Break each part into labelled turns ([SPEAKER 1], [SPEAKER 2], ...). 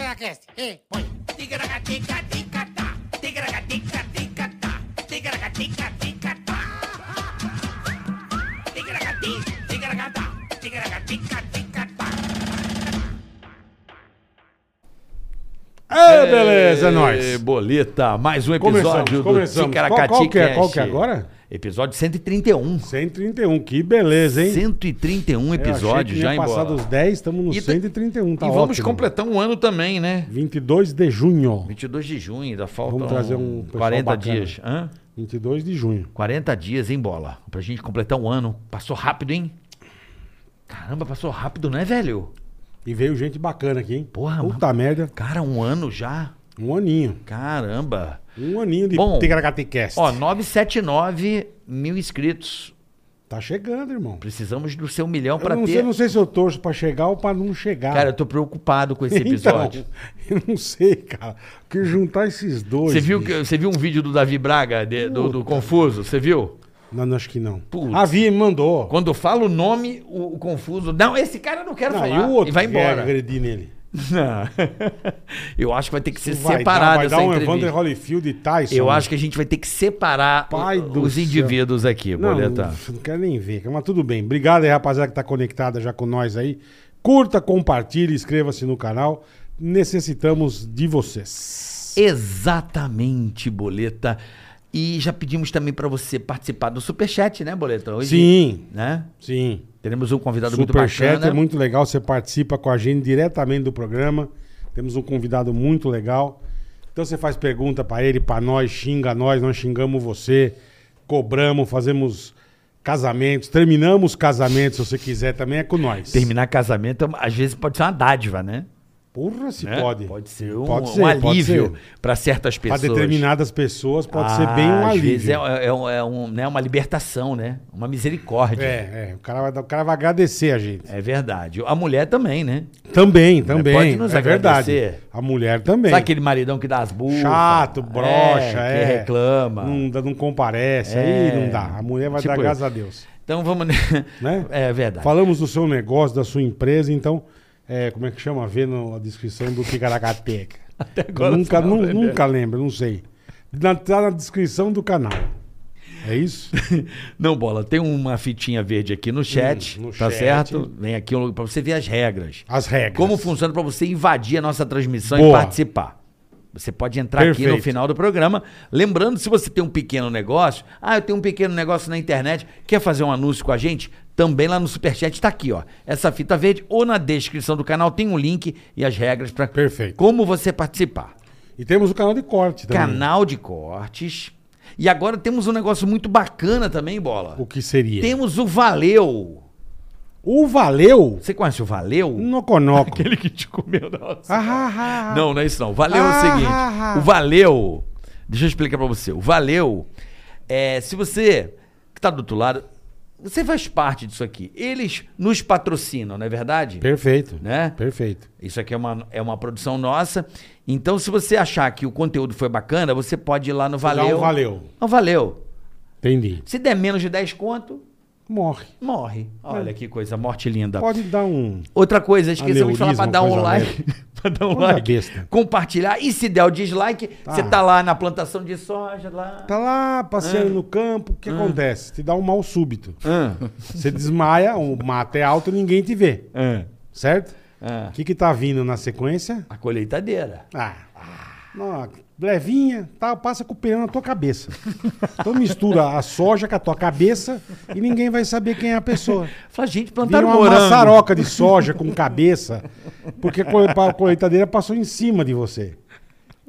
[SPEAKER 1] Tigracast. Ei, põe.
[SPEAKER 2] Ticaracatica-ticatá, ticaracatica-ticatá, ticaracatica-ticatá. Ticaracati, ticaracatá, ticaracatica-ticatá.
[SPEAKER 3] Ah, beleza, é
[SPEAKER 4] Ê,
[SPEAKER 3] nóis.
[SPEAKER 4] Boleta, mais um
[SPEAKER 3] Começamos,
[SPEAKER 4] episódio do
[SPEAKER 3] começamos. Qual,
[SPEAKER 4] Ticaracati
[SPEAKER 3] qual que é,
[SPEAKER 4] Cast.
[SPEAKER 3] qual que é agora?
[SPEAKER 4] Episódio 131.
[SPEAKER 3] 131, que beleza, hein? Eu É, achei
[SPEAKER 4] 131 episódios
[SPEAKER 3] que
[SPEAKER 4] já
[SPEAKER 3] ia
[SPEAKER 4] embora.
[SPEAKER 3] passar dos 10, estamos no
[SPEAKER 4] E tá-
[SPEAKER 3] 131, tá
[SPEAKER 4] e vamos
[SPEAKER 3] ótimo.
[SPEAKER 4] completar um ano também, né?
[SPEAKER 3] 22 de junho.
[SPEAKER 4] 22 de junho, ainda faltam
[SPEAKER 3] Vamos trazer um pessoal
[SPEAKER 4] 40
[SPEAKER 3] bacana.
[SPEAKER 4] dias. Hã?
[SPEAKER 3] 22 de junho.
[SPEAKER 4] 40 dias em bola. Pra gente completar um ano. Passou rápido, hein? Caramba, passou rápido, né, velho?
[SPEAKER 3] E veio gente bacana aqui, hein?
[SPEAKER 4] Porra,
[SPEAKER 3] Puta merda,
[SPEAKER 4] Cara, um ano já.
[SPEAKER 3] um aninho.
[SPEAKER 4] Caramba.
[SPEAKER 3] Um aninho de
[SPEAKER 4] Bom,
[SPEAKER 3] Ticaracatecast.
[SPEAKER 4] Ó, 979 mil inscritos.
[SPEAKER 3] Tá chegando, irmão.
[SPEAKER 4] Precisamos do seu milhão pra
[SPEAKER 3] eu não,
[SPEAKER 4] ter.
[SPEAKER 3] sei, não sei se eu torço pra chegar ou pra não chegar.
[SPEAKER 4] Cara, eu tô preocupado com esse episódio.
[SPEAKER 3] Então, eu não sei, cara. Porque juntar esses dois...
[SPEAKER 4] você, viu
[SPEAKER 3] bicho.
[SPEAKER 4] que, você viu um vídeo do Davi Braga, de- do, do Confuso? Você viu?
[SPEAKER 3] Não, não, acho que não.
[SPEAKER 4] Putz.
[SPEAKER 3] A Via me mandou.
[SPEAKER 4] Quando fala o nome, o, o Confuso. Não, esse cara eu não quero
[SPEAKER 3] Não,
[SPEAKER 4] falar. E,
[SPEAKER 3] e o outro
[SPEAKER 4] vai
[SPEAKER 3] que é quer
[SPEAKER 4] embora.
[SPEAKER 3] agredir nele.
[SPEAKER 4] Não. eu acho que vai ter que ser
[SPEAKER 3] Vai dar-
[SPEAKER 4] separado
[SPEAKER 3] Vai dar
[SPEAKER 4] essa
[SPEAKER 3] um Evander
[SPEAKER 4] entrevista.
[SPEAKER 3] Holyfield e Tyson.
[SPEAKER 4] Eu acho que a gente vai ter que separar o-
[SPEAKER 3] Pai do
[SPEAKER 4] os
[SPEAKER 3] céu.
[SPEAKER 4] indivíduos aqui,
[SPEAKER 3] Não,
[SPEAKER 4] Boleta.
[SPEAKER 3] não quero nem ver, mas tudo bem. Obrigado aí, rapaziada, que tá conectada já com nós aí. Curta, compartilhe, inscreva-se no canal. Necessitamos de vocês.
[SPEAKER 4] Exatamente, Boleta. E já pedimos também pra você participar do Superchat, né, Boleta? Hoje,
[SPEAKER 3] Sim,
[SPEAKER 4] Né?
[SPEAKER 3] sim.
[SPEAKER 4] Teremos um convidado muito
[SPEAKER 3] Superchat
[SPEAKER 4] bacana.
[SPEAKER 3] é muito legal, você participa com a gente diretamente do programa. Temos um convidado muito legal. Então você faz pergunta pra ele, pra nós, xinga nós, nós xingamos você, cobramos, fazemos casamentos, terminamos casamentos, se você quiser, também é com nós.
[SPEAKER 4] Terminar casamento, às vezes, pode ser uma dádiva, né?
[SPEAKER 3] Porra, se
[SPEAKER 4] né?
[SPEAKER 3] pode.
[SPEAKER 4] Pode ser um,
[SPEAKER 3] Pode
[SPEAKER 4] um
[SPEAKER 3] ser, pode
[SPEAKER 4] alívio
[SPEAKER 3] ser.
[SPEAKER 4] para certas
[SPEAKER 3] Pra
[SPEAKER 4] pessoas.
[SPEAKER 3] determinadas pessoas pode
[SPEAKER 4] Ah,
[SPEAKER 3] ser bem um
[SPEAKER 4] às vezes é,
[SPEAKER 3] alívio.
[SPEAKER 4] é um- é um- né, uma libertação, né? Uma misericórdia.
[SPEAKER 3] É, é, o cara, vai, dar- o cara vai agradecer a gente.
[SPEAKER 4] É verdade. A mulher também, né?
[SPEAKER 3] Também, também.
[SPEAKER 4] Pode nos
[SPEAKER 3] é
[SPEAKER 4] agradecer.
[SPEAKER 3] verdade. A mulher também.
[SPEAKER 4] Sabe aquele maridão que dá as burras?
[SPEAKER 3] Chato, broxa, é.
[SPEAKER 4] Que reclama.
[SPEAKER 3] Não, dá- não comparece,
[SPEAKER 4] É.
[SPEAKER 3] aí não dá. A mulher vai
[SPEAKER 4] Tipo
[SPEAKER 3] dar
[SPEAKER 4] eu.
[SPEAKER 3] graças a Deus.
[SPEAKER 4] Então vamos.
[SPEAKER 3] Né?
[SPEAKER 4] É verdade.
[SPEAKER 3] Falamos do seu negócio, da sua empresa, então, é, como é que chama? Vê na descrição do Ticaracateca. Até
[SPEAKER 4] agora
[SPEAKER 3] Nunca,
[SPEAKER 4] você não
[SPEAKER 3] nu-
[SPEAKER 4] lembra.
[SPEAKER 3] nunca lembro, não sei. Na, tá na descrição do canal. É isso?
[SPEAKER 4] Não, bola, tem uma fitinha verde aqui no chat,
[SPEAKER 3] Hum, no
[SPEAKER 4] tá
[SPEAKER 3] chat.
[SPEAKER 4] certo? Vem aqui para você ver as regras.
[SPEAKER 3] As regras.
[SPEAKER 4] Como funciona para você invadir a nossa transmissão e
[SPEAKER 3] Boa.
[SPEAKER 4] participar. Você pode entrar aqui no
[SPEAKER 3] Perfeito.
[SPEAKER 4] final do programa. Lembrando, se você tem um pequeno negócio, ah, eu tenho um pequeno negócio na internet, quer fazer um anúncio com a gente? Também lá no Superchat tá aqui, ó. Essa fita verde ou na descrição do canal tem um link e as regras para
[SPEAKER 3] Perfeito.
[SPEAKER 4] como você participar.
[SPEAKER 3] E temos o canal de corte também.
[SPEAKER 4] Canal de cortes. E agora temos um negócio muito bacana também, bola.
[SPEAKER 3] O que seria?
[SPEAKER 4] Temos o Valeu.
[SPEAKER 3] O Valeu
[SPEAKER 4] Você conhece o Valeu?
[SPEAKER 3] no Conoco.
[SPEAKER 4] Aquele que te comeu da
[SPEAKER 3] Ah, ah, ah.
[SPEAKER 4] Não, não é isso não. Valeu é o
[SPEAKER 3] Ah,
[SPEAKER 4] seguinte.
[SPEAKER 3] ah, ah.
[SPEAKER 4] O Valeu. Deixa eu explicar pra você. O Valeu é se você que tá do outro lado, você faz parte disso aqui. Eles nos patrocinam, não é verdade?
[SPEAKER 3] Perfeito.
[SPEAKER 4] Né?
[SPEAKER 3] Perfeito.
[SPEAKER 4] Isso aqui é uma, é uma produção nossa. Então, se você achar que o conteúdo foi bacana, você pode ir lá no Valeu.
[SPEAKER 3] um valeu.
[SPEAKER 4] Um valeu.
[SPEAKER 3] Entendi.
[SPEAKER 4] Se der menos de 10 conto,
[SPEAKER 3] Morre.
[SPEAKER 4] morre. Olha que coisa, morte linda.
[SPEAKER 3] Pode dar um.
[SPEAKER 4] Outra coisa, esquecemos de falar pra
[SPEAKER 3] Aneurisma,
[SPEAKER 4] dar
[SPEAKER 3] coisa
[SPEAKER 4] um like. pra dar um
[SPEAKER 3] Coisa
[SPEAKER 4] like.
[SPEAKER 3] besta.
[SPEAKER 4] Compartilhar. E se der o dislike,
[SPEAKER 3] Tá.
[SPEAKER 4] você tá lá na plantação de soja, lá.
[SPEAKER 3] Tá lá passeando no campo, o que acontece? Te dá um mal súbito.
[SPEAKER 4] Ah,
[SPEAKER 3] Você desmaia, o mato é alto e ninguém te vê. Certo?
[SPEAKER 4] Ah.
[SPEAKER 3] O que, que tá vindo na sequência?
[SPEAKER 4] A colheitadeira.
[SPEAKER 3] Ah. Não, levinha, tá, passa com o peão na tua cabeça. Então mistura a soja com a tua cabeça e ninguém vai saber quem é a pessoa.
[SPEAKER 4] Fala, gente,
[SPEAKER 3] Vira
[SPEAKER 4] plantaram
[SPEAKER 3] uma
[SPEAKER 4] morango.
[SPEAKER 3] maçaroca de soja com cabeça, porque a cole- a colheitadeira passou em cima de você.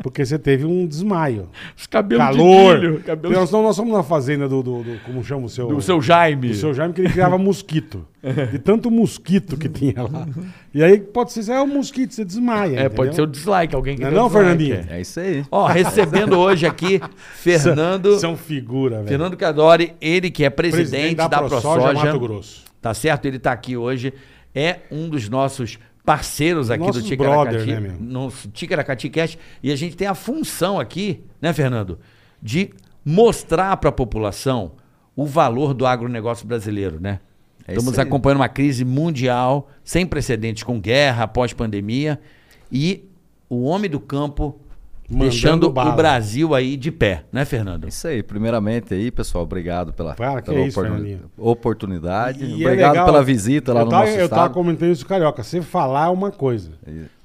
[SPEAKER 3] Porque você teve um desmaio.
[SPEAKER 4] Os cabelos
[SPEAKER 3] Calor.
[SPEAKER 4] de milho. Cabelo
[SPEAKER 3] Nós, nós somos na fazenda do, do- do- Como chama o seu.
[SPEAKER 4] do seu Jaime. É.
[SPEAKER 3] do seu Jaime, que ele criava mosquito. De tanto mosquito que tinha lá. E aí pode ser, é o mosquito, você desmaia.
[SPEAKER 4] É, pode ser o
[SPEAKER 3] entendeu?
[SPEAKER 4] dislike, alguém que
[SPEAKER 3] Não é
[SPEAKER 4] deu
[SPEAKER 3] não,
[SPEAKER 4] dislike,
[SPEAKER 3] Fernandinho?
[SPEAKER 4] é.
[SPEAKER 5] É isso aí.
[SPEAKER 4] Ó, recebendo hoje aqui Fernando...
[SPEAKER 3] São figura, velho.
[SPEAKER 4] Fernando Cadori, ele que é presidente, da, ProSoja.
[SPEAKER 3] Mato Grosso.
[SPEAKER 4] Tá certo? Ele tá aqui hoje. É um dos nossos parceiros aqui
[SPEAKER 3] Nossos
[SPEAKER 4] do Ticaracati.
[SPEAKER 3] brother, né, meu?
[SPEAKER 4] nosso Ticaracati Cast. E a gente tem a função aqui, né, Fernando? De mostrar para a população o valor do agronegócio brasileiro, né?
[SPEAKER 5] É
[SPEAKER 4] Estamos
[SPEAKER 5] isso aí.
[SPEAKER 4] acompanhando uma crise mundial sem precedentes com guerra, pós-pandemia. E o homem do campo
[SPEAKER 3] Mandando
[SPEAKER 4] deixando
[SPEAKER 3] bala.
[SPEAKER 4] o Brasil aí de pé, né, Fernando?
[SPEAKER 1] Isso aí, primeiramente aí, pessoal, obrigado pela,
[SPEAKER 3] Cara, que é
[SPEAKER 1] pela
[SPEAKER 3] isso, Fernandinho.
[SPEAKER 1] oportunidade.
[SPEAKER 3] E é
[SPEAKER 1] obrigado
[SPEAKER 3] legal-
[SPEAKER 1] pela visita lá
[SPEAKER 3] eu
[SPEAKER 1] no
[SPEAKER 3] tava,
[SPEAKER 1] nosso
[SPEAKER 3] Eu tava
[SPEAKER 1] estado.
[SPEAKER 3] comentando isso, Carioca. Você falar é uma coisa.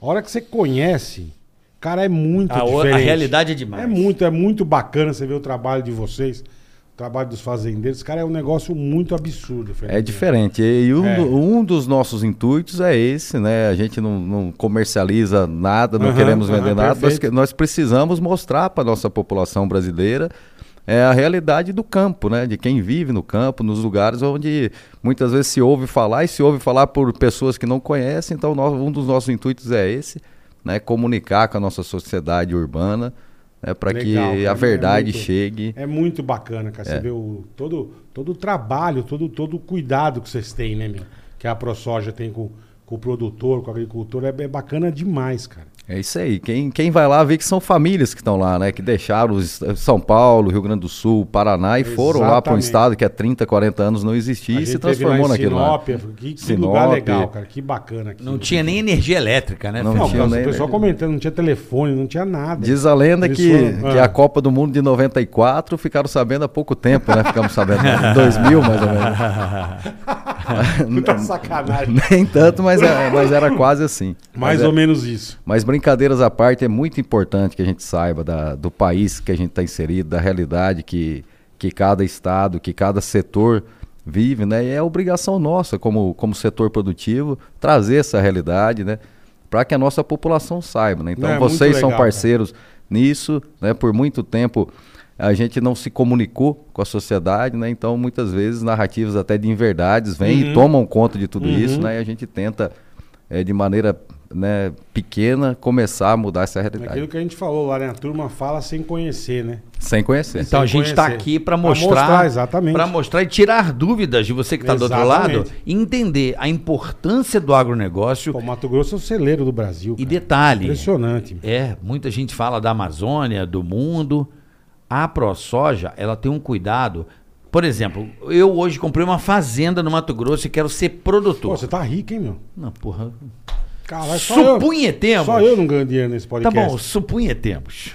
[SPEAKER 3] A hora que você conhece, cara, é muito
[SPEAKER 4] A o- a
[SPEAKER 3] diferente.
[SPEAKER 4] realidade é demais.
[SPEAKER 3] É muito, é muito bacana você ver o trabalho de vocês, o trabalho dos fazendeiros. Cara, é um negócio muito absurdo. Fernandinho.
[SPEAKER 1] É diferente. E um,
[SPEAKER 3] É.
[SPEAKER 1] do- um dos nossos intuitos é esse, né? A gente não, não comercializa nada, não
[SPEAKER 3] Aham,
[SPEAKER 1] queremos
[SPEAKER 3] aham,
[SPEAKER 1] vender nada. Nós,
[SPEAKER 3] perfeito.
[SPEAKER 1] que- nós precisamos mostrar para a nossa população brasileira é, a realidade do campo, né? De quem vive no campo, nos lugares onde muitas vezes se ouve falar e se ouve falar por pessoas que não conhecem. Então, nós- um dos nossos intuitos é esse, né? Comunicar com a nossa sociedade urbana. Né, para que
[SPEAKER 3] Legal, cara,
[SPEAKER 1] a
[SPEAKER 3] é
[SPEAKER 1] verdade
[SPEAKER 3] muito-
[SPEAKER 1] chegue.
[SPEAKER 3] É muito bacana, cara.
[SPEAKER 1] É.
[SPEAKER 3] Você vê o, todo, todo o trabalho, todo, todo o cuidado que vocês têm, né, meu? Que a ProSoja tem com, com o produtor, com o agricultor. É, é bacana demais, cara.
[SPEAKER 1] É isso aí. Quem, quem vai lá vê que são famílias que estão lá, né? Que deixaram os- São Paulo, Rio Grande do Sul, Paraná e foram lá para um
[SPEAKER 3] Exatamente.
[SPEAKER 1] estado que há 30, 40 anos não existia
[SPEAKER 3] A
[SPEAKER 1] e se
[SPEAKER 3] gente teve lá
[SPEAKER 1] transformou
[SPEAKER 3] em
[SPEAKER 1] naquilo lá.
[SPEAKER 3] Sinop, né? Que, que lugar
[SPEAKER 1] Sinop.
[SPEAKER 3] legal, cara. Que bacana. aqui.
[SPEAKER 4] Não tinha nem energia elétrica, né?
[SPEAKER 1] Não
[SPEAKER 3] Não,
[SPEAKER 4] Fernando?
[SPEAKER 1] tinha
[SPEAKER 3] cara,
[SPEAKER 1] nem-
[SPEAKER 3] o pessoal
[SPEAKER 1] nem-
[SPEAKER 3] comentando, não tinha telefone, não tinha nada.
[SPEAKER 1] Diz a lenda
[SPEAKER 3] Eles
[SPEAKER 1] que,
[SPEAKER 3] foram-
[SPEAKER 1] que
[SPEAKER 3] ah.
[SPEAKER 1] a Copa do Mundo de 94 ficaram sabendo há pouco tempo, né? Ficamos sabendo em 2000, mais ou menos.
[SPEAKER 3] Puta sacanagem.
[SPEAKER 1] Nem tanto, mas, é- mas era quase assim.
[SPEAKER 3] Mais
[SPEAKER 1] Mas é-
[SPEAKER 3] ou menos isso.
[SPEAKER 1] Mas brincadeiras à parte, é muito importante que a gente saiba da- do país que a gente está inserido, da realidade que, que cada estado, que cada setor vive, né? E é obrigação nossa, como, como setor produtivo, trazer essa realidade, né? Para que a nossa população saiba, né? Então
[SPEAKER 3] Não, é muito
[SPEAKER 1] vocês
[SPEAKER 3] legal,
[SPEAKER 1] são
[SPEAKER 3] cara.
[SPEAKER 1] parceiros parceiros nisso, né? Por muito tempo a gente não se comunicou com a sociedade, né? Então muitas vezes narrativas até de inverdades vêm
[SPEAKER 3] Uhum.
[SPEAKER 1] e tomam conta de tudo isso, né? E a gente tenta eh, de maneira né, pequena começar a mudar essa realidade
[SPEAKER 3] Aquilo que a gente falou lá, né? A turma fala sem conhecer, né?
[SPEAKER 1] sem conhecer.
[SPEAKER 4] Então a
[SPEAKER 3] Sem
[SPEAKER 4] gente está
[SPEAKER 3] conhecer.
[SPEAKER 4] aqui para
[SPEAKER 3] Pra
[SPEAKER 4] mostrar,
[SPEAKER 3] mostrar, exatamente.
[SPEAKER 4] para mostrar e tirar dúvidas de você que está do outro
[SPEAKER 3] Exatamente.
[SPEAKER 4] lado e entender a importância do agronegócio
[SPEAKER 3] Pô, Mato Grosso é o celeiro do Brasil.
[SPEAKER 4] e
[SPEAKER 3] cara.
[SPEAKER 4] detalhe.
[SPEAKER 3] Impressionante. meu.
[SPEAKER 4] É, muita gente fala da Amazônia, do mundo. A ProSoja, ela tem um cuidado. Por exemplo, eu hoje comprei uma fazenda no Mato Grosso e quero ser
[SPEAKER 3] Pô,
[SPEAKER 4] produtor.
[SPEAKER 3] você tá rico, hein, meu?
[SPEAKER 4] Não, porra.
[SPEAKER 3] Caralho,
[SPEAKER 4] Supunhetemos.
[SPEAKER 3] Só Ah, eu, só eu não ganho dinheiro nesse
[SPEAKER 4] Tá
[SPEAKER 3] podcast.
[SPEAKER 4] bom, supunhetemos.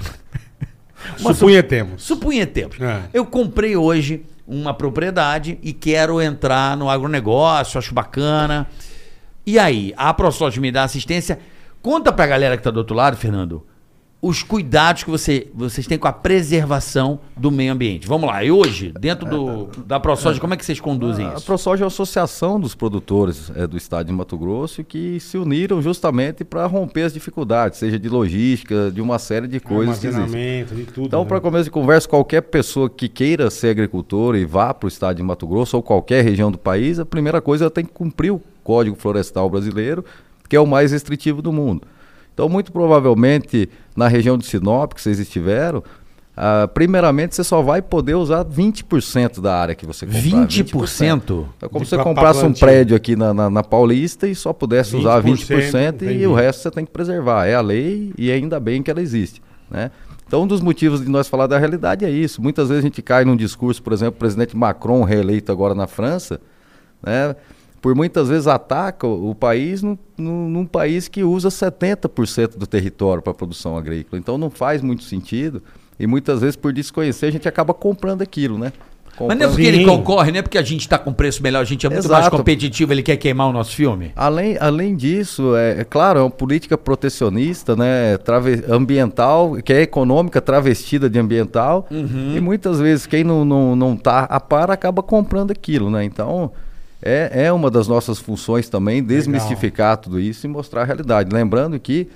[SPEAKER 4] Mas
[SPEAKER 3] Supunhetemos.
[SPEAKER 4] Supunhetemos.
[SPEAKER 3] É.
[SPEAKER 4] Eu comprei hoje uma propriedade e quero entrar no agronegócio, acho bacana. E aí, a ProSoja me dá assistência. Conta pra galera que tá do outro lado, Fernando, os cuidados que você, vocês têm com a preservação do meio ambiente. Vamos lá, e hoje, dentro do, da ProSoja, como é que vocês conduzem
[SPEAKER 1] A
[SPEAKER 4] isso?
[SPEAKER 1] ProSoja é a associação dos produtores eh, do estado de Mato Grosso que se uniram justamente para romper as dificuldades, seja de logística, de uma série de coisas que existem.
[SPEAKER 3] É, Armazenamento, de tudo.
[SPEAKER 1] Então,
[SPEAKER 3] né?
[SPEAKER 1] para começo de conversa, qualquer pessoa que queira ser agricultor e vá para o estado de Mato Grosso ou qualquer região do país, a primeira coisa ela tem que cumprir o Código Florestal Brasileiro, que é o mais restritivo do mundo. Então, muito provavelmente, na região de Sinop, que vocês estiveram, ah, primeiramente você só vai poder usar 20% da área que você comprar.
[SPEAKER 4] 20%?
[SPEAKER 1] É como
[SPEAKER 3] De
[SPEAKER 1] se você
[SPEAKER 3] pra- pra
[SPEAKER 1] comprasse um
[SPEAKER 3] plantio.
[SPEAKER 1] prédio aqui na, na, na Paulista e só pudesse usar
[SPEAKER 3] 20%,
[SPEAKER 1] 20%
[SPEAKER 3] entendi.
[SPEAKER 1] e o resto você tem que preservar. É a lei e ainda bem que ela existe. Né? Então, um dos motivos de nós falar da realidade é isso. Muitas vezes a gente cai num discurso, por exemplo, o presidente Macron, reeleito agora na França, né? por muitas vezes ataca o o país num, num, num país que usa 70% do território para produção agrícola. Então, não faz muito sentido. E muitas vezes, por desconhecer, a gente acaba comprando aquilo,
[SPEAKER 4] Mas
[SPEAKER 1] né?
[SPEAKER 4] não é
[SPEAKER 1] Comprando-
[SPEAKER 4] porque ele
[SPEAKER 3] Sim.
[SPEAKER 4] concorre, não é porque a gente tá com preço melhor, a gente é muito mais
[SPEAKER 1] Exato.
[SPEAKER 4] competitivo, ele quer queimar o nosso filme?
[SPEAKER 1] Além, além disso, é, é claro, é uma política protecionista, né? trave- ambiental, que é econômica, travestida de ambiental.
[SPEAKER 3] Uhum.
[SPEAKER 1] E muitas vezes quem não, não, não tá a par acaba comprando aquilo, né? Então, é, é uma das nossas funções também desmistificar tudo isso e mostrar a realidade. Lembrando que,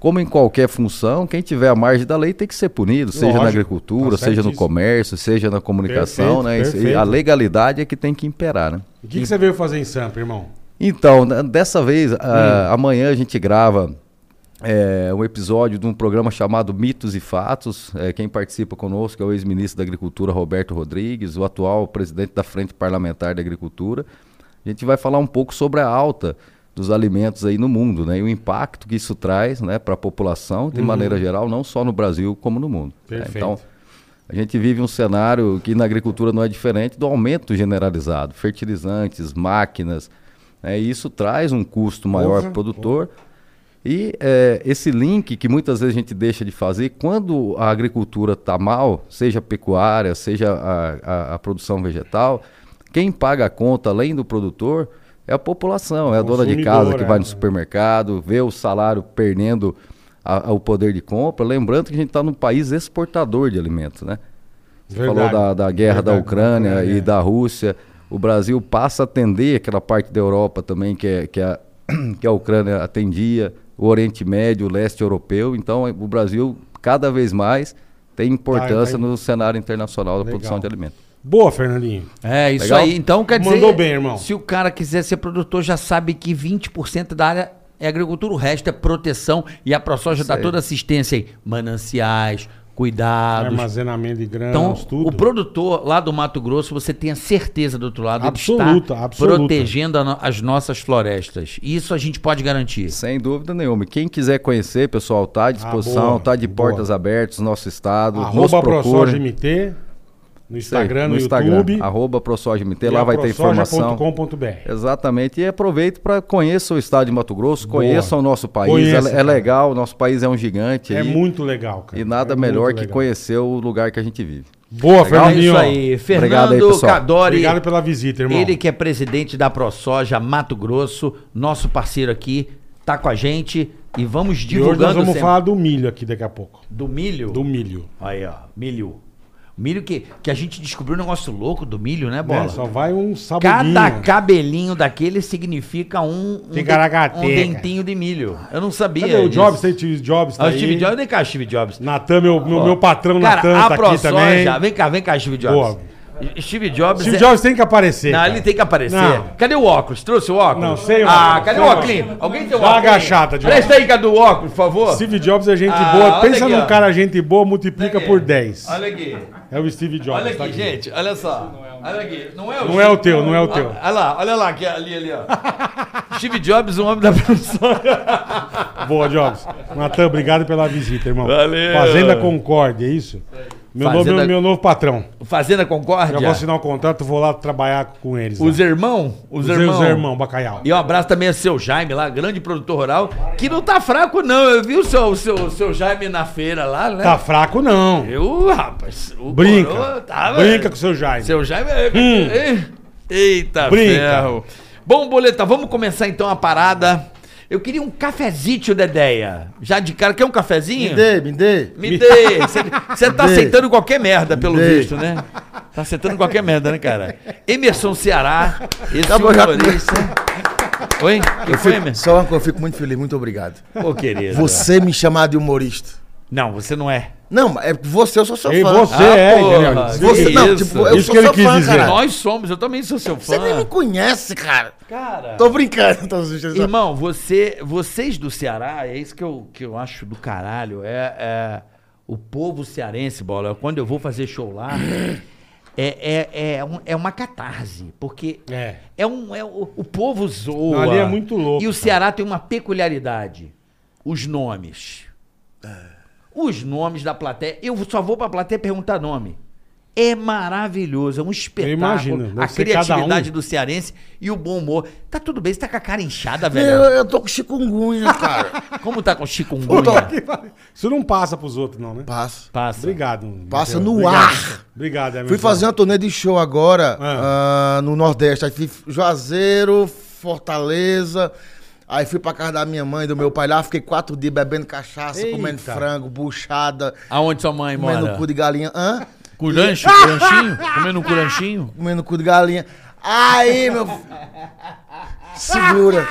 [SPEAKER 1] como em qualquer função, quem tiver a margem da lei tem que ser punido, seja
[SPEAKER 3] Lógico,
[SPEAKER 1] na agricultura,
[SPEAKER 3] tá
[SPEAKER 1] seja no
[SPEAKER 3] certíssimo.
[SPEAKER 1] comércio, seja na comunicação,
[SPEAKER 3] Perfeito,
[SPEAKER 1] né? Isso aí,
[SPEAKER 3] perfeito.
[SPEAKER 1] a legalidade é que tem que imperar, né?
[SPEAKER 3] O que, que você veio fazer em Sampa, irmão?
[SPEAKER 1] Então, né, dessa vez, ah, amanhã a gente grava é, um episódio de um programa chamado Mitos e Fatos. É, quem participa conosco é o ex-ministro da Agricultura, Roberto Rodrigues, o atual presidente da Frente Parlamentar da Agricultura. A gente vai falar um pouco sobre a alta dos alimentos aí no mundo, né? E o impacto que isso traz né, para a população, de maneira geral, não só no Brasil, como no mundo. né?
[SPEAKER 3] Perfeito.
[SPEAKER 1] Então, a gente vive um cenário que na agricultura não é diferente do aumento generalizado, fertilizantes, máquinas. Né? E isso traz um custo maior
[SPEAKER 3] Porra,
[SPEAKER 1] para o produtor. E é, esse link que muitas vezes a gente deixa de fazer, quando a agricultura está mal, seja pecuária, seja a, a- a produção vegetal, quem paga a conta além do produtor é a população, é a dona de
[SPEAKER 3] consumidor,
[SPEAKER 1] casa que
[SPEAKER 3] é.
[SPEAKER 1] vai no supermercado, vê o salário perdendo a- a- o poder de compra. Lembrando que a gente está num país exportador de alimentos, né? Você falou da, da guerra da Ucrânia
[SPEAKER 3] É,
[SPEAKER 1] e da Rússia. O Brasil passa a atender aquela parte da Europa também que, é- que, a, que a Ucrânia atendia, o Oriente Médio, o leste europeu. Então, eh, o Brasil, cada vez mais, tem importância
[SPEAKER 3] Tá, tá.
[SPEAKER 1] no cenário internacional da
[SPEAKER 3] Legal.
[SPEAKER 1] produção de alimentos.
[SPEAKER 3] Boa, Fernandinho.
[SPEAKER 4] É, isso
[SPEAKER 1] Legal?
[SPEAKER 4] aí. Então, quer dizer.
[SPEAKER 3] Mandou bem, irmão.
[SPEAKER 4] Se o cara quiser ser produtor, já sabe que 20% da área é agricultura, o resto é proteção. E a ProSoja dá
[SPEAKER 1] aí.
[SPEAKER 4] toda assistência aí. Mananciais, cuidados.
[SPEAKER 3] Armazenamento de grãos,
[SPEAKER 4] Então,
[SPEAKER 3] tudo.
[SPEAKER 4] o produtor lá do Mato Grosso, você tem a certeza do outro lado, ele está
[SPEAKER 3] Absoluta, absoluta.
[SPEAKER 4] protegendo a no- as nossas florestas. Isso a gente pode garantir.
[SPEAKER 1] Sem dúvida nenhuma. Quem quiser conhecer, pessoal, está à disposição,
[SPEAKER 3] Ah, boa,
[SPEAKER 1] está de
[SPEAKER 3] boa.
[SPEAKER 1] portas abertas, nosso estado. nos
[SPEAKER 3] Arroba
[SPEAKER 1] procura.
[SPEAKER 3] ProSoja MT, no Instagram, no,
[SPEAKER 1] no Instagram,
[SPEAKER 3] YouTube.
[SPEAKER 1] arroba ProSojaMT,
[SPEAKER 3] e
[SPEAKER 1] lá
[SPEAKER 3] a
[SPEAKER 1] vai ter informação.
[SPEAKER 3] prosoja.com.br.
[SPEAKER 1] Exatamente. E aproveito para conheça o estado de Mato Grosso, conheça o nosso país.
[SPEAKER 3] Conheça,
[SPEAKER 1] é, é
[SPEAKER 3] cara.
[SPEAKER 1] legal, o nosso país é um gigante.
[SPEAKER 3] É
[SPEAKER 1] aí,
[SPEAKER 3] muito legal, cara.
[SPEAKER 1] E nada
[SPEAKER 3] É
[SPEAKER 1] melhor
[SPEAKER 3] muito
[SPEAKER 1] que
[SPEAKER 3] legal.
[SPEAKER 1] conhecer o lugar que a gente vive.
[SPEAKER 3] Boa,
[SPEAKER 4] É
[SPEAKER 3] Fernandinho.
[SPEAKER 4] isso aí.
[SPEAKER 1] Obrigado aí,
[SPEAKER 4] Fernando
[SPEAKER 1] pessoal.
[SPEAKER 4] Cadori.
[SPEAKER 3] Obrigado pela visita, irmão.
[SPEAKER 4] Ele que é presidente da ProSoja Mato Grosso, nosso parceiro aqui, tá com a gente e vamos
[SPEAKER 3] E hoje nós
[SPEAKER 4] divulgando
[SPEAKER 3] vamos
[SPEAKER 4] sempre.
[SPEAKER 3] falar do milho aqui daqui a pouco.
[SPEAKER 4] do milho.
[SPEAKER 3] Do milho.
[SPEAKER 4] Aí, ó, milho. Milho que, que a gente descobriu um negócio louco do milho, né, Bola?
[SPEAKER 3] Né? Só vai um sabonete.
[SPEAKER 4] Cada cabelinho daquele significa um, um,
[SPEAKER 3] Ticaracateca.
[SPEAKER 4] um dentinho de milho. Eu não sabia.
[SPEAKER 3] Cadê o
[SPEAKER 4] disso.
[SPEAKER 3] Jobs? Tem Steve Jobs tá
[SPEAKER 4] Ah, o
[SPEAKER 3] aí.
[SPEAKER 4] é Steve Jobs, vem cá, Steve Jobs.
[SPEAKER 3] Natan, meu, meu,
[SPEAKER 4] Ó,
[SPEAKER 3] meu patrão Natan
[SPEAKER 4] a
[SPEAKER 3] tá aqui
[SPEAKER 4] ProSoja-
[SPEAKER 3] também.
[SPEAKER 4] Vem cá, vem cá, Steve Jobs.
[SPEAKER 3] Boa.
[SPEAKER 4] Steve Jobs.
[SPEAKER 3] Steve
[SPEAKER 4] é-
[SPEAKER 3] Jobs tem que aparecer.
[SPEAKER 4] Não,
[SPEAKER 3] cara.
[SPEAKER 4] ele tem que aparecer.
[SPEAKER 3] Não.
[SPEAKER 4] Cadê o óculos? Trouxe o óculos?
[SPEAKER 3] Não, sem
[SPEAKER 4] Ah,
[SPEAKER 3] óculos,
[SPEAKER 4] cadê
[SPEAKER 3] sem
[SPEAKER 4] o óculos? Alguém tem o
[SPEAKER 3] Dá uma agachada, Diogo.
[SPEAKER 4] Presta aí, cadê o óculos, por favor?
[SPEAKER 3] Steve Jobs é gente
[SPEAKER 4] Ah,
[SPEAKER 3] boa.
[SPEAKER 4] olha
[SPEAKER 3] Pensa
[SPEAKER 4] aqui,
[SPEAKER 3] num
[SPEAKER 4] ó.
[SPEAKER 3] cara gente boa, multiplica
[SPEAKER 4] aqui.
[SPEAKER 3] por 10.
[SPEAKER 4] Olha aqui.
[SPEAKER 3] É o Steve Jobs.
[SPEAKER 4] Olha aqui,
[SPEAKER 3] tá
[SPEAKER 4] gente, olha só. Olha aqui. Não é o,
[SPEAKER 3] Não é o teu, não é o teu.
[SPEAKER 4] Olha lá, olha lá, aqui, ali, ali, ó. Steve Jobs, um homem da produção.
[SPEAKER 3] Boa, Jobs. Natan, obrigado pela visita, irmão.
[SPEAKER 4] Valeu.
[SPEAKER 3] Fazenda Concorde, é isso? Meu,
[SPEAKER 4] Fazenda-
[SPEAKER 3] novo, meu novo patrão.
[SPEAKER 4] Fazenda
[SPEAKER 3] Já
[SPEAKER 4] Concórdia.
[SPEAKER 3] vou assinar o contrato, vou lá trabalhar com eles. lá.
[SPEAKER 4] Os irmãos, os,
[SPEAKER 3] Os
[SPEAKER 4] irmãos.
[SPEAKER 3] irmãos, irmão, bacalhau.
[SPEAKER 4] E um abraço também ao seu Jaime lá, grande produtor rural, que não tá fraco não. Eu vi o seu, o seu, o seu Jaime na feira lá, né?
[SPEAKER 3] Tá fraco, não.
[SPEAKER 4] Eu, rapaz. O
[SPEAKER 3] Brinca.
[SPEAKER 4] coroa tava-
[SPEAKER 3] Brinca com o seu Jaime.
[SPEAKER 4] tá, Seu Jaime. é-
[SPEAKER 5] Hum.
[SPEAKER 4] Eita,
[SPEAKER 3] Brinca.
[SPEAKER 4] ferro. Bom, boleta, vamos começar então a parada. Eu queria um cafezinho, Dedéia. Já de cara, quer um cafezinho?
[SPEAKER 5] Me dê, me dê.
[SPEAKER 4] Me dê. Você tá
[SPEAKER 5] Me dê.
[SPEAKER 4] aceitando qualquer merda, pelo
[SPEAKER 5] dê.
[SPEAKER 4] visto, né? Tá aceitando qualquer merda, né, cara? Emerson Ceará, esse
[SPEAKER 5] Tá bom, já-
[SPEAKER 4] humorista. Oi? Que foi, Emerson?
[SPEAKER 5] Só uma coisa, eu fico muito feliz, muito obrigado.
[SPEAKER 4] Ô, querido.
[SPEAKER 5] Você me chamar de humorista.
[SPEAKER 4] Não, você não é.
[SPEAKER 5] Não, é você, eu sou seu
[SPEAKER 3] Ei,
[SPEAKER 5] fã.
[SPEAKER 3] você
[SPEAKER 4] Ah,
[SPEAKER 3] é,
[SPEAKER 4] porra,
[SPEAKER 3] entendeu?
[SPEAKER 4] que
[SPEAKER 5] Você- não,
[SPEAKER 4] isso?
[SPEAKER 5] tipo, eu
[SPEAKER 3] Isso
[SPEAKER 5] sou
[SPEAKER 3] que ele
[SPEAKER 5] seu
[SPEAKER 3] quis
[SPEAKER 5] fã,
[SPEAKER 3] dizer.
[SPEAKER 5] cara.
[SPEAKER 4] Nós somos, eu também sou seu fã.
[SPEAKER 5] Você nem me conhece, cara.
[SPEAKER 4] Cara.
[SPEAKER 5] Tô brincando, tô brincando.
[SPEAKER 4] Irmão, você, vocês do Ceará, é isso que eu, que eu acho do caralho. É, é o povo cearense, bola. Quando eu vou fazer show lá, é, é, é, um- é uma catarse, porque
[SPEAKER 3] É.
[SPEAKER 4] é um é o, o povo zoa.
[SPEAKER 3] Ali é muito louco,
[SPEAKER 4] E o
[SPEAKER 3] cara.
[SPEAKER 4] Ceará tem uma peculiaridade: os nomes.
[SPEAKER 3] É.
[SPEAKER 4] Os nomes da plateia. Eu só vou pra plateia perguntar nome. É maravilhoso, é um espetáculo.
[SPEAKER 3] imagino, deve
[SPEAKER 4] a
[SPEAKER 3] ser cada um.
[SPEAKER 4] criatividade do cearense e o bom humor. Tá tudo bem, você tá com a cara inchada,
[SPEAKER 5] Eu,
[SPEAKER 4] velho.
[SPEAKER 5] eu tô com chikungunya, cara.
[SPEAKER 4] Como tá com
[SPEAKER 5] Puta
[SPEAKER 4] chikungunya?
[SPEAKER 5] que-
[SPEAKER 3] Isso não passa pros outros, não, né?
[SPEAKER 5] Passo.
[SPEAKER 4] Passa.
[SPEAKER 3] Obrigado.
[SPEAKER 5] Passa
[SPEAKER 3] Mateus.
[SPEAKER 5] no
[SPEAKER 3] Obrigado.
[SPEAKER 5] ar.
[SPEAKER 3] Obrigado, Emerson.
[SPEAKER 5] Fui fazer uma turnê de show agora
[SPEAKER 3] é. Ah.
[SPEAKER 5] ah, no Nordeste. Aí fui Juazeiro, Fortaleza. Aí fui pra casa da minha mãe, do meu pai lá. Fiquei quatro dias bebendo cachaça, comendo
[SPEAKER 3] Eita.
[SPEAKER 5] frango, buchada,
[SPEAKER 4] Aonde sua mãe
[SPEAKER 5] comendo
[SPEAKER 4] mora?
[SPEAKER 5] cu de galinha. Hã?
[SPEAKER 4] Curancho? Curanchinho? Comendo um curanchinho?
[SPEAKER 5] comendo cu de galinha. Aí, meu. f- Segura.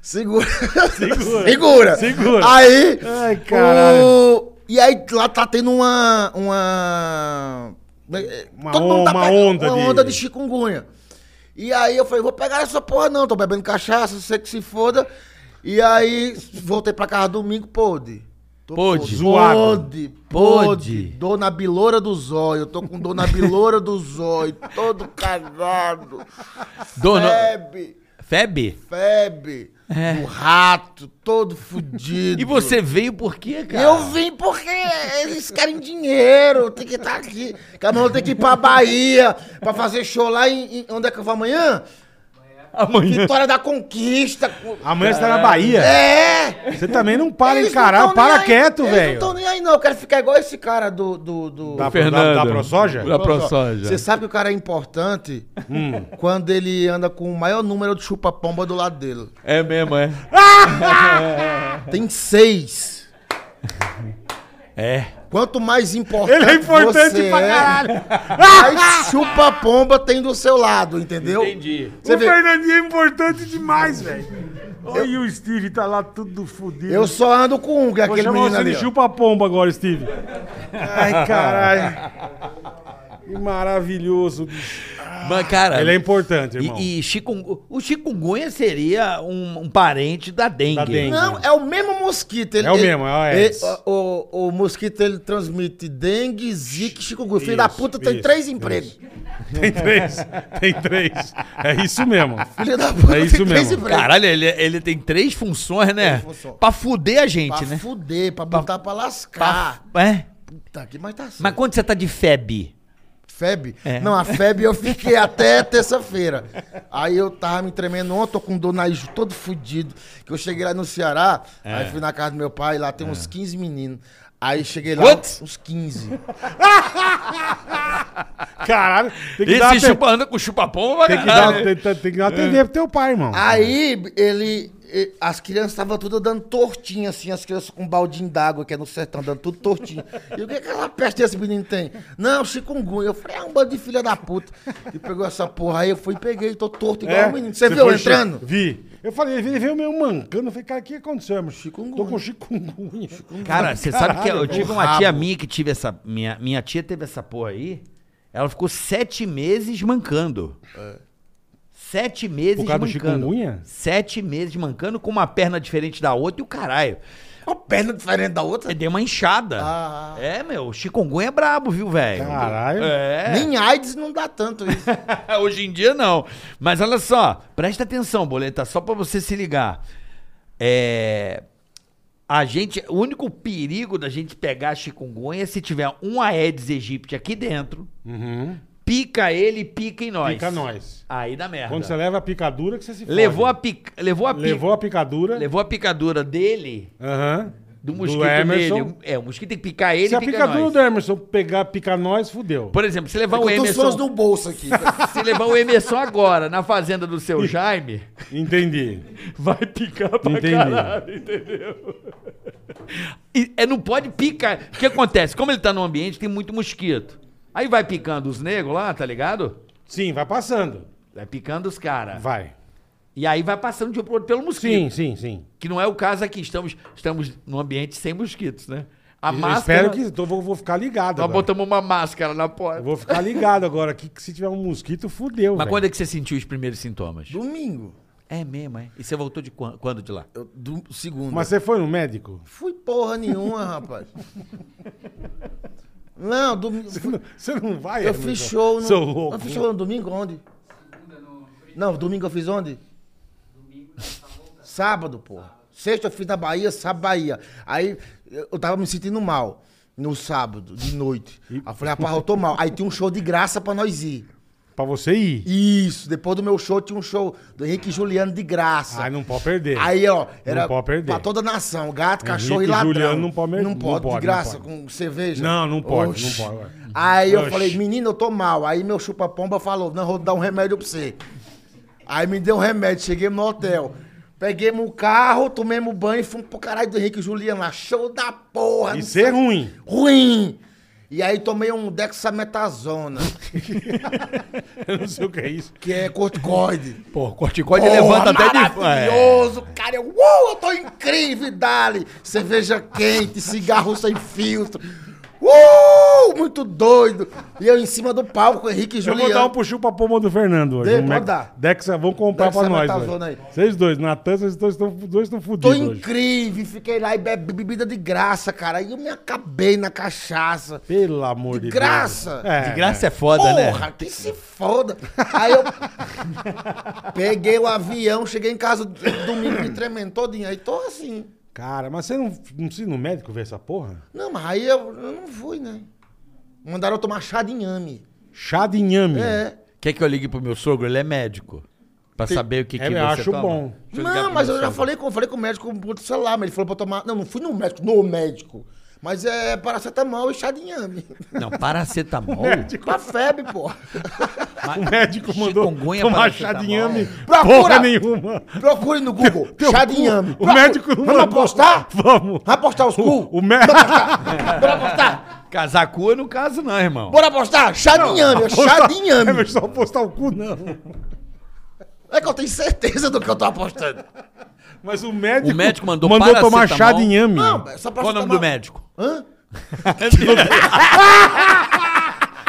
[SPEAKER 5] Segura.
[SPEAKER 3] Segura.
[SPEAKER 5] Segura.
[SPEAKER 3] Segura.
[SPEAKER 5] Aí.
[SPEAKER 3] Ai, caralho.
[SPEAKER 5] o- E aí lá tá tendo uma. Uma. né, eh,
[SPEAKER 3] Uma
[SPEAKER 5] Todo mundo tá
[SPEAKER 3] on- uma
[SPEAKER 5] pegando-
[SPEAKER 3] onda
[SPEAKER 5] uma
[SPEAKER 3] de-
[SPEAKER 5] onda de chikungunya. E aí eu falei, vou pegar essa porra não, tô bebendo cachaça, sei que se foda. E aí voltei pra casa domingo, pôde. Tô
[SPEAKER 4] Pôde.
[SPEAKER 3] Zoado.
[SPEAKER 5] Pôde,
[SPEAKER 4] Pôde.
[SPEAKER 5] pôde. Dor na biloura do zóio. Eu tô com dor na biloura do zóio. Todo cagado.
[SPEAKER 4] Dono...
[SPEAKER 3] É.
[SPEAKER 5] Febe,
[SPEAKER 4] Febe?
[SPEAKER 5] febe. O rato, todo fudido.
[SPEAKER 4] E você veio por quê, cara?
[SPEAKER 5] Eu vim porque eles querem dinheiro, tem que estar aqui. Camarão tem que ir pra Bahia pra fazer show lá em, em- Onde é que eu vou amanhã?
[SPEAKER 4] Amanhã.
[SPEAKER 5] Vitória da conquista.
[SPEAKER 3] Amanhã você tá na Bahia.
[SPEAKER 5] É!
[SPEAKER 3] Você também não para
[SPEAKER 5] Eles não
[SPEAKER 3] encarar,
[SPEAKER 5] tão
[SPEAKER 3] para
[SPEAKER 5] nem aí,
[SPEAKER 3] quieto,
[SPEAKER 5] Eles
[SPEAKER 3] velho.
[SPEAKER 5] não tão nem aí, não. Eu quero ficar igual esse cara do. do, do...
[SPEAKER 3] Dá-
[SPEAKER 4] Fernando.
[SPEAKER 3] da ProSoja?
[SPEAKER 4] Da ProSoja.
[SPEAKER 5] Você sabe que o cara é importante
[SPEAKER 3] Hum.
[SPEAKER 5] quando ele anda com o maior número de chupa-pomba do lado dele.
[SPEAKER 4] É mesmo, é.
[SPEAKER 5] Tem seis.
[SPEAKER 4] É.
[SPEAKER 5] Quanto mais importante.
[SPEAKER 3] Ele é importante
[SPEAKER 5] você
[SPEAKER 3] pra
[SPEAKER 5] é,
[SPEAKER 3] caralho.
[SPEAKER 5] Mais chupa-pomba tem do seu lado, entendeu?
[SPEAKER 4] Entendi.
[SPEAKER 5] Você
[SPEAKER 3] o
[SPEAKER 5] vê,
[SPEAKER 3] Fernandinho é importante demais, velho. Olha e o Steve tá lá tudo fodido.
[SPEAKER 5] eu só ando com um, que é
[SPEAKER 3] Vou
[SPEAKER 5] aquele
[SPEAKER 3] chamar
[SPEAKER 5] menino
[SPEAKER 3] você
[SPEAKER 5] ali.
[SPEAKER 3] de
[SPEAKER 5] ó.
[SPEAKER 3] chupa-pomba agora, Steve. Ai, caralho. Que maravilhoso, bicho.
[SPEAKER 4] Mas, cara.
[SPEAKER 3] Ele é importante, irmão.
[SPEAKER 4] E, e chikungu- o chikungunya seria um, um parente da dengue.
[SPEAKER 3] Da dengue.
[SPEAKER 5] Não, é o mesmo mosquito. Ele-
[SPEAKER 3] É o
[SPEAKER 5] ele-
[SPEAKER 3] mesmo, é o Aedes.
[SPEAKER 5] ele- o, o- o mosquito ele transmite dengue, zika e chikungunya. Filho da
[SPEAKER 3] Isso,
[SPEAKER 5] puta tem
[SPEAKER 3] isso,
[SPEAKER 5] três
[SPEAKER 3] isso.
[SPEAKER 5] empregos.
[SPEAKER 3] Tem três. Tem três. É isso mesmo.
[SPEAKER 5] Filho da puta
[SPEAKER 3] É isso
[SPEAKER 5] tem
[SPEAKER 3] mesmo.
[SPEAKER 4] Caralho, ele, ele tem três funções, né?
[SPEAKER 5] Três funções.
[SPEAKER 4] Pra fuder a gente,
[SPEAKER 5] Pra
[SPEAKER 4] né?
[SPEAKER 5] fuder, pra
[SPEAKER 4] Pra-
[SPEAKER 5] botar pra
[SPEAKER 3] Ah.
[SPEAKER 4] Pra-
[SPEAKER 5] lascar.
[SPEAKER 4] é.
[SPEAKER 5] Tá aqui, mas tá certo.
[SPEAKER 4] Mas quando você tá de febre?
[SPEAKER 5] Feb?
[SPEAKER 4] É.
[SPEAKER 5] Não, a Feb eu fiquei até terça-feira. Aí eu tava me tremendo ontem, tô com dor na ju- todo fudido. Que eu cheguei lá no Ceará,
[SPEAKER 4] É.
[SPEAKER 5] aí fui na casa do meu pai, lá tem uns 15 meninos. Aí cheguei lá,
[SPEAKER 4] Quantos?
[SPEAKER 5] uns 15.
[SPEAKER 3] Caralho. Tem que,
[SPEAKER 4] Esse
[SPEAKER 3] dar, uma te-
[SPEAKER 4] chupa, anda com é chupa-pomba,
[SPEAKER 3] tem que
[SPEAKER 4] caralho.
[SPEAKER 3] dar- tem- tem- tem que dar uma TV pro teu pai, irmão.
[SPEAKER 4] Ah,
[SPEAKER 5] Aí ele. e- As crianças estavam tudo dando tortinha, assim, as crianças com um baldinho d'água, que é no sertão, dando tudo tortinho. E o que é que ela peste esse menino tem? Não, chikungunya. Eu falei, é um bando de filha da puta. E pegou essa porra aí, eu fui e peguei, tô torto igual
[SPEAKER 3] É,
[SPEAKER 4] então,
[SPEAKER 5] o menino. Você viu
[SPEAKER 3] foi
[SPEAKER 5] eu entrando?
[SPEAKER 3] che- Vi. Eu falei, ele veio meio mancando. Eu falei, cara, o que aconteceu? Meu? Chikungunya. Tô com chikungunya.
[SPEAKER 4] Cara, você sabe que eu
[SPEAKER 3] Caralho, é um
[SPEAKER 4] tive
[SPEAKER 5] o
[SPEAKER 4] uma
[SPEAKER 5] rabo.
[SPEAKER 4] tia minha que tive essa. Minha, minha tia teve essa porra aí. Ela ficou sete meses mancando. Sete meses
[SPEAKER 3] É. Por causa do
[SPEAKER 4] mancando.
[SPEAKER 3] chikungunya?
[SPEAKER 4] Sete meses mancando com uma perna diferente da outra e o caralho.
[SPEAKER 5] Uma perna diferente da outra.
[SPEAKER 4] Aí Deu uma inchada.
[SPEAKER 5] Ah.
[SPEAKER 4] É, meu, o chikungunya é brabo, viu, velho?
[SPEAKER 3] Caralho.
[SPEAKER 4] É.
[SPEAKER 5] Nem AIDS não dá tanto isso.
[SPEAKER 4] Hoje em dia não. Mas olha só, presta atenção, boleta, só pra você se ligar. É. A gente, o único perigo da gente pegar chikungunya é se tiver um Aedes aegypti aqui dentro,
[SPEAKER 3] Uhum.
[SPEAKER 4] pica ele e pica em nós.
[SPEAKER 3] Pica nós.
[SPEAKER 4] Aí dá merda.
[SPEAKER 3] Quando você leva a picadura que você se
[SPEAKER 4] levou, a
[SPEAKER 3] fode.
[SPEAKER 4] pica, levou a pica,
[SPEAKER 3] Levou a picadura.
[SPEAKER 4] levou a picadura dele,
[SPEAKER 3] Aham.
[SPEAKER 4] do mosquito
[SPEAKER 3] Emerson.
[SPEAKER 4] nele. É, o mosquito tem que picar ele
[SPEAKER 3] Se
[SPEAKER 4] e
[SPEAKER 3] a
[SPEAKER 4] pica
[SPEAKER 3] picadura
[SPEAKER 4] nós.
[SPEAKER 3] do É Emerson pegar, picar nós, fudeu.
[SPEAKER 4] Por exemplo, se levar
[SPEAKER 5] Eu
[SPEAKER 4] o
[SPEAKER 5] tô os sons
[SPEAKER 4] Emerson,
[SPEAKER 5] no bolso aqui.
[SPEAKER 4] se levar o Emerson agora na fazenda do seu Jaime,
[SPEAKER 3] Entendi.
[SPEAKER 4] Vai picar pra
[SPEAKER 3] Entendi.
[SPEAKER 4] caralho, entendeu? E, é, não pode picar. O que acontece? Como ele tá num ambiente, tem muito mosquito. Aí vai picando os negros lá, tá ligado?
[SPEAKER 3] Sim, vai passando.
[SPEAKER 4] Vai picando os caras.
[SPEAKER 3] Vai.
[SPEAKER 4] E aí vai passando de um pro outro pelo mosquito.
[SPEAKER 3] Sim, sim, sim.
[SPEAKER 4] Que não é o caso aqui. Estamos, estamos num ambiente sem mosquitos, né? A
[SPEAKER 3] Eu
[SPEAKER 4] máscara. Tá
[SPEAKER 3] espero que. Então vou, vou ficar ligado.
[SPEAKER 4] Nós
[SPEAKER 3] Agora.
[SPEAKER 4] botamos uma máscara na
[SPEAKER 3] Eu
[SPEAKER 4] porta.
[SPEAKER 3] vou ficar ligado agora que, que se tiver um mosquito, fudeu.
[SPEAKER 4] Mas
[SPEAKER 3] velho.
[SPEAKER 4] quando é que você sentiu os primeiros sintomas?
[SPEAKER 5] Domingo.
[SPEAKER 4] É mesmo, é? E você voltou de quan- quando de lá?
[SPEAKER 5] Eu, do, segundo.
[SPEAKER 3] Mas você foi no médico?
[SPEAKER 5] Fui porra nenhuma, rapaz. Não, domingo.
[SPEAKER 3] Você não, você não vai,
[SPEAKER 5] Eu
[SPEAKER 3] Emerson?
[SPEAKER 5] fiz show no.
[SPEAKER 3] Seu louco.
[SPEAKER 5] Eu fiz show no domingo onde? Não, domingo eu fiz onde? Sábado, porra. Sexta eu fiz na Bahia, sábado Bahia. Aí eu eu tava me sentindo mal no sábado, de noite. Aí eu falei, rapaz, eu tô mal. Aí tinha um show de graça pra nós ir.
[SPEAKER 3] Pra você ir.
[SPEAKER 5] Isso, depois do meu show tinha um show do Henrique e Juliano de graça.
[SPEAKER 3] Ai, não pode perder.
[SPEAKER 5] Aí, ó, era
[SPEAKER 3] pode perder.
[SPEAKER 5] pra toda a nação, gato, cachorro e
[SPEAKER 3] Henrique e
[SPEAKER 5] ladrão.
[SPEAKER 3] Juliano não pode mer-
[SPEAKER 5] Não
[SPEAKER 3] não
[SPEAKER 5] pode,
[SPEAKER 3] pode,
[SPEAKER 5] de graça,
[SPEAKER 3] não
[SPEAKER 5] com cerveja.
[SPEAKER 3] Não, não pode, não
[SPEAKER 5] Oxi.
[SPEAKER 3] pode.
[SPEAKER 5] Aí
[SPEAKER 3] Oxi.
[SPEAKER 5] eu falei, menino, eu tô mal. Aí meu chupa-pomba falou, não, vou dar um remédio pra você. Aí me deu um remédio, cheguei no hotel. Peguemos o carro, tomemos banho e fomos pro caralho do Henrique e Juliano lá. Show da porra.
[SPEAKER 3] E
[SPEAKER 5] não
[SPEAKER 3] ser
[SPEAKER 5] sei-
[SPEAKER 3] é ruim.
[SPEAKER 5] Ruim. E aí tomei um dexametasona,
[SPEAKER 3] Eu não sei o que é isso.
[SPEAKER 5] que é corticoide.
[SPEAKER 4] Pô, corticóide
[SPEAKER 5] Porra,
[SPEAKER 4] levanta até de.
[SPEAKER 5] tá
[SPEAKER 4] É.
[SPEAKER 5] Maravilhoso, cara. Eu, uh, eu tô incrível, Dali. Cerveja quente, cigarro sem filtro. Uh, muito doido. E eu em cima do palco, Henrique e
[SPEAKER 3] Eu vou dar um
[SPEAKER 5] Juliano.
[SPEAKER 3] puxu pra pomba do Fernando hoje.
[SPEAKER 5] Dê,
[SPEAKER 3] Um
[SPEAKER 5] pode
[SPEAKER 3] Mac-
[SPEAKER 5] dar.
[SPEAKER 3] Dexa, vão comprar pra nós.
[SPEAKER 5] Dexametasona
[SPEAKER 3] velho.
[SPEAKER 5] aí.
[SPEAKER 3] Vocês dois, Natan, vocês dois estão dois tão
[SPEAKER 5] Tô
[SPEAKER 3] fudidos hoje.
[SPEAKER 5] incrível. Fiquei lá e bebi bebida de graça, cara. E eu me acabei na cachaça.
[SPEAKER 3] Pelo amor de,
[SPEAKER 5] De
[SPEAKER 3] Deus.
[SPEAKER 5] graça.
[SPEAKER 3] É,
[SPEAKER 4] De graça é foda, né?
[SPEAKER 5] Porra, que se foda. Aí eu peguei o avião, cheguei em casa domingo, me tremendo todinho. Aí tô assim.
[SPEAKER 3] Cara, mas você não, não precisa ir no médico ver essa porra?
[SPEAKER 5] Não, mas aí eu, eu não fui, né? Mandaram eu tomar chá de inhame.
[SPEAKER 3] Chá de inhame.
[SPEAKER 5] É.
[SPEAKER 4] Quer que eu ligue pro meu sogro? Ele é médico. Pra
[SPEAKER 5] Tem-
[SPEAKER 4] saber o que, que
[SPEAKER 3] É, eu
[SPEAKER 4] você
[SPEAKER 3] acho
[SPEAKER 4] toma.
[SPEAKER 3] bom.
[SPEAKER 4] Deixa ligar
[SPEAKER 5] Não,
[SPEAKER 4] pro
[SPEAKER 5] mas
[SPEAKER 4] meu
[SPEAKER 5] eu já
[SPEAKER 4] sogro.
[SPEAKER 5] falei com, falei com o médico por celular, mas ele falou pra eu tomar. Não, não fui no médico, no médico. Mas é paracetamol e chá de inhame.
[SPEAKER 4] Não, paracetamol.
[SPEAKER 5] pra febre, pô.
[SPEAKER 3] O médico mandou
[SPEAKER 4] Chikungunya,
[SPEAKER 3] tomar chá
[SPEAKER 4] paracetamol.
[SPEAKER 3] de inhame.
[SPEAKER 5] Procura!
[SPEAKER 3] Porra nenhuma.
[SPEAKER 5] Procure no Google,
[SPEAKER 3] Teu
[SPEAKER 5] chá
[SPEAKER 3] cu-
[SPEAKER 5] de inhame.
[SPEAKER 3] O médico não
[SPEAKER 5] Vamos apostar?
[SPEAKER 3] Vamos.
[SPEAKER 5] Vamos apostar os cu?
[SPEAKER 3] O médico...
[SPEAKER 5] Bora apostar?
[SPEAKER 4] Casar cu eu não caso, não, irmão.
[SPEAKER 5] Bora apostar? Chá de inhame, é chá de
[SPEAKER 3] É,
[SPEAKER 5] inhame.
[SPEAKER 3] mas só apostar o cu, não.
[SPEAKER 5] É que eu tenho certeza do que eu tô apostando.
[SPEAKER 3] Mas o médico...
[SPEAKER 4] O médico mandou
[SPEAKER 3] tomar
[SPEAKER 4] paracetamol.
[SPEAKER 3] chá de inhame.
[SPEAKER 5] Não, é só
[SPEAKER 4] Qual o nome do médico?
[SPEAKER 5] Hã?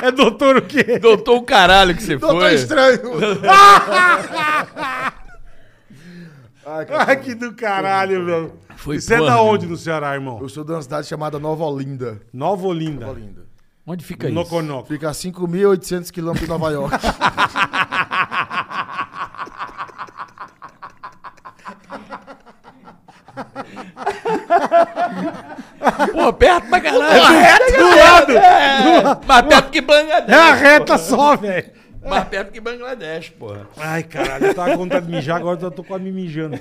[SPEAKER 3] É doutor o quê?
[SPEAKER 4] Doutor o caralho que você
[SPEAKER 5] Doutor
[SPEAKER 4] foi.
[SPEAKER 5] estranho.
[SPEAKER 3] Ai, que do caralho, velho.
[SPEAKER 4] Foi
[SPEAKER 3] Isso é
[SPEAKER 4] porra,
[SPEAKER 3] da
[SPEAKER 4] meu.
[SPEAKER 3] onde no Ceará, irmão?
[SPEAKER 5] Eu sou de uma cidade chamada Nova Olinda.
[SPEAKER 3] Nova Olinda.
[SPEAKER 5] Nova Olinda.
[SPEAKER 4] Onde fica isso?
[SPEAKER 3] Noconoco.
[SPEAKER 5] Fica a 5.800 quilômetros de Nova York.
[SPEAKER 4] Pô, perto pra caralho.
[SPEAKER 3] Do lado!
[SPEAKER 4] É, mais perto que
[SPEAKER 3] É a
[SPEAKER 4] Bangladesh.
[SPEAKER 3] reta só, velho.
[SPEAKER 4] pô. Mais perto que Bangladesh, porra.
[SPEAKER 3] Ai, caralho, eu tava com vontade de mijar, agora eu tô quase me mijando.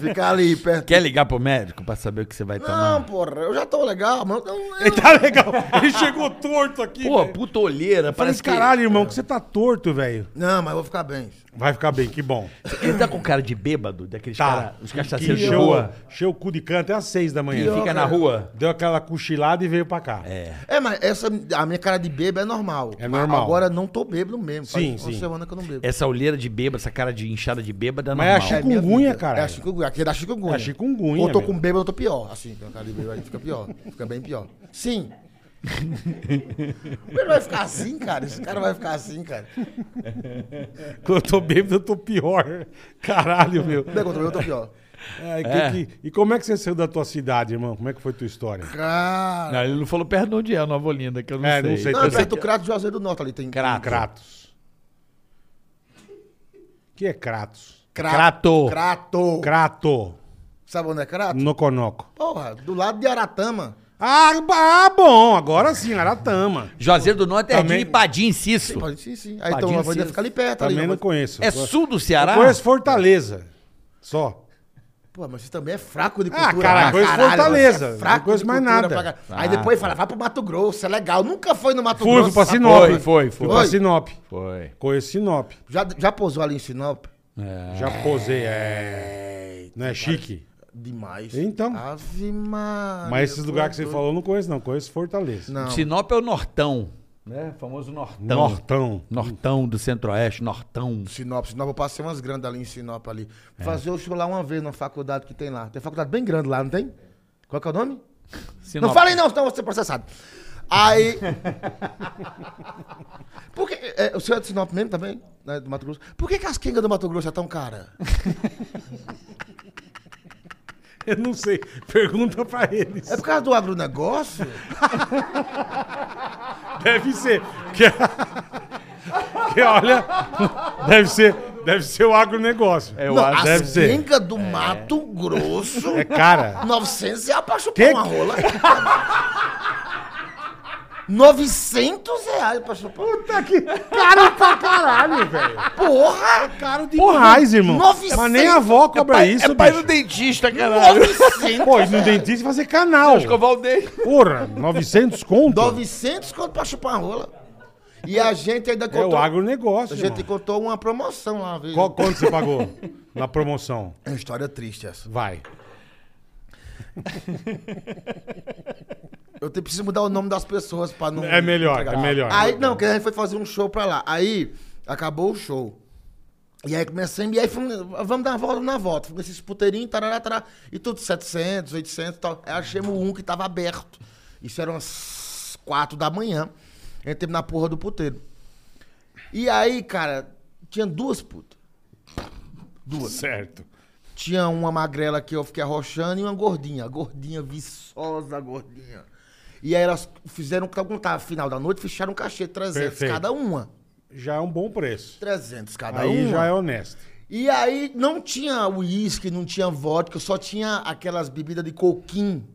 [SPEAKER 5] Fica ali, perto.
[SPEAKER 4] Quer ligar pro médico pra saber o que você vai tomar?
[SPEAKER 5] Não, porra, eu já tô legal, mas eu, eu,
[SPEAKER 3] Ele tá legal. Ele chegou torto aqui.
[SPEAKER 4] Pô,
[SPEAKER 3] velho.
[SPEAKER 4] puta olheira,
[SPEAKER 3] Falei,
[SPEAKER 4] parece que...
[SPEAKER 3] caralho, irmão, que você tá torto, velho.
[SPEAKER 5] Não, mas eu vou ficar bem.
[SPEAKER 3] Vai ficar bem, que bom.
[SPEAKER 4] Ele tá com cara de bêbado, daqueles
[SPEAKER 3] Tá.
[SPEAKER 4] cara, os
[SPEAKER 3] que
[SPEAKER 4] cachaceiros de
[SPEAKER 3] encheu,
[SPEAKER 4] rua.
[SPEAKER 3] encheu o cu de canto até às seis da manhã.
[SPEAKER 4] Que fica na rua.
[SPEAKER 3] Deu aquela cochilada e veio pra cá.
[SPEAKER 4] É.
[SPEAKER 5] É, mas essa, a minha cara de bebo é normal.
[SPEAKER 3] É normal.
[SPEAKER 5] Agora não tô bêbado mesmo.
[SPEAKER 3] Sim,
[SPEAKER 5] Faz uma
[SPEAKER 3] sim. É
[SPEAKER 5] semana que eu não bebo.
[SPEAKER 4] Essa olheira de bêbado, essa cara de inchada de bêbado é
[SPEAKER 3] Mas é a
[SPEAKER 4] normal.
[SPEAKER 3] chi-
[SPEAKER 5] minha
[SPEAKER 3] chikungunya,
[SPEAKER 5] vida.
[SPEAKER 3] caralho.
[SPEAKER 5] É a chikungunya, aqui é da chikungunya.
[SPEAKER 3] É a chikungunya,
[SPEAKER 5] Ou eu tô
[SPEAKER 3] meu.
[SPEAKER 5] com bêbado, eu tô pior. Assim, com a cara de bêbado, aí fica pior. Fica bem pior. Sim. Ele vai ficar assim, cara? Esse cara vai ficar assim, cara.
[SPEAKER 3] Quando eu tô bêbado, eu tô pior. Caralho, meu.
[SPEAKER 5] Não é contra eu tô pior.
[SPEAKER 3] Ai, que-
[SPEAKER 4] É.
[SPEAKER 3] que- e como é que você saiu da tua cidade, irmão? Como é que foi tua história?
[SPEAKER 5] Cara.
[SPEAKER 4] Não, ele não falou perto de onde é, Nova Olinda, que eu não
[SPEAKER 3] É,
[SPEAKER 4] sei.
[SPEAKER 3] não sei.
[SPEAKER 5] Não, é
[SPEAKER 3] eu
[SPEAKER 5] perto do Crato José do Norte ali. Tem
[SPEAKER 4] Crato.
[SPEAKER 3] Kratos. O que é Kratos?
[SPEAKER 5] Cra-
[SPEAKER 4] Crato.
[SPEAKER 5] Crato.
[SPEAKER 3] Crato.
[SPEAKER 5] Sabe onde é Crato?
[SPEAKER 3] Noconoco.
[SPEAKER 5] Porra, do lado de Aratama.
[SPEAKER 3] Ah, ba- ah, bom, agora sim, Aratama.
[SPEAKER 4] Juazeiro do Norte é
[SPEAKER 3] Também-
[SPEAKER 4] de Ibadim, Cisso.
[SPEAKER 5] Pode sim, sim. Aí então
[SPEAKER 4] Padinho
[SPEAKER 5] a voz
[SPEAKER 4] Cis.
[SPEAKER 5] ficar ali perto. ali,
[SPEAKER 3] Também
[SPEAKER 5] uma
[SPEAKER 3] não
[SPEAKER 5] voz-
[SPEAKER 3] conheço.
[SPEAKER 4] É sul do
[SPEAKER 3] Eu
[SPEAKER 4] Ceará?
[SPEAKER 3] conheço Fortaleza. Só.
[SPEAKER 5] Pô, mas você também é fraco de
[SPEAKER 3] Ah,
[SPEAKER 5] cultura.
[SPEAKER 3] cara,
[SPEAKER 5] pra
[SPEAKER 3] conheço
[SPEAKER 5] caralho,
[SPEAKER 3] Fortaleza,
[SPEAKER 5] você é
[SPEAKER 3] não conheço
[SPEAKER 5] de
[SPEAKER 3] mais
[SPEAKER 5] cultura
[SPEAKER 3] nada.
[SPEAKER 5] pra caralho. Aí depois fala, vai pro Mato Grosso, é legal. Nunca foi no Mato
[SPEAKER 3] Fui,
[SPEAKER 5] Grosso.
[SPEAKER 3] fui pra
[SPEAKER 5] sabe?
[SPEAKER 3] Sinop.
[SPEAKER 4] Foi, foi,
[SPEAKER 3] Fui
[SPEAKER 4] foi.
[SPEAKER 3] pra Sinop.
[SPEAKER 4] Foi.
[SPEAKER 3] Conheço Sinop.
[SPEAKER 5] Já, já pousou ali em Sinop? Né?
[SPEAKER 3] Já posei, é. Não é chique?
[SPEAKER 5] Demais.
[SPEAKER 3] Então.
[SPEAKER 5] Ave Maria.
[SPEAKER 3] Mas esses
[SPEAKER 5] pô,
[SPEAKER 3] lugares que você
[SPEAKER 5] doido.
[SPEAKER 3] falou, eu não conheço, não. Conheço Fortaleza.
[SPEAKER 5] Não.
[SPEAKER 4] Sinop é o Nortão, né? Famoso Nortão.
[SPEAKER 3] Nortão.
[SPEAKER 4] Nortão do Centro-Oeste, Nortão.
[SPEAKER 5] Sinop, Sinop, eu passei umas grandes ali em Sinop ali. Fazer o show lá uma vez na faculdade que tem lá. Tem faculdade bem grande lá, não tem? Qual que é o nome?
[SPEAKER 4] Sinop.
[SPEAKER 5] Não falem não, senão eu vou ser processado. Aí. Por que, é, o senhor é de Sinop mesmo também? Né, do Mato Grosso? Por que, que as quengas do Mato Grosso é tão cara?
[SPEAKER 3] Eu não sei. Pergunta pra eles.
[SPEAKER 5] É por causa do agronegócio?
[SPEAKER 3] Deve ser. Que, que olha. Deve ser. Deve ser É, o agronegócio. Eu
[SPEAKER 5] Não, as
[SPEAKER 3] Deve ser.
[SPEAKER 5] quengas do Mato Grosso.
[SPEAKER 3] É cara.
[SPEAKER 5] 900 reais pra chupar
[SPEAKER 3] Que-
[SPEAKER 5] uma rola. 900 reais pra chupar. Puta que
[SPEAKER 3] Cara pra caralho, velho.
[SPEAKER 5] porra!
[SPEAKER 3] Caro de Porrais, irmão.
[SPEAKER 5] 900.
[SPEAKER 3] Mas nem a avó cobra isso,
[SPEAKER 4] é pai do
[SPEAKER 3] bicho.
[SPEAKER 4] dentista, caralho.
[SPEAKER 5] 900,
[SPEAKER 3] Pô, ir no dentista e fazer canal.
[SPEAKER 4] Escovar o dente.
[SPEAKER 3] Porra, 900 conto?
[SPEAKER 5] 900 quanto pra chupar uma rola. E a gente ainda
[SPEAKER 3] É o
[SPEAKER 5] contou.
[SPEAKER 3] agronegócio,
[SPEAKER 5] a gente
[SPEAKER 3] irmão.
[SPEAKER 5] contou uma promoção lá, viu?
[SPEAKER 3] Qual, quanto você pagou na promoção?
[SPEAKER 5] É uma história triste essa.
[SPEAKER 3] Vai.
[SPEAKER 5] Eu te- preciso mudar o nome das pessoas pra não.
[SPEAKER 3] É melhor,
[SPEAKER 5] entregar.
[SPEAKER 3] é melhor.
[SPEAKER 5] Aí, não, que a gente foi fazer um show pra lá. Aí, acabou o show. E aí começamos, e aí fomos, vamos dar uma volta na volta. Fomos nesses puteirinhos, tarará, tarará, e tudo, 700, 800 e tal. Aí achamos um que tava aberto. Isso eram as 4 da manhã. Entramos na porra do puteiro. E aí, cara, tinha duas putas.
[SPEAKER 3] Certo.
[SPEAKER 5] Tinha uma magrela que eu fiquei arrochando e uma gordinha. Gordinha, viçosa, gordinha. E aí elas fizeram, quando tava final da noite, fecharam um cachê, 300
[SPEAKER 3] Perfeito.
[SPEAKER 5] cada uma.
[SPEAKER 3] Já é um bom preço.
[SPEAKER 5] 300 cada
[SPEAKER 3] Aí
[SPEAKER 5] uma.
[SPEAKER 3] já é honesto.
[SPEAKER 5] E aí não tinha uísque, não tinha vodka, só tinha aquelas bebidas de coquim.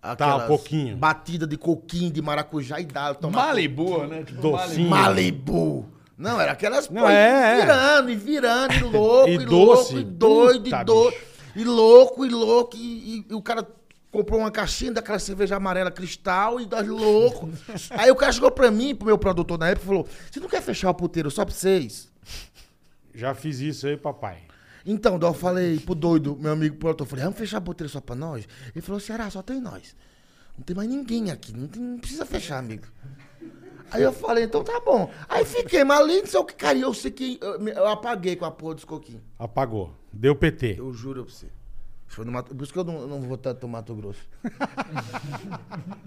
[SPEAKER 3] Tá,
[SPEAKER 5] Aquelas
[SPEAKER 3] pouquinho.
[SPEAKER 5] Batida de coquim, de maracujá e dá. eu tomava
[SPEAKER 4] Malibu, né? Tipo,
[SPEAKER 3] Docinho.
[SPEAKER 5] Malibu. Não, era aquelas
[SPEAKER 3] Não,
[SPEAKER 5] pô, e
[SPEAKER 3] é, é.
[SPEAKER 5] virando, e virando, e louco,
[SPEAKER 3] E
[SPEAKER 5] e,
[SPEAKER 3] doce.
[SPEAKER 5] louco, e doido,
[SPEAKER 3] Puta,
[SPEAKER 5] e doido, e louco, e louco, e, e- e o cara comprou uma caixinha daquela cerveja amarela cristal e nós louco. Aí o cara chegou pra mim, pro meu produtor na época, e falou: Você não quer fechar o puteiro só pra vocês?
[SPEAKER 3] Já fiz isso aí, papai.
[SPEAKER 5] Então, daí eu falei pro doido, meu amigo produtor, eu falei, vamos fechar a boteira só pra nós? Ele falou, será? Só tem nós. Não tem mais ninguém aqui, não, tem- não precisa fechar, amigo. Aí eu falei, então tá bom. Aí fiquei, mas além disso, eu que cara, eu sei que eu, me- eu apaguei com a porra dos coquinhos.
[SPEAKER 3] Apagou. Deu PT.
[SPEAKER 5] Eu juro pra você. Foi no Mato... Por isso que eu não, eu não vou tanto no Mato Grosso.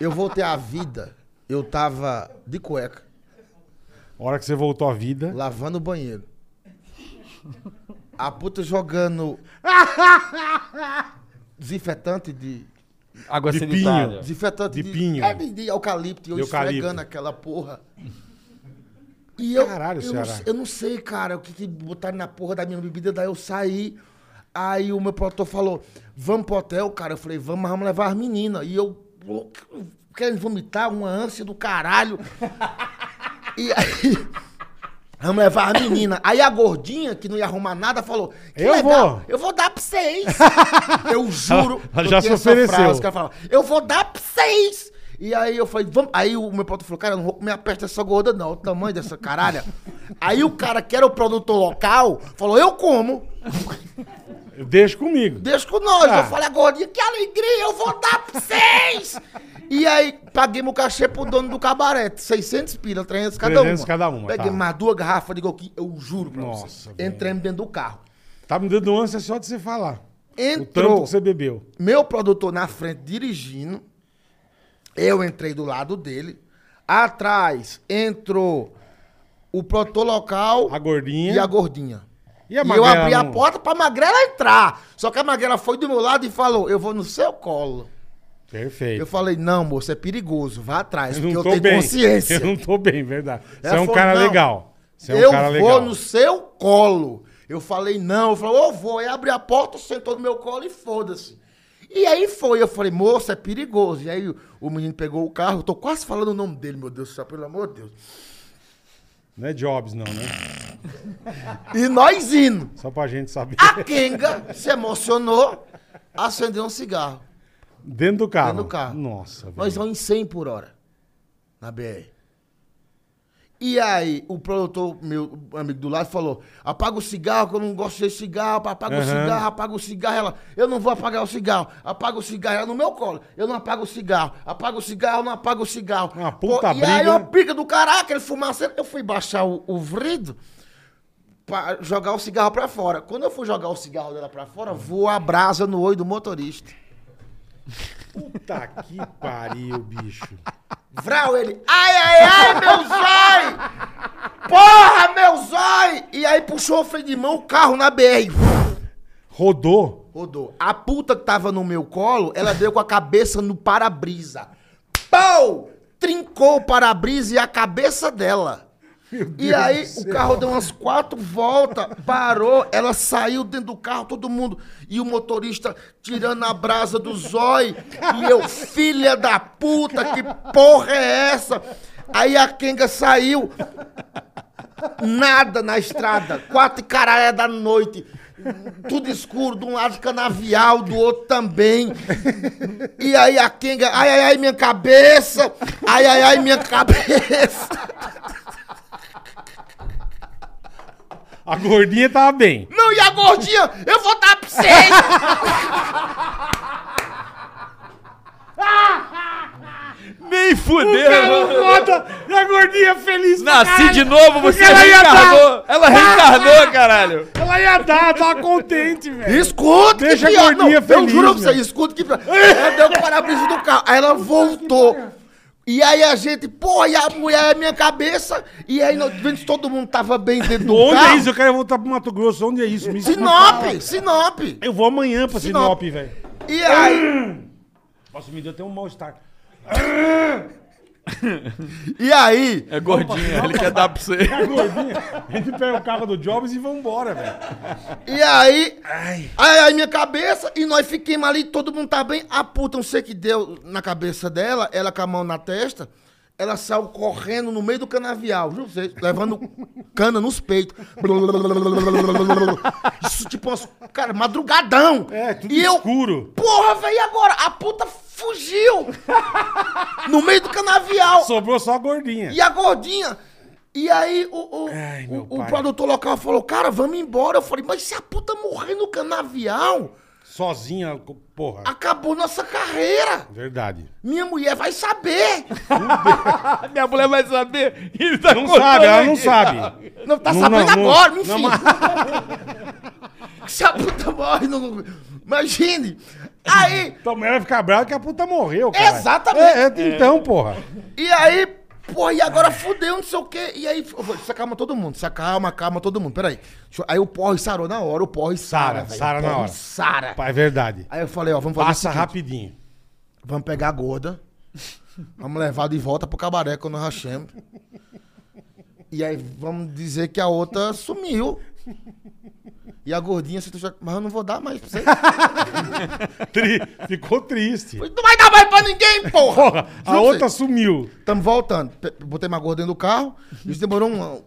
[SPEAKER 5] eu voltei à vida, eu tava de cueca,
[SPEAKER 3] A hora que você voltou à vida.
[SPEAKER 5] lavando o banheiro. A puta jogando desinfetante de.
[SPEAKER 6] Água
[SPEAKER 3] De
[SPEAKER 6] sanitária.
[SPEAKER 3] pinho.
[SPEAKER 5] Desinfetante
[SPEAKER 3] De pinho.
[SPEAKER 5] É, de, de eucalipto. E eu
[SPEAKER 3] De eucalipto.
[SPEAKER 5] esfregando aquela porra. E eu.
[SPEAKER 3] Caralho,
[SPEAKER 5] eu não,
[SPEAKER 3] Ceará.
[SPEAKER 5] eu não sei, cara, o que, que botaram na porra da minha bebida. Daí eu saí. Aí o meu produtor falou: Vamos pro hotel, cara. Eu falei: Vamos, mas vamos levar as meninas. E eu. louco, Querendo vomitar, uma ânsia do caralho. E aí. Vamos levar a menina. Aí a gordinha, que não ia arrumar nada, falou: "Que
[SPEAKER 3] Eu
[SPEAKER 5] legal,
[SPEAKER 3] vou."
[SPEAKER 5] eu vou dar pra vocês. eu juro.
[SPEAKER 3] Ela
[SPEAKER 5] eu
[SPEAKER 3] já
[SPEAKER 5] tinha
[SPEAKER 3] se
[SPEAKER 5] essa
[SPEAKER 3] ofereceu.
[SPEAKER 5] frase que ela falava, eu vou dar pra vocês. E aí eu falei, vamos. Aí o meu produtor falou, cara, eu não vou comer a peste dessa gorda, não. O tamanho dessa caralha. Aí o cara que era o produtor local falou, eu como.
[SPEAKER 3] Deixa comigo.
[SPEAKER 5] Deixa com nós.
[SPEAKER 3] Ah.
[SPEAKER 5] Eu falei, gordinha, que alegria, eu vou dar pra vocês. e aí, paguei meu cachê pro dono do cabaré. 600 pila, 300 cada
[SPEAKER 3] 300
[SPEAKER 5] uma.
[SPEAKER 3] cada uma,
[SPEAKER 5] Peguei
[SPEAKER 3] tá.
[SPEAKER 5] mais duas garrafas de coquinho, eu juro pra
[SPEAKER 3] Nossa,
[SPEAKER 5] vocês.
[SPEAKER 3] velho.
[SPEAKER 5] Entramos dentro do carro.
[SPEAKER 3] Tá me dando ânsia só de você falar. O tanto
[SPEAKER 5] Entrou
[SPEAKER 3] que você bebeu.
[SPEAKER 5] meu produtor na frente dirigindo, eu entrei do lado dele, atrás entrou o produtor local
[SPEAKER 3] A gordinha.
[SPEAKER 5] e a gordinha.
[SPEAKER 3] E a
[SPEAKER 5] E eu
[SPEAKER 3] magrela
[SPEAKER 5] abri a
[SPEAKER 3] não-
[SPEAKER 5] porta pra magrela entrar. Só que a magrela foi do meu lado e falou: Eu vou no seu colo.
[SPEAKER 3] Perfeito.
[SPEAKER 5] Eu falei: Não, moço, é perigoso, vá atrás,
[SPEAKER 3] Eu
[SPEAKER 5] porque
[SPEAKER 3] não
[SPEAKER 5] eu
[SPEAKER 3] tô
[SPEAKER 5] tenho
[SPEAKER 3] bem.
[SPEAKER 5] consciência.
[SPEAKER 3] Eu não tô bem, verdade. Você
[SPEAKER 5] Ela
[SPEAKER 3] é um
[SPEAKER 5] falou,
[SPEAKER 3] cara
[SPEAKER 5] "Não,
[SPEAKER 3] legal. Você é um
[SPEAKER 5] eu
[SPEAKER 3] cara
[SPEAKER 5] vou
[SPEAKER 3] legal.
[SPEAKER 5] no seu colo. Eu falei, não. Eu falei, eu vou. Aí abri a porta, sentou no meu colo e foda-se. E aí foi. Eu falei, moço, é perigoso. E aí o, o menino pegou o carro. Eu tô quase falando o nome dele, meu Deus do céu, pelo amor de Deus.
[SPEAKER 3] Não é Jobs, não, né?
[SPEAKER 5] E nós indo.
[SPEAKER 3] Só pra gente saber.
[SPEAKER 5] A Kenga se emocionou, acendeu um cigarro.
[SPEAKER 3] Dentro do carro.
[SPEAKER 5] Dentro do carro.
[SPEAKER 3] Nossa,
[SPEAKER 5] Nós
[SPEAKER 3] velho.
[SPEAKER 5] vamos em 100 por hora na BR. E aí, o produtor, meu amigo do lado, falou: apaga o cigarro, que eu não gosto de cigarro, apaga o
[SPEAKER 3] Aham.
[SPEAKER 5] cigarro, apaga o cigarro. Ela, eu não vou apagar o cigarro, apaga o cigarro. Ela no meu colo, eu não apago o cigarro, apaga o cigarro, não apago o cigarro.
[SPEAKER 3] Uma puta
[SPEAKER 5] e aí,
[SPEAKER 3] briga.
[SPEAKER 5] uma briga do caraca, ele fumaça. Eu fui baixar o, o vrido pra jogar o cigarro pra fora. Quando eu fui jogar o cigarro dela pra fora, voou a brasa no olho do motorista.
[SPEAKER 3] Puta que pariu, bicho.
[SPEAKER 5] Vral, ele. Ai, ai, ai, meu zói! Porra, meu zói! E aí puxou o freio de mão, o carro na BR.
[SPEAKER 3] Rodou.
[SPEAKER 5] Rodou. A puta que tava no meu colo, ela deu com a cabeça no para-brisa. Pau! Trincou o para-brisa e a cabeça dela. E aí o carro deu umas quatro voltas, parou, ela saiu dentro do carro, todo mundo. E o motorista tirando a brasa do zói. E eu, filha da puta, que porra é essa? Aí a Kenga saiu, nada na estrada. Quatro caralhas da noite. Tudo escuro, de um lado canavial, do outro também. E aí a Kenga, ai, ai, ai, minha cabeça! Ai, ai, ai, minha cabeça!
[SPEAKER 3] A gordinha tava bem.
[SPEAKER 5] Não, e a gordinha, eu vou dar pra vocês!
[SPEAKER 4] Nem fudeu!
[SPEAKER 3] Foda! E a gordinha é feliz pra
[SPEAKER 4] Nasci
[SPEAKER 3] caralho.
[SPEAKER 4] de novo, você
[SPEAKER 3] ela ia tá.
[SPEAKER 4] reencarnou! Ela reencarnou, caralho!
[SPEAKER 3] Ela ia dar, tava contente, velho.
[SPEAKER 5] Escuta,
[SPEAKER 3] Deixa a
[SPEAKER 5] pior-
[SPEAKER 3] gordinha
[SPEAKER 5] não, Eu
[SPEAKER 3] feliz,
[SPEAKER 5] juro pra
[SPEAKER 3] meu.
[SPEAKER 5] você, escuta que. pior. Ela deu o para-brisa do carro. Aí ela voltou. E aí a gente, pô, e a mulher é minha cabeça. E aí, nós, vendo se todo mundo tava bem dentro do
[SPEAKER 3] Onde
[SPEAKER 5] carro.
[SPEAKER 3] é isso? Eu quero voltar pro Mato Grosso. Onde é isso? Me explica.
[SPEAKER 5] Sinop, Sinop.
[SPEAKER 3] Eu vou amanhã pra Sinop,
[SPEAKER 5] Sinop.
[SPEAKER 3] velho.
[SPEAKER 5] E aí.
[SPEAKER 3] Nossa, me deu até um mal-estar.
[SPEAKER 5] E aí,
[SPEAKER 4] É gordinho, ele quer dar pra você.
[SPEAKER 3] A gordinha, a gente pega o carro do Jobs e vambora, velho.
[SPEAKER 5] e aí, aí, aí minha cabeça, e nós fiquemos um ali, todo mundo tá bem, a puta, não sei o que deu na cabeça dela, ela com a mão na testa, Ela saiu correndo no meio do canavial, juro pra vocês, levando cana nos peitos. Isso, tipo, umas- cara, madrugadão.
[SPEAKER 3] É, tudo
[SPEAKER 5] e eu,
[SPEAKER 3] escuro.
[SPEAKER 5] Porra, velho, e agora? A puta fugiu! no meio do canavial.
[SPEAKER 3] Sobrou só a gordinha.
[SPEAKER 5] E a gordinha. E aí o, o,
[SPEAKER 3] Ai, meu
[SPEAKER 5] o, o
[SPEAKER 3] pai.
[SPEAKER 5] produtor local falou, cara, vamos embora. Eu falei, mas se a puta morrer no canavial,
[SPEAKER 3] Sozinha, co- porra.
[SPEAKER 5] acabou nossa carreira.
[SPEAKER 3] Verdade.
[SPEAKER 5] Minha mulher vai saber.
[SPEAKER 4] Minha mulher vai saber. Ele tá
[SPEAKER 3] Não
[SPEAKER 4] contando
[SPEAKER 3] sabe, ela não
[SPEAKER 4] aqui.
[SPEAKER 3] sabe.
[SPEAKER 5] Não tá
[SPEAKER 3] Não,
[SPEAKER 5] sabendo
[SPEAKER 3] não, não.
[SPEAKER 5] agora,
[SPEAKER 3] Não,
[SPEAKER 5] enfim. se a puta morre, não... imagine. Aí,
[SPEAKER 3] Tua mulher Então, vai ficar brava que a puta morreu, cara.
[SPEAKER 5] Exatamente.
[SPEAKER 3] É, é, então, porra.
[SPEAKER 5] E aí, porra, e agora fudeu, não sei o quê. E aí, eu falei, se acalma todo mundo, se acalma, acalma todo mundo, peraí. Deixa eu- Aí o porre sarou na hora, o porre
[SPEAKER 3] Sara,
[SPEAKER 5] sara, velho, o
[SPEAKER 3] sara na
[SPEAKER 5] porre
[SPEAKER 3] hora.
[SPEAKER 5] Sara.
[SPEAKER 3] Pá, É verdade.
[SPEAKER 5] Aí eu falei, ó, vamos fazer
[SPEAKER 3] Passa
[SPEAKER 5] o seguinte,
[SPEAKER 3] rapidinho.
[SPEAKER 5] Vamos pegar a gorda, vamos levar de volta pro cabaré quando nós rachemos. E aí vamos dizer que a outra sumiu. E a gordinha, se tu já- mas eu não vou dar mais pra você.
[SPEAKER 3] Tri- Ficou triste.
[SPEAKER 5] Não vai dar mais pra ninguém, porra!
[SPEAKER 3] Porra, a outra sumiu.
[SPEAKER 5] Estamos voltando. Pe- Botei mais gorda dentro do carro. Isso demorou uma,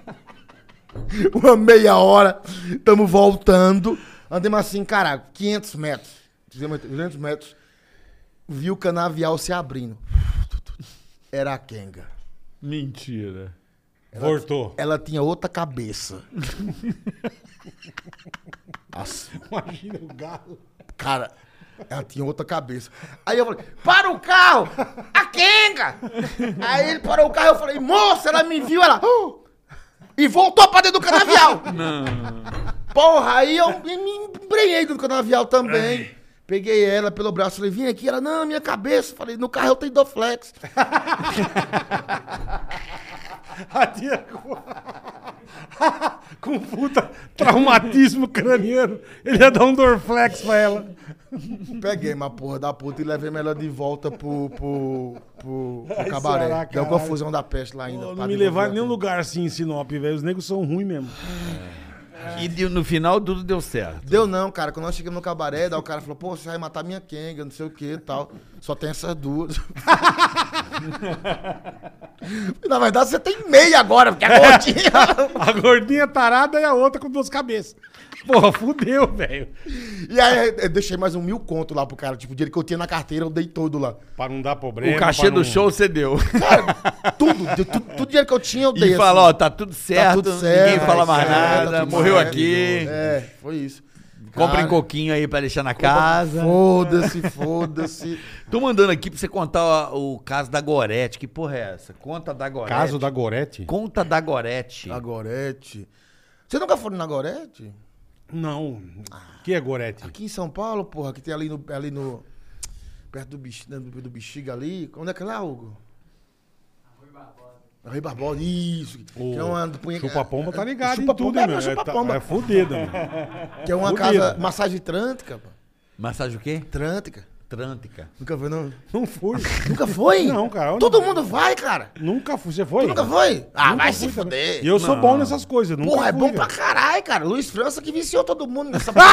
[SPEAKER 5] uma meia hora. Estamos voltando. Andemos assim, cara, 500 metros. 200 metros. Vi o canavial se abrindo. Era a Kenga.
[SPEAKER 4] Mentira.
[SPEAKER 3] Voltou.
[SPEAKER 5] Ela tinha outra cabeça. Nossa.
[SPEAKER 3] Imagina o galo.
[SPEAKER 5] Cara, ela tinha outra cabeça. Aí eu falei, para o carro! A Kenga! Aí ele parou o carro, eu falei, moça, ela me viu, ela... "Ah!" E voltou pra dentro do canavial. Não. Porra, aí eu me- me embrenhei dentro do canavial também. Peguei ela pelo braço, falei, vem aqui. Ela, não, minha cabeça. Falei, no carro eu tenho Doflex.
[SPEAKER 3] A tia com, com puta traumatismo craniano. Ele ia dar um Dorflex pra ela.
[SPEAKER 5] Peguei uma porra da puta e levei ela de volta pro, pro, pro, pro
[SPEAKER 3] Ai,
[SPEAKER 5] cabaré.
[SPEAKER 3] será,
[SPEAKER 5] Deu
[SPEAKER 3] caralho?
[SPEAKER 5] confusão da peste lá ainda.
[SPEAKER 3] Pô,
[SPEAKER 5] pra
[SPEAKER 3] Não me
[SPEAKER 5] devolver
[SPEAKER 3] levar
[SPEAKER 5] a
[SPEAKER 3] em nenhum
[SPEAKER 5] Kenga.
[SPEAKER 3] lugar assim em Sinop, velho. Os negros são ruins mesmo.
[SPEAKER 4] E de- no final tudo deu certo.
[SPEAKER 5] Deu não, cara. Quando nós chegamos no cabaré, daí o cara falou, pô, você vai matar minha Kenga, não sei o que e tal. Só tem essas duas. Na verdade, você tem meia agora, porque a gordinha.
[SPEAKER 3] A gordinha tarada e a outra com duas cabeças. Porra, fudeu, velho.
[SPEAKER 5] e aí eu deixei mais um mil conto lá pro cara. Tipo, o dinheiro que eu tinha na carteira, eu dei todo lá.
[SPEAKER 3] Pra não dar problema.
[SPEAKER 4] O cachê
[SPEAKER 3] pra
[SPEAKER 4] do
[SPEAKER 3] não-
[SPEAKER 4] show você deu.
[SPEAKER 5] Cara, tudo, de- tu- tudo dinheiro que eu tinha, eu dei. assim.
[SPEAKER 4] E fala, ó, tá tudo certo,
[SPEAKER 5] tá tudo certo.
[SPEAKER 4] ninguém fala mais
[SPEAKER 5] é, tá
[SPEAKER 4] nada,
[SPEAKER 5] tudo
[SPEAKER 4] morreu
[SPEAKER 5] certo.
[SPEAKER 4] aqui,
[SPEAKER 5] É, foi isso.
[SPEAKER 4] comprem
[SPEAKER 5] Cara,
[SPEAKER 4] coquinho aí pra deixar na casa.
[SPEAKER 5] Foda-se, foda-se.
[SPEAKER 4] Tô mandando aqui pra você contar o, o caso da Gorete, que porra é essa? Conta da Gorete.
[SPEAKER 3] Caso da Gorete?
[SPEAKER 4] Conta da Gorete.
[SPEAKER 5] Na Gorete. Você nunca foi na Gorete?
[SPEAKER 3] Não. Que é Gorete?
[SPEAKER 5] Aqui em São Paulo, porra, que tem ali no. Ali no perto do, Bex- né, do, do Bexiga ali. Onde é que é lá, Hugo? Rui Barbosa. Rui Barbosa, isso.
[SPEAKER 3] O
[SPEAKER 5] que é uma do punha-
[SPEAKER 3] Chupa-pomba tá ligado em
[SPEAKER 5] Chupa-pomba
[SPEAKER 3] tudo,
[SPEAKER 5] é,
[SPEAKER 3] meu.
[SPEAKER 5] mas
[SPEAKER 3] É,
[SPEAKER 5] chupa-pomba.
[SPEAKER 3] tá- é fudido, meu.
[SPEAKER 5] Que é uma
[SPEAKER 3] Fudido.
[SPEAKER 5] casa. Massagem trântica, pô.
[SPEAKER 4] Massagem o quê?
[SPEAKER 5] Trântica.
[SPEAKER 4] Trântica.
[SPEAKER 5] Nunca foi, não?
[SPEAKER 3] Não fui.
[SPEAKER 5] Nunca foi?
[SPEAKER 3] Não, cara, onde-
[SPEAKER 5] Todo mundo vai, cara.
[SPEAKER 3] Nunca fui. Você foi?
[SPEAKER 5] Tu nunca foi? Ah,
[SPEAKER 3] Nunca
[SPEAKER 5] vai se
[SPEAKER 3] fui também.
[SPEAKER 5] fuder.
[SPEAKER 3] E eu sou bom nessas coisas. Nunca
[SPEAKER 5] Porra, é
[SPEAKER 3] fui,
[SPEAKER 5] bom
[SPEAKER 3] velho.
[SPEAKER 5] pra caralho, cara. Luiz França que viciou todo mundo nessa.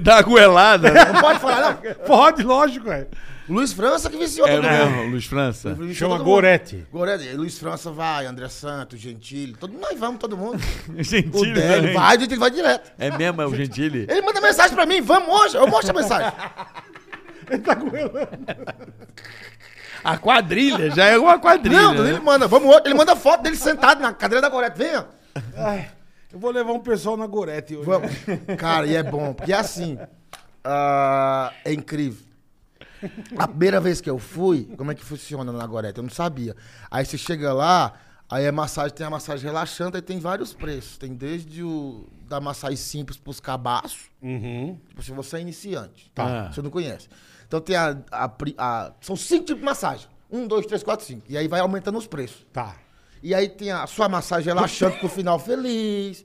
[SPEAKER 4] da goelada. né?
[SPEAKER 5] não pode falar, não.
[SPEAKER 3] Pode, lógico, é.
[SPEAKER 5] Luiz França que viciou
[SPEAKER 4] é
[SPEAKER 5] todo mundo.
[SPEAKER 4] mesmo, Luiz França.
[SPEAKER 5] Viciou
[SPEAKER 3] Chama
[SPEAKER 5] todo mundo.
[SPEAKER 3] Gorete.
[SPEAKER 5] Gorete, Luiz França vai, André Santos, Gentili, todo mundo, nós vamos, todo mundo. O
[SPEAKER 4] Gentili né,
[SPEAKER 5] Délio
[SPEAKER 4] também.
[SPEAKER 5] vai, o Gentili vai direto.
[SPEAKER 4] É mesmo, é o Gentili?
[SPEAKER 5] Ele manda mensagem pra mim, vamos hoje, eu mostro a mensagem.
[SPEAKER 3] Ele tá goelando.
[SPEAKER 4] A quadrilha, já é uma quadrilha.
[SPEAKER 5] Não,
[SPEAKER 4] né?
[SPEAKER 5] ele manda, vamos hoje, ele manda foto dele sentado na cadeira da Gorete, vem, ó.
[SPEAKER 3] Ai, eu vou levar um pessoal na Gorete hoje.
[SPEAKER 5] Vamos. Cara, e é bom, porque é assim, ah, é incrível. A primeira vez que eu fui, como é que funciona na Gorete? Eu não sabia. Aí você chega lá, aí é massagem, tem a massagem relaxante, aí tem vários preços. Tem desde o da massagem simples pros cabaços,
[SPEAKER 3] Uhum.
[SPEAKER 5] Tipo, se você é iniciante,
[SPEAKER 4] Tá.
[SPEAKER 5] tá? Você não conhece. Então tem a, a pri- a- São cinco tipos de massagem. Um, dois, três, quatro, cinco. E aí vai aumentando os preços.
[SPEAKER 3] Tá.
[SPEAKER 5] E aí tem a sua massagem relaxante com o final feliz.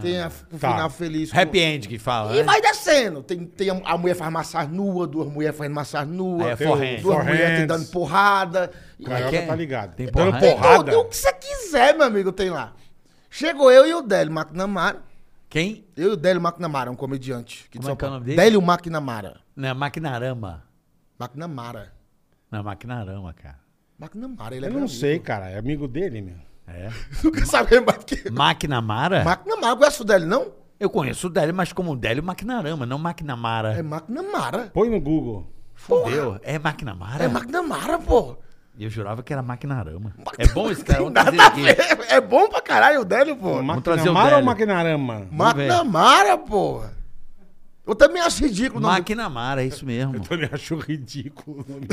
[SPEAKER 5] Tem a, o
[SPEAKER 3] Tá.
[SPEAKER 5] final feliz com...
[SPEAKER 4] Ah, Happy End que fala,
[SPEAKER 5] E
[SPEAKER 4] né?
[SPEAKER 5] vai descendo. Tem, tem a, a mulher faz massagem nua, duas mulheres fazendo massagem nua.
[SPEAKER 4] Aí é
[SPEAKER 5] duas mulheres
[SPEAKER 4] forehand.
[SPEAKER 3] Forehand.
[SPEAKER 5] te dando porrada. E
[SPEAKER 3] Carioca
[SPEAKER 4] que é?
[SPEAKER 3] tá ligado.
[SPEAKER 4] Tem
[SPEAKER 3] Dando
[SPEAKER 4] porrada?
[SPEAKER 3] porrada.
[SPEAKER 5] tudo o que você quiser, meu amigo, tem lá. Chegou eu e o Délio McNamara.
[SPEAKER 4] Quem?
[SPEAKER 5] Eu e o Délio McNamara, um comediante. aqui de
[SPEAKER 4] Como é
[SPEAKER 5] São
[SPEAKER 4] que é o
[SPEAKER 5] Paulo.
[SPEAKER 4] nome dele?
[SPEAKER 5] Délio McNamara.
[SPEAKER 4] Na Maquinarama.
[SPEAKER 5] McNamara.
[SPEAKER 4] Na Maquinarama, cara.
[SPEAKER 5] Maquinamara, ele é
[SPEAKER 3] Eu não sei, cara. É amigo dele, meu.
[SPEAKER 4] É.
[SPEAKER 5] Nunca sabia mais que.
[SPEAKER 4] Maquinamara?
[SPEAKER 5] Maquinamara, conhece o Délio, não?
[SPEAKER 4] Eu conheço o Délio, mas como Délio Maquinarama, não Maquinamara.
[SPEAKER 5] É Maquinamara.
[SPEAKER 3] Põe no Google.
[SPEAKER 4] Fudeu. É Maquinamara?
[SPEAKER 5] É Maquinamara, pô.
[SPEAKER 4] Eu jurava que era Maquinarama. É bom esse cara? Vamos trazer
[SPEAKER 5] Nada a
[SPEAKER 4] ele aqui.
[SPEAKER 5] ver. É bom pra caralho o Délio, pô.
[SPEAKER 4] trazer o
[SPEAKER 3] Maquinamara ou
[SPEAKER 4] Délio.
[SPEAKER 3] Maquinarama?
[SPEAKER 4] ver.
[SPEAKER 5] Maquinamara, pô. Eu também acho ridículo. o nome
[SPEAKER 4] Maquinamara, é isso mesmo.
[SPEAKER 3] Eu me acho ridículo o nome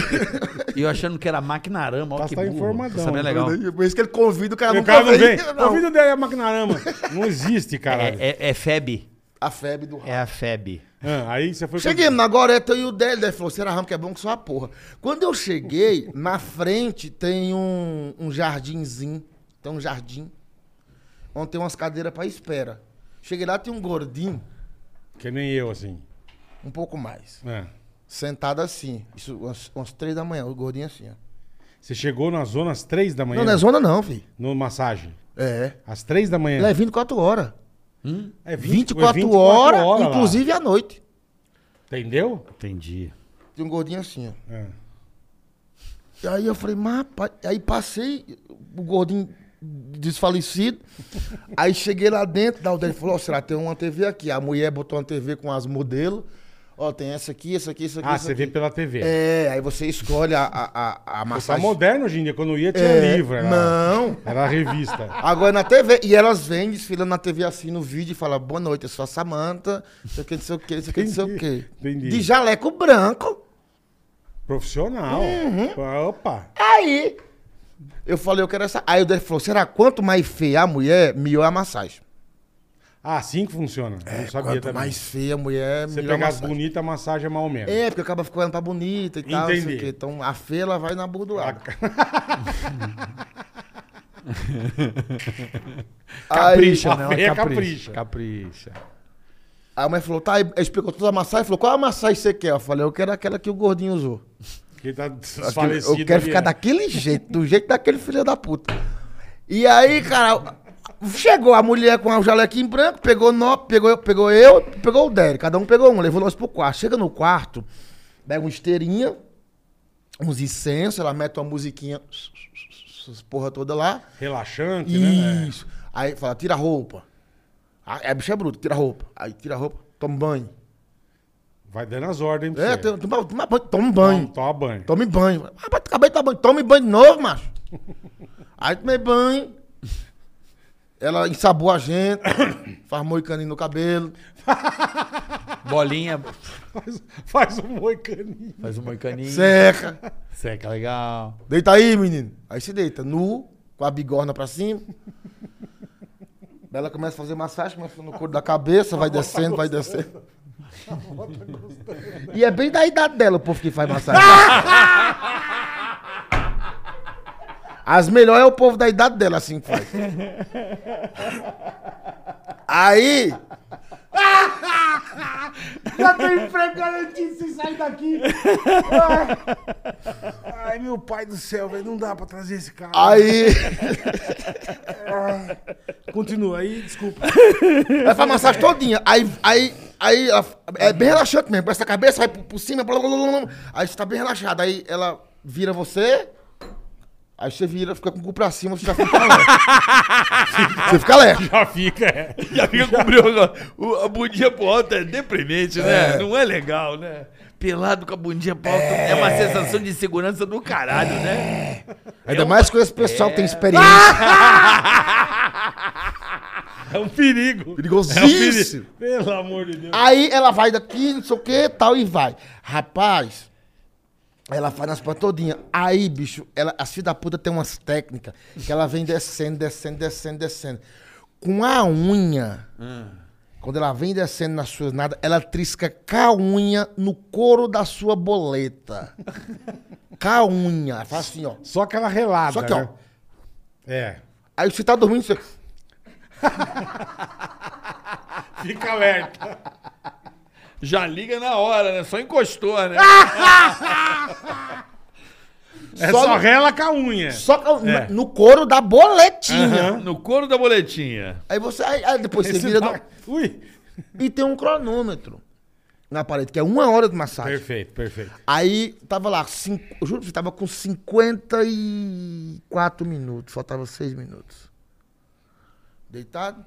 [SPEAKER 4] E eu achando que era Maquinarama. Ó,
[SPEAKER 3] Mas
[SPEAKER 4] que
[SPEAKER 3] tá
[SPEAKER 4] burro.
[SPEAKER 3] informadão.
[SPEAKER 4] Isso também é legal.
[SPEAKER 5] dele. Por isso que ele convida o cara
[SPEAKER 3] O
[SPEAKER 5] nunca
[SPEAKER 3] cara não vem.
[SPEAKER 5] não.
[SPEAKER 3] O vídeo dele é Maquinarama. Não existe, caralho.
[SPEAKER 4] É, é, é FEB.
[SPEAKER 5] A febre do
[SPEAKER 4] É a FEB.
[SPEAKER 3] Ah, aí você foi...
[SPEAKER 5] Cheguei na Goreta e o Délio daí falou: Será ramo que é bom que só a porra. Quando eu cheguei, na frente tem um, um jardinzinho. Tem um jardim. Onde tem umas cadeiras pra espera. Cheguei lá, tem um gordinho,
[SPEAKER 3] Que nem eu, assim.
[SPEAKER 5] um pouco mais.
[SPEAKER 3] É.
[SPEAKER 5] Sentado assim. Isso, umas, umas três da manhã, o gordinho assim, ó.
[SPEAKER 3] Você chegou na zona às três da manhã?
[SPEAKER 5] Não, não é zona não, filho.
[SPEAKER 3] No massagem.
[SPEAKER 5] É.
[SPEAKER 3] Às três da manhã.
[SPEAKER 5] Ele é 24 horas.
[SPEAKER 3] É 20,
[SPEAKER 5] 24, horas, inclusive à noite.
[SPEAKER 3] Entendeu?
[SPEAKER 4] Entendi.
[SPEAKER 5] Tem um gordinho assim, ó.
[SPEAKER 3] É.
[SPEAKER 5] E aí eu falei, mas rapaz. Aí passei, o gordinho desfalecido. aí cheguei lá dentro, da ele falou: Ó, será que tem uma TV aqui? A mulher botou uma TV com as modelos. Ó, tem essa aqui, essa aqui, essa aqui.
[SPEAKER 3] Ah,
[SPEAKER 5] essa
[SPEAKER 3] você
[SPEAKER 5] aqui.
[SPEAKER 3] vê pela TV.
[SPEAKER 5] É, aí você escolhe a, a, a, a
[SPEAKER 3] Tá
[SPEAKER 5] massagem.
[SPEAKER 3] moderno hoje em dia. Quando eu ia tinha
[SPEAKER 5] É,
[SPEAKER 3] livro. Era,
[SPEAKER 5] Não.
[SPEAKER 3] era a revista.
[SPEAKER 5] Agora na TV. E elas vêm desfilando na TV assim no vídeo e falam: boa noite, eu sou a Samanta, não sei o que, não sei o que, não sei o que, não sei o
[SPEAKER 3] Entendi,
[SPEAKER 5] que.
[SPEAKER 3] entendi.
[SPEAKER 5] De jaleco branco.
[SPEAKER 3] Profissional. Opa.
[SPEAKER 5] Aí eu falei, eu quero essa. Aí o dele falou: será quanto mais feia a mulher, melhor a massagem.
[SPEAKER 3] Ah, assim que funciona. Eu não sabia
[SPEAKER 5] quanto
[SPEAKER 3] também.
[SPEAKER 5] mais feia a mulher,
[SPEAKER 3] Você
[SPEAKER 5] melhor a
[SPEAKER 3] pega as
[SPEAKER 5] massagem.
[SPEAKER 3] bonitas, a massagem é mal menos.
[SPEAKER 5] É, porque acaba ficando pra bonita e tal, não sei o
[SPEAKER 3] Entendi.
[SPEAKER 5] quê. Então a feia ela vai na burdoada.
[SPEAKER 4] Capricha,
[SPEAKER 3] a
[SPEAKER 4] não.
[SPEAKER 3] feia capricha. né?
[SPEAKER 4] É capricha. Capricha.
[SPEAKER 5] Aí a mulher falou, tá, aí explicou toda a massagem, falou, qual a massagem você quer? Eu falei, eu quero aquela que o gordinho usou.
[SPEAKER 3] Porque tá
[SPEAKER 5] Aquele-
[SPEAKER 3] desfalecido.
[SPEAKER 5] eu quero
[SPEAKER 3] ali,
[SPEAKER 5] ficar
[SPEAKER 3] né?
[SPEAKER 5] daquele jeito, do jeito daquele filho da puta. E aí, cara, chegou a mulher com o jalequinho branco, pegou, nó, pegou, pegou eu, pegou o Derek, cada um pegou um, levou nós pro quarto. Chega no quarto, pega uma esteirinha, uns incensos, ela mete uma musiquinha, essas porra toda lá.
[SPEAKER 3] Relaxante, né?
[SPEAKER 5] Isso. Aí fala, tira a roupa. Aí a bicha é bruta, tira a roupa. Aí tira a roupa, toma um banho.
[SPEAKER 3] Vai dando as ordens pra
[SPEAKER 5] É,
[SPEAKER 3] você.
[SPEAKER 5] tem- toma, toma banho, toma um banho.
[SPEAKER 3] Toma, toma banho.
[SPEAKER 5] Tome banho. Rapaz, tu acabei de tomar banho. Tome banho de novo, macho. Aí tomei banho. Ela ensabou a gente. Faz moicaninho no cabelo.
[SPEAKER 4] Bolinha.
[SPEAKER 3] Faz, faz um moicaninho.
[SPEAKER 4] Faz um moicaninho.
[SPEAKER 5] Seca.
[SPEAKER 4] Seca, legal.
[SPEAKER 5] Deita aí, menino. Aí se deita, nu, com a bigorna pra cima. Daí Ela começa a fazer massagem, começa no couro da cabeça, vai descendo, vai descendo. E é bem da idade dela o povo que faz massagem. As melhores é o povo da idade dela, assim que faz. Aí. Já tem emprego garantido se sair daqui.
[SPEAKER 3] Ai, meu pai do céu, velho. Não dá pra trazer esse cara.
[SPEAKER 5] Aí.
[SPEAKER 3] Continua aí, desculpa.
[SPEAKER 5] Ela faz massagem todinha. Aí, aí, aí ela- é bem relaxante mesmo. Essa cabeça vai por, por cima, blá, blá, blá, blá. aí você tá bem relaxado. Aí ela vira você, aí você vira, fica com o cu pra cima, você já fica alerta. você fica alerta.
[SPEAKER 3] Já fica, é.
[SPEAKER 4] Já fica com o brilho- o- a bundinha pro alto é deprimente, né?
[SPEAKER 5] É.
[SPEAKER 4] Não é legal, né? Pelado com a bundinha pro alto é, uma sensação de insegurança do caralho, né?
[SPEAKER 5] Ainda mais com esse pessoal que tem experiência.
[SPEAKER 3] É um perigo. É um
[SPEAKER 5] Perigosíssimo.
[SPEAKER 3] Pelo amor de Deus.
[SPEAKER 5] Aí ela vai daqui, não sei o que, tal, e vai. Rapaz, ela faz nas pás todinha. Aí, bicho, ela, as filhas da puta tem umas técnicas que ela vem descendo, descendo, descendo, descendo. Com a unha, quando ela vem descendo nas suas nada, ela trisca com a unha no couro da sua boleta. com a unha. Ela faz assim, ó.
[SPEAKER 3] Só aquela relada.
[SPEAKER 5] Só que, ó.
[SPEAKER 3] né? É.
[SPEAKER 5] Aí você tá dormindo, você...
[SPEAKER 3] Fica alerta.
[SPEAKER 4] Já liga na hora, né? Só encostou, né?
[SPEAKER 3] É
[SPEAKER 5] Só
[SPEAKER 3] só,
[SPEAKER 5] no-
[SPEAKER 3] rela com a unha.
[SPEAKER 5] só que,
[SPEAKER 3] É.
[SPEAKER 5] no couro da boletinha.
[SPEAKER 4] No couro da boletinha.
[SPEAKER 5] Aí você... Aí, aí depois você
[SPEAKER 3] Esse tá-
[SPEAKER 5] vira...
[SPEAKER 3] bar-
[SPEAKER 5] no-
[SPEAKER 3] Ui.
[SPEAKER 5] E tem um cronômetro. na parede, que é uma hora de massagem.
[SPEAKER 3] Perfeito, perfeito.
[SPEAKER 5] Aí tava lá, cinco, eu juro que tava com 54 minutos, faltava 6 minutos. Deitado.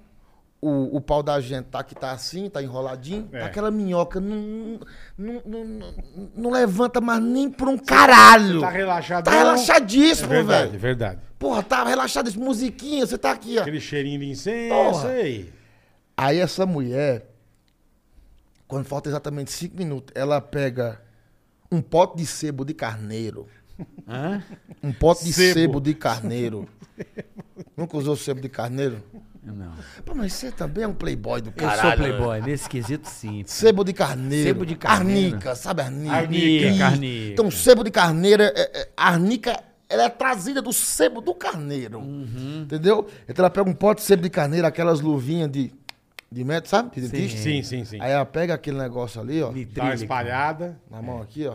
[SPEAKER 5] O, o pau da gente tá que tá assim, tá enroladinho.
[SPEAKER 3] É.
[SPEAKER 5] Tá aquela minhoca não, não, não, não- não levanta mais nem pra um caralho.
[SPEAKER 3] Tá relaxadão.
[SPEAKER 5] Tá relaxadíssimo,
[SPEAKER 3] É verdade, é
[SPEAKER 5] velho.
[SPEAKER 3] verdade.
[SPEAKER 5] Porra, tá relaxadíssimo. Musiquinha, você tá aqui, ó.
[SPEAKER 3] Aquele cheirinho de incenso,
[SPEAKER 5] Porra.
[SPEAKER 3] sei.
[SPEAKER 5] Aí essa mulher, quando falta exatamente 5 minutos, ela pega um pote de sebo de carneiro.
[SPEAKER 4] Hã?
[SPEAKER 5] Um pote de
[SPEAKER 3] Sebo.
[SPEAKER 5] sebo, de carneiro. Nunca usou sebo de carneiro?
[SPEAKER 4] Não.
[SPEAKER 5] Pô, mas você também é um playboy do
[SPEAKER 4] Eu
[SPEAKER 5] caralho.
[SPEAKER 4] sou playboy, nesse quesito sim.
[SPEAKER 5] Sebo de carneiro.
[SPEAKER 4] Sebo de carneiro.
[SPEAKER 5] Arnica, sabe arnica?
[SPEAKER 4] Arnica,
[SPEAKER 5] Isso.
[SPEAKER 4] carnica.
[SPEAKER 5] Então, sebo de carneiro, é- é- arnica, ela é trazida do sebo do carneiro.
[SPEAKER 4] Uhum.
[SPEAKER 5] Entendeu? Então ela pega um pote de sebo de carneiro, aquelas luvinhas de, de médico, sabe? De dentista.
[SPEAKER 3] Sim, sim, sim.
[SPEAKER 5] Aí ela pega aquele negócio ali, ó,
[SPEAKER 3] Dá uma
[SPEAKER 4] Nitrílico.
[SPEAKER 3] espalhada.
[SPEAKER 5] na mão aqui, ó.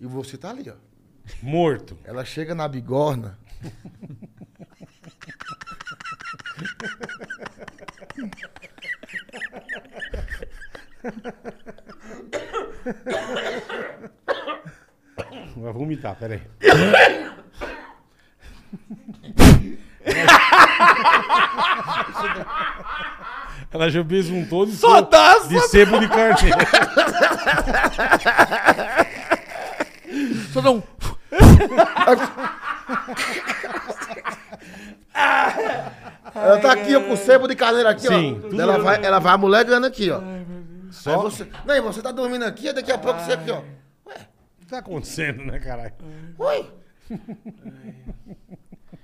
[SPEAKER 5] E você tá ali, ó.
[SPEAKER 3] Morto.
[SPEAKER 5] Ela chega na bigorna.
[SPEAKER 3] Vai vomitar, peraí. Ela já besuntou de
[SPEAKER 4] Só
[SPEAKER 5] tá
[SPEAKER 4] tá, assim,
[SPEAKER 3] sebo, de, sebo
[SPEAKER 4] dá, só,
[SPEAKER 3] de carneiro.
[SPEAKER 4] só dá um.
[SPEAKER 5] Ela tá aqui, ó, com o sebo de carneiro aqui,
[SPEAKER 3] Sim,
[SPEAKER 5] ó.
[SPEAKER 3] tudo
[SPEAKER 5] Ela
[SPEAKER 3] bem.
[SPEAKER 5] vai, ela vai amolegando aqui, ó. Só Aí você. Não, e você tá dormindo aqui, aí daqui a pouco você aqui, ó.
[SPEAKER 3] O que tá acontecendo, né, caralho?
[SPEAKER 5] Ui!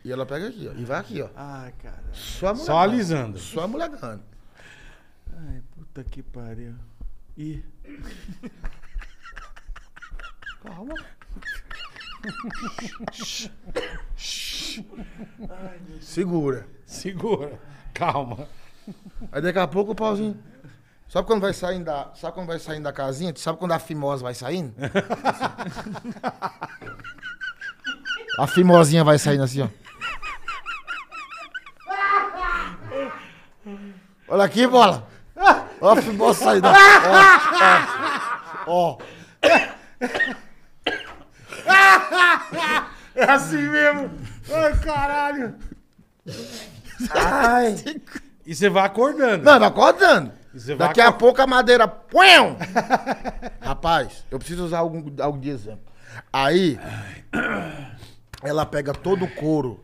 [SPEAKER 5] E ela pega aqui, ó. E vai aqui, ó.
[SPEAKER 6] Ai, cara.
[SPEAKER 5] Só amolegando.
[SPEAKER 3] Só alisando.
[SPEAKER 5] Só amolegando.
[SPEAKER 6] Ai, puta que pariu. Ih. Calma.
[SPEAKER 5] Segura.
[SPEAKER 3] Segura. Calma.
[SPEAKER 5] Aí daqui a pouco o pauzinho. Sabe quando vai saindo da. Sabe quando vai saindo da casinha? Tu Sabe quando a fimosa vai saindo? a fimosinha vai saindo assim, ó. Olha aqui, bola! Olha a fimosa saindo. ó. Ó, ó. ó.
[SPEAKER 3] É assim mesmo. Ai, caralho.
[SPEAKER 5] Ai.
[SPEAKER 3] E você vai acordando.
[SPEAKER 5] Não, vai acordando.
[SPEAKER 3] Você vai
[SPEAKER 5] Daqui a
[SPEAKER 3] acor-
[SPEAKER 5] pouco a madeira. Puém! Rapaz, eu preciso usar algum, algo de exemplo. Aí, ela pega todo o couro.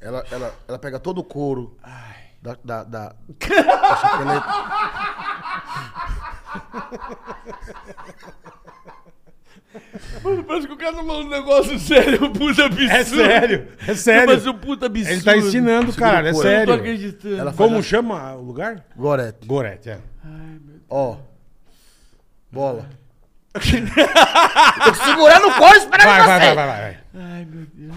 [SPEAKER 5] Ela, ela, ela pega todo o couro. Da. da, da, da chapeleta.
[SPEAKER 4] Parece que o cara tá falando um negócio sério, um puta absurdo.
[SPEAKER 3] É sério. É sério.
[SPEAKER 4] Mas um puta absurdo.
[SPEAKER 3] Ele tá ensinando, caralho. É
[SPEAKER 5] Segura o
[SPEAKER 4] Eu não tô
[SPEAKER 3] sério.
[SPEAKER 4] acreditando.
[SPEAKER 5] Ela faz
[SPEAKER 3] Como
[SPEAKER 5] a-
[SPEAKER 3] chama o lugar?
[SPEAKER 5] Gorete.
[SPEAKER 3] Gorete, é.
[SPEAKER 5] Ó. Bola. Tô segurando o couro esperando
[SPEAKER 3] Vai,
[SPEAKER 5] você.
[SPEAKER 3] vai, vai, vai, vai.
[SPEAKER 6] Ai, meu Deus.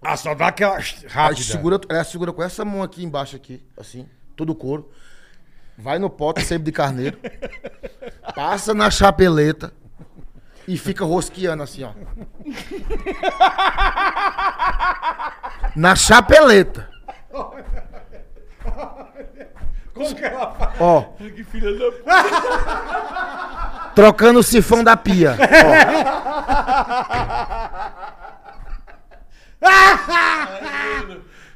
[SPEAKER 3] Ah, só dá aquela
[SPEAKER 5] Ela
[SPEAKER 3] rápida.
[SPEAKER 5] segura, ela segura com essa mão aqui embaixo, aqui, assim, todo o couro. Vai no pote sempre de carneiro. passa na chapeleta e fica rosqueando assim, ó. Na chapeleta.
[SPEAKER 3] Como que ela faz?
[SPEAKER 5] Ó. Trocando o sifão da pia.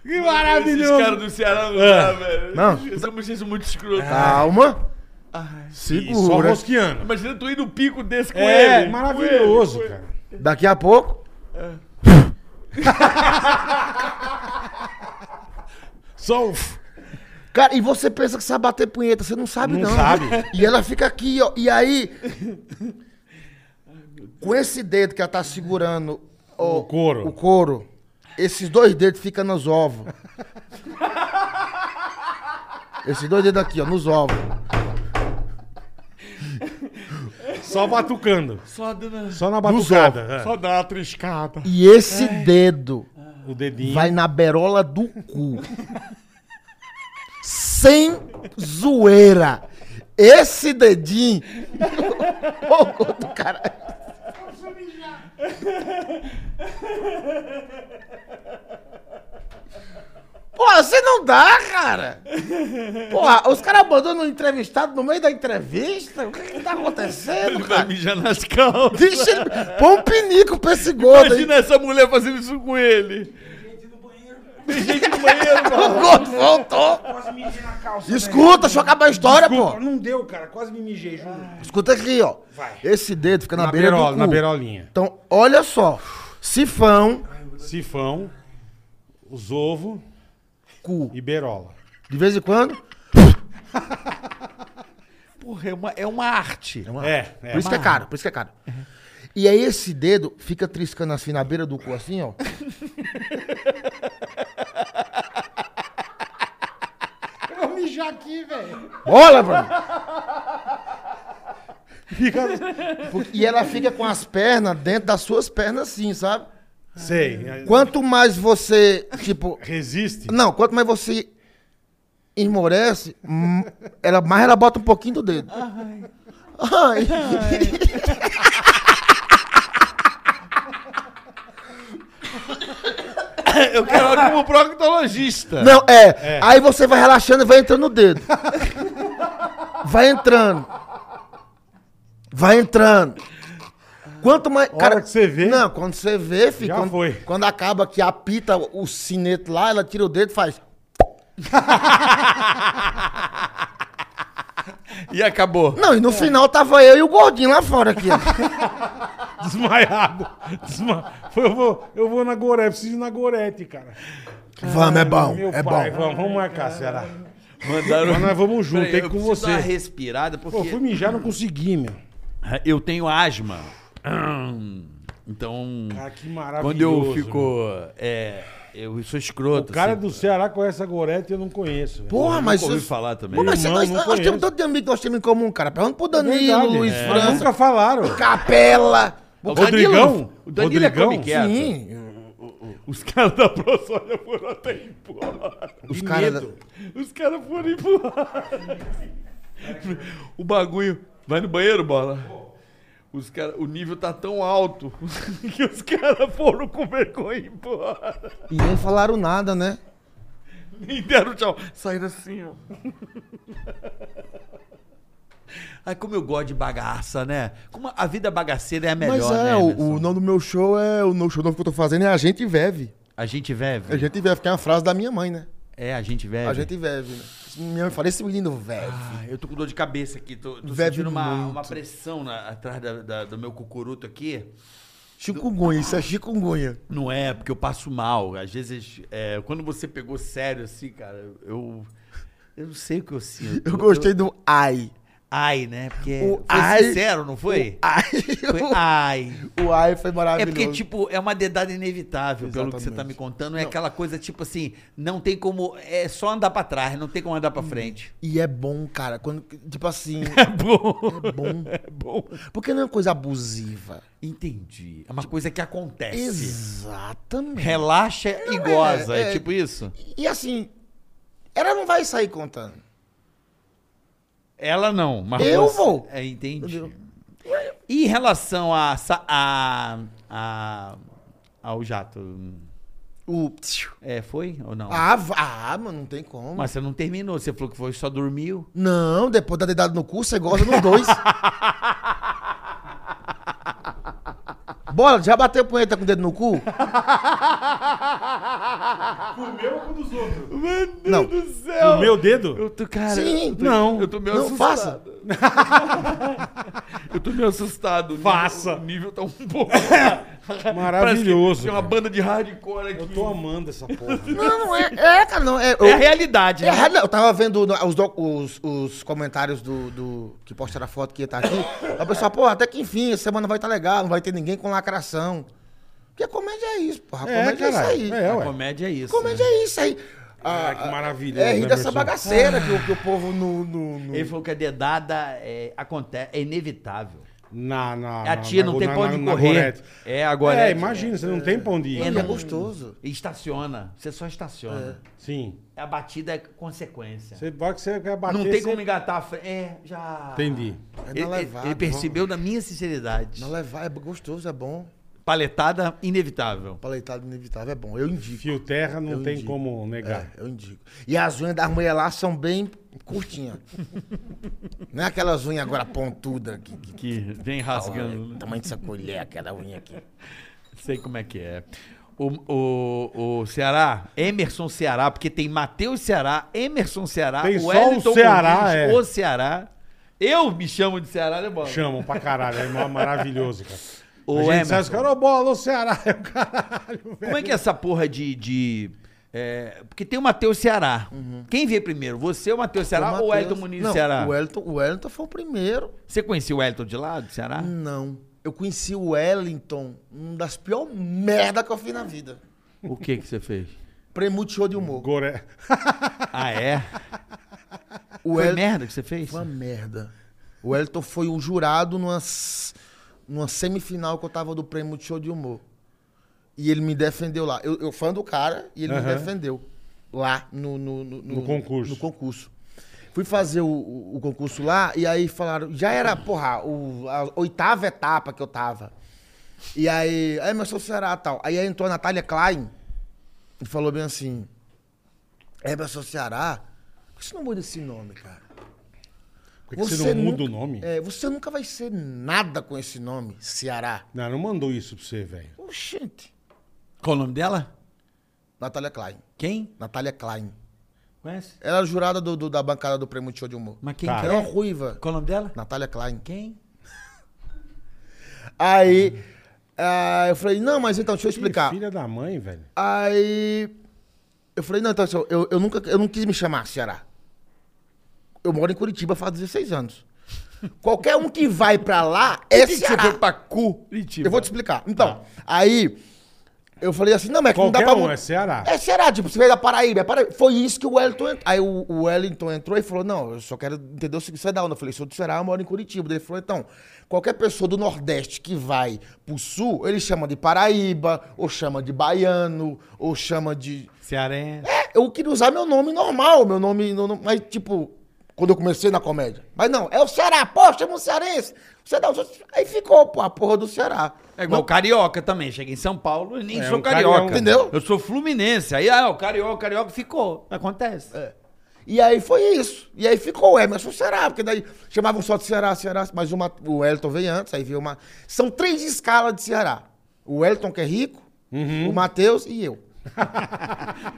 [SPEAKER 3] Que
[SPEAKER 4] Esses
[SPEAKER 3] maravilhoso.
[SPEAKER 4] caras do Ceará não dá, velho.
[SPEAKER 5] Não.
[SPEAKER 4] Essa bochecha é muito escrota.
[SPEAKER 5] Calma.
[SPEAKER 3] E só
[SPEAKER 5] Segura.
[SPEAKER 3] rosqueando.
[SPEAKER 4] Imagina tu ir no pico desse com
[SPEAKER 3] É,
[SPEAKER 4] ele.
[SPEAKER 3] maravilhoso, cara.
[SPEAKER 5] Daqui a pouco.
[SPEAKER 3] Só um...
[SPEAKER 5] Cara, e você pensa que sabe bater punheta, você não sabe,
[SPEAKER 3] Não
[SPEAKER 5] não.
[SPEAKER 3] sabe.
[SPEAKER 5] E ela fica aqui, ó. E aí. com esse dedo que ela tá segurando ó,
[SPEAKER 3] O couro.
[SPEAKER 5] o couro, esses dois dedos ficam nos ovos. esses dois dedos aqui, ó, nos ovos.
[SPEAKER 3] Só batucando.
[SPEAKER 4] Só dando...
[SPEAKER 3] Só na batucada. é.
[SPEAKER 6] Só dá uma triscada.
[SPEAKER 5] E esse dedo
[SPEAKER 3] O dedinho.
[SPEAKER 5] vai na berola do cu. Sem zoeira. Esse dedinho. Ô, cu do caralho. Porra, você assim não dá, cara! Porra, os caras abandonam o entrevistado no meio da entrevista? O que que tá acontecendo,
[SPEAKER 4] Vai
[SPEAKER 5] cara?
[SPEAKER 4] mijar nas calças.
[SPEAKER 5] Deixa ele... Põe um pinico pra esse gordo aí.
[SPEAKER 4] Imagina essa mulher fazendo isso com ele.
[SPEAKER 5] O gordo voltou.
[SPEAKER 7] Quase me mijei na calça.
[SPEAKER 5] Escuta, deixa eu acabar a história,
[SPEAKER 7] Pô,
[SPEAKER 5] pô.
[SPEAKER 7] não deu, cara. Quase me mijei, juro.
[SPEAKER 5] Escuta aqui, ó.
[SPEAKER 7] Vai.
[SPEAKER 5] Esse dedo fica na,
[SPEAKER 3] Na
[SPEAKER 5] beira
[SPEAKER 3] berola,
[SPEAKER 5] do cu.
[SPEAKER 3] na berolinha.
[SPEAKER 5] Então, olha só. Sifão,
[SPEAKER 3] Sifão, os ovos
[SPEAKER 5] cu.
[SPEAKER 3] e berola.
[SPEAKER 5] De vez em quando,
[SPEAKER 4] Porra, é uma, é uma arte.
[SPEAKER 3] É, é.
[SPEAKER 5] por isso que é caro, por isso que é caro. E aí esse dedo fica triscando assim na beira do cu, assim, ó.
[SPEAKER 6] Eu vou mijar aqui, velho.
[SPEAKER 5] Olha, mano! Fica- E ela fica com as pernas dentro das suas pernas assim, sabe?
[SPEAKER 3] Sei. é,
[SPEAKER 5] Quanto mais você, tipo...
[SPEAKER 3] Resiste.
[SPEAKER 5] Não, quanto mais você esmorece, hum, ela, mais ela bota um pouquinho do dedo. Ai.
[SPEAKER 4] É, Eu quero ela como proctologista.
[SPEAKER 5] Não, é. Aí você vai relaxando e vai entrando no dedo. Vai entrando. Vai entrando. Quanto mais.
[SPEAKER 3] Hora que você vê.
[SPEAKER 5] Não, quando você vê, fica.
[SPEAKER 3] Já
[SPEAKER 5] quando,
[SPEAKER 3] foi.
[SPEAKER 5] quando acaba que apita o o sineto lá, ela tira o dedo e faz.
[SPEAKER 4] E acabou.
[SPEAKER 5] Não, e
[SPEAKER 3] É.
[SPEAKER 5] no final tava eu e o gordinho lá fora aqui. ó.
[SPEAKER 3] Desmaiado. Desma... Foi, eu, vou, eu vou na Gorete, preciso ir na Gorete, cara.
[SPEAKER 5] vamos, é bom,
[SPEAKER 3] Meu
[SPEAKER 5] é
[SPEAKER 3] pai,
[SPEAKER 5] bom.
[SPEAKER 3] vamos, vamos marcar, Ceará.
[SPEAKER 4] Mandaram.
[SPEAKER 3] Mas nós vamos junto,
[SPEAKER 4] Peraí,
[SPEAKER 3] tem que
[SPEAKER 4] eu
[SPEAKER 3] com
[SPEAKER 4] preciso
[SPEAKER 3] você.
[SPEAKER 4] dar uma respirada, porque
[SPEAKER 3] Pô, fui mijar, não consegui, meu.
[SPEAKER 4] eu tenho asma. Então,
[SPEAKER 3] Cara, que maravilhoso.
[SPEAKER 4] quando eu
[SPEAKER 3] meu.
[SPEAKER 4] fico. É, eu sou
[SPEAKER 3] O
[SPEAKER 4] escroto.
[SPEAKER 3] cara
[SPEAKER 4] assim.
[SPEAKER 3] do Ceará conhece a Gorete e eu não conheço. velho.
[SPEAKER 5] Porra, mas.
[SPEAKER 4] ouvi
[SPEAKER 5] vocês-
[SPEAKER 4] falar também.
[SPEAKER 5] Pô, mas
[SPEAKER 3] Irmão,
[SPEAKER 5] nós,
[SPEAKER 3] não
[SPEAKER 5] nós
[SPEAKER 3] conheço.
[SPEAKER 5] temos tanto de amigo que nós temos em comum, cara. Pergunta pro Danilo,
[SPEAKER 3] Verdade,
[SPEAKER 5] Luiz
[SPEAKER 3] é. Mas
[SPEAKER 5] França,
[SPEAKER 3] Nunca falaram.
[SPEAKER 5] Capela.
[SPEAKER 4] O
[SPEAKER 3] Rodrigão?
[SPEAKER 4] Danilo, o Danilo é
[SPEAKER 3] Rodrigão?
[SPEAKER 4] come quieto.
[SPEAKER 5] Sim,
[SPEAKER 3] Os caras da ProSoja foram até embora.
[SPEAKER 5] os
[SPEAKER 3] De
[SPEAKER 5] caras. da-
[SPEAKER 3] medo. Os caras foram embora.
[SPEAKER 4] O bagulho. Vai no banheiro, bola. Os cara, o nível tá tão alto que os caras foram com vergonha embora.
[SPEAKER 5] E nem falaram nada, né?
[SPEAKER 4] Nem deram tchau.
[SPEAKER 6] Saíram assim, ó.
[SPEAKER 4] Ai, como eu gosto de bagaça, né? Como a vida bagaceira é a melhor,
[SPEAKER 5] Mas é,
[SPEAKER 4] né,
[SPEAKER 5] o-
[SPEAKER 4] Emerson?
[SPEAKER 5] o, nome do meu show é. O no show novo que eu tô fazendo é A Gente Veve.
[SPEAKER 4] A gente
[SPEAKER 5] A
[SPEAKER 4] vive.
[SPEAKER 5] Gente Veve, que é uma frase da minha mãe, né?
[SPEAKER 4] É, a gente vive.
[SPEAKER 5] A Gente Veve, né? Minha mãe fala, esse menino veve.
[SPEAKER 4] Ah, eu tô com dor de cabeça aqui. Tô, tô
[SPEAKER 5] Bebe
[SPEAKER 4] sentindo uma,
[SPEAKER 5] muito.
[SPEAKER 4] uma pressão na- atrás da- da- do meu cucuruto aqui.
[SPEAKER 5] Chikungunya, isso é chikungunya.
[SPEAKER 4] Não é, porque eu passo mal. Às vezes, é, quando você pegou sério assim, cara, eu. Eu não sei o que eu sinto.
[SPEAKER 5] Eu gostei do ai.
[SPEAKER 4] Ai, né? Porque
[SPEAKER 5] O
[SPEAKER 4] foi
[SPEAKER 5] ai-
[SPEAKER 4] sincero, não foi?
[SPEAKER 5] Ai.
[SPEAKER 4] Foi ai.
[SPEAKER 5] O ai foi
[SPEAKER 4] É
[SPEAKER 5] maravilhoso.
[SPEAKER 4] porque, tipo, é uma dedada inevitável, pelo que você tá me contando. É aquela coisa, tipo assim, não tem como. É só andar pra trás, não tem como andar pra frente.
[SPEAKER 5] E é bom, cara. Quando, tipo assim,
[SPEAKER 4] É bom.
[SPEAKER 5] é bom.
[SPEAKER 4] É bom.
[SPEAKER 5] Porque não é uma coisa abusiva.
[SPEAKER 4] Entendi. É uma coisa que acontece.
[SPEAKER 5] Exatamente.
[SPEAKER 4] Relaxa e
[SPEAKER 5] Não, é,
[SPEAKER 4] goza. É,
[SPEAKER 5] é.
[SPEAKER 4] tipo isso?
[SPEAKER 5] E assim, ela não vai sair contando.
[SPEAKER 4] Ela não, mas.
[SPEAKER 5] Eu vou.
[SPEAKER 4] É, entendi.
[SPEAKER 5] Entendeu?
[SPEAKER 4] E em relação a, sa- a, a- ao jato,
[SPEAKER 5] O.
[SPEAKER 4] é, foi ou não?
[SPEAKER 5] Ah, va- ah, mano, não tem como.
[SPEAKER 4] Mas você não terminou, você falou que foi só dormiu.
[SPEAKER 5] Não, depois da dedada no cu, você goza nos dois. Bora, já bateu punheta com o dedo no cu? Não.
[SPEAKER 4] do céu!
[SPEAKER 3] O meu dedo?
[SPEAKER 4] Eu tô, cara,
[SPEAKER 5] Sim,
[SPEAKER 4] eu tô,
[SPEAKER 5] não,
[SPEAKER 4] eu tô meio
[SPEAKER 5] não faça.
[SPEAKER 4] assustado. eu tô meio assustado. O nível-
[SPEAKER 3] Faça.
[SPEAKER 4] O nível tá um pouco... Parece que
[SPEAKER 3] Maravilhoso.
[SPEAKER 4] Tem uma banda de hardcore aqui.
[SPEAKER 3] Eu tô amando essa porra.
[SPEAKER 5] Não, não é. É, cara, não. É, eu,
[SPEAKER 4] É a realidade,
[SPEAKER 5] é
[SPEAKER 4] né?
[SPEAKER 5] errado, não. Eu tava vendo no- os, doc- os- os comentários do, do- que postaram a foto que ia estar aqui. A pessoa, pô, até que enfim, essa semana vai estar legal, não vai ter ninguém com lacração. Porque a comédia é isso, porra. A
[SPEAKER 3] É,
[SPEAKER 5] comédia é,
[SPEAKER 3] caralho,
[SPEAKER 5] isso aí.
[SPEAKER 3] é,
[SPEAKER 4] A
[SPEAKER 3] ué.
[SPEAKER 4] comédia é isso.
[SPEAKER 5] Comédia
[SPEAKER 4] né?
[SPEAKER 5] é isso aí. Ah,
[SPEAKER 3] Ah, que maravilha,
[SPEAKER 5] É
[SPEAKER 3] né,
[SPEAKER 5] rir dessa
[SPEAKER 3] Emerson? Ah.
[SPEAKER 5] bagaceira que, o- que o povo no. no- no-
[SPEAKER 4] Ele falou que a dedada é, acontece, é inevitável.
[SPEAKER 3] Na, na,
[SPEAKER 4] a tia
[SPEAKER 3] na-
[SPEAKER 4] não tem
[SPEAKER 3] na-
[SPEAKER 4] pra
[SPEAKER 3] na-
[SPEAKER 4] onde
[SPEAKER 3] na
[SPEAKER 4] correr.
[SPEAKER 3] Gorete.
[SPEAKER 4] é, agora.
[SPEAKER 3] É, imagina, você não tem pra onde ir.
[SPEAKER 5] Olha,
[SPEAKER 4] não-
[SPEAKER 5] é gostoso.
[SPEAKER 4] Estaciona. Você só estaciona.
[SPEAKER 3] Sim.
[SPEAKER 4] A batida é consequência.
[SPEAKER 3] Você pode que você quer bater.
[SPEAKER 4] não tem
[SPEAKER 3] você-
[SPEAKER 4] como engatar a frente. É, já.
[SPEAKER 3] Entendi.
[SPEAKER 5] É na
[SPEAKER 4] Ele, ele-
[SPEAKER 5] levada,
[SPEAKER 4] ele percebeu da minha sinceridade.
[SPEAKER 5] Não levar é gostoso, é bom.
[SPEAKER 4] paletada inevitável.
[SPEAKER 5] Paleitado inevitável é bom, eu indico.
[SPEAKER 3] Fio terra não
[SPEAKER 5] Eu
[SPEAKER 3] tem
[SPEAKER 5] indico.
[SPEAKER 3] como negar.
[SPEAKER 5] É, eu indico. E as unhas das mulheres lá são bem curtinhas. não é aquelas unhas agora pontudas que, que
[SPEAKER 4] Que vem rasgando. né?
[SPEAKER 5] tamanho dessa colher, aquela unha aqui.
[SPEAKER 4] Sei como é que é. O, o, o Ceará, Emerson Ceará, porque tem Matheus Ceará, Emerson Ceará,
[SPEAKER 3] Tem
[SPEAKER 4] o
[SPEAKER 3] só o Ceará, é.
[SPEAKER 4] o Ceará. Eu me chamo de Ceará, né, mano?
[SPEAKER 3] Chamam pra caralho, é mó- maravilhoso, cara.
[SPEAKER 4] Ô,
[SPEAKER 3] a gente
[SPEAKER 4] Emerson.
[SPEAKER 3] sai os caras, ô bola, ô Ceará, é o caralho, velho.
[SPEAKER 4] Como é que é essa porra de. de é, porque tem o Matheus Ceará. Quem veio primeiro? Você, o Matheus Ceará ou o
[SPEAKER 5] Uhum. Matheus-
[SPEAKER 4] Wellington Muniz
[SPEAKER 5] Não,
[SPEAKER 4] Ceará?
[SPEAKER 5] O Wellington, o Wellington foi o primeiro.
[SPEAKER 4] Você conhecia o Wellington de lá, do Ceará?
[SPEAKER 5] Não. Eu conheci o Wellington, uma das piores merda que eu fiz na vida.
[SPEAKER 4] O que que você fez?
[SPEAKER 5] Premute show de humor.
[SPEAKER 3] Gore-
[SPEAKER 4] Ah, é?
[SPEAKER 5] O
[SPEAKER 4] Foi
[SPEAKER 5] Wellington-
[SPEAKER 4] merda que você fez?
[SPEAKER 5] Foi uma merda. O Wellington foi o jurado numa, s- numa semifinal que eu tava do prêmio de show de humor. E ele me defendeu lá. Eu, eu fã do cara e ele me
[SPEAKER 3] Aham.
[SPEAKER 5] defendeu lá no, no, no,
[SPEAKER 3] No concurso.
[SPEAKER 5] no concurso. Fui fazer o, o- o concurso lá e aí falaram, já era, porra, o- a oitava etapa que eu tava. E aí, aí mas sou Ceará tal. Aí entrou a Natália Klein e falou bem assim: É, mas sou Ceará? Por que você não muda esse nome, cara?
[SPEAKER 3] Por É que que você não muda o
[SPEAKER 5] nunca-
[SPEAKER 3] nome?
[SPEAKER 5] É, você nunca vai ser nada com esse nome, Ceará.
[SPEAKER 3] Não, não mandou isso pra você, velho.
[SPEAKER 5] Oxente.
[SPEAKER 4] Qual o nome dela?
[SPEAKER 5] Natália Klein.
[SPEAKER 4] Quem?
[SPEAKER 5] Natália Klein.
[SPEAKER 4] Conhece?
[SPEAKER 5] Ela era jurada do, do- da bancada do Prêmio de Show de Humor.
[SPEAKER 4] Mas quem
[SPEAKER 3] Tá.
[SPEAKER 4] que
[SPEAKER 5] Era uma
[SPEAKER 4] é?
[SPEAKER 5] ruiva.
[SPEAKER 4] Qual o nome dela?
[SPEAKER 5] Natália Klein.
[SPEAKER 4] Quem?
[SPEAKER 5] Aí ah, eu falei, não, mas então, deixa eu explicar.
[SPEAKER 3] Filha da mãe, velho.
[SPEAKER 5] Aí eu falei, não, então, senhor, eu, eu nunca, eu não quis me chamar Ceará. Eu moro em Curitiba faz 16 anos. Qualquer um que vai pra lá é
[SPEAKER 4] Por que que você
[SPEAKER 5] Ceará.
[SPEAKER 4] foi pra Curitiba?
[SPEAKER 5] Eu vou te explicar. Então, aí eu falei assim, não, mas que não dá
[SPEAKER 3] Qualquer
[SPEAKER 5] pra...
[SPEAKER 3] um,
[SPEAKER 5] mu-
[SPEAKER 3] é Ceará.
[SPEAKER 5] É Ceará, tipo, você veio da Paraíba, é Paraíba. Foi isso que o Wellington entrou. Aí o, o Wellington entrou e falou, não, eu só quero entender o seguinte, você é da onde? Eu falei, sou do Ceará, eu moro em Curitiba. Ele falou, então, qualquer pessoa do Nordeste que vai pro Sul, ele chama de Paraíba, ou chama de Baiano, ou chama de...
[SPEAKER 4] Cearense.
[SPEAKER 5] É, eu queria usar meu nome normal, meu nome, no- no- mas tipo, quando eu comecei na comédia. Mas não, é o Ceará, pô, chama um cearense. Você dá, os- aí ficou, pô, a porra do Ceará.
[SPEAKER 4] É igual
[SPEAKER 5] Não-
[SPEAKER 4] carioca também. Cheguei em São Paulo e nem
[SPEAKER 3] É,
[SPEAKER 4] sou
[SPEAKER 3] um
[SPEAKER 4] carioca.
[SPEAKER 3] carioca.
[SPEAKER 5] Entendeu?
[SPEAKER 4] Eu sou fluminense. Aí, ah, o carioca, o carioca ficou. Acontece.
[SPEAKER 5] É. E aí foi isso. E aí ficou o Emerson Ceará, porque daí chamavam só de Ceará, Ceará, mas uma, o Elton veio antes, aí veio uma. São três escalas de Ceará. O Elton, que é rico,
[SPEAKER 3] Uhum.
[SPEAKER 5] o Matheus e eu.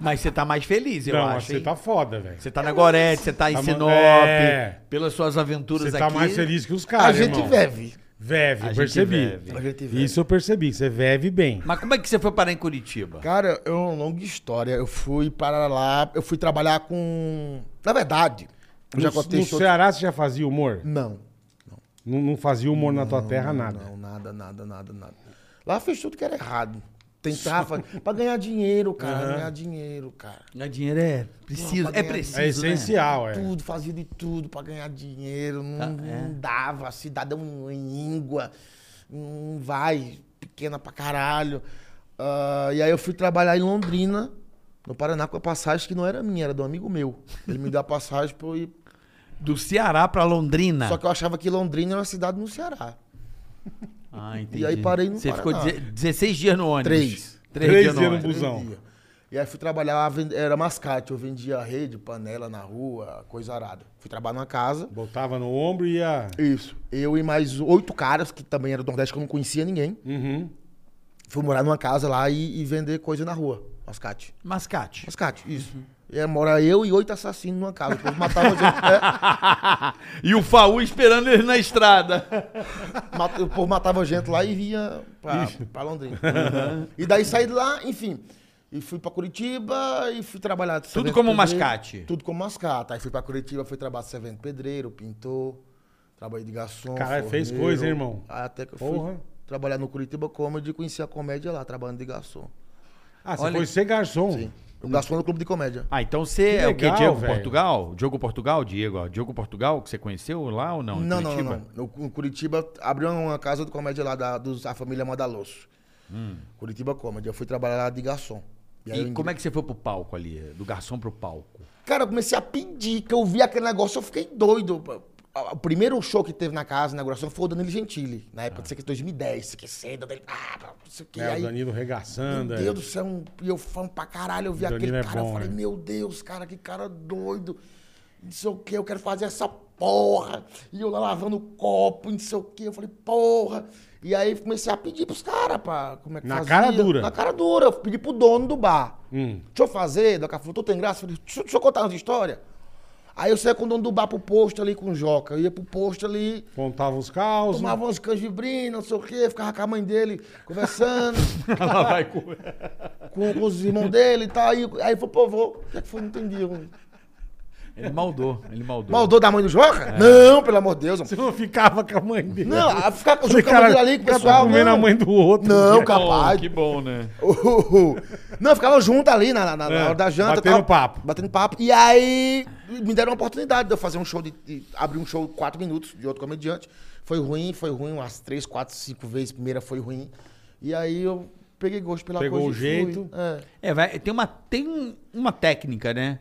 [SPEAKER 4] Mas você tá mais feliz, eu
[SPEAKER 3] não,
[SPEAKER 4] acho.
[SPEAKER 3] você
[SPEAKER 4] hein?
[SPEAKER 3] tá foda, velho.
[SPEAKER 4] Você tá na Gorete, você tá em
[SPEAKER 3] Tá, mano,
[SPEAKER 4] Sinop,
[SPEAKER 3] é.
[SPEAKER 4] pelas suas aventuras
[SPEAKER 3] Você
[SPEAKER 4] aqui.
[SPEAKER 3] tá mais feliz que os
[SPEAKER 5] a
[SPEAKER 3] caras,
[SPEAKER 5] gente
[SPEAKER 3] irmão.
[SPEAKER 5] vive.
[SPEAKER 3] Veve,
[SPEAKER 4] A
[SPEAKER 3] eu
[SPEAKER 4] gente
[SPEAKER 3] percebi.
[SPEAKER 4] veve.
[SPEAKER 5] A gente vive.
[SPEAKER 3] Isso eu percebi, você veve bem.
[SPEAKER 4] Mas como é que você foi parar em Curitiba?
[SPEAKER 5] Cara, é uma longa história. Eu fui para lá, eu fui trabalhar com. Na verdade, eu já
[SPEAKER 3] no
[SPEAKER 5] contei
[SPEAKER 3] no
[SPEAKER 5] isso-
[SPEAKER 3] Ceará você já fazia humor?
[SPEAKER 5] Não.
[SPEAKER 3] Não, não fazia humor na tua terra, nada.
[SPEAKER 5] Não, nada, nada, nada, nada. Lá fez tudo que era errado. Tentava pra ganhar dinheiro, cara. Ganhar dinheiro, cara.
[SPEAKER 4] Ganhar dinheiro é preciso.
[SPEAKER 5] Não, pra
[SPEAKER 4] É
[SPEAKER 5] ganhar-
[SPEAKER 4] preciso.
[SPEAKER 3] É
[SPEAKER 5] né?
[SPEAKER 3] essencial, é.
[SPEAKER 5] tudo, fazia de tudo pra ganhar dinheiro, não,
[SPEAKER 4] Tá, é.
[SPEAKER 5] não dava, cidadão em íngua, não vai, pequena pra caralho. Ah, e aí eu fui trabalhar em Londrina, no Paraná, com a passagem que não era minha, era do amigo meu. Ele me deu a passagem pra eu ir.
[SPEAKER 4] Né? Do Ceará pra Londrina.
[SPEAKER 5] Só que eu achava que Londrina era uma cidade no Ceará.
[SPEAKER 4] Ah, entendi.
[SPEAKER 5] E aí parei no
[SPEAKER 4] Você ficou
[SPEAKER 5] Paraná.
[SPEAKER 4] deze- 16 dias no ônibus.
[SPEAKER 5] Três.
[SPEAKER 4] Três,
[SPEAKER 3] Três
[SPEAKER 4] dias no
[SPEAKER 3] dias no
[SPEAKER 4] ônibus.
[SPEAKER 3] busão.
[SPEAKER 5] Vendia. E aí fui trabalhar, vend- era mascate, eu vendia rede, panela na rua, coisa arada. Fui trabalhar numa casa.
[SPEAKER 3] Botava no ombro e ia.
[SPEAKER 5] Isso. Eu e mais oito caras, que também eram do Nordeste, que eu não conhecia ninguém.
[SPEAKER 3] Uhum.
[SPEAKER 5] Fui morar numa casa lá e, e vender coisa na rua. Mascate.
[SPEAKER 4] Mascate.
[SPEAKER 3] Uhum.
[SPEAKER 5] Mascate, isso. E aí mora eu e oito assassinos numa casa. O povo matava a gente. é,
[SPEAKER 4] e o Faú esperando ele na estrada.
[SPEAKER 5] é, mata- o povo matava a gente lá e vinha pra, pra Londrina.
[SPEAKER 3] Uhum.
[SPEAKER 5] E daí saí de lá, enfim. E fui pra Curitiba e fui trabalhar. de servente
[SPEAKER 4] como
[SPEAKER 5] pedreiro.
[SPEAKER 4] mascate?
[SPEAKER 5] Tudo como mascate. Aí fui pra Curitiba, fui trabalhar de servente pedreiro, pintor, trabalhei de garçom.
[SPEAKER 3] Caralho, fez
[SPEAKER 5] forneiro.
[SPEAKER 3] coisa, hein, irmão?
[SPEAKER 5] Aí até que eu
[SPEAKER 3] Porra.
[SPEAKER 5] fui trabalhar no Curitiba Comedy e conheci a comédia lá, trabalhando de garçom.
[SPEAKER 3] Ah, você
[SPEAKER 4] Olha-
[SPEAKER 3] foi ser garçom.
[SPEAKER 5] Um garçom no clube de comédia.
[SPEAKER 4] Ah, então você é o quê?
[SPEAKER 3] legal,
[SPEAKER 4] Diego
[SPEAKER 3] velho.
[SPEAKER 4] Portugal? Diogo Portugal, Diego, ó. Diogo Portugal, que você conheceu lá ou não? em
[SPEAKER 5] Não, não, não,
[SPEAKER 4] Curitiba?
[SPEAKER 5] não. No, no Curitiba abriu uma casa de comédia lá da dos, a família Madalosso. Curitiba Comedy. Eu fui trabalhar lá de garçom. E aí eu
[SPEAKER 4] E como
[SPEAKER 5] ingre-
[SPEAKER 4] é que você foi pro palco ali? Do garçom pro palco?
[SPEAKER 5] Cara, eu comecei a pedir, que eu vi aquele negócio, eu fiquei doido. a- O primeiro show que teve na casa, na inauguração, foi o Danilo Gentili. Na época, é de sei que 2010, esquecendo dele. Ah, não sei o que.
[SPEAKER 3] É, o
[SPEAKER 5] aí,
[SPEAKER 3] Danilo regaçando.
[SPEAKER 5] meu
[SPEAKER 3] é.
[SPEAKER 5] Deus do céu, um- e eu fã pra caralho, eu vi
[SPEAKER 3] Danilo
[SPEAKER 5] aquele
[SPEAKER 3] é
[SPEAKER 5] cara,
[SPEAKER 3] bom,
[SPEAKER 5] eu falei,
[SPEAKER 3] né?
[SPEAKER 5] meu Deus, cara, que cara doido. Não sei o que, eu quero fazer essa porra. E eu lá lavando o copo, não sei o que, eu falei, porra. E aí comecei a pedir pros caras pra. Como é que
[SPEAKER 3] Na
[SPEAKER 5] fazia?
[SPEAKER 3] cara dura. Hum.
[SPEAKER 5] Na cara dura. Eu pedi pro dono do bar. Deixa eu fazer, Doca falou, tu tem graça? Eu falei, deixa, deixa eu contar umas histórias. Aí eu saí com o dono do bar pro posto ali com o Joca. Eu ia pro posto ali.
[SPEAKER 3] Pontava os caos.
[SPEAKER 5] Tomava umas canjibrinas, não sei o quê, ficava com a mãe dele conversando.
[SPEAKER 4] Ela vai com...
[SPEAKER 5] com, com os irmãos dele e tal. Aí, aí falou, pô, vou. O que é que foi? Não entendi. mano.
[SPEAKER 4] Ele maldou, ele maldou.
[SPEAKER 5] Maldou da mãe do Joca? É. Não, pelo amor de Deus. mano.
[SPEAKER 3] Você não ficava com a mãe dele.
[SPEAKER 5] Não, a ficar com o
[SPEAKER 3] Falei,
[SPEAKER 5] Joca Madeira
[SPEAKER 3] cara,
[SPEAKER 5] ali com o
[SPEAKER 3] eu tô
[SPEAKER 5] pessoal.
[SPEAKER 3] comendo
[SPEAKER 5] não.
[SPEAKER 3] a mãe do outro.
[SPEAKER 5] Não,
[SPEAKER 4] Que bom,
[SPEAKER 5] capaz.
[SPEAKER 4] Que bom, né?
[SPEAKER 5] Não, ficava junto ali na, na- na
[SPEAKER 3] É,
[SPEAKER 5] hora da janta.
[SPEAKER 3] batendo papo.
[SPEAKER 5] Batendo papo. E aí me deram uma oportunidade de eu fazer um show, de, de abrir um show de quatro minutos de outro comediante. Foi ruim, foi ruim umas três, quatro, cinco vezes. Primeira foi ruim. E aí eu peguei gosto pela
[SPEAKER 3] Pegou
[SPEAKER 5] coisa.
[SPEAKER 3] o
[SPEAKER 5] e fui.
[SPEAKER 3] jeito.
[SPEAKER 5] É.
[SPEAKER 4] É, vai, tem, uma, tem um, uma técnica, né?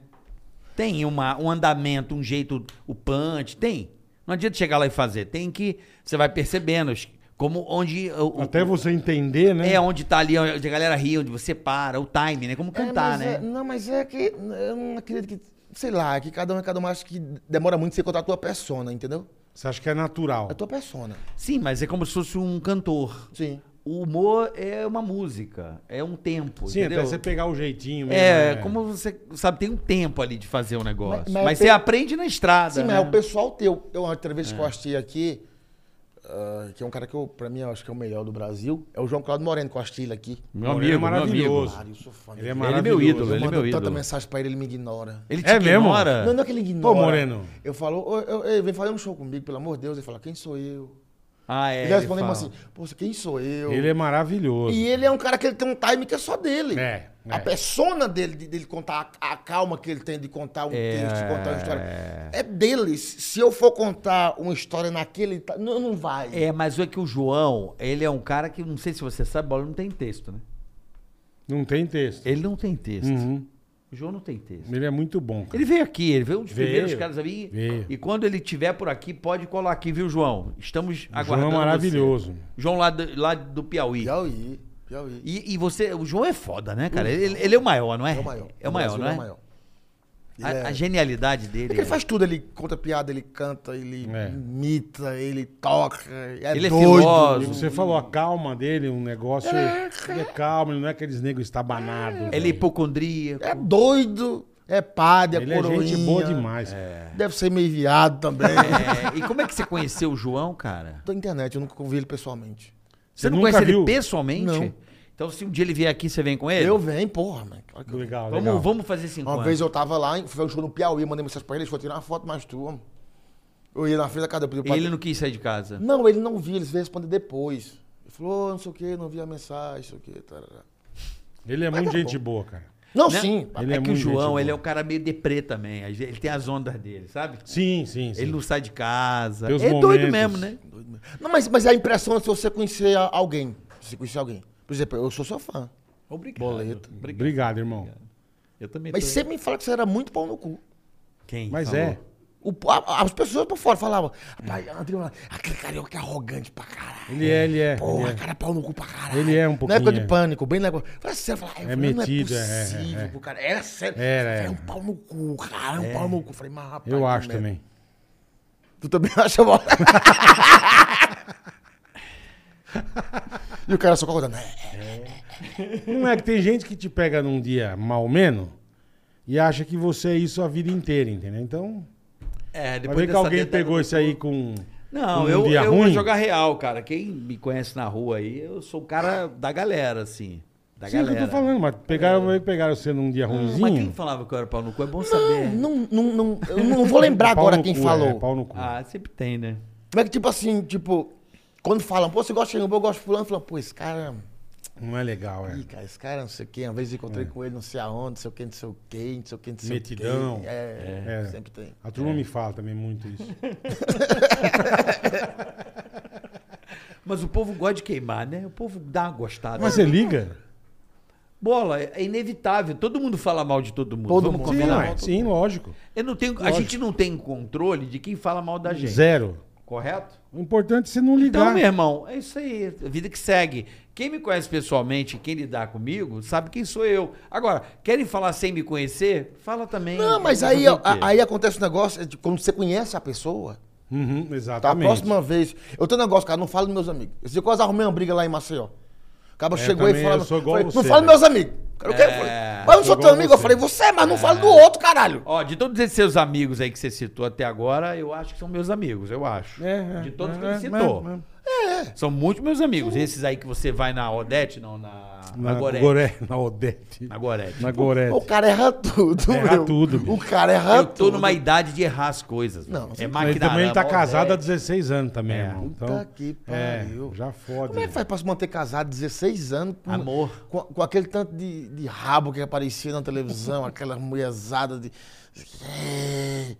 [SPEAKER 4] Tem uma, um andamento, um jeito, o punch, tem. Não adianta chegar lá e fazer. Tem que. Você vai percebendo os- como onde. o- o-
[SPEAKER 3] Até você entender, né?
[SPEAKER 4] É onde tá ali, onde a galera ri, onde você para, o time, né? Como
[SPEAKER 5] É,
[SPEAKER 4] cantar,
[SPEAKER 5] mas
[SPEAKER 4] né?
[SPEAKER 5] é- não, mas é que eu não acredito que. Sei lá, que cada um é cada um, acho que demora muito você encontrar a tua persona, entendeu?
[SPEAKER 3] Você acha que é natural.
[SPEAKER 5] A tua persona.
[SPEAKER 4] Sim, mas é como se fosse um cantor.
[SPEAKER 5] Sim.
[SPEAKER 4] O humor é uma música, é um tempo,
[SPEAKER 3] Sim,
[SPEAKER 4] entendeu?
[SPEAKER 3] até você pegar o jeitinho mesmo.
[SPEAKER 4] É,
[SPEAKER 3] né?
[SPEAKER 4] como você sabe, tem um tempo ali de fazer o negócio. Mas,
[SPEAKER 5] mas é
[SPEAKER 4] você
[SPEAKER 5] pe-
[SPEAKER 4] aprende na estrada.
[SPEAKER 5] Sim,
[SPEAKER 4] né?
[SPEAKER 5] mas é o pessoal teu. Eu, outra vez que eu assisti aqui, ah, que é um cara que eu, pra mim, eu acho que é o melhor do Brasil, é o João Claudio Moreno, que eu assisti ele aqui.
[SPEAKER 4] Meu
[SPEAKER 3] Ele é
[SPEAKER 4] amigo, meu amigo.
[SPEAKER 3] maravilhoso.
[SPEAKER 5] Cara, eu sou fã
[SPEAKER 3] Ele é
[SPEAKER 5] dele.
[SPEAKER 4] Ele é
[SPEAKER 3] maravilhoso.
[SPEAKER 4] meu ídolo, ele é
[SPEAKER 5] Eu
[SPEAKER 4] meu
[SPEAKER 5] mando tanta
[SPEAKER 4] ídolo.
[SPEAKER 5] mensagem pra ele, ele me ignora.
[SPEAKER 4] Ele te
[SPEAKER 3] É mesmo?
[SPEAKER 4] ignora.
[SPEAKER 5] Não, não é que ele ignora.
[SPEAKER 3] Moreno.
[SPEAKER 5] Eu falo, ô, ô, ei, vem fazer um show comigo, pelo amor de Deus. Ele fala, quem sou eu?
[SPEAKER 4] Ah, é.
[SPEAKER 5] ele responde
[SPEAKER 4] fala.
[SPEAKER 5] assim, pô, quem sou eu?
[SPEAKER 3] Ele é maravilhoso.
[SPEAKER 5] E ele é um cara que ele tem um time que é só dele.
[SPEAKER 3] É, é.
[SPEAKER 5] A persona dele, de- dele contar a, a calma que ele tem de contar um
[SPEAKER 4] É.
[SPEAKER 5] texto, de contar uma história. É dele. Se se eu for contar uma história naquele. ta- Não, não vai.
[SPEAKER 4] É, mas é que o João, ele é um cara que, não sei se você sabe, bola não tem texto, né?
[SPEAKER 3] Não tem texto.
[SPEAKER 4] Ele não tem
[SPEAKER 5] é
[SPEAKER 4] texto.
[SPEAKER 3] Uhum.
[SPEAKER 4] O João não tem texto.
[SPEAKER 3] Ele é muito bom, cara.
[SPEAKER 4] Ele veio aqui, ele veio um dos
[SPEAKER 3] Veio,
[SPEAKER 4] primeiros caras ali.
[SPEAKER 3] veio.
[SPEAKER 4] E quando ele tiver por aqui, pode colar aqui, viu, João? Estamos
[SPEAKER 3] O
[SPEAKER 4] aguardando.
[SPEAKER 3] João é maravilhoso.
[SPEAKER 4] você. João lá do, lá do Piauí.
[SPEAKER 5] Piauí. Piauí.
[SPEAKER 4] E, e você, o João é foda, né, cara? Ele, ele é o maior, não é?
[SPEAKER 5] É o maior.
[SPEAKER 4] É o
[SPEAKER 5] No
[SPEAKER 4] maior,
[SPEAKER 5] Brasil,
[SPEAKER 4] não
[SPEAKER 5] ele
[SPEAKER 4] é?
[SPEAKER 5] o maior.
[SPEAKER 4] A,
[SPEAKER 5] Ele é-
[SPEAKER 4] a genialidade dele.
[SPEAKER 5] É que ele faz tudo, ele conta piada, ele canta, ele
[SPEAKER 3] É.
[SPEAKER 5] imita, ele toca, é
[SPEAKER 4] Ele é
[SPEAKER 5] doido.
[SPEAKER 3] E
[SPEAKER 4] filósofo.
[SPEAKER 3] você falou a calma dele, um negócio. Ele é calmo, ele não é aqueles negros estabanados.
[SPEAKER 4] Ele é hipocondríaco.
[SPEAKER 5] é doido, é padre, é
[SPEAKER 3] Ele é gente
[SPEAKER 5] coroinha.
[SPEAKER 3] boa demais.
[SPEAKER 5] Deve ser meio viado também.
[SPEAKER 4] É, E como é que você conheceu o João, cara?
[SPEAKER 5] Da internet, eu nunca vi ele pessoalmente.
[SPEAKER 4] Você
[SPEAKER 3] Você
[SPEAKER 4] não
[SPEAKER 3] nunca
[SPEAKER 4] conhece ele
[SPEAKER 3] viu?
[SPEAKER 4] pessoalmente?
[SPEAKER 5] Não.
[SPEAKER 4] Então, se um dia ele vier aqui, você vem com ele?
[SPEAKER 5] Eu venho, porra, mano. Claro que eu venho.
[SPEAKER 3] Legal, legal.
[SPEAKER 4] Vamos, vamos fazer cinco
[SPEAKER 5] Uma
[SPEAKER 4] anos.
[SPEAKER 5] vez eu tava lá, foi um show no Piauí, eu mandei mensagem pra ele, ele foi tirar uma foto mais tua. mano." Eu ia na frente da casa dele. eu pedi pra-
[SPEAKER 4] Ele não quis sair de casa.
[SPEAKER 5] Não, ele não viu, ele veio responder depois. Ele falou, "Ô, não sei o que, não vi a mensagem, não sei o que.
[SPEAKER 3] Ele é muito gente boa, cara.
[SPEAKER 5] Não,
[SPEAKER 4] Né?
[SPEAKER 5] sim.
[SPEAKER 3] Ele
[SPEAKER 4] é,
[SPEAKER 3] é
[SPEAKER 4] que o
[SPEAKER 3] muito gente
[SPEAKER 4] João,
[SPEAKER 3] boa.
[SPEAKER 4] ele é um cara meio deprê também. Às vezes Ele tem as ondas dele, sabe?
[SPEAKER 3] Sim, sim, sim.
[SPEAKER 4] Ele não sai de casa.
[SPEAKER 3] Tem os
[SPEAKER 4] é doido
[SPEAKER 3] momentos.
[SPEAKER 4] mesmo, né?
[SPEAKER 5] Não, mas, mas a impressão é se você conhecer a- alguém. Se você conhecer alguém. Por exemplo, eu sou seu fã.
[SPEAKER 4] Obrigado.
[SPEAKER 5] Boleto.
[SPEAKER 4] Obrigado.
[SPEAKER 3] Obrigado, irmão.
[SPEAKER 4] Eu também
[SPEAKER 5] Mas
[SPEAKER 4] tô-
[SPEAKER 5] você me fala que você era muito pau no cu.
[SPEAKER 4] Quem
[SPEAKER 3] Mas
[SPEAKER 4] falou?
[SPEAKER 3] é.
[SPEAKER 5] O, a- as pessoas por fora falavam, rapaz, André, aquele carioca é arrogante pra caralho.
[SPEAKER 3] Ele é, ele é.
[SPEAKER 5] Porra,
[SPEAKER 3] ele é.
[SPEAKER 5] cara, pau no cu pra caralho.
[SPEAKER 3] Ele é um
[SPEAKER 5] Na época
[SPEAKER 3] pouquinho,
[SPEAKER 5] de
[SPEAKER 3] é.
[SPEAKER 5] pânico, bem na. Fala sério, eu falei,
[SPEAKER 3] É
[SPEAKER 5] ah, não
[SPEAKER 3] metido, é, é,
[SPEAKER 5] é possível
[SPEAKER 3] é.
[SPEAKER 5] pro cara. Era sério.
[SPEAKER 3] Era,
[SPEAKER 5] Falei,
[SPEAKER 3] era.
[SPEAKER 5] um pau no cu, cara, é um pau no cu. Falei, mas rapaz.
[SPEAKER 3] Eu
[SPEAKER 5] que
[SPEAKER 3] acho
[SPEAKER 5] merda.
[SPEAKER 3] também.
[SPEAKER 5] Tu também acha bom. e o cara só concordando. É, é.
[SPEAKER 3] Não é que tem gente que te pega num dia mal menos e acha que você é isso a vida inteira, entendeu? Então,
[SPEAKER 4] É,
[SPEAKER 3] vai
[SPEAKER 4] depois
[SPEAKER 3] ver que
[SPEAKER 4] dessa
[SPEAKER 3] alguém
[SPEAKER 4] dentada
[SPEAKER 3] pegou
[SPEAKER 4] do né,
[SPEAKER 3] isso aí
[SPEAKER 4] cu.
[SPEAKER 3] com,
[SPEAKER 4] Não,
[SPEAKER 3] com um
[SPEAKER 4] eu,
[SPEAKER 3] dia
[SPEAKER 4] eu vou
[SPEAKER 3] ruim.
[SPEAKER 4] jogar real, cara. Quem me conhece na rua aí, eu sou o cara da galera, assim. Da
[SPEAKER 3] Sim, é o que
[SPEAKER 4] galera.
[SPEAKER 3] eu tô falando, mas pegaram, pegaram você num dia
[SPEAKER 4] Não,
[SPEAKER 3] ruimzinho.
[SPEAKER 4] mas quem falava que eu era pau no cu é bom saber.
[SPEAKER 5] Não, não, não, eu não vou lembrar
[SPEAKER 3] Pau
[SPEAKER 5] agora
[SPEAKER 3] no
[SPEAKER 5] quem
[SPEAKER 3] cu,
[SPEAKER 5] falou.
[SPEAKER 3] É, pau no cu.
[SPEAKER 4] Ah, sempre tem, né?
[SPEAKER 5] Mas que tipo assim, tipo, quando falam, pô, você gosta de Xangô, eu gosto de fulano, falam, pô, esse cara. um
[SPEAKER 3] Não é legal, é.
[SPEAKER 5] Ih, cara, esse cara não sei o quê. Uma vez eu encontrei com ele, não sei aonde, não sei o quê, não sei o quê, não sei o quê, não sei
[SPEAKER 3] Metidão.
[SPEAKER 5] o quê. É,
[SPEAKER 3] É.
[SPEAKER 5] sempre tem.
[SPEAKER 3] A turma me fala também muito isso.
[SPEAKER 4] Mas o povo gosta de queimar, né? O povo dá uma gostada.
[SPEAKER 3] Mas você liga?
[SPEAKER 4] Bola, é inevitável. Todo mundo fala mal de todo mundo.
[SPEAKER 5] Todo
[SPEAKER 4] Vamos
[SPEAKER 5] mundo.
[SPEAKER 3] Sim,
[SPEAKER 4] combinar.
[SPEAKER 3] ué, sim, lógico.
[SPEAKER 4] Eu não tenho, a
[SPEAKER 3] Lógico.
[SPEAKER 4] gente não tem controle de quem fala mal da gente.
[SPEAKER 3] Zero.
[SPEAKER 4] Correto?
[SPEAKER 3] O importante é você não ligar.
[SPEAKER 4] Então, meu irmão, é isso aí. A vida que segue. Quem me conhece pessoalmente, quem lidar comigo, sabe quem sou eu. Agora, querem falar sem me conhecer? Fala também.
[SPEAKER 5] Não, mas
[SPEAKER 4] Fazer
[SPEAKER 5] aí,
[SPEAKER 4] o
[SPEAKER 5] ó,
[SPEAKER 4] quê?
[SPEAKER 5] aí acontece um negócio, é de quando você conhece a pessoa,
[SPEAKER 3] Uhum,
[SPEAKER 5] tá? A
[SPEAKER 3] exatamente.
[SPEAKER 5] próxima vez. Eu tenho um negócio, cara, não falo dos meus amigos. Eu quase arrumei uma briga lá em Maceió. O cara
[SPEAKER 3] É,
[SPEAKER 5] chegou
[SPEAKER 3] também,
[SPEAKER 5] e falou.
[SPEAKER 3] eu sou igual
[SPEAKER 5] falei,
[SPEAKER 3] você, né?"
[SPEAKER 5] não falo dos meus amigos. Cara, o quê? Eu
[SPEAKER 4] É,
[SPEAKER 5] falei, mas eu não
[SPEAKER 3] sou
[SPEAKER 5] sou
[SPEAKER 3] igual
[SPEAKER 5] teu amigo? Eu
[SPEAKER 3] você.
[SPEAKER 5] falei, você, é, mas não falo do
[SPEAKER 3] É.
[SPEAKER 5] outro, caralho.
[SPEAKER 4] Ó, de todos esses seus amigos aí que você citou até agora, eu acho que são meus amigos, eu acho.
[SPEAKER 3] É, é,
[SPEAKER 4] de todos que
[SPEAKER 3] é,
[SPEAKER 4] ele
[SPEAKER 3] é,
[SPEAKER 4] citou.
[SPEAKER 3] é, é.
[SPEAKER 4] São muitos meus amigos. Esses aí que você vai na Odete, não, na, na,
[SPEAKER 3] Na
[SPEAKER 4] Gorete.
[SPEAKER 3] Goré. Na Odete.
[SPEAKER 4] Na Gorete.
[SPEAKER 3] Na Gorete.
[SPEAKER 5] O cara erra tudo,
[SPEAKER 3] É. Erra
[SPEAKER 5] meu.
[SPEAKER 3] tudo, bicho.
[SPEAKER 5] O cara erra
[SPEAKER 4] Eu tô
[SPEAKER 5] tudo.
[SPEAKER 4] numa idade de errar as coisas.
[SPEAKER 5] Não,
[SPEAKER 4] é
[SPEAKER 3] Mas
[SPEAKER 4] máquina.
[SPEAKER 3] também ele tá
[SPEAKER 4] Odete.
[SPEAKER 3] casado há 16 anos também,
[SPEAKER 4] É.
[SPEAKER 3] irmão.
[SPEAKER 5] Puta
[SPEAKER 3] Então,
[SPEAKER 5] que
[SPEAKER 3] é,
[SPEAKER 5] pariu.
[SPEAKER 3] já Ah, fode.
[SPEAKER 5] Como é que faz pra se manter casado 16 anos? Com,
[SPEAKER 4] Amor.
[SPEAKER 5] Com, com aquele tanto de, de rabo que aparecia na televisão, aquela mulherzada de. "É."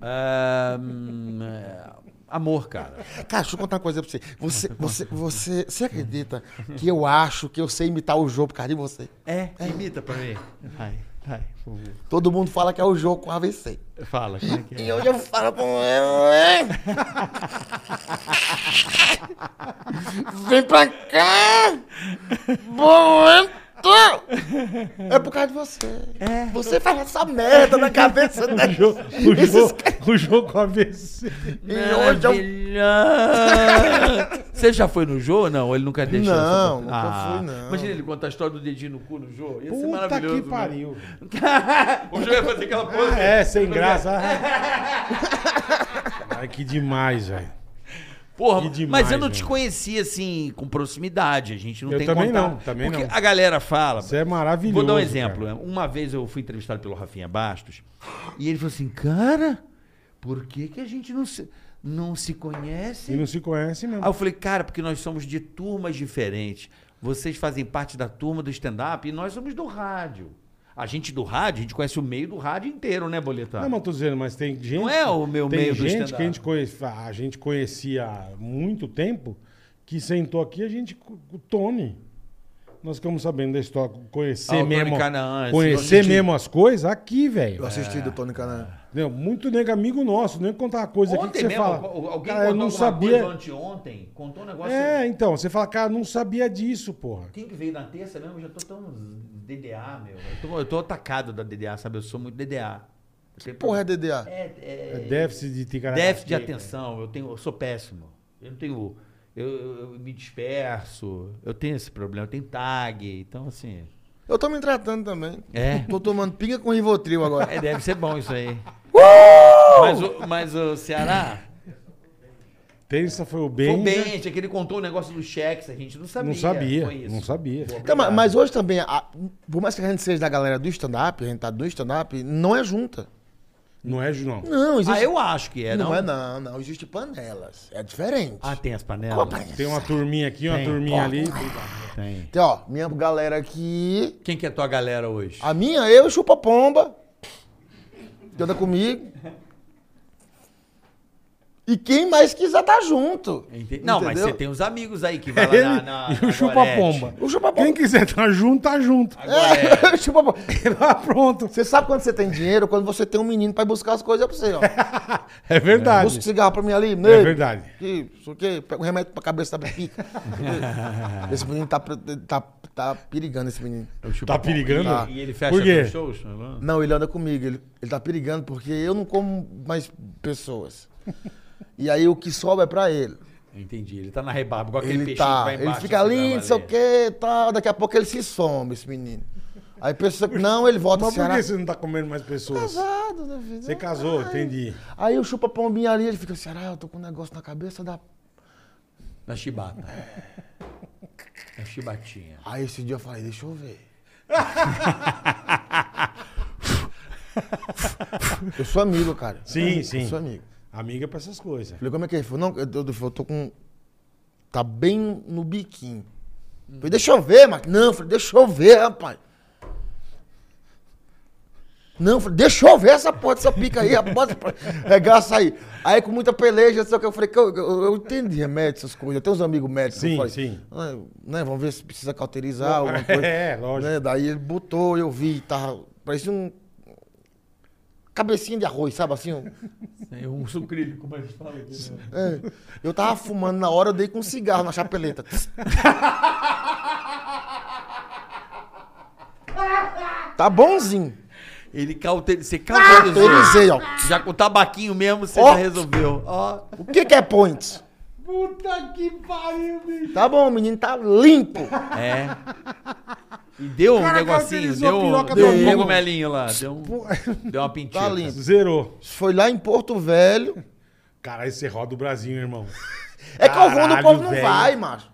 [SPEAKER 4] Ah, hum, é, amor, cara.
[SPEAKER 5] Cara, deixa eu contar uma coisa pra você. Você, você, você, você acredita que eu acho que eu sei imitar o jogo por causa de você?
[SPEAKER 4] É, imita pra mim. Vai, vai. por favor.
[SPEAKER 5] Todo mundo fala que é o jogo com AVC.
[SPEAKER 4] Fala, como é que é?
[SPEAKER 5] E hoje eu falo com. ele. Vem pra cá! Bonito! É por causa de você.
[SPEAKER 4] É.
[SPEAKER 5] Você faz essa merda na cabeça da
[SPEAKER 3] O jogo, o jogo, o jogo ABC.
[SPEAKER 5] E hoje é um- eu
[SPEAKER 4] Maravilhoso. Você já foi no Jô? Não, ele nunca deixou.
[SPEAKER 5] Não,
[SPEAKER 4] essa oportunidade.
[SPEAKER 5] nunca fui, não.
[SPEAKER 4] Imagina ele contar a história do dedinho no cu no Jô. Ia ser
[SPEAKER 3] Puta
[SPEAKER 4] maravilhoso.
[SPEAKER 3] que
[SPEAKER 4] né?
[SPEAKER 3] pariu.
[SPEAKER 4] o Jô ia fazer aquela pose.
[SPEAKER 3] É, sem graça. Ai, que demais, velho.
[SPEAKER 4] Porra,
[SPEAKER 3] Que demais,
[SPEAKER 4] mas eu não te
[SPEAKER 3] velho.
[SPEAKER 4] conhecia assim, com proximidade. A gente não
[SPEAKER 3] Eu
[SPEAKER 4] tem
[SPEAKER 3] também
[SPEAKER 4] contato.
[SPEAKER 3] não, também
[SPEAKER 4] Porque
[SPEAKER 3] não.
[SPEAKER 4] a galera fala.
[SPEAKER 3] Você é maravilhoso.
[SPEAKER 4] Vou dar
[SPEAKER 3] cara.
[SPEAKER 4] um exemplo. Uma vez eu fui entrevistado pelo Rafinha Bastos e ele falou assim: Cara, por que, que a gente não se, não se
[SPEAKER 3] E
[SPEAKER 4] conhece?
[SPEAKER 3] não se conhece mesmo.
[SPEAKER 4] Aí eu falei: Cara, porque nós somos de turmas diferentes. Vocês fazem parte da turma do stand-up e nós somos do rádio. A gente do rádio, a gente conhece o meio do rádio inteiro, né, Boletar?
[SPEAKER 3] Não, mas tô dizendo, mas tem gente.
[SPEAKER 4] Não é o meu
[SPEAKER 3] tem
[SPEAKER 4] meio do
[SPEAKER 3] gente
[SPEAKER 4] stand-up.
[SPEAKER 3] que a gente, conhecia, a gente conhecia há muito tempo, que sentou aqui a gente. com O Tony. Nós ficamos sabendo da história. Conhecer
[SPEAKER 4] Ah, o Tony
[SPEAKER 3] mesmo.
[SPEAKER 4] Canaan, esse tipo
[SPEAKER 3] conhecer
[SPEAKER 4] Tony-
[SPEAKER 3] mesmo as coisas aqui, velho.
[SPEAKER 5] Eu
[SPEAKER 4] É.
[SPEAKER 5] assisti né? do Tony Canaã.
[SPEAKER 3] Entendeu? Muito nego amigo nosso, nem contar uma coisa aqui que
[SPEAKER 4] Ontem
[SPEAKER 3] você
[SPEAKER 4] mesmo,
[SPEAKER 3] fala.
[SPEAKER 4] al- alguém
[SPEAKER 3] cara, eu
[SPEAKER 4] contou
[SPEAKER 3] não
[SPEAKER 4] alguma
[SPEAKER 3] sabia.
[SPEAKER 4] coisa anteontem, contou um negócio.
[SPEAKER 3] É, então, você fala, cara, não sabia disso, porra.
[SPEAKER 4] Quem que veio na terça mesmo? Eu já tô tão DDA, meu. Eu tô, eu tô atacado da DDA, sabe? Eu sou muito DDA. Eu tenho
[SPEAKER 5] Porra, é
[SPEAKER 4] problema.
[SPEAKER 5] DDA.
[SPEAKER 4] é, é,
[SPEAKER 3] É déficit de ticaracatica.
[SPEAKER 4] déficit de atenção. Eu, tenho, eu sou péssimo. Eu não tenho. Eu, eu- eu me disperso. Eu tenho esse problema. Eu tenho tag. Então, assim.
[SPEAKER 5] Eu tô me tratando também.
[SPEAKER 4] É.
[SPEAKER 5] Tô tomando pinga com Rivotril agora.
[SPEAKER 4] É, deve ser bom isso aí.
[SPEAKER 3] Uh!
[SPEAKER 4] Mas, o, mas o Ceará.
[SPEAKER 3] Terça foi o
[SPEAKER 4] Foi
[SPEAKER 3] bem. né?
[SPEAKER 4] o Bente, é que ele contou o negócio do cheques, a gente não sabia.
[SPEAKER 3] Não sabia.
[SPEAKER 4] Foi isso.
[SPEAKER 3] Não sabia. Tá,
[SPEAKER 5] Então, mas, mas hoje também, a- por mais que a gente seja da galera do stand-up, a gente tá do stand-up, não é junta.
[SPEAKER 3] Não é, Junão?
[SPEAKER 5] Não, existe.
[SPEAKER 4] Ah, eu acho que é,
[SPEAKER 5] não,
[SPEAKER 4] não.
[SPEAKER 5] é não, não. Existe panelas. É diferente.
[SPEAKER 4] Ah, tem as panelas?
[SPEAKER 5] Opa,
[SPEAKER 3] Tem uma turminha aqui, uma turminha ali.
[SPEAKER 4] Tem.
[SPEAKER 5] Tem, ó, minha galera aqui.
[SPEAKER 4] Quem que é tua galera hoje?
[SPEAKER 5] A minha, eu e Chupa Pomba. Que anda comigo. E quem mais quiser tá junto.
[SPEAKER 4] Ente- Não, mas
[SPEAKER 5] Entendeu?
[SPEAKER 4] você tem os amigos aí que vai lá
[SPEAKER 3] Ele
[SPEAKER 4] na, na,
[SPEAKER 3] e
[SPEAKER 4] na
[SPEAKER 3] o chupa-pomba.
[SPEAKER 4] Gorete.
[SPEAKER 5] O Chupa Pomba.
[SPEAKER 3] Quem quiser tá junto, tá junto.
[SPEAKER 5] É, Chupa Pomba.
[SPEAKER 3] Tá pronto.
[SPEAKER 5] Você sabe quando você tem dinheiro? Quando você tem um menino pra ir buscar as coisas pra você, ó.
[SPEAKER 3] É
[SPEAKER 5] Busca um
[SPEAKER 3] verdade.
[SPEAKER 5] cigarro pra mim ali,
[SPEAKER 3] É,
[SPEAKER 5] né?
[SPEAKER 3] verdade.
[SPEAKER 5] Que, isso aqui, pega um remédio pra cabeça da pica. esse menino tá, pre- tá, tá perigando, esse menino.
[SPEAKER 4] É
[SPEAKER 3] Tá perigando?
[SPEAKER 5] Tá.
[SPEAKER 4] E ele fecha
[SPEAKER 3] Por quê?
[SPEAKER 4] teus shows? né?
[SPEAKER 5] Não, ele anda comigo. Ele, ele tá perigando porque eu não como mais pessoas. E aí o que sobra é pra ele.
[SPEAKER 4] Entendi. Ele tá na rebarba, igual aquele
[SPEAKER 5] Ele
[SPEAKER 4] peixinho que
[SPEAKER 5] tá.
[SPEAKER 4] vai
[SPEAKER 5] Ele
[SPEAKER 4] embaixo.
[SPEAKER 5] fica
[SPEAKER 4] assim,
[SPEAKER 5] ali,
[SPEAKER 4] vai
[SPEAKER 5] não sei o
[SPEAKER 4] valer.
[SPEAKER 5] que, tal. Daqui a pouco ele se some, esse menino. Aí pensa que não, ele volta
[SPEAKER 3] Mas por
[SPEAKER 5] Ceará.
[SPEAKER 3] que você não tá comendo mais pessoas?
[SPEAKER 5] Casado, né, filho?
[SPEAKER 3] Você casou,
[SPEAKER 5] Ai.
[SPEAKER 3] entendi.
[SPEAKER 5] Aí o chupa pombinha ali, ele fica assim, ah, eu tô com um negócio na cabeça da.
[SPEAKER 4] Na chibata. Na chibatinha.
[SPEAKER 5] Aí esse dia eu falei, deixa eu ver. eu sou amigo, cara.
[SPEAKER 3] Sim, sim.
[SPEAKER 5] Eu sou amigo.
[SPEAKER 3] Amiga pra essas coisas.
[SPEAKER 5] Falei, como é que é? Ele falou, não, eu, eu, eu tô com. Tá bem no biquinho. Falei, deixa eu ver, Marcos. Não, falei, deixa eu ver, rapaz. Não, eu falei, deixa eu ver essa porra dessa pica aí, rapaz, regaça aí. Aí com muita peleja, só que eu falei, que eu, eu, eu entendi remédio, essas coisas. Eu tenho uns amigos médicos.
[SPEAKER 3] Sim,
[SPEAKER 5] eu falei,
[SPEAKER 3] sim.
[SPEAKER 5] "Ah, né, vamos ver se precisa cauterizar Ah, alguma coisa.
[SPEAKER 3] é, lógico.
[SPEAKER 5] Né, daí ele botou, eu vi, tava, parecia um... Cabecinha de arroz, sabe assim? um-
[SPEAKER 4] É um sucrilho, como a gente fala aqui. né?
[SPEAKER 5] é. Eu tava fumando na hora, eu dei com um cigarro na chapeleta. tá bonzinho.
[SPEAKER 4] Ele cauterizou. Você cauterizou.
[SPEAKER 5] Cauterizei, ó.
[SPEAKER 4] Já com o tabaquinho mesmo, você
[SPEAKER 5] Ah, Ó.
[SPEAKER 4] já resolveu. Ó.
[SPEAKER 5] O que, que é points?
[SPEAKER 7] Puta que pariu, bicho.
[SPEAKER 5] Tá bom, o menino tá limpo.
[SPEAKER 4] É. E deu um
[SPEAKER 7] Cara,
[SPEAKER 4] negocinho,
[SPEAKER 7] cauterizou a
[SPEAKER 4] deu,
[SPEAKER 7] piroca do
[SPEAKER 4] um- deu um
[SPEAKER 7] amigo.
[SPEAKER 4] cogumelinho lá. Deu, um- deu uma pintinha.
[SPEAKER 5] Tá limpo.
[SPEAKER 3] Zerou.
[SPEAKER 5] Foi lá em Porto Velho.
[SPEAKER 3] Caralho, você roda o Brasil, irmão.
[SPEAKER 5] É que eu vou no
[SPEAKER 3] Caralho,
[SPEAKER 5] povo não
[SPEAKER 3] velho.
[SPEAKER 5] vai, macho.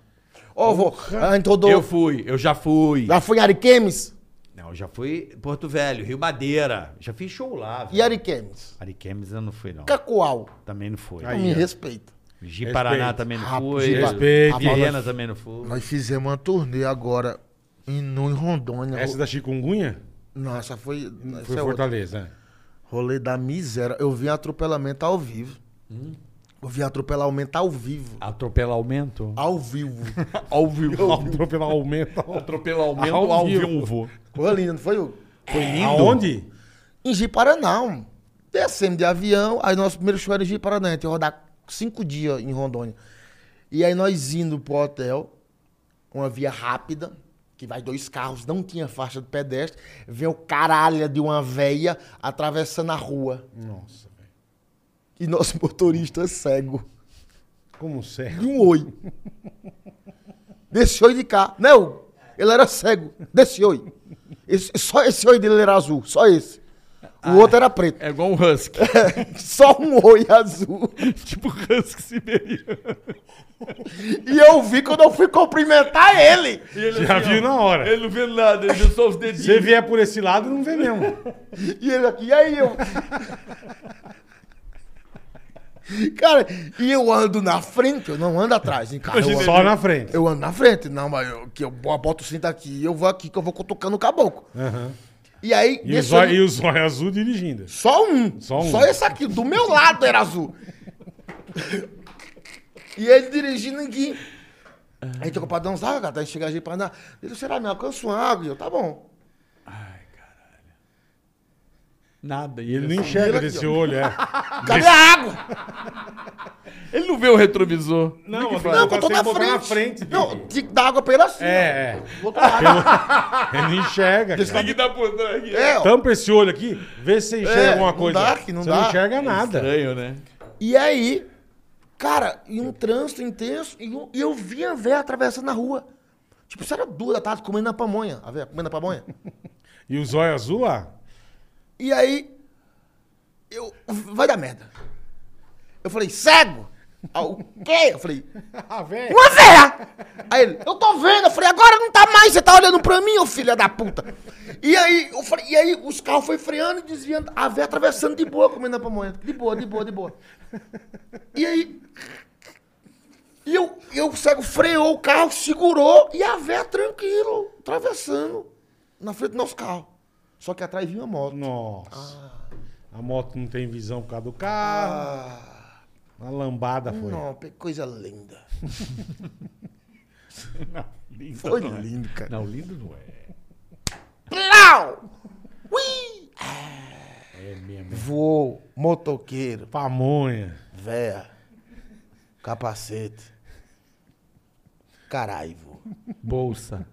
[SPEAKER 5] Ó, vou. Ah, em todo...
[SPEAKER 4] Eu fui, eu já fui.
[SPEAKER 5] Já fui em Ariquemes?
[SPEAKER 4] Não, eu já fui em Porto Velho, Rio Madeira. Já fiz show lá. velho.
[SPEAKER 5] E Ariquemes?
[SPEAKER 4] Ariquemes eu não fui, não.
[SPEAKER 5] Cacoal.
[SPEAKER 4] Também não fui.
[SPEAKER 5] Não me respeita.
[SPEAKER 4] Gi Paraná
[SPEAKER 3] Respeito.
[SPEAKER 4] também não
[SPEAKER 5] Rap-
[SPEAKER 4] foi.
[SPEAKER 5] Gi
[SPEAKER 3] Paraná. Respeito.
[SPEAKER 4] Viena também não foi.
[SPEAKER 5] Nós fizemos uma turnê agora em, no- em Rondônia.
[SPEAKER 3] Essa da chikungunya
[SPEAKER 5] Não, essa foi. essa
[SPEAKER 3] foi
[SPEAKER 5] é outra.
[SPEAKER 3] Fortaleza. né?
[SPEAKER 5] Rolê da miséria. Eu vi atropelamento ao vivo.
[SPEAKER 3] Hum?
[SPEAKER 5] Eu vi atropelamento ao vivo.
[SPEAKER 4] Atropelar aumento?
[SPEAKER 5] Ao vivo.
[SPEAKER 4] Ao vivo.
[SPEAKER 3] Atropelar o metal.
[SPEAKER 4] Atropelar aumento
[SPEAKER 3] Ao
[SPEAKER 4] ao,
[SPEAKER 3] vivo.
[SPEAKER 4] vivo.
[SPEAKER 5] Foi lindo, não foi Hugo?
[SPEAKER 4] Foi lindo.
[SPEAKER 3] Aonde?
[SPEAKER 5] Em Jiparaná. um. Descemos de avião. Aí nosso primeiro show era em Jiparaná. A gente ia rodar cinco dias em Rondônia. E aí nós indo pro hotel, uma via rápida, que vai dois carros, não tinha faixa de pedestre. Vem o caralho de uma véia atravessando a rua.
[SPEAKER 3] Nossa, velho.
[SPEAKER 5] E nosso motorista é cego.
[SPEAKER 3] Como serve?
[SPEAKER 5] de um oi. Desse oi de cá. Não, ele era cego. Desse oi. Esse- só esse oi dele era azul, só esse. O outro era preto.
[SPEAKER 4] É igual um husky.
[SPEAKER 5] Só um oi azul.
[SPEAKER 4] tipo husky siberiano.
[SPEAKER 5] E eu vi quando eu fui cumprimentar ele.
[SPEAKER 3] Já viu na hora.
[SPEAKER 4] assim, Ele não vê nada, ele viu só os
[SPEAKER 3] Se
[SPEAKER 4] dedinhos.
[SPEAKER 3] você vier por esse lado, não vê mesmo.
[SPEAKER 5] E ele aqui, e aí eu. Cara, e eu ando na frente, eu não ando atrás, hein, cara. Eu ando-
[SPEAKER 3] Só na frente.
[SPEAKER 5] Eu ando na frente, não, mas eu, que eu boto o cinto aqui, eu vou aqui que eu vou cutucando o caboclo. E aí,
[SPEAKER 3] E o
[SPEAKER 5] desse
[SPEAKER 3] zóio
[SPEAKER 5] oi-
[SPEAKER 3] e o zóio azul dirigindo.
[SPEAKER 5] Só um.
[SPEAKER 3] Só
[SPEAKER 5] Só
[SPEAKER 3] um.
[SPEAKER 5] esse aqui, do meu lado era azul. e ele dirigindo aqui. A gente tocou pra dançar, cara, até chegar a gente pra andar. Ele disse, será, me alcança uma água? E eu, tá bom.
[SPEAKER 4] Nada. E
[SPEAKER 3] Ele
[SPEAKER 4] ele,
[SPEAKER 3] não
[SPEAKER 4] não...
[SPEAKER 3] enxerga desse olho, é.
[SPEAKER 5] Cadê a água?
[SPEAKER 4] ele não vê o retrovisor.
[SPEAKER 3] Não, mas um
[SPEAKER 5] Não, que eu tô na frente.
[SPEAKER 3] na frente.
[SPEAKER 5] não,
[SPEAKER 3] Bibi.
[SPEAKER 5] tinha que dar água pra ele assim.
[SPEAKER 3] É, é.
[SPEAKER 5] ó. Vou tomar água.
[SPEAKER 3] Ele não enxerga. cara.
[SPEAKER 4] que dar por trás aqui.
[SPEAKER 5] É, ó.
[SPEAKER 3] Tampa esse olho aqui, vê se você enxerga
[SPEAKER 5] É,
[SPEAKER 3] alguma
[SPEAKER 5] não
[SPEAKER 3] coisa.
[SPEAKER 5] dá, que não
[SPEAKER 3] você
[SPEAKER 5] dá. É
[SPEAKER 3] não enxerga nada.
[SPEAKER 4] Estranho, né?
[SPEAKER 5] E aí, cara, e um trânsito intenso, e eu, e eu vi a véia atravessando a rua. Tipo, isso era duas da tarde, comendo na pamonha. A véia comendo na pamonha.
[SPEAKER 3] E o zóio azul lá?
[SPEAKER 5] E aí, eu. Vai dar merda. Eu falei, cego? Ah, o quê? Eu falei,
[SPEAKER 3] Ah, velho.
[SPEAKER 5] uma véia! Aí ele, eu tô vendo. Eu falei, agora não tá mais, você tá olhando pra mim, ô filha da puta. E aí, eu falei, e aí os carros foi freando e desviando. A véia atravessando de boa, comendo a pamonha. De boa, de boa, de boa. E aí. E eu, eu cego, freou o carro, segurou e a véia tranquilo, atravessando na frente do nosso carro. Só que atrás vinha uma moto.
[SPEAKER 3] Nossa. A moto não tem visão por causa do carro.
[SPEAKER 5] Ah,
[SPEAKER 3] Uma lambada foi.
[SPEAKER 5] não, que coisa linda. Foi lindo, cara.
[SPEAKER 4] Não, lindo não é.
[SPEAKER 5] Plau! Ui!
[SPEAKER 4] É
[SPEAKER 5] Voou, motoqueiro,
[SPEAKER 3] Pamonha.
[SPEAKER 5] véia, capacete. Caralho, vô.
[SPEAKER 4] Bolsa.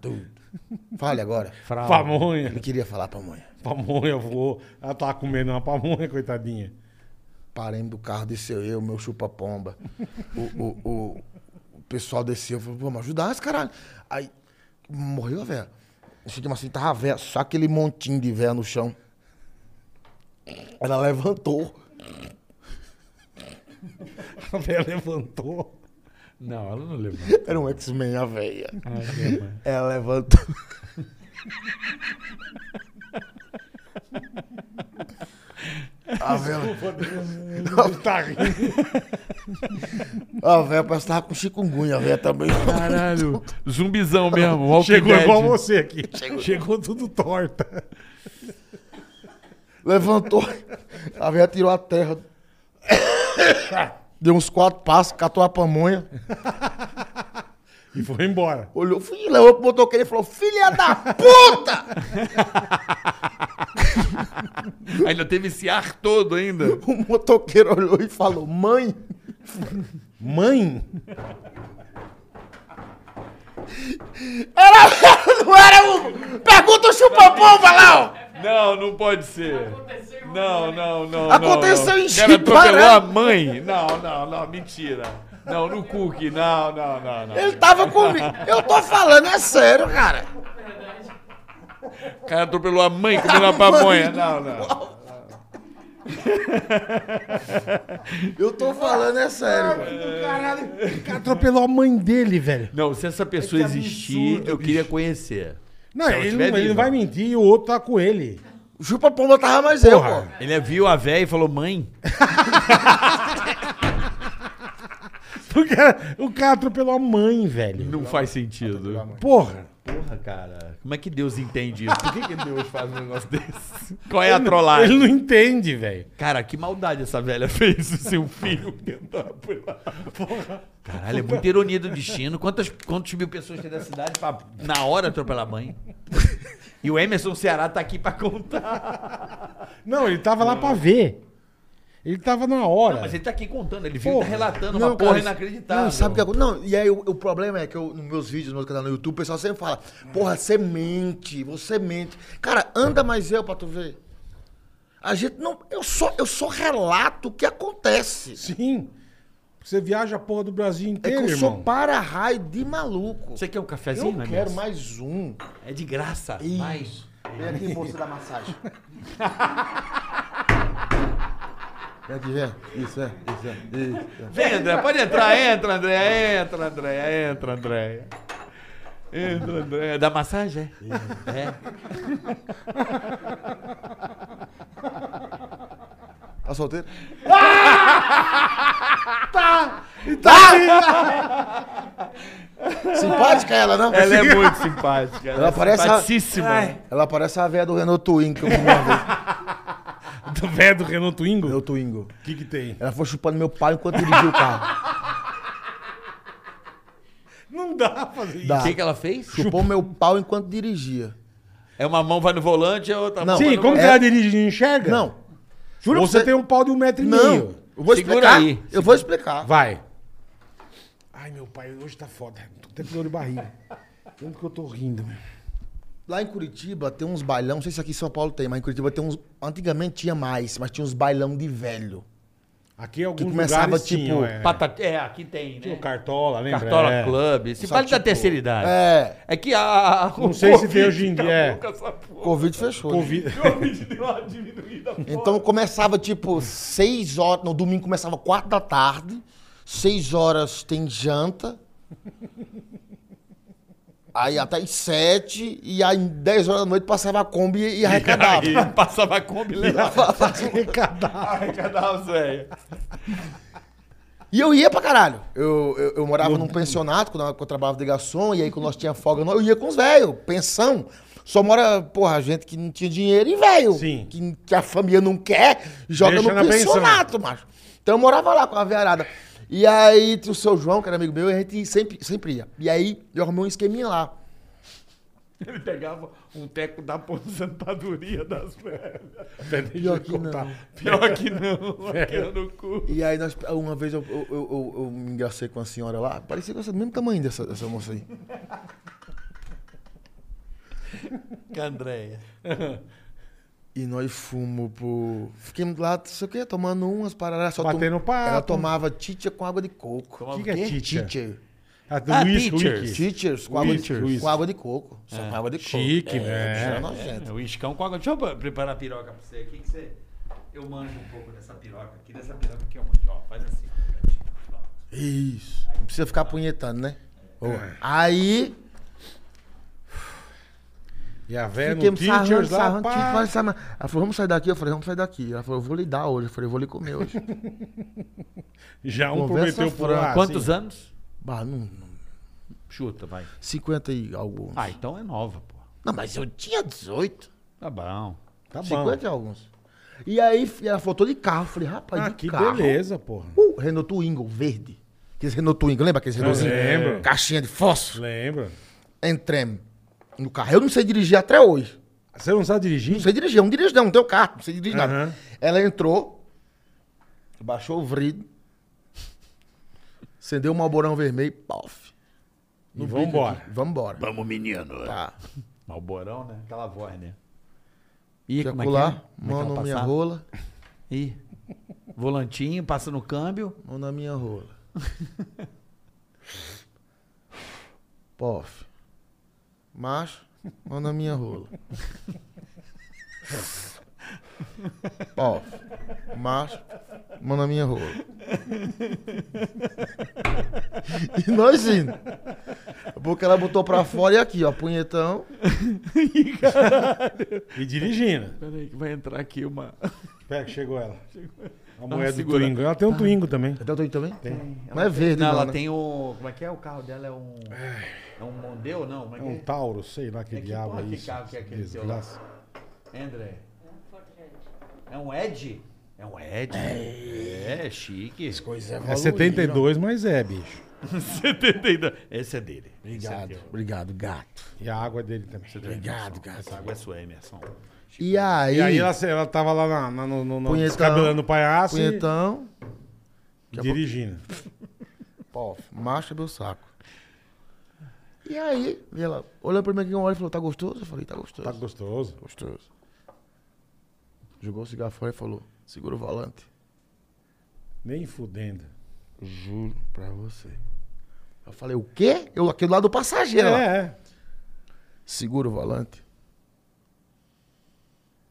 [SPEAKER 5] Fale agora.
[SPEAKER 3] Ah.
[SPEAKER 4] Fralda.
[SPEAKER 5] Ele
[SPEAKER 3] Pamonha.
[SPEAKER 5] queria falar pra mãe.
[SPEAKER 3] Pamonha voou. Ela tava comendo uma pamonha, coitadinha.
[SPEAKER 5] Paremos do carro, desceu eu, meu chupa-pomba. O, o, o, o pessoal desceu, falou, vamos ajudar esse caralho. Aí morreu a véia. Chegamos assim, tava a véia, só aquele montinho de véia no chão. Ela levantou.
[SPEAKER 3] A velha levantou.
[SPEAKER 4] Não, ela não levou.
[SPEAKER 5] Era um X-Men a véia.
[SPEAKER 3] Ai, mãe.
[SPEAKER 5] Ela levantou. A véia,
[SPEAKER 3] tá rindo.
[SPEAKER 5] a véia parece que tava com chikungunya, a véia também.
[SPEAKER 4] Caralho. Zumbizão mesmo. Walking
[SPEAKER 3] Chegou
[SPEAKER 4] Dead.
[SPEAKER 3] igual você aqui. Chegou, tudo torta.
[SPEAKER 5] Levantou, a velha tirou a terra. Deu uns quatro passos, catou a pamonha.
[SPEAKER 3] E foi embora.
[SPEAKER 5] Olhou, fui, levou pro motoqueiro e falou: Filha da puta!
[SPEAKER 4] Ainda teve esse ar todo ainda.
[SPEAKER 5] O motoqueiro olhou e falou: Mãe? Mãe? Era, não era o. Pergunta o chupa-pomba lá,
[SPEAKER 4] Não, não pode ser. Não, não, não.
[SPEAKER 5] Aconteceu
[SPEAKER 4] não,
[SPEAKER 5] em
[SPEAKER 4] não. Cara, atropelou
[SPEAKER 5] Chipará.
[SPEAKER 4] a mãe. Não, não, não, mentira. Não, no cookie, não, não, não,
[SPEAKER 5] ó!
[SPEAKER 4] não.
[SPEAKER 5] Ele tava comigo. Eu tô falando, é sério, cara.
[SPEAKER 4] O cara atropelou a mãe comendo a pamonha. Não, não.
[SPEAKER 5] Eu tô falando, é sério. mano.
[SPEAKER 3] O cara atropelou a mãe dele, velho.
[SPEAKER 4] Não, se essa pessoa
[SPEAKER 3] absurdo,
[SPEAKER 4] existir, eu
[SPEAKER 3] bicho.
[SPEAKER 4] queria conhecer.
[SPEAKER 3] Não,
[SPEAKER 4] Se ela
[SPEAKER 3] ele,
[SPEAKER 4] tiver
[SPEAKER 3] não, ele
[SPEAKER 4] viva.
[SPEAKER 3] não vai mentir e o outro tá com ele.
[SPEAKER 5] O chupa-pomba tava mais eu, pô.
[SPEAKER 3] Porra.
[SPEAKER 4] Ele é viu a véia e falou, mãe.
[SPEAKER 3] Porque o cara atropelou a mãe, velho.
[SPEAKER 4] Não faz sentido.
[SPEAKER 3] Porra.
[SPEAKER 4] Porra, cara. Como é que Deus entende isso? Por que, que Deus faz um negócio desse? Qual é a trollagem?
[SPEAKER 3] Ele não entende, velho.
[SPEAKER 4] Cara, que maldade essa velha fez o seu filho tentar pular. Caralho, é muita ironia do destino. Quantas, quantos mil pessoas tem da cidade pra, na hora, atropelar a mãe? E o Emerson Ceará tá aqui pra contar.
[SPEAKER 3] Não, ele tava lá pra ver. Ele tava na hora.
[SPEAKER 4] Mas ele tá aqui contando, ele viu, ele tá
[SPEAKER 3] Porra.
[SPEAKER 4] relatando
[SPEAKER 5] Não,
[SPEAKER 4] uma porra
[SPEAKER 5] cara,
[SPEAKER 4] inacreditável.
[SPEAKER 5] Não, sabe o que acontece? Não, e aí o, o problema é que eu, nos meus vídeos, no meu canal no YouTube, o pessoal sempre fala: porra, você mente, você mente. Cara, anda mais eu pra tu ver. A gente não. Eu só, eu só relato o que acontece.
[SPEAKER 3] Sim. Você viaja a porra do Brasil
[SPEAKER 5] É que
[SPEAKER 3] inteiro,
[SPEAKER 5] eu sou
[SPEAKER 3] irmão.
[SPEAKER 5] para-raio de maluco.
[SPEAKER 4] Você quer um
[SPEAKER 5] eu
[SPEAKER 4] cafezinho, né,
[SPEAKER 5] quero
[SPEAKER 4] Emerson?
[SPEAKER 5] mais um.
[SPEAKER 4] É de graça. Mais.
[SPEAKER 5] Isso. Vem aqui, moça da massagem. Vem aqui, vem. Isso, é. Isso, é. Isso, é.
[SPEAKER 4] Vem, André, pode entrar. Entra, André. Entra, André. Entra, André. Entra, André. Dá massagem? É. é.
[SPEAKER 5] Tá solteiro?
[SPEAKER 4] Então
[SPEAKER 5] tá! Tá! Simpática ela, não?
[SPEAKER 4] Ela é muito simpática. Ela,
[SPEAKER 5] Ela
[SPEAKER 4] é
[SPEAKER 5] parece a-
[SPEAKER 4] simpaticíssima.
[SPEAKER 5] Ela parece a velha do Renault Twingo que eu comi uma vez.
[SPEAKER 3] Do velho do Renan Twingo?
[SPEAKER 5] Meu Twingo.
[SPEAKER 3] O que que tem?
[SPEAKER 5] Ela foi chupando meu pau enquanto dirigia o carro.
[SPEAKER 3] Não dá pra fazer isso.
[SPEAKER 5] Dá.
[SPEAKER 4] O que, que ela fez?
[SPEAKER 5] Chupou meu pau enquanto dirigia.
[SPEAKER 4] É uma mão vai no volante e a outra
[SPEAKER 5] Não.
[SPEAKER 4] mão.
[SPEAKER 3] Sim,
[SPEAKER 4] vai no
[SPEAKER 3] como que
[SPEAKER 5] É-
[SPEAKER 3] ela dirige? Não enxerga?
[SPEAKER 5] Não,
[SPEAKER 3] Juro
[SPEAKER 5] Ou
[SPEAKER 3] você
[SPEAKER 5] você-
[SPEAKER 3] tem um pau de um metro e
[SPEAKER 5] não.
[SPEAKER 3] meio.
[SPEAKER 5] Eu vou
[SPEAKER 4] Segura
[SPEAKER 5] explicar.
[SPEAKER 4] aí.
[SPEAKER 5] Eu vou explicar.
[SPEAKER 3] Vai. Ai, meu pai, hoje tá foda. Tô até com dor de barriga. Tanto que eu tô rindo, meu.
[SPEAKER 5] Lá em Curitiba tem uns bailão, não sei se aqui em São Paulo tem, mas em Curitiba tem uns. Antigamente tinha mais, mas tinha uns bailão de velho.
[SPEAKER 3] Aqui alguns
[SPEAKER 5] começava,
[SPEAKER 3] lugares
[SPEAKER 5] tipo,
[SPEAKER 3] tinham, é.
[SPEAKER 4] Patati- É, aqui tem,
[SPEAKER 3] Tinha o
[SPEAKER 4] né?
[SPEAKER 3] Cartola, lembra?
[SPEAKER 4] Cartola
[SPEAKER 3] É.
[SPEAKER 4] Club. Se vale da terceira idade. É.
[SPEAKER 5] É,
[SPEAKER 4] que a.
[SPEAKER 3] Não sei se tem hoje em dia, é.
[SPEAKER 5] Covid fechou. né?
[SPEAKER 3] Covid.
[SPEAKER 5] Então começava tipo 6 horas. No domingo começava 4 da tarde. 6 horas tem janta. Aí até às 7 e aí 10 horas da noite passava a Kombi e arrecadava. um
[SPEAKER 4] Aí, passava a Kombi e levava.
[SPEAKER 3] Arrecadar.
[SPEAKER 4] Arrecadava os velhos.
[SPEAKER 5] E eu ia pra caralho. Eu, eu, eu morava num pensionato quando eu, quando eu trabalhava de garçom, e aí quando nós tinha folga, nós- eu ia com os velhos, pensão. Só mora, porra, gente que não tinha dinheiro e velho.
[SPEAKER 3] Sim.
[SPEAKER 5] Que, que a família não quer, joga
[SPEAKER 3] Deixa
[SPEAKER 5] no
[SPEAKER 3] na pensão.
[SPEAKER 5] pensionato, macho. Então eu morava lá com a velharada. E aí tinha o seu João, que era amigo meu, e a gente sempre, sempre ia. E aí eu arrumei um esqueminha lá.
[SPEAKER 4] Ele pegava um teco da aposentadoria das velhas.
[SPEAKER 3] Deixa
[SPEAKER 5] Pior
[SPEAKER 3] eu
[SPEAKER 5] que
[SPEAKER 3] contar.
[SPEAKER 5] não.
[SPEAKER 4] Pior que não. Aquela no cu.
[SPEAKER 5] E aí, nós, uma vez eu, eu, eu- eu- eu me engracei com a senhora lá, parecia com esse mesmo tamanho dessa, dessa moça aí.
[SPEAKER 4] Que Andréia. É,
[SPEAKER 5] E nós fomos pro. Ficamos lá, não sei o quê, tomando umas paradas. Só
[SPEAKER 3] Batendo papo.
[SPEAKER 5] Ela tomava teacher com água de coco.
[SPEAKER 3] O que, que é teacher?
[SPEAKER 5] Teacher.
[SPEAKER 3] Ah, do
[SPEAKER 4] Ah,
[SPEAKER 3] whisky,
[SPEAKER 4] teachers.
[SPEAKER 3] whisky.
[SPEAKER 5] Teachers com, água de,
[SPEAKER 3] Teachers.
[SPEAKER 5] com água de coco. Só com água de coco.
[SPEAKER 3] Chique, né?
[SPEAKER 5] bicho, Era
[SPEAKER 4] É,
[SPEAKER 5] nojento.
[SPEAKER 4] o iscão com água. Deixa eu preparar a piroca pra você. O que, que você. Eu manjo um pouco dessa piroca aqui, dessa piroca aqui eu manjo. Ó, faz assim.
[SPEAKER 3] É.
[SPEAKER 5] Isso. Não precisa ficar punhetando, né? Boa. Aí.
[SPEAKER 3] E a velha É, no
[SPEAKER 5] Fiquemos sarrando,
[SPEAKER 3] teachers lá,
[SPEAKER 5] sarrando,
[SPEAKER 3] pá.
[SPEAKER 5] tipo, vai, sarrando. Ela falou, vamos sair daqui? Eu falei, vamos sair daqui. Ela falou, eu vou lhe dar hoje. Eu falei, eu vou lhe comer hoje.
[SPEAKER 3] Já um
[SPEAKER 5] Conversa
[SPEAKER 3] prometeu por
[SPEAKER 5] franca.
[SPEAKER 3] lá.
[SPEAKER 4] Quantos
[SPEAKER 3] assim.
[SPEAKER 4] anos?
[SPEAKER 5] bah, não, não,
[SPEAKER 4] Chuta, vai.
[SPEAKER 5] 50 e alguns.
[SPEAKER 4] Ah, então é nova, pô.
[SPEAKER 5] Não, mas eu tinha 18.
[SPEAKER 4] Tá bom.
[SPEAKER 3] Tá bom.
[SPEAKER 5] 50 e alguns. E aí fi, ela falou, tô de carro. Eu falei, rapaz,
[SPEAKER 3] Ah,
[SPEAKER 5] tá de
[SPEAKER 3] que
[SPEAKER 5] carro.
[SPEAKER 3] beleza, porra.
[SPEAKER 5] Uh, Renault Twingo, verde. Aqueles Renault Twingo, lembra aqueles Renaultzinho?
[SPEAKER 3] lembro.
[SPEAKER 5] Caixinha de fósforo.
[SPEAKER 3] Lembra?
[SPEAKER 5] Entremos no carro. Eu não sei dirigir até hoje.
[SPEAKER 3] Você não sabe dirigir?
[SPEAKER 5] Não sei dirigir, eu não dirijo não, não tenho carro, não sei dirigir
[SPEAKER 3] Aham.
[SPEAKER 5] nada. Ela entrou, baixou o vrido, acendeu o malborão vermelho, pof.
[SPEAKER 3] E vambora.
[SPEAKER 5] Vambora.
[SPEAKER 4] Vamos, menino.
[SPEAKER 5] Tá.
[SPEAKER 4] Malborão, né? Aquela voz, né? Ih, como é que é?
[SPEAKER 5] Circular,
[SPEAKER 4] Como é que
[SPEAKER 5] mão
[SPEAKER 4] ela
[SPEAKER 5] na minha
[SPEAKER 4] passava?
[SPEAKER 5] rola,
[SPEAKER 4] Ih. Volantinho, passa no câmbio.
[SPEAKER 5] mão na minha rola. Pof. Macho, mão na minha rola. Pof. Macho, mão na minha rola. E nós indo. Daqui a pouco ela botou pra fora e aqui, ó, punhetão.
[SPEAKER 3] E dirigindo.
[SPEAKER 4] Peraí, que vai entrar aqui uma.
[SPEAKER 3] Pega, chegou ela. A
[SPEAKER 4] Ah,
[SPEAKER 3] mulher do
[SPEAKER 4] segura.
[SPEAKER 3] Twingo. Ela tem
[SPEAKER 5] Tá.
[SPEAKER 3] um Twingo também.
[SPEAKER 5] Até o Twingo também? Tem. Não é verde,
[SPEAKER 4] Não,
[SPEAKER 5] não.
[SPEAKER 4] ela
[SPEAKER 5] né?
[SPEAKER 4] tem o. Como é que é? O carro dela é um. É um Mondeu, não? Como é
[SPEAKER 3] É
[SPEAKER 4] que
[SPEAKER 3] um Tauro, sei lá que
[SPEAKER 4] É que
[SPEAKER 3] diabo
[SPEAKER 4] porra
[SPEAKER 3] é
[SPEAKER 4] que
[SPEAKER 3] isso.
[SPEAKER 4] carro que é aquele teu lá?
[SPEAKER 3] Desgraça.
[SPEAKER 4] é? André. É um Ed? É um Ed? É, chique.
[SPEAKER 3] É 72, mas é, bicho.
[SPEAKER 4] 72. Esse é dele.
[SPEAKER 5] Obrigado, obrigado, gato.
[SPEAKER 3] E a água é dele também.
[SPEAKER 5] Obrigado, gato.
[SPEAKER 4] Essa água é sua, Emerson.
[SPEAKER 5] E aí,
[SPEAKER 3] E aí ela, ela tava lá na, na, no, no, no
[SPEAKER 5] É Punhetão.
[SPEAKER 3] descabelando o palhaço e
[SPEAKER 5] punhetão,
[SPEAKER 3] dirigindo.
[SPEAKER 5] pó, macho é meu saco. E aí, e ela olhou pra mim aqui uma hora e falou, tá gostoso? Eu falei, tá gostoso.
[SPEAKER 3] Tá gostoso.
[SPEAKER 5] gostoso. Jogou o cigarro fora e falou, segura o volante.
[SPEAKER 3] Nem fudendo.
[SPEAKER 5] Juro pra você. Eu falei, o quê? Eu aqui do lado do passageiro. lá.
[SPEAKER 3] É, é.
[SPEAKER 5] Segura o volante.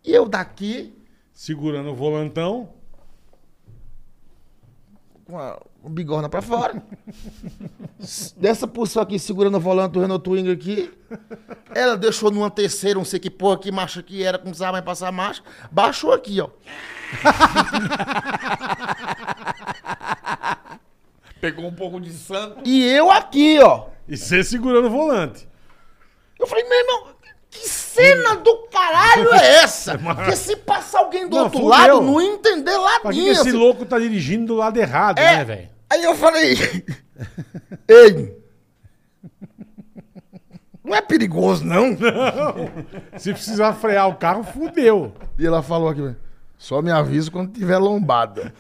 [SPEAKER 5] E eu daqui,
[SPEAKER 3] Segurando o volantão.
[SPEAKER 5] com a com a bigorna pra fora. Dessa posição aqui, segurando o volante do Renault Twingo aqui. Ela deixou numa terceira, não sei que porra, que marcha que era, que não precisava mais passar marcha. Baixou aqui, ó.
[SPEAKER 4] Pegou um pouco de santo.
[SPEAKER 5] E eu aqui, ó.
[SPEAKER 3] E você segurando o volante.
[SPEAKER 5] Eu falei, meu irmão, que cena do caralho é essa? Porque se passar alguém do
[SPEAKER 3] Não,
[SPEAKER 5] outro
[SPEAKER 3] fudeu.
[SPEAKER 5] lado, não ia entender
[SPEAKER 3] Pra
[SPEAKER 5] lá
[SPEAKER 3] que que esse
[SPEAKER 5] dentro.
[SPEAKER 3] louco tá dirigindo do lado errado,
[SPEAKER 5] É.
[SPEAKER 3] né, velho?
[SPEAKER 5] Aí eu falei, ei, não é perigoso, não?
[SPEAKER 3] Se precisar frear o carro, fudeu.
[SPEAKER 5] E ela falou aqui, só me avisa quando tiver lombada.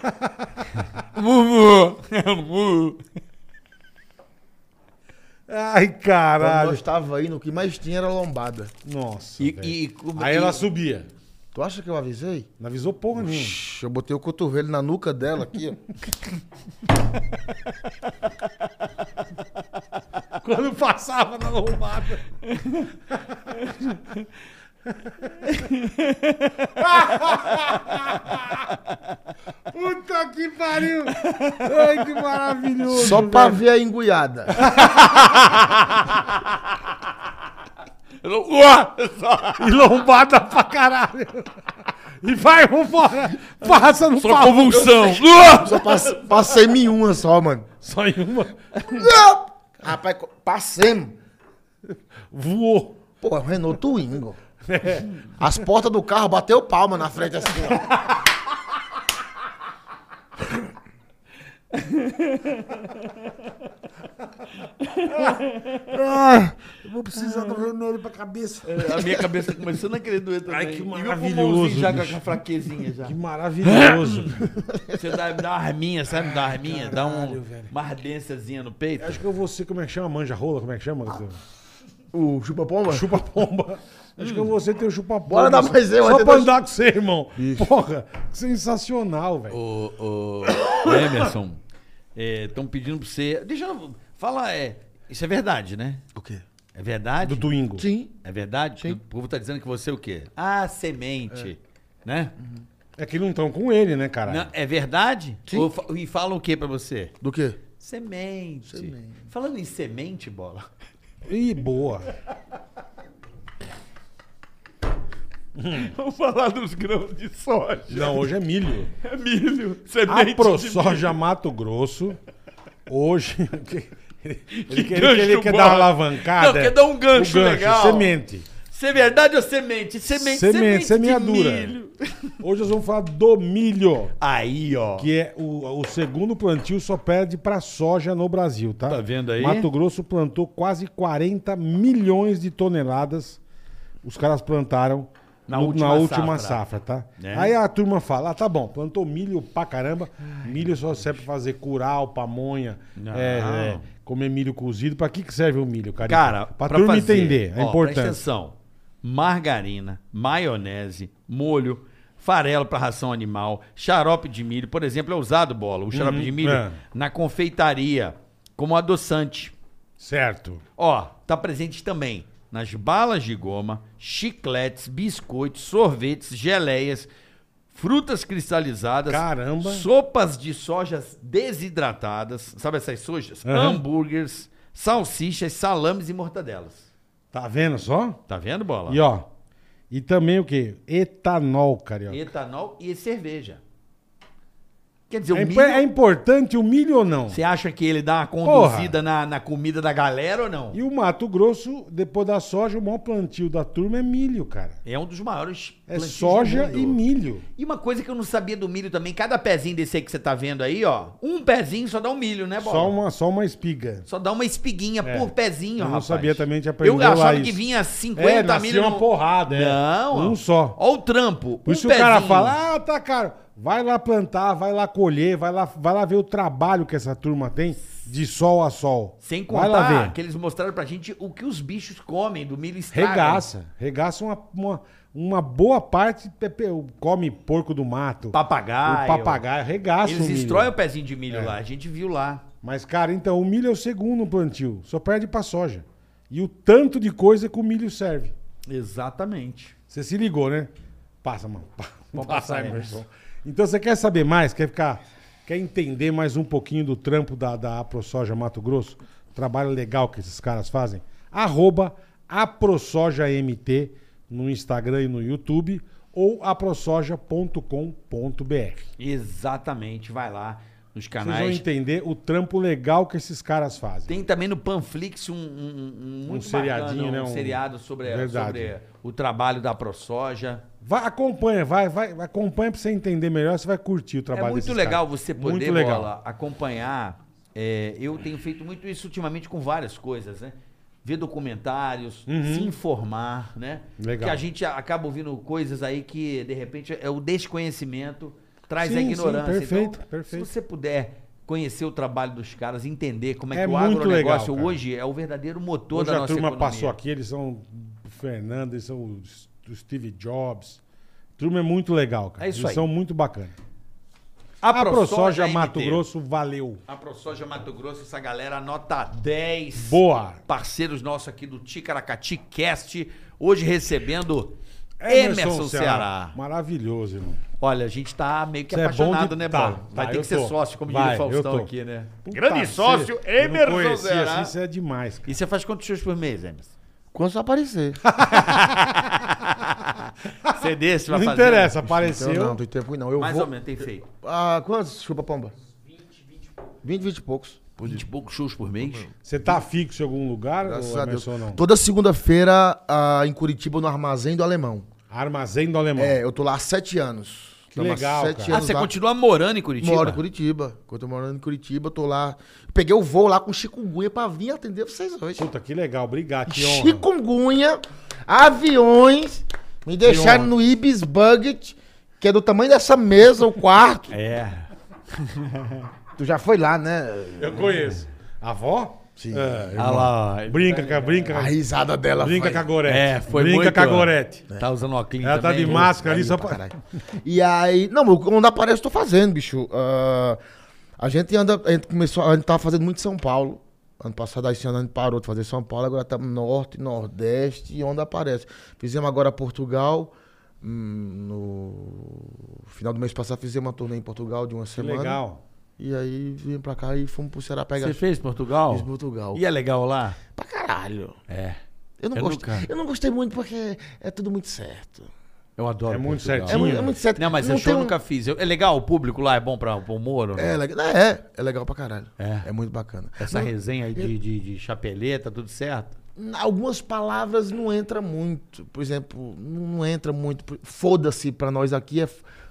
[SPEAKER 3] Ai,
[SPEAKER 5] Quando
[SPEAKER 3] caralho.
[SPEAKER 5] nós estava indo, o que mais tinha era lombada.
[SPEAKER 3] Nossa.
[SPEAKER 4] E,
[SPEAKER 3] velho.
[SPEAKER 4] e, como- é
[SPEAKER 3] Aí
[SPEAKER 4] e-
[SPEAKER 3] ela subia.
[SPEAKER 5] Tu acha que eu avisei?
[SPEAKER 3] Não avisou porra nenhuma.
[SPEAKER 5] Shhh, Eu botei o cotovelo na nuca dela aqui, ó.
[SPEAKER 3] Quando passava na lombada. Puta que pariu! Ai, que maravilhoso!
[SPEAKER 5] Só pra ver a enguiada.
[SPEAKER 3] E lombada pra caralho! E vai, vambora! Passa no pau!
[SPEAKER 4] Convulsão.
[SPEAKER 5] Só pass- passei em uma só, mano.
[SPEAKER 3] Só em uma.
[SPEAKER 5] Rapaz, co- passemos.
[SPEAKER 3] Voou.
[SPEAKER 5] Pô, é um Renault Twingo. As portas do carro bateu palma na frente assim, ó. Ah,
[SPEAKER 3] Eu vou precisar do remédio pra cabeça.
[SPEAKER 4] A minha cabeça tá começando a querer doer também.
[SPEAKER 3] Ai, que
[SPEAKER 4] E meu
[SPEAKER 3] maravilhoso,
[SPEAKER 4] pulmãozinho Já com
[SPEAKER 3] bicho.
[SPEAKER 4] a fraquezinha já.
[SPEAKER 3] Que maravilhoso.
[SPEAKER 4] Você dá, dá uma arminha, sabe? Dá uma arminha, dá um,
[SPEAKER 3] velho.
[SPEAKER 4] uma ardênciazinha no peito.
[SPEAKER 3] Acho que eu vou ser, como é que chama? Manja rola, como é que chama?
[SPEAKER 5] O chupa-pomba?
[SPEAKER 3] Chupa pomba. Acho que eu vou ser teu chupa pomba.
[SPEAKER 5] Bora dar mais eu,
[SPEAKER 3] Só
[SPEAKER 5] até
[SPEAKER 3] pra
[SPEAKER 5] dois-
[SPEAKER 3] andar com você, irmão. Porra, que sensacional, velho.
[SPEAKER 4] Ô, ô, Emerson, estão pedindo pra você. Deixa eu. Fala, é, isso é verdade, né?
[SPEAKER 5] O quê?
[SPEAKER 4] É verdade?
[SPEAKER 3] Do Twingo.
[SPEAKER 5] Sim.
[SPEAKER 4] É verdade? O povo tá dizendo que você é o quê? Ah, semente. Né?
[SPEAKER 3] É que não estão com ele, né, caralho?
[SPEAKER 4] Não, é verdade?
[SPEAKER 5] Sim.
[SPEAKER 4] Ou fa- e falam o quê pra você?
[SPEAKER 5] Do quê?
[SPEAKER 4] Semente.
[SPEAKER 5] Semente.
[SPEAKER 4] Falando em semente, bola.
[SPEAKER 3] Ih, boa.
[SPEAKER 4] Vamos falar dos grãos de soja.
[SPEAKER 3] Não, hoje é milho.
[SPEAKER 4] É milho.
[SPEAKER 3] A
[SPEAKER 4] Semente.
[SPEAKER 3] ProSoja Mato Grosso, hoje... Ele, ele,
[SPEAKER 4] gancho,
[SPEAKER 3] ele quer
[SPEAKER 4] bola.
[SPEAKER 3] dar uma alavancada.
[SPEAKER 4] Não, quer dar um gancho legal.
[SPEAKER 3] Semente.
[SPEAKER 4] Se é verdade ou semente? Semente,
[SPEAKER 3] Semente,
[SPEAKER 4] semente,
[SPEAKER 3] semeadura.
[SPEAKER 4] de milho.
[SPEAKER 3] Hoje nós vamos falar do milho,
[SPEAKER 4] Aí, ó.
[SPEAKER 3] que é o, o segundo plantio só perde pra soja no Brasil, tá?
[SPEAKER 4] Tá vendo aí?
[SPEAKER 3] Mato Grosso plantou quase 40 milhões de toneladas. Os caras plantaram
[SPEAKER 4] Na
[SPEAKER 3] no-
[SPEAKER 4] última
[SPEAKER 3] última safra,
[SPEAKER 4] safra.
[SPEAKER 3] tá?
[SPEAKER 4] Né?
[SPEAKER 3] Aí a turma fala, ah, tá bom, plantou milho pra caramba. milho só serve pra fazer curau, pamonha, é, é, comer milho cozido. Pra que, que serve o milho, cara?
[SPEAKER 4] Cara,
[SPEAKER 3] pra, turma
[SPEAKER 4] fazer,
[SPEAKER 3] entender, é
[SPEAKER 4] ó, Presta
[SPEAKER 3] importante.
[SPEAKER 4] atenção. Margarina, maionese, molho, farelo para ração animal, xarope de milho, por exemplo, é usado bola, o xarope de milho
[SPEAKER 3] é.
[SPEAKER 4] na confeitaria como adoçante.
[SPEAKER 3] Certo.
[SPEAKER 4] Ó, tá presente também nas balas de goma, chicletes, biscoitos, sorvetes, geleias, frutas cristalizadas,
[SPEAKER 3] Caramba.
[SPEAKER 4] sopas de sojas desidratadas, sabe essas sojas?
[SPEAKER 3] Aham.
[SPEAKER 4] Hambúrgueres, salsichas, salames e mortadelas.
[SPEAKER 3] Tá vendo só?
[SPEAKER 4] Tá vendo, bola?
[SPEAKER 3] E ó, e também o quê? Etanol, carioca.
[SPEAKER 4] Etanol e cerveja. Quer dizer, o
[SPEAKER 3] É, imp-
[SPEAKER 4] um milho, é
[SPEAKER 3] é importante o milho ou não?
[SPEAKER 4] você acha que ele dá uma
[SPEAKER 3] Porra.
[SPEAKER 4] conduzida na, na comida da galera ou não?
[SPEAKER 3] E o Mato Grosso, depois da soja, o maior plantio da turma é milho, cara.
[SPEAKER 4] É um dos maiores
[SPEAKER 3] É
[SPEAKER 4] plantios do
[SPEAKER 3] soja
[SPEAKER 4] mundo.
[SPEAKER 3] e milho.
[SPEAKER 4] E uma coisa que eu não sabia do milho também, cada pezinho desse aí que você tá vendo aí, ó, um pezinho só dá um milho, né, Bola?
[SPEAKER 3] Só uma, só uma espiga.
[SPEAKER 4] Só dá uma espiguinha
[SPEAKER 3] É.
[SPEAKER 4] por pezinho,
[SPEAKER 3] Eu não
[SPEAKER 4] rapaz.
[SPEAKER 3] sabia também, a gente aprendeu
[SPEAKER 4] Eu achava
[SPEAKER 3] lá
[SPEAKER 4] que
[SPEAKER 3] isso.
[SPEAKER 4] vinha
[SPEAKER 3] É,
[SPEAKER 4] 50
[SPEAKER 3] nascia
[SPEAKER 4] milho.
[SPEAKER 3] uma
[SPEAKER 4] no-
[SPEAKER 3] porrada, é.
[SPEAKER 4] Não.
[SPEAKER 3] Um só.
[SPEAKER 4] Ó o trampo.
[SPEAKER 3] Por
[SPEAKER 4] um
[SPEAKER 3] isso o cara
[SPEAKER 4] pezinho.
[SPEAKER 3] fala, ah, tá caro. Vai lá plantar, vai lá colher, vai lá, vai lá ver o trabalho que essa turma tem de sol a sol.
[SPEAKER 4] Sem
[SPEAKER 3] Vai lá
[SPEAKER 4] contar
[SPEAKER 3] ver.
[SPEAKER 4] que eles mostraram pra gente o que os bichos comem do milho estragam. né?
[SPEAKER 3] Regaça. Regaça uma, uma, uma boa parte. pe- pe- Come porco do mato.
[SPEAKER 4] Papagaio.
[SPEAKER 3] O papagaio. Regaça o
[SPEAKER 4] Eles
[SPEAKER 3] milho.
[SPEAKER 4] destroem o pezinho de milho
[SPEAKER 3] É.
[SPEAKER 4] lá, a gente viu lá.
[SPEAKER 3] Mas, cara, então, o milho é o segundo plantio. Só perde pra soja. E o tanto de coisa que o milho serve.
[SPEAKER 4] Exatamente.
[SPEAKER 3] Você se ligou, né? Passa, mano. Pa-
[SPEAKER 4] Vou
[SPEAKER 3] Passa,
[SPEAKER 4] passar,
[SPEAKER 3] Emerson. Então, você quer saber mais? Quer ficar... Quer entender mais um pouquinho do trampo da, da AproSoja Mato Grosso? Trabalho legal que esses caras fazem? Arroba AproSojaMT no Instagram e no YouTube ou aprosoja.com.br.
[SPEAKER 4] Exatamente, vai lá nos
[SPEAKER 3] Vocês vão
[SPEAKER 4] canais.
[SPEAKER 3] entender o trampo legal que esses caras fazem.
[SPEAKER 4] Tem também no Panflix um, um, um, um muito
[SPEAKER 3] seriadinho,
[SPEAKER 4] bacana,
[SPEAKER 3] né?
[SPEAKER 4] um
[SPEAKER 3] Um-
[SPEAKER 4] seriado sobre,
[SPEAKER 3] Verdade.
[SPEAKER 4] sobre o trabalho da ProSoja.
[SPEAKER 3] Vai, acompanha, vai, vai, acompanha pra você entender melhor, você vai curtir o trabalho
[SPEAKER 4] É muito
[SPEAKER 3] desses
[SPEAKER 4] legal
[SPEAKER 3] caras.
[SPEAKER 4] você poder,
[SPEAKER 3] Muito legal.
[SPEAKER 4] Bola, acompanhar. É, eu tenho feito muito isso ultimamente com várias coisas, né? Ver documentários, se informar, né?
[SPEAKER 3] Uhum. Legal.
[SPEAKER 4] Porque a gente a- acaba ouvindo coisas aí que, de repente, é o desconhecimento, traz
[SPEAKER 3] Sim,
[SPEAKER 4] a
[SPEAKER 3] sim,
[SPEAKER 4] ignorância.
[SPEAKER 3] perfeito,
[SPEAKER 4] então,
[SPEAKER 3] perfeito.
[SPEAKER 4] se você puder conhecer o trabalho dos caras, entender como é,
[SPEAKER 3] É
[SPEAKER 4] que o
[SPEAKER 3] muito
[SPEAKER 4] agronegócio
[SPEAKER 3] legal, cara.
[SPEAKER 4] hoje é o verdadeiro motor
[SPEAKER 3] Hoje
[SPEAKER 4] da
[SPEAKER 3] a
[SPEAKER 4] nossa
[SPEAKER 3] turma
[SPEAKER 4] economia.
[SPEAKER 3] passou aqui, eles são o Fernando, eles são o S- o Steve Jobs. A turma é muito legal, cara.
[SPEAKER 4] É isso
[SPEAKER 3] eles
[SPEAKER 4] aí.
[SPEAKER 3] são muito bacanas.
[SPEAKER 4] A
[SPEAKER 3] A ProSoja
[SPEAKER 4] MT.
[SPEAKER 3] Mato Grosso, valeu.
[SPEAKER 4] A ProSoja Mato Grosso, essa galera nota 10.
[SPEAKER 3] Boa.
[SPEAKER 4] Parceiros nossos aqui do Ticaracati Cast, hoje recebendo
[SPEAKER 3] É,
[SPEAKER 4] Emerson, Ceará.
[SPEAKER 3] Maravilhoso, irmão.
[SPEAKER 4] Olha, a gente tá meio que
[SPEAKER 3] Você é bom
[SPEAKER 4] apaixonado,
[SPEAKER 3] de-
[SPEAKER 4] né,
[SPEAKER 3] tá,
[SPEAKER 4] Bola?
[SPEAKER 3] tá,
[SPEAKER 4] Vai ter
[SPEAKER 3] eu
[SPEAKER 4] que ser
[SPEAKER 3] tô.
[SPEAKER 4] sócio, como diria o
[SPEAKER 3] Vai, eu
[SPEAKER 4] Faustão
[SPEAKER 3] tô.
[SPEAKER 4] aqui, né?
[SPEAKER 3] Grande
[SPEAKER 2] sócio, Emerson Ceará.
[SPEAKER 3] Isso é demais, cara.
[SPEAKER 4] E você faz quantos shows por mês, Emerson?
[SPEAKER 5] Quando isso aparecer.
[SPEAKER 4] Você desse, vai
[SPEAKER 3] Não
[SPEAKER 4] fazer. um
[SPEAKER 3] interessa,
[SPEAKER 5] Então,
[SPEAKER 3] apareceu.
[SPEAKER 5] não, tem tempo não. Eu
[SPEAKER 4] Mais
[SPEAKER 5] vou...
[SPEAKER 4] ou menos, tem feito.
[SPEAKER 5] Ah, quantos? Chupa pomba? 20, 20 e poucos.
[SPEAKER 4] 20 e poucos shows por mês.
[SPEAKER 3] Você tá fixo em algum lugar,
[SPEAKER 5] Graças
[SPEAKER 3] ou
[SPEAKER 5] a Deus.
[SPEAKER 3] Emerson, não?
[SPEAKER 5] Toda segunda-feira ah, em Curitiba, no Armazém do Alemão.
[SPEAKER 3] Armazém do Alemão.
[SPEAKER 5] É, eu tô lá há sete anos.
[SPEAKER 3] Que
[SPEAKER 5] Tô lá há
[SPEAKER 3] legal,
[SPEAKER 5] sete
[SPEAKER 3] cara.
[SPEAKER 4] Ah,
[SPEAKER 5] anos
[SPEAKER 4] você
[SPEAKER 5] lá.
[SPEAKER 4] continua morando em Curitiba?
[SPEAKER 5] Moro em Curitiba. Quando eu tô morando em Curitiba, eu tô lá. Peguei o voo lá com chikungunya pra vir atender vocês hoje.
[SPEAKER 3] Puta, que legal. Obrigado, que honra.
[SPEAKER 5] Chikungunya, aviões, me deixaram
[SPEAKER 3] honra.
[SPEAKER 5] no Ibis Bucket, que é do tamanho dessa mesa, o quarto.
[SPEAKER 4] É.
[SPEAKER 5] Tu já foi lá, né?
[SPEAKER 3] Eu conheço. É. A avó?
[SPEAKER 5] Sim.
[SPEAKER 3] É,
[SPEAKER 4] Ah lá, ó.
[SPEAKER 3] brinca, com a- brinca,
[SPEAKER 5] A risada dela
[SPEAKER 3] brinca
[SPEAKER 5] foi-
[SPEAKER 3] com a Gorete.
[SPEAKER 4] É, foi
[SPEAKER 3] brinca
[SPEAKER 4] muito-
[SPEAKER 3] com a Gorete.
[SPEAKER 4] Tá usando óculos
[SPEAKER 3] Ela tá
[SPEAKER 4] também?
[SPEAKER 3] de máscara ali só
[SPEAKER 5] pra
[SPEAKER 3] pra...
[SPEAKER 5] é caralho. E aí, não, eu- quando aparece, eu tô fazendo, bicho. Ah, a gente anda, a gente começou, a gente tava fazendo muito São Paulo. Ano passado, aí esse ano a gente parou de fazer São Paulo, agora estamos norte, nordeste e onde aparece. Fizemos agora Portugal. hum, No final do mês passado fizemos uma turnê em Portugal de uma
[SPEAKER 3] Que
[SPEAKER 5] semana.
[SPEAKER 3] legal.
[SPEAKER 5] E aí vim pra cá e fomos pro Ceará pegar
[SPEAKER 4] Você fez Portugal?
[SPEAKER 5] fiz Portugal.
[SPEAKER 4] E é legal lá?
[SPEAKER 5] Pra caralho.
[SPEAKER 4] É.
[SPEAKER 5] Eu não,
[SPEAKER 4] Eu
[SPEAKER 5] gostei,
[SPEAKER 4] nunca-
[SPEAKER 5] eu não gostei muito porque é tudo muito certo.
[SPEAKER 4] Eu adoro.
[SPEAKER 3] É muito
[SPEAKER 4] Portugal.
[SPEAKER 5] É,
[SPEAKER 3] certinho.
[SPEAKER 5] muito, é muito certo.
[SPEAKER 4] Não, mas eu show
[SPEAKER 5] tem um-
[SPEAKER 4] nunca fiz. Eu- É legal, o público lá é bom pra, pro Moro?
[SPEAKER 5] É, legal- é, é legal pra caralho.
[SPEAKER 4] É.
[SPEAKER 5] É, muito bacana.
[SPEAKER 4] Essa
[SPEAKER 5] Não,
[SPEAKER 4] resenha aí de, de, de chapeleta, tudo certo?
[SPEAKER 5] algumas palavras não entra muito. Por exemplo, não entra muito. Foda-se pra nós aqui é.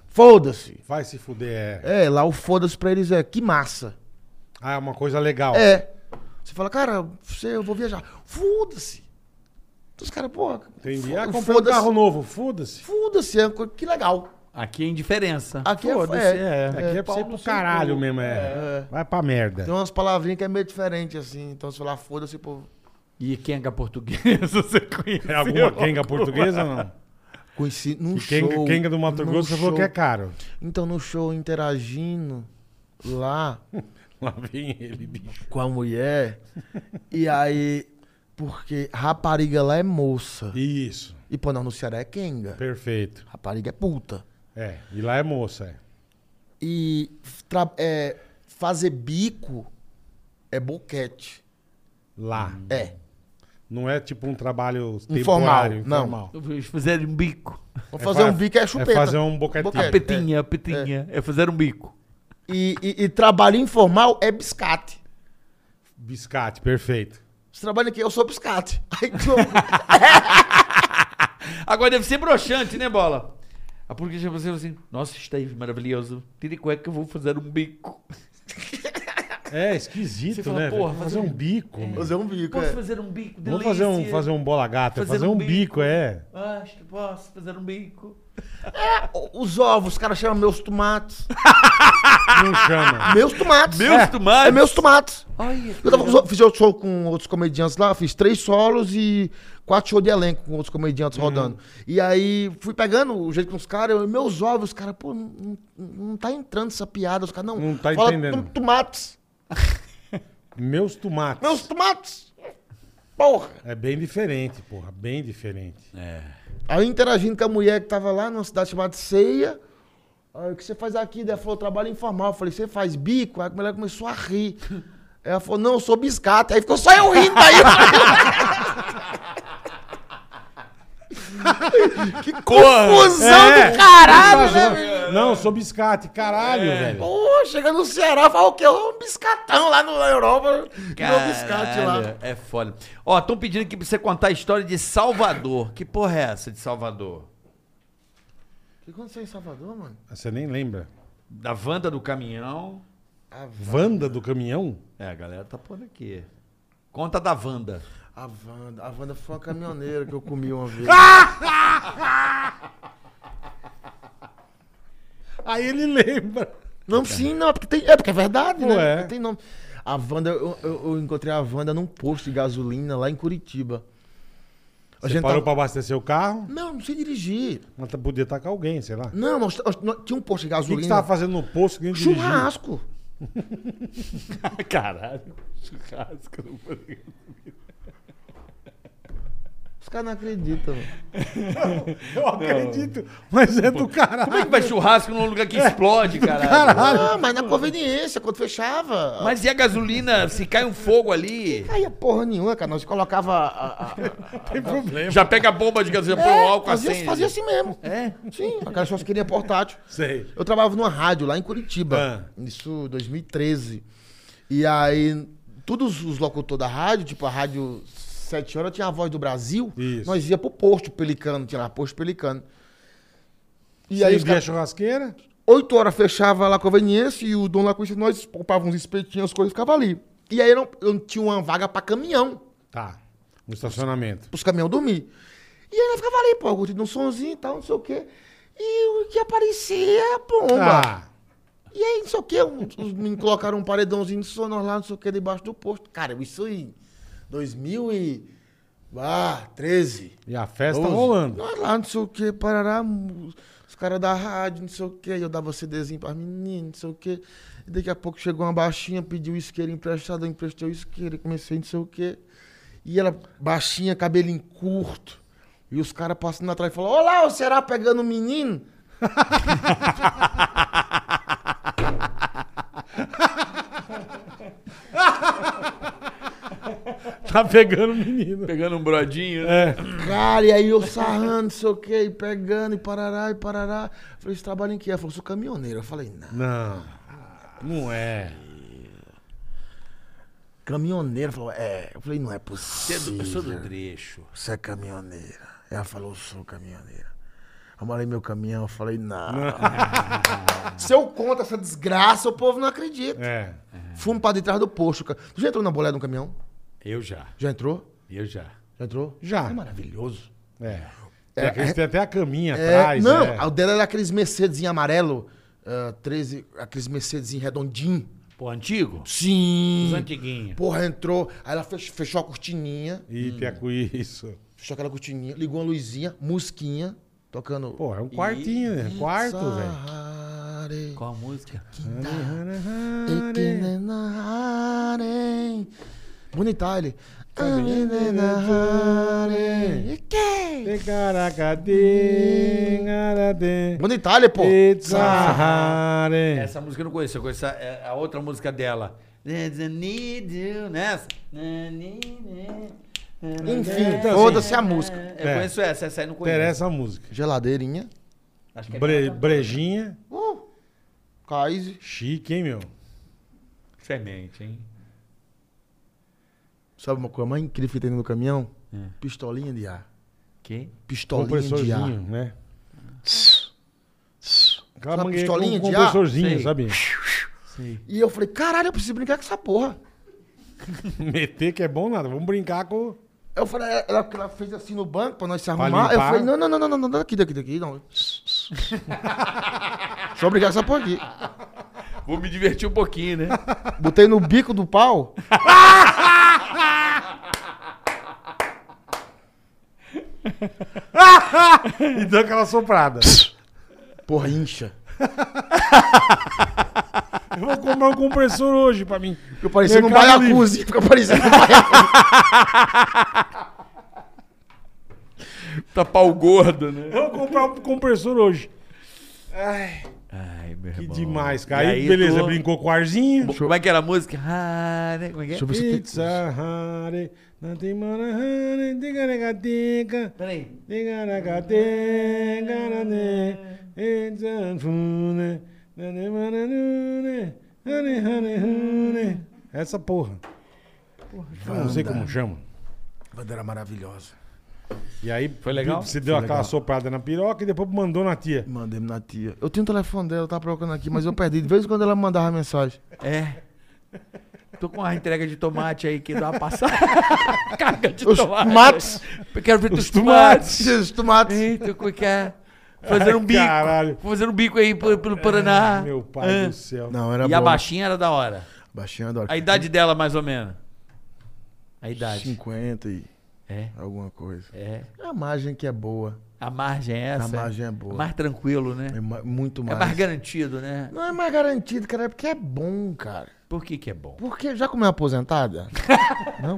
[SPEAKER 5] Foda-se.
[SPEAKER 3] Vai se fuder. É.
[SPEAKER 5] É, lá o foda-se pra eles é. Que massa.
[SPEAKER 3] Ah, é uma coisa legal.
[SPEAKER 5] É. Você fala, cara, você, eu vou viajar. Foda-se. Então Os caras, porra.
[SPEAKER 3] Entendi.
[SPEAKER 5] fo-
[SPEAKER 3] Ah, comprei um carro novo, foda-se.
[SPEAKER 5] Foda-se, é uma coisa- que legal.
[SPEAKER 4] Aqui é indiferença.
[SPEAKER 5] Aqui é,
[SPEAKER 4] Foda-se,
[SPEAKER 5] é,
[SPEAKER 3] Aqui é pra
[SPEAKER 5] pau
[SPEAKER 3] você ir pro
[SPEAKER 5] no seu
[SPEAKER 3] caralho
[SPEAKER 5] cu.
[SPEAKER 3] mesmo, é. Vai pra merda.
[SPEAKER 5] Tem umas palavrinhas que é meio diferente, assim. Então você fala, foda-se, pô.
[SPEAKER 4] E quenga portuguesa, você conhece?
[SPEAKER 3] É alguma quenga portuguesa ou não?
[SPEAKER 5] Conheci num
[SPEAKER 3] E Quenga,
[SPEAKER 5] Um show.
[SPEAKER 3] quenga do Mato
[SPEAKER 5] num
[SPEAKER 3] Grosso você falou que é
[SPEAKER 5] show.
[SPEAKER 3] caro.
[SPEAKER 5] Então, no show, interagindo lá
[SPEAKER 3] Lá vem ele, bicho.
[SPEAKER 5] com a mulher. e aí, porque rapariga lá é moça.
[SPEAKER 3] Isso,
[SPEAKER 5] E pô, não, no Ceará é quenga.
[SPEAKER 3] perfeito.
[SPEAKER 5] Rapariga é puta.
[SPEAKER 3] É, e lá é moça, é.
[SPEAKER 5] E tra- é, fazer bico é boquete.
[SPEAKER 3] Lá.
[SPEAKER 5] É.
[SPEAKER 3] Não é tipo um trabalho
[SPEAKER 5] Informal.
[SPEAKER 3] temporário,
[SPEAKER 5] não.
[SPEAKER 3] informal.
[SPEAKER 4] Eles fizeram um bico.
[SPEAKER 5] Vamos fazer
[SPEAKER 3] fa-
[SPEAKER 5] um bico é chupeta.
[SPEAKER 3] É fazer um boquetinho.
[SPEAKER 5] Boquete.
[SPEAKER 4] Petinha, petinha. É. fizeram um bico.
[SPEAKER 5] E, e- e trabalho informal é biscate.
[SPEAKER 3] Biscate, perfeito.
[SPEAKER 5] Você trabalha aqui, eu sou biscate. Aí tu...
[SPEAKER 4] Agora deve ser broxante, né, bola? A porquê já você assim, nossa, está aí maravilhoso. Tire cueca que eu vou fazer um bico.
[SPEAKER 3] É, esquisito,
[SPEAKER 4] Você fala,
[SPEAKER 3] né?
[SPEAKER 4] porra,
[SPEAKER 3] velho?
[SPEAKER 4] fazer
[SPEAKER 3] fazer um
[SPEAKER 4] um-
[SPEAKER 3] bico. mano.
[SPEAKER 5] fazer um bico,
[SPEAKER 4] Posso
[SPEAKER 5] é.
[SPEAKER 4] fazer um bico,
[SPEAKER 3] Vamos
[SPEAKER 4] delícia.
[SPEAKER 3] fazer um, fazer um bola gata, fazer, um bico, é.
[SPEAKER 4] Acho que posso fazer um bico.
[SPEAKER 5] O- Os ovos, os caras chamam meus tomates.
[SPEAKER 3] Não chama.
[SPEAKER 5] Meus tomates.
[SPEAKER 4] Meus
[SPEAKER 5] é.
[SPEAKER 4] tomates?
[SPEAKER 5] É meus tomates.
[SPEAKER 4] Olha,
[SPEAKER 5] Eu tava com, os- fiz outro show com outros comediantes lá, fiz três solos e quatro shows de elenco com outros comediantes rodando.
[SPEAKER 3] Hum.
[SPEAKER 5] E aí fui pegando o jeito com os caras, eu- meus ovos, os caras, pô, não, não- não tá entrando essa piada, os caras, não.
[SPEAKER 3] Não tá
[SPEAKER 5] fala
[SPEAKER 3] entendendo.
[SPEAKER 5] tom- Tomates.
[SPEAKER 3] Meus tomates.
[SPEAKER 5] Meus tomates. Porra.
[SPEAKER 3] É bem diferente, porra. Bem diferente.
[SPEAKER 5] Aí interagindo com a mulher que tava lá numa cidade chamada Ceia. Aí, o que você faz aqui? Daí Ela falou, trabalho informal. Eu falei, você faz bico? Aí a mulher começou a rir. Aí Ela falou, não, eu sou biscate. Aí ficou só eu rindo aí. que confusão
[SPEAKER 3] É.
[SPEAKER 5] do caralho, né, velho?
[SPEAKER 3] Não, sou biscate, caralho, velho.
[SPEAKER 5] Pô, chega no Ceará, fala o quê? Um biscatão lá na Europa. Virou biscate lá.
[SPEAKER 4] Caralho, é foda. Ó, estão pedindo aqui pra você contar a história de Salvador. Que porra é essa de Salvador?
[SPEAKER 5] O que aconteceu em Salvador, mano?
[SPEAKER 3] Você nem lembra.
[SPEAKER 4] Da Wanda do caminhão.
[SPEAKER 3] Vanda do caminhão?
[SPEAKER 4] É, a galera tá pondo aqui. Conta da Wanda.
[SPEAKER 5] A Wanda, a Wanda foi uma caminhoneira que eu comi uma vez.
[SPEAKER 3] Aí ele lembra.
[SPEAKER 5] Não, sim, não, é porque, tem, é porque é verdade,
[SPEAKER 3] Ué.
[SPEAKER 5] né? Tem nome. A Wanda, eu, eu- eu encontrei a Wanda num posto de gasolina lá em Curitiba. A
[SPEAKER 3] Você
[SPEAKER 5] gente tá-
[SPEAKER 3] parou pra
[SPEAKER 5] tava-
[SPEAKER 3] abastecer o carro,
[SPEAKER 5] Não, não sei dirigir.
[SPEAKER 3] mas tá- podia estar com alguém, sei lá.
[SPEAKER 5] Não, nós, nós- nós- tinha um posto de
[SPEAKER 3] O que, que você
[SPEAKER 5] gasolina.
[SPEAKER 3] tava fazendo no posto que nem dirigiu?
[SPEAKER 5] Churrasco.
[SPEAKER 4] Caralho, churrasco.
[SPEAKER 5] Os caras não acreditam.
[SPEAKER 3] Eu acredito, mas é do caralho.
[SPEAKER 4] Como é que vai churrasco num lugar que explode, É. caralho?
[SPEAKER 5] Ah, mas na conveniência, quando fechava. Mas...
[SPEAKER 4] Mas e a gasolina? Se cai um fogo ali,
[SPEAKER 5] Aí porra nenhuma, cara. Nós colocava. a- a- a-
[SPEAKER 4] é
[SPEAKER 3] Tem problema.
[SPEAKER 4] já pega a bomba de gasolina, põe o álcool
[SPEAKER 5] fazia,
[SPEAKER 4] assim.
[SPEAKER 5] fazia assim mesmo.
[SPEAKER 4] É?
[SPEAKER 5] Sim, aquelas pessoas que queriam portátil.
[SPEAKER 3] Sei.
[SPEAKER 5] Eu trabalhava numa rádio lá em Curitiba.
[SPEAKER 3] Ah.
[SPEAKER 5] Isso, 2013. E aí, todos os locutores da rádio, tipo a rádio 7 horas, tinha a voz do Brasil.
[SPEAKER 3] Isso.
[SPEAKER 5] Nós ia pro posto pelicano, tinha lá posto pelicano. E
[SPEAKER 3] E
[SPEAKER 5] aí,
[SPEAKER 3] aí
[SPEAKER 5] os
[SPEAKER 3] a
[SPEAKER 5] caras,
[SPEAKER 3] churrasqueira?
[SPEAKER 5] 8 horas fechava lá a conveniência e o dono lá com isso, nós poupava uns espetinhos, as coisas ficava ali. E aí, eu, não, eu tinha uma vaga pra caminhão,
[SPEAKER 3] Tá. No estacionamento.
[SPEAKER 5] pros caminhões dormir. E aí, nós ficava ali, pô, curtindo um sonzinho e tal, não sei o quê. E o que aparecia, bomba.
[SPEAKER 3] Ah,
[SPEAKER 5] E aí, não sei o quê, um- os meninos colocaram um paredãozinho de sonor lá, não sei o quê, debaixo do posto. Cara, isso em 2013.
[SPEAKER 3] e a festa rolando.
[SPEAKER 5] Nós lá, não sei o quê, parará, mu- os caras da rádio, não sei o quê, eu dava CDzinho pras meninas, não sei o quê. E daqui a pouco chegou uma baixinha, pediu o isqueiro emprestado, eu emprestei o isqueiro, e comecei não sei o quê. E ela, baixinha, cabelinho curto. E os caras passando atrás e falou: Olá, o Será pegando o menino?
[SPEAKER 3] Tá pegando o menino.
[SPEAKER 4] Pegando um brodinho, né?
[SPEAKER 3] É.
[SPEAKER 5] Cara, e aí eu sarrando, não sei o quê, e pegando, e parará, e parará. Falei, você trabalha em quê? Ela falou, sou caminhoneiro. Eu falei, não.
[SPEAKER 3] Não. Não é.
[SPEAKER 5] Caminhoneira. Falou, é. Eu falei, não é possível.
[SPEAKER 4] Eu sou do trecho.
[SPEAKER 5] Você é caminhoneira. Ela falou, sou caminhoneira. Amarei meu caminhão. Eu falei, não. Se eu conto essa desgraça, o povo não acredita.
[SPEAKER 3] É.
[SPEAKER 5] Fumo pra detrás do posto. cara. Tu já entrou na boleia de um caminhão?
[SPEAKER 4] Eu já.
[SPEAKER 5] Já entrou?
[SPEAKER 4] Eu já.
[SPEAKER 5] Já entrou?
[SPEAKER 3] Já.
[SPEAKER 5] É maravilhoso.
[SPEAKER 3] É. Tem, aqueles que tem até a caminha
[SPEAKER 5] É,
[SPEAKER 3] atrás.
[SPEAKER 5] não,
[SPEAKER 3] é.
[SPEAKER 5] o dela era aqueles Mercedes em amarelo, ah, 13, aqueles Mercedes em redondinho.
[SPEAKER 4] Pô, antigo?
[SPEAKER 5] Sim.
[SPEAKER 4] Os antiguinhos.
[SPEAKER 5] Porra, entrou. Aí ela fech- fechou a cortininha.
[SPEAKER 3] E
[SPEAKER 4] Hum.
[SPEAKER 3] tem a cu- isso.
[SPEAKER 5] Fechou aquela cortininha, ligou uma luzinha, musiquinha, tocando.
[SPEAKER 3] Pô, é um quartinho, né? Quarto, velho.
[SPEAKER 5] Sahare,
[SPEAKER 4] Qual a música?
[SPEAKER 3] Tá.
[SPEAKER 5] Ekinenare. Bonita ele.
[SPEAKER 3] Tem caracadê, caracadê.
[SPEAKER 5] Bonita ele, pô.
[SPEAKER 3] Itzahare.
[SPEAKER 4] Essa é música eu não conheço, eu conheço a, é, a outra música dela. There's a need you, nessa.
[SPEAKER 5] Enfim,
[SPEAKER 3] Então,
[SPEAKER 5] foda-se a
[SPEAKER 3] assim,
[SPEAKER 5] música.
[SPEAKER 4] Eu
[SPEAKER 3] É.
[SPEAKER 4] conheço essa, essa aí eu não conheço.
[SPEAKER 3] Interessa a música.
[SPEAKER 5] Geladeirinha.
[SPEAKER 4] Acho que é
[SPEAKER 3] Bre- brejinha.
[SPEAKER 5] Uh, Kaiser.
[SPEAKER 3] Chique, hein, meu?
[SPEAKER 4] Semente, hein?
[SPEAKER 5] Sabe uma coisa mais incrível que tem tá no caminhão?
[SPEAKER 3] É.
[SPEAKER 5] Pistolinha de ar.
[SPEAKER 4] Quem?
[SPEAKER 5] Pistolinha de ar.
[SPEAKER 3] Compressorzinho, né? Aquela
[SPEAKER 5] Sabe,
[SPEAKER 3] mangueira
[SPEAKER 5] pistolinha
[SPEAKER 3] com
[SPEAKER 5] de ar?
[SPEAKER 3] compressorzinho,
[SPEAKER 4] Sei.
[SPEAKER 3] sabe?
[SPEAKER 5] E eu falei, caralho, eu preciso brincar com essa porra.
[SPEAKER 3] Meter que é bom nada. Vamos brincar com...
[SPEAKER 5] Eu falei, ela, ela- ela fez assim no banco pra nós se
[SPEAKER 3] Pra
[SPEAKER 5] arrumar. Eu
[SPEAKER 3] limpar.
[SPEAKER 5] falei, não, não, não, não, não, não, daqui, daqui, daqui, não. Só brincar com essa porra aqui.
[SPEAKER 4] Vou me divertir um pouquinho, né?
[SPEAKER 5] Botei no bico do pau.
[SPEAKER 3] E dá então aquela soprada.
[SPEAKER 5] Porra, incha.
[SPEAKER 3] Eu vou comprar um compressor hoje pra mim.
[SPEAKER 5] Fica parecendo um
[SPEAKER 3] Mercado Livre.
[SPEAKER 5] baiacuzi. Fica parecendo um baiacuzi.
[SPEAKER 4] Tapar o gordo, né?
[SPEAKER 3] Eu vou comprar um compressor hoje.
[SPEAKER 4] Ai, meu
[SPEAKER 5] É
[SPEAKER 3] Que
[SPEAKER 4] irmão.
[SPEAKER 3] demais,
[SPEAKER 4] E
[SPEAKER 3] cara. Aí,
[SPEAKER 4] aí,
[SPEAKER 3] beleza,
[SPEAKER 4] tu-
[SPEAKER 3] brincou com o arzinho.
[SPEAKER 4] Como é que era a música? Ah, né? Como é que é?
[SPEAKER 5] Deixa eu ver se tem...
[SPEAKER 3] Pizza Hare, Natimana Hare, Digaragatega,
[SPEAKER 4] Peraí.
[SPEAKER 3] Digaragatega, Nane, Enzanfune, Natimana Nune, Hane Hane Hune. Essa porra. Eu não sei como chama.
[SPEAKER 5] Bandeira maravilhosa.
[SPEAKER 3] E aí,
[SPEAKER 4] Foi legal?
[SPEAKER 3] Você deu aquela soprada na piroca e depois mandou na tia.
[SPEAKER 5] Mandei-me na tia. Eu tenho o telefone dela, eu tava procurando aqui, mas eu perdi. De vez em quando ela me mandava mensagem.
[SPEAKER 4] É. Tô com a entrega de tomate aí que dá uma passada. Carga de
[SPEAKER 5] Os
[SPEAKER 4] tomate.
[SPEAKER 5] tomates.
[SPEAKER 4] Eu quero ver os
[SPEAKER 3] tomates.
[SPEAKER 4] tomates.
[SPEAKER 5] Jesus, tomates.
[SPEAKER 4] Eita, como é que é? Fazendo um bico.
[SPEAKER 3] caralho.
[SPEAKER 4] Fazendo um bico aí pelo, pelo Paraná.
[SPEAKER 3] Meu pai
[SPEAKER 4] Ah.
[SPEAKER 3] do céu.
[SPEAKER 5] Não, era
[SPEAKER 4] E a
[SPEAKER 5] boa.
[SPEAKER 4] baixinha era da hora.
[SPEAKER 5] Baixinha adora.
[SPEAKER 4] A idade dela, mais ou menos. A idade.
[SPEAKER 5] 50 e
[SPEAKER 4] É,
[SPEAKER 5] alguma coisa.
[SPEAKER 4] é.
[SPEAKER 5] A margem que é boa.
[SPEAKER 4] A margem é essa.
[SPEAKER 5] A margem é boa.
[SPEAKER 4] Mais tranquilo, né?
[SPEAKER 5] É ma- muito
[SPEAKER 4] É
[SPEAKER 5] mais.
[SPEAKER 4] mais garantido, né?
[SPEAKER 5] Não é mais garantido, cara, é porque é bom, cara.
[SPEAKER 4] Por que que é bom?
[SPEAKER 5] Porque já comeu aposentada? Não?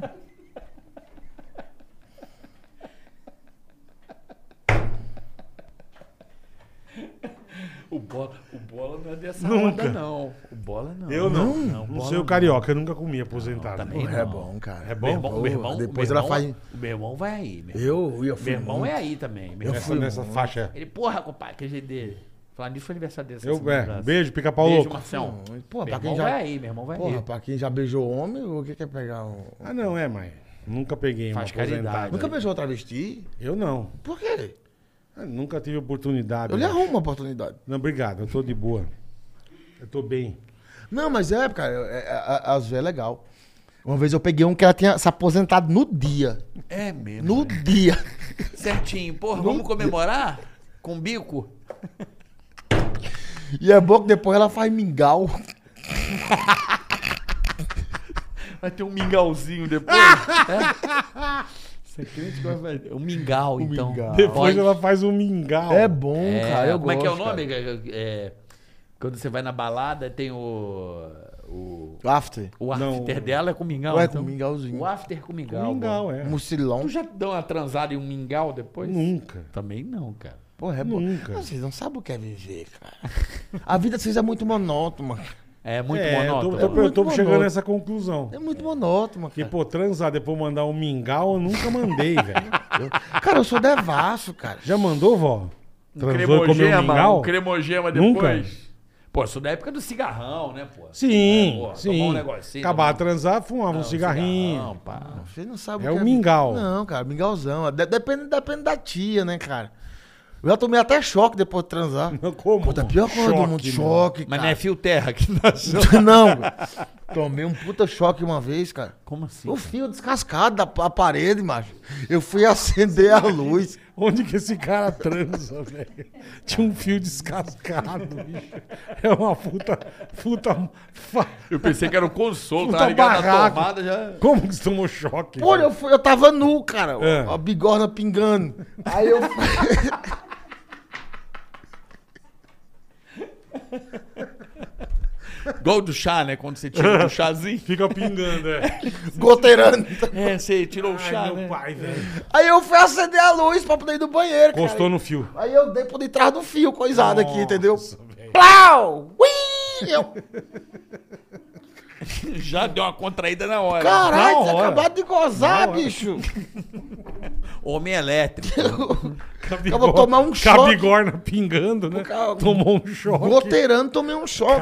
[SPEAKER 4] O bola, o bola não é dessa
[SPEAKER 3] Nunca.
[SPEAKER 4] onda, não. O bola não.
[SPEAKER 3] Eu não.
[SPEAKER 4] Não,
[SPEAKER 3] Não,
[SPEAKER 4] bola
[SPEAKER 3] sei o
[SPEAKER 4] não.
[SPEAKER 3] carioca, eu nunca comi aposentado.
[SPEAKER 4] também
[SPEAKER 5] Porra,
[SPEAKER 4] não.
[SPEAKER 5] é bom, cara.
[SPEAKER 3] É
[SPEAKER 4] Meu
[SPEAKER 3] bom?
[SPEAKER 4] irmão, meu irmão,
[SPEAKER 5] Porra,
[SPEAKER 4] meu
[SPEAKER 5] depois
[SPEAKER 4] irmão,
[SPEAKER 5] ela faz-
[SPEAKER 4] O meu irmão vai aí, meu irmão.
[SPEAKER 5] Eu, eu fui
[SPEAKER 4] Meu irmão
[SPEAKER 5] muito.
[SPEAKER 4] é aí também. Meu
[SPEAKER 3] Nessa,
[SPEAKER 4] irmão.
[SPEAKER 3] nessa faixa.
[SPEAKER 4] Ele, porra, compadre, aquele jeito dele. Falar nisso foi aniversário desse. assim,
[SPEAKER 3] Eu, é, beijo, pica-pau
[SPEAKER 4] Beijo,
[SPEAKER 3] louco.
[SPEAKER 4] Marcião.
[SPEAKER 5] Pô,
[SPEAKER 4] Meu
[SPEAKER 5] pra
[SPEAKER 4] irmão
[SPEAKER 5] quem já.
[SPEAKER 4] vai aí, meu irmão vai
[SPEAKER 5] Porra,
[SPEAKER 4] aí.
[SPEAKER 5] pra quem já beijou homem, o que que é pegar um.
[SPEAKER 3] Ah, não, é, mãe. Nunca peguei
[SPEAKER 4] Faz
[SPEAKER 3] uma aposentada.
[SPEAKER 4] caridade.
[SPEAKER 5] Nunca beijou travesti?
[SPEAKER 3] Eu não.
[SPEAKER 5] Por quê?
[SPEAKER 3] Ah, Nunca tive oportunidade.
[SPEAKER 5] Eu lhe
[SPEAKER 4] É.
[SPEAKER 3] né?
[SPEAKER 5] arrumo uma oportunidade.
[SPEAKER 3] Não, obrigado. Eu tô de boa. Eu tô bem.
[SPEAKER 5] Não, mas é, cara, é, é, a- às vezes é legal. Uma vez eu peguei um que ela tinha se aposentado no dia.
[SPEAKER 4] É mesmo.
[SPEAKER 5] No dia.
[SPEAKER 4] Certinho. Porra, vamos comemorar? Com bico?
[SPEAKER 5] E é bom que depois ela faz mingau.
[SPEAKER 4] Vai ter um mingauzinho depois. Ah! Você é crente que vai fazer? Um mingau, então.
[SPEAKER 5] mingau.
[SPEAKER 3] Depois
[SPEAKER 4] Pode.
[SPEAKER 3] ela faz um mingau.
[SPEAKER 5] É bom,
[SPEAKER 4] É,
[SPEAKER 5] cara. Eu
[SPEAKER 4] como é que é o
[SPEAKER 5] gosto,
[SPEAKER 4] nome? É, quando você vai na balada, tem o. O,
[SPEAKER 5] cara. After.
[SPEAKER 4] o
[SPEAKER 3] Não,
[SPEAKER 4] after dela é com mingau.
[SPEAKER 5] Ué, com mingauzinho.
[SPEAKER 4] O after com mingau.
[SPEAKER 3] Um mingau,
[SPEAKER 4] mano.
[SPEAKER 3] é.
[SPEAKER 5] Mucilão.
[SPEAKER 4] Tu já deu uma transada em um mingau depois?
[SPEAKER 3] Nunca.
[SPEAKER 4] Também não, cara.
[SPEAKER 5] Porra, é bom.
[SPEAKER 3] Nunca.
[SPEAKER 5] Mas vocês não sabem o que é viver, cara. A vida de vocês é muito monótona.
[SPEAKER 4] É muito
[SPEAKER 3] é, eu tô-
[SPEAKER 4] monótono.
[SPEAKER 3] tô, eu tô
[SPEAKER 5] Muito
[SPEAKER 3] chegando
[SPEAKER 5] monótono.
[SPEAKER 3] nessa conclusão.
[SPEAKER 5] É muito monótona,
[SPEAKER 3] Que,
[SPEAKER 5] cara.
[SPEAKER 3] pô, transar depois mandar um mingau, eu nunca mandei, velho.
[SPEAKER 5] Eu- Cara, eu sou devasso, cara.
[SPEAKER 4] Um
[SPEAKER 3] Já mandou, vó? Transou e comeu
[SPEAKER 2] cremogema,
[SPEAKER 3] mingau?
[SPEAKER 2] um cremogema
[SPEAKER 3] Nunca?
[SPEAKER 2] depois.
[SPEAKER 4] Pô, sou da época do cigarrão, né, pô?
[SPEAKER 3] Sim,
[SPEAKER 4] É, pô,
[SPEAKER 3] sim.
[SPEAKER 4] Tomar um negocinho.
[SPEAKER 3] Acabar
[SPEAKER 4] tomar
[SPEAKER 3] de transar, fumava um
[SPEAKER 4] um
[SPEAKER 3] cigarrinho.
[SPEAKER 4] cigarrão, pá.
[SPEAKER 5] Você não sabe
[SPEAKER 3] É
[SPEAKER 5] o
[SPEAKER 3] o
[SPEAKER 5] que
[SPEAKER 3] mingau.
[SPEAKER 5] Não, cara, mingauzão. De- depende, depende da tia, né, cara? Eu já tomei até choque depois de transar.
[SPEAKER 3] Como?
[SPEAKER 5] Puta, pior coisa do mundo,
[SPEAKER 3] meu.
[SPEAKER 5] choque,
[SPEAKER 4] Mas não é
[SPEAKER 5] cara.
[SPEAKER 4] fio terra que nasceu.
[SPEAKER 5] não, tomei um puta choque uma vez, cara.
[SPEAKER 4] Como assim?
[SPEAKER 5] O fio descascado da pa- parede, macho. Eu fui acender a luz.
[SPEAKER 3] Onde que esse cara transa, velho? Tinha um fio descascado, bicho. É uma puta. Puta. fa-
[SPEAKER 4] Eu pensei que era o consolo,
[SPEAKER 3] Puta
[SPEAKER 4] tava ligado na
[SPEAKER 3] barraco.
[SPEAKER 4] tomada já.
[SPEAKER 3] Como que você tomou choque?
[SPEAKER 5] Pô, eu, fui- eu tava nu, cara.
[SPEAKER 3] É.
[SPEAKER 5] A bigorna pingando. Aí eu.
[SPEAKER 4] Igual do chá, né? Quando você tira do chazinho.
[SPEAKER 3] Fica pingando, é.
[SPEAKER 5] goteirando.
[SPEAKER 4] É, você tirou o chá,
[SPEAKER 3] Ai, meu
[SPEAKER 4] né?
[SPEAKER 3] pai, velho.
[SPEAKER 5] Aí eu fui acender a luz pra poder ir do banheiro, cara.
[SPEAKER 3] Encostou no fio.
[SPEAKER 5] Aí eu dei por detrás do fio, coisado aqui, entendeu?
[SPEAKER 3] Nossa, velho.
[SPEAKER 5] Plau! Ui! Eu,
[SPEAKER 4] Já deu uma contraída na hora.
[SPEAKER 5] caralho,
[SPEAKER 3] Na
[SPEAKER 5] você
[SPEAKER 3] hora.
[SPEAKER 5] acabado de gozar, bicho.
[SPEAKER 4] Homem elétrico.
[SPEAKER 3] Cabigor...
[SPEAKER 5] vou tomar um choque.
[SPEAKER 3] Cabigorna pingando, né?
[SPEAKER 5] Ca-
[SPEAKER 3] Tomou um choque.
[SPEAKER 5] Goteirando, tomei um choque.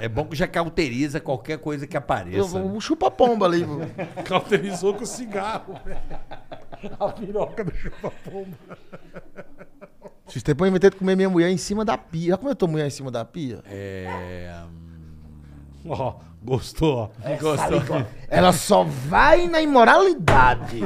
[SPEAKER 4] É bom que já cauteriza qualquer coisa que
[SPEAKER 5] Eu-
[SPEAKER 4] apareça.
[SPEAKER 5] um chupa-pomba ali.
[SPEAKER 3] Cauterizou com cigarro, velho. A piroca do chupa-pomba.
[SPEAKER 5] Esses tempos eu inventei de comer minha mulher em cima da pia. Já comeu tua mulher em cima da pia?
[SPEAKER 4] É.
[SPEAKER 3] Ó, gostou, ó.
[SPEAKER 4] Gostou?
[SPEAKER 5] Ela só vai na imoralidade.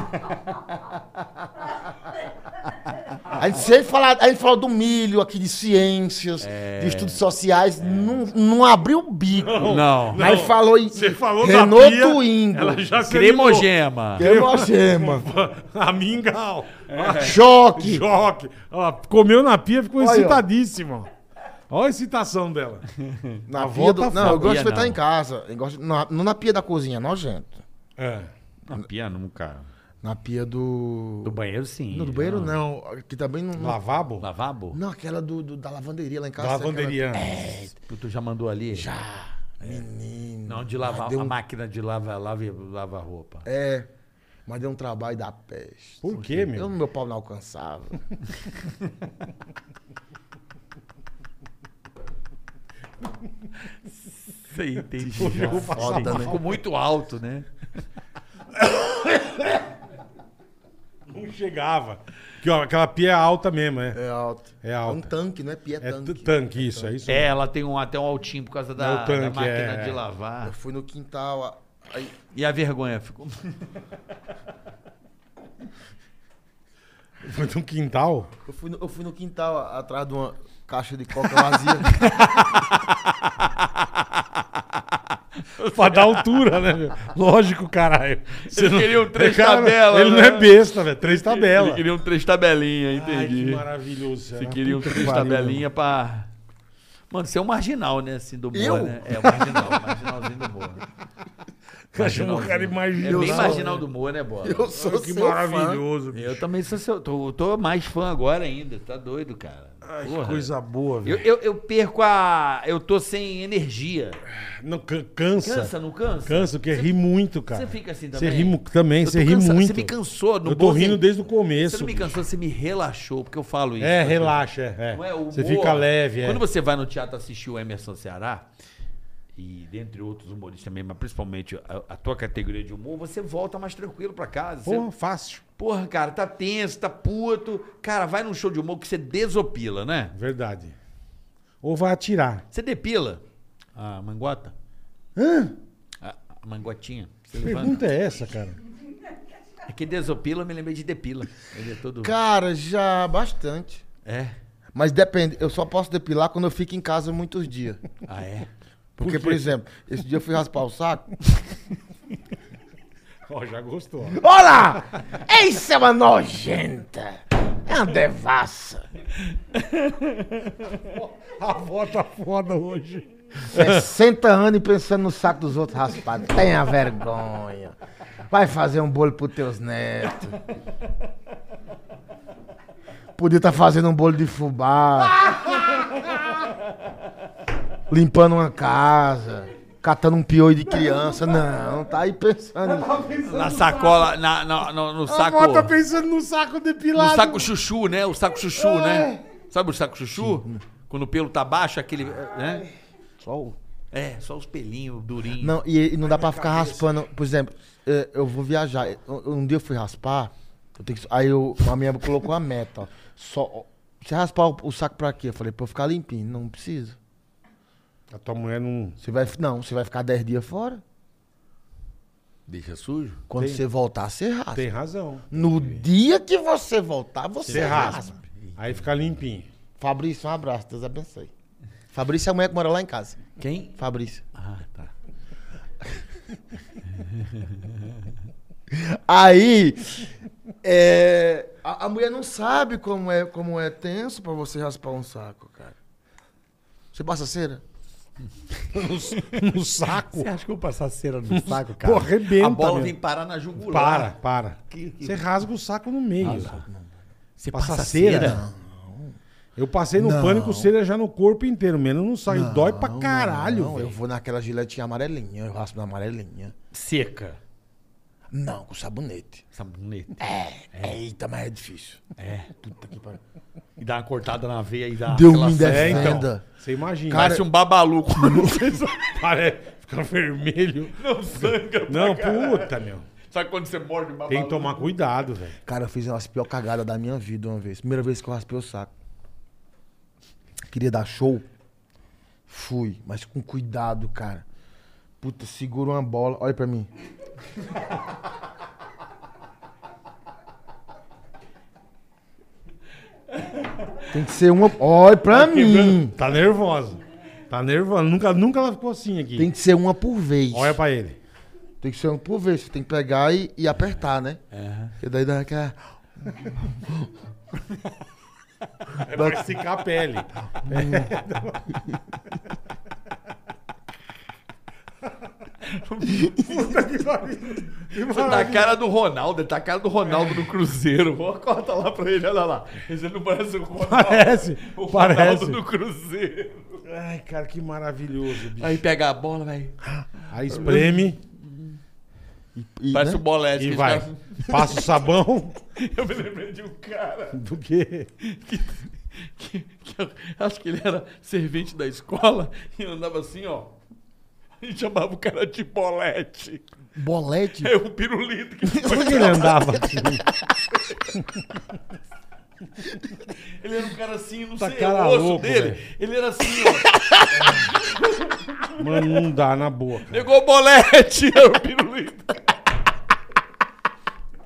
[SPEAKER 5] A gente sempre fala, a gente fala do milho aqui, de ciências,
[SPEAKER 3] É.
[SPEAKER 5] de estudos sociais, não, não abriu o bico.
[SPEAKER 4] Não.
[SPEAKER 5] Aí falou em
[SPEAKER 3] Você falou
[SPEAKER 5] Renault
[SPEAKER 3] da pia,
[SPEAKER 5] Twingo.
[SPEAKER 3] Ela já se animou.
[SPEAKER 4] Cremogema.
[SPEAKER 5] Cremogema.
[SPEAKER 3] A mingau.
[SPEAKER 5] Choque.
[SPEAKER 3] É. Choque. Ela comeu na pia, ficou
[SPEAKER 5] Olha, ó.
[SPEAKER 3] excitadíssima. Olha a excitação dela.
[SPEAKER 5] Na
[SPEAKER 3] A
[SPEAKER 5] pia do-
[SPEAKER 3] volta
[SPEAKER 5] Não, eu gosto de
[SPEAKER 4] fria,
[SPEAKER 5] fritar
[SPEAKER 4] não.
[SPEAKER 5] em casa. Eu gosto... na- Não na pia da cozinha, é nojento.
[SPEAKER 3] É.
[SPEAKER 4] Não, pia nunca.
[SPEAKER 5] Na pia do...
[SPEAKER 4] Do banheiro, sim.
[SPEAKER 5] Não, do banheiro não. Que também não... não-
[SPEAKER 3] Lavabo?
[SPEAKER 4] Lavabo?
[SPEAKER 5] Não, aquela do, do- da lavanderia lá em casa. é
[SPEAKER 3] Lavanderia.
[SPEAKER 4] Tu- Tu já mandou ali? Já.
[SPEAKER 5] Menino.
[SPEAKER 4] Não, de lavar.
[SPEAKER 5] Mas deu
[SPEAKER 4] A
[SPEAKER 5] um-
[SPEAKER 4] máquina de lava, lava, lava roupa.
[SPEAKER 5] É, mas deu um trabalho da peste.
[SPEAKER 3] Por quê,
[SPEAKER 5] Eu,
[SPEAKER 3] meu?
[SPEAKER 5] meu pau não alcançava.
[SPEAKER 4] Sei, entendi.
[SPEAKER 3] Jogou pra
[SPEAKER 5] Foda, né?
[SPEAKER 4] Ficou muito alto, né?
[SPEAKER 3] Não chegava. Que, ó, aquela pia é alta mesmo, é.
[SPEAKER 5] É alto.
[SPEAKER 3] É alta.
[SPEAKER 5] um tanque, não é pia,
[SPEAKER 3] É
[SPEAKER 5] tanque.
[SPEAKER 3] t- tanque, isso, é isso?
[SPEAKER 4] É, ela tem um, até um altinho por causa da,
[SPEAKER 3] É o tanque,
[SPEAKER 4] da máquina
[SPEAKER 3] é.
[SPEAKER 4] de
[SPEAKER 5] Eu
[SPEAKER 4] lavar.
[SPEAKER 5] fui no quintal, a- aí...
[SPEAKER 4] E a vergonha ficou.
[SPEAKER 3] Foi de um quintal?
[SPEAKER 5] Eu fui, no, eu fui no quintal, a- atrás de uma caixa de coca vazia.
[SPEAKER 3] pra dar altura, né? meu? Lógico, caralho. Você não-
[SPEAKER 4] queriam três
[SPEAKER 3] Cara,
[SPEAKER 4] tabelas,
[SPEAKER 3] Ele
[SPEAKER 4] né?
[SPEAKER 3] não é besta, velho. Três tabelas.
[SPEAKER 4] queria um três tabelinhas,
[SPEAKER 3] Ai, que maravilhoso.
[SPEAKER 4] Você
[SPEAKER 3] cara.
[SPEAKER 4] queria um
[SPEAKER 3] Puta que
[SPEAKER 4] três
[SPEAKER 3] pariu,
[SPEAKER 4] tabelinha pra. Mano, você é um marginal, né? Assim, do humor,
[SPEAKER 5] Eu?
[SPEAKER 4] né? É, o marginal, marginalzinho do humor.
[SPEAKER 3] meu. Eu chamo o um cara
[SPEAKER 4] É bem
[SPEAKER 3] imaginoso.
[SPEAKER 4] marginal do humor, né, Bola?
[SPEAKER 5] Eu sou
[SPEAKER 3] que
[SPEAKER 5] seu fã.
[SPEAKER 3] maravilhoso. bicho.
[SPEAKER 4] Eu também sou seu. Tô, tô mais fã agora ainda, tá doido, cara.
[SPEAKER 3] Ai, que
[SPEAKER 4] Porra.
[SPEAKER 3] coisa boa,
[SPEAKER 4] Eu,
[SPEAKER 3] velho.
[SPEAKER 4] eu, eu perco a. Eu tô sem energia.
[SPEAKER 3] Não, can- cansa.
[SPEAKER 4] Cansa,
[SPEAKER 3] Cansa,
[SPEAKER 4] não cansa?
[SPEAKER 3] porque ri muito, cara.
[SPEAKER 4] Você fica assim
[SPEAKER 3] Você
[SPEAKER 4] também?
[SPEAKER 3] ri mu- também,
[SPEAKER 4] Eu
[SPEAKER 3] você
[SPEAKER 4] tô
[SPEAKER 3] ri
[SPEAKER 4] cansado,
[SPEAKER 3] muito.
[SPEAKER 4] Você me cansou. No
[SPEAKER 3] Eu tô
[SPEAKER 4] bom
[SPEAKER 3] rindo
[SPEAKER 4] sen-
[SPEAKER 3] desde o
[SPEAKER 4] Você
[SPEAKER 3] começo.
[SPEAKER 4] não me cansou, você me relaxou, porque eu falo isso.
[SPEAKER 3] É,
[SPEAKER 4] porque-
[SPEAKER 3] relaxa, é. é.
[SPEAKER 4] Não é humor.
[SPEAKER 3] você fica leve, é.
[SPEAKER 4] Quando você vai no teatro assistir o Emerson Ceará, e dentre outros humoristas também, mas principalmente a, a tua categoria de humor, você volta mais tranquilo pra casa. Você-
[SPEAKER 3] Porra, fácil.
[SPEAKER 4] porra, cara, tá tenso, tá puto. Cara, vai num show de humor que você desopila, né?
[SPEAKER 3] Verdade. Ou vai atirar.
[SPEAKER 4] Você depila a mangota?
[SPEAKER 3] Hã?
[SPEAKER 4] A, a mangotinha? Você
[SPEAKER 3] Que
[SPEAKER 4] levanta?
[SPEAKER 3] pergunta é essa, cara?
[SPEAKER 4] É que desopila, eu me lembrei de depila. Ele é todo...
[SPEAKER 5] Cara, já bastante.
[SPEAKER 4] É?
[SPEAKER 5] Mas depende, eu só posso depilar quando eu fico em casa muitos dias.
[SPEAKER 4] Ah, é?
[SPEAKER 5] Porque, por exemplo, esse dia eu fui raspar o saco.
[SPEAKER 3] Ó, já gostou. ó.
[SPEAKER 5] Olá! Isso é uma nojenta! É uma devassa!
[SPEAKER 3] A avó tá foda hoje.
[SPEAKER 5] 60 anos e pensando no saco dos outros raspados. Tenha vergonha. Vai fazer um bolo pros teus netos. Podia estar fazendo um bolo de fubá. Limpando uma casa. Catando um piolho de criança. Não, tá aí pensando. em-
[SPEAKER 4] Na sacola, na, na- no, no saco...
[SPEAKER 3] A avó tá pensando no saco
[SPEAKER 4] No
[SPEAKER 3] depilado.
[SPEAKER 4] saco chuchu, né? O saco chuchu, né? Sabe o saco chuchu? Quando o pelo tá baixo, aquele. Né?
[SPEAKER 5] Só o...
[SPEAKER 4] É, só os pelinhos durinhos.
[SPEAKER 5] Não, e, e não dá pra ficar raspando. Por exemplo, eh, eu vou viajar. Eu- Um dia eu fui raspar, eu tenho que- aí eu, a minha colocou uma meta. ó. Só, ó, você raspar o, o saco pra quê? Eu falei, pra eu ficar limpinho. Não preciso.
[SPEAKER 3] A tua mulher não.
[SPEAKER 5] Você vai, não, você vai ficar 10 dias fora.
[SPEAKER 4] Deixa sujo.
[SPEAKER 5] Quando você voltar, você raspa.
[SPEAKER 3] Tem razão.
[SPEAKER 5] No dia que você voltar, você,
[SPEAKER 3] Você
[SPEAKER 5] raspa.
[SPEAKER 3] raspa. Aí fica limpinho.
[SPEAKER 5] Fabrício, um abraço. Deus abençoe. Fabrício é a mulher que mora lá em casa.
[SPEAKER 4] Quem?
[SPEAKER 5] Fabrício.
[SPEAKER 4] Ah, tá.
[SPEAKER 5] Aí, é, a, a mulher não sabe como é, como é tenso pra você raspar um saco, cara. Você passa cera?
[SPEAKER 3] No saco.
[SPEAKER 8] Você acha que eu vou passar cera no saco, cara?
[SPEAKER 3] Pô, arrebenta.
[SPEAKER 4] a bola
[SPEAKER 3] meu.
[SPEAKER 4] vem parar na jugular.
[SPEAKER 3] Para, para. Você rasga o saco no meio.
[SPEAKER 4] Você
[SPEAKER 3] Passa cera? Eu passei no pânico cera já no corpo inteiro, menos no saco. E dói pra caralho,
[SPEAKER 5] Não, eu
[SPEAKER 3] velho.
[SPEAKER 5] vou naquela giletinha amarelinha, eu raspo na amarelinha.
[SPEAKER 4] Seca.
[SPEAKER 5] Não, com sabonete.
[SPEAKER 4] Sabonete.
[SPEAKER 5] É. Eita, mas é difícil.
[SPEAKER 4] E dá uma cortada na veia e dá.
[SPEAKER 5] Deus
[SPEAKER 4] aquela
[SPEAKER 5] me
[SPEAKER 4] fé.
[SPEAKER 3] É, então.
[SPEAKER 5] Defenda.
[SPEAKER 3] Você imagina.
[SPEAKER 4] Parece um babaluco.
[SPEAKER 3] Parece, fica vermelho.
[SPEAKER 4] Não sangra. pra
[SPEAKER 3] Não,
[SPEAKER 4] caralho.
[SPEAKER 3] puta, meu.
[SPEAKER 4] Sabe quando você morde um babaluco?
[SPEAKER 3] Tem que tomar cuidado, velho.
[SPEAKER 5] Cara, eu fiz uma das piores cagadas da minha vida uma vez. Primeira vez que eu raspei o saco. Queria dar show. Fui, mas com cuidado, cara. Puta, segura uma bola. Olha pra mim. Tem que ser uma. Olha pra mim.
[SPEAKER 3] Tá nervosa. Tá nervosa. Nunca, nunca ela ficou assim aqui.
[SPEAKER 5] Tem que ser uma por vez.
[SPEAKER 3] Olha pra ele.
[SPEAKER 5] Tem que ser uma por vez. Você tem que pegar e, e apertar, né? E daí dá aquela.
[SPEAKER 3] É pra esticar a pele. Puta que pariu. Que
[SPEAKER 4] Tá a
[SPEAKER 3] maravilha.
[SPEAKER 4] cara do Ronaldo, tá a cara do
[SPEAKER 3] É.
[SPEAKER 4] Ronaldo no Cruzeiro. Vou corta lá pra ele, olha lá. Esse não parece o Ronaldo.
[SPEAKER 3] Parece,
[SPEAKER 4] O Ronaldo
[SPEAKER 3] parece.
[SPEAKER 4] do Cruzeiro.
[SPEAKER 3] Ai, cara, que maravilhoso, bicho.
[SPEAKER 4] Aí pega a bola, vai.
[SPEAKER 3] Aí espreme
[SPEAKER 5] E,
[SPEAKER 4] Parece
[SPEAKER 5] né?
[SPEAKER 4] o Bolete.
[SPEAKER 3] e
[SPEAKER 4] que
[SPEAKER 3] vai.
[SPEAKER 4] os caras-
[SPEAKER 3] Passa o sabão.
[SPEAKER 4] Eu me lembrei de um cara
[SPEAKER 3] Do quê?
[SPEAKER 4] que, que eu acho que ele era servente da escola e andava assim, ó. E chamava o cara de Bolete.
[SPEAKER 5] Bolete.
[SPEAKER 4] É um pirulito que
[SPEAKER 3] Por que ele andava assim?
[SPEAKER 4] Ele era um cara assim, não
[SPEAKER 3] Tá
[SPEAKER 4] sei,
[SPEAKER 3] cara
[SPEAKER 4] o osso
[SPEAKER 3] louco,
[SPEAKER 4] dele.
[SPEAKER 3] velho.
[SPEAKER 4] Ele era assim, ó.
[SPEAKER 3] Mano, não dá na boa, cara.
[SPEAKER 4] Pegou o bolete, era o pirulito.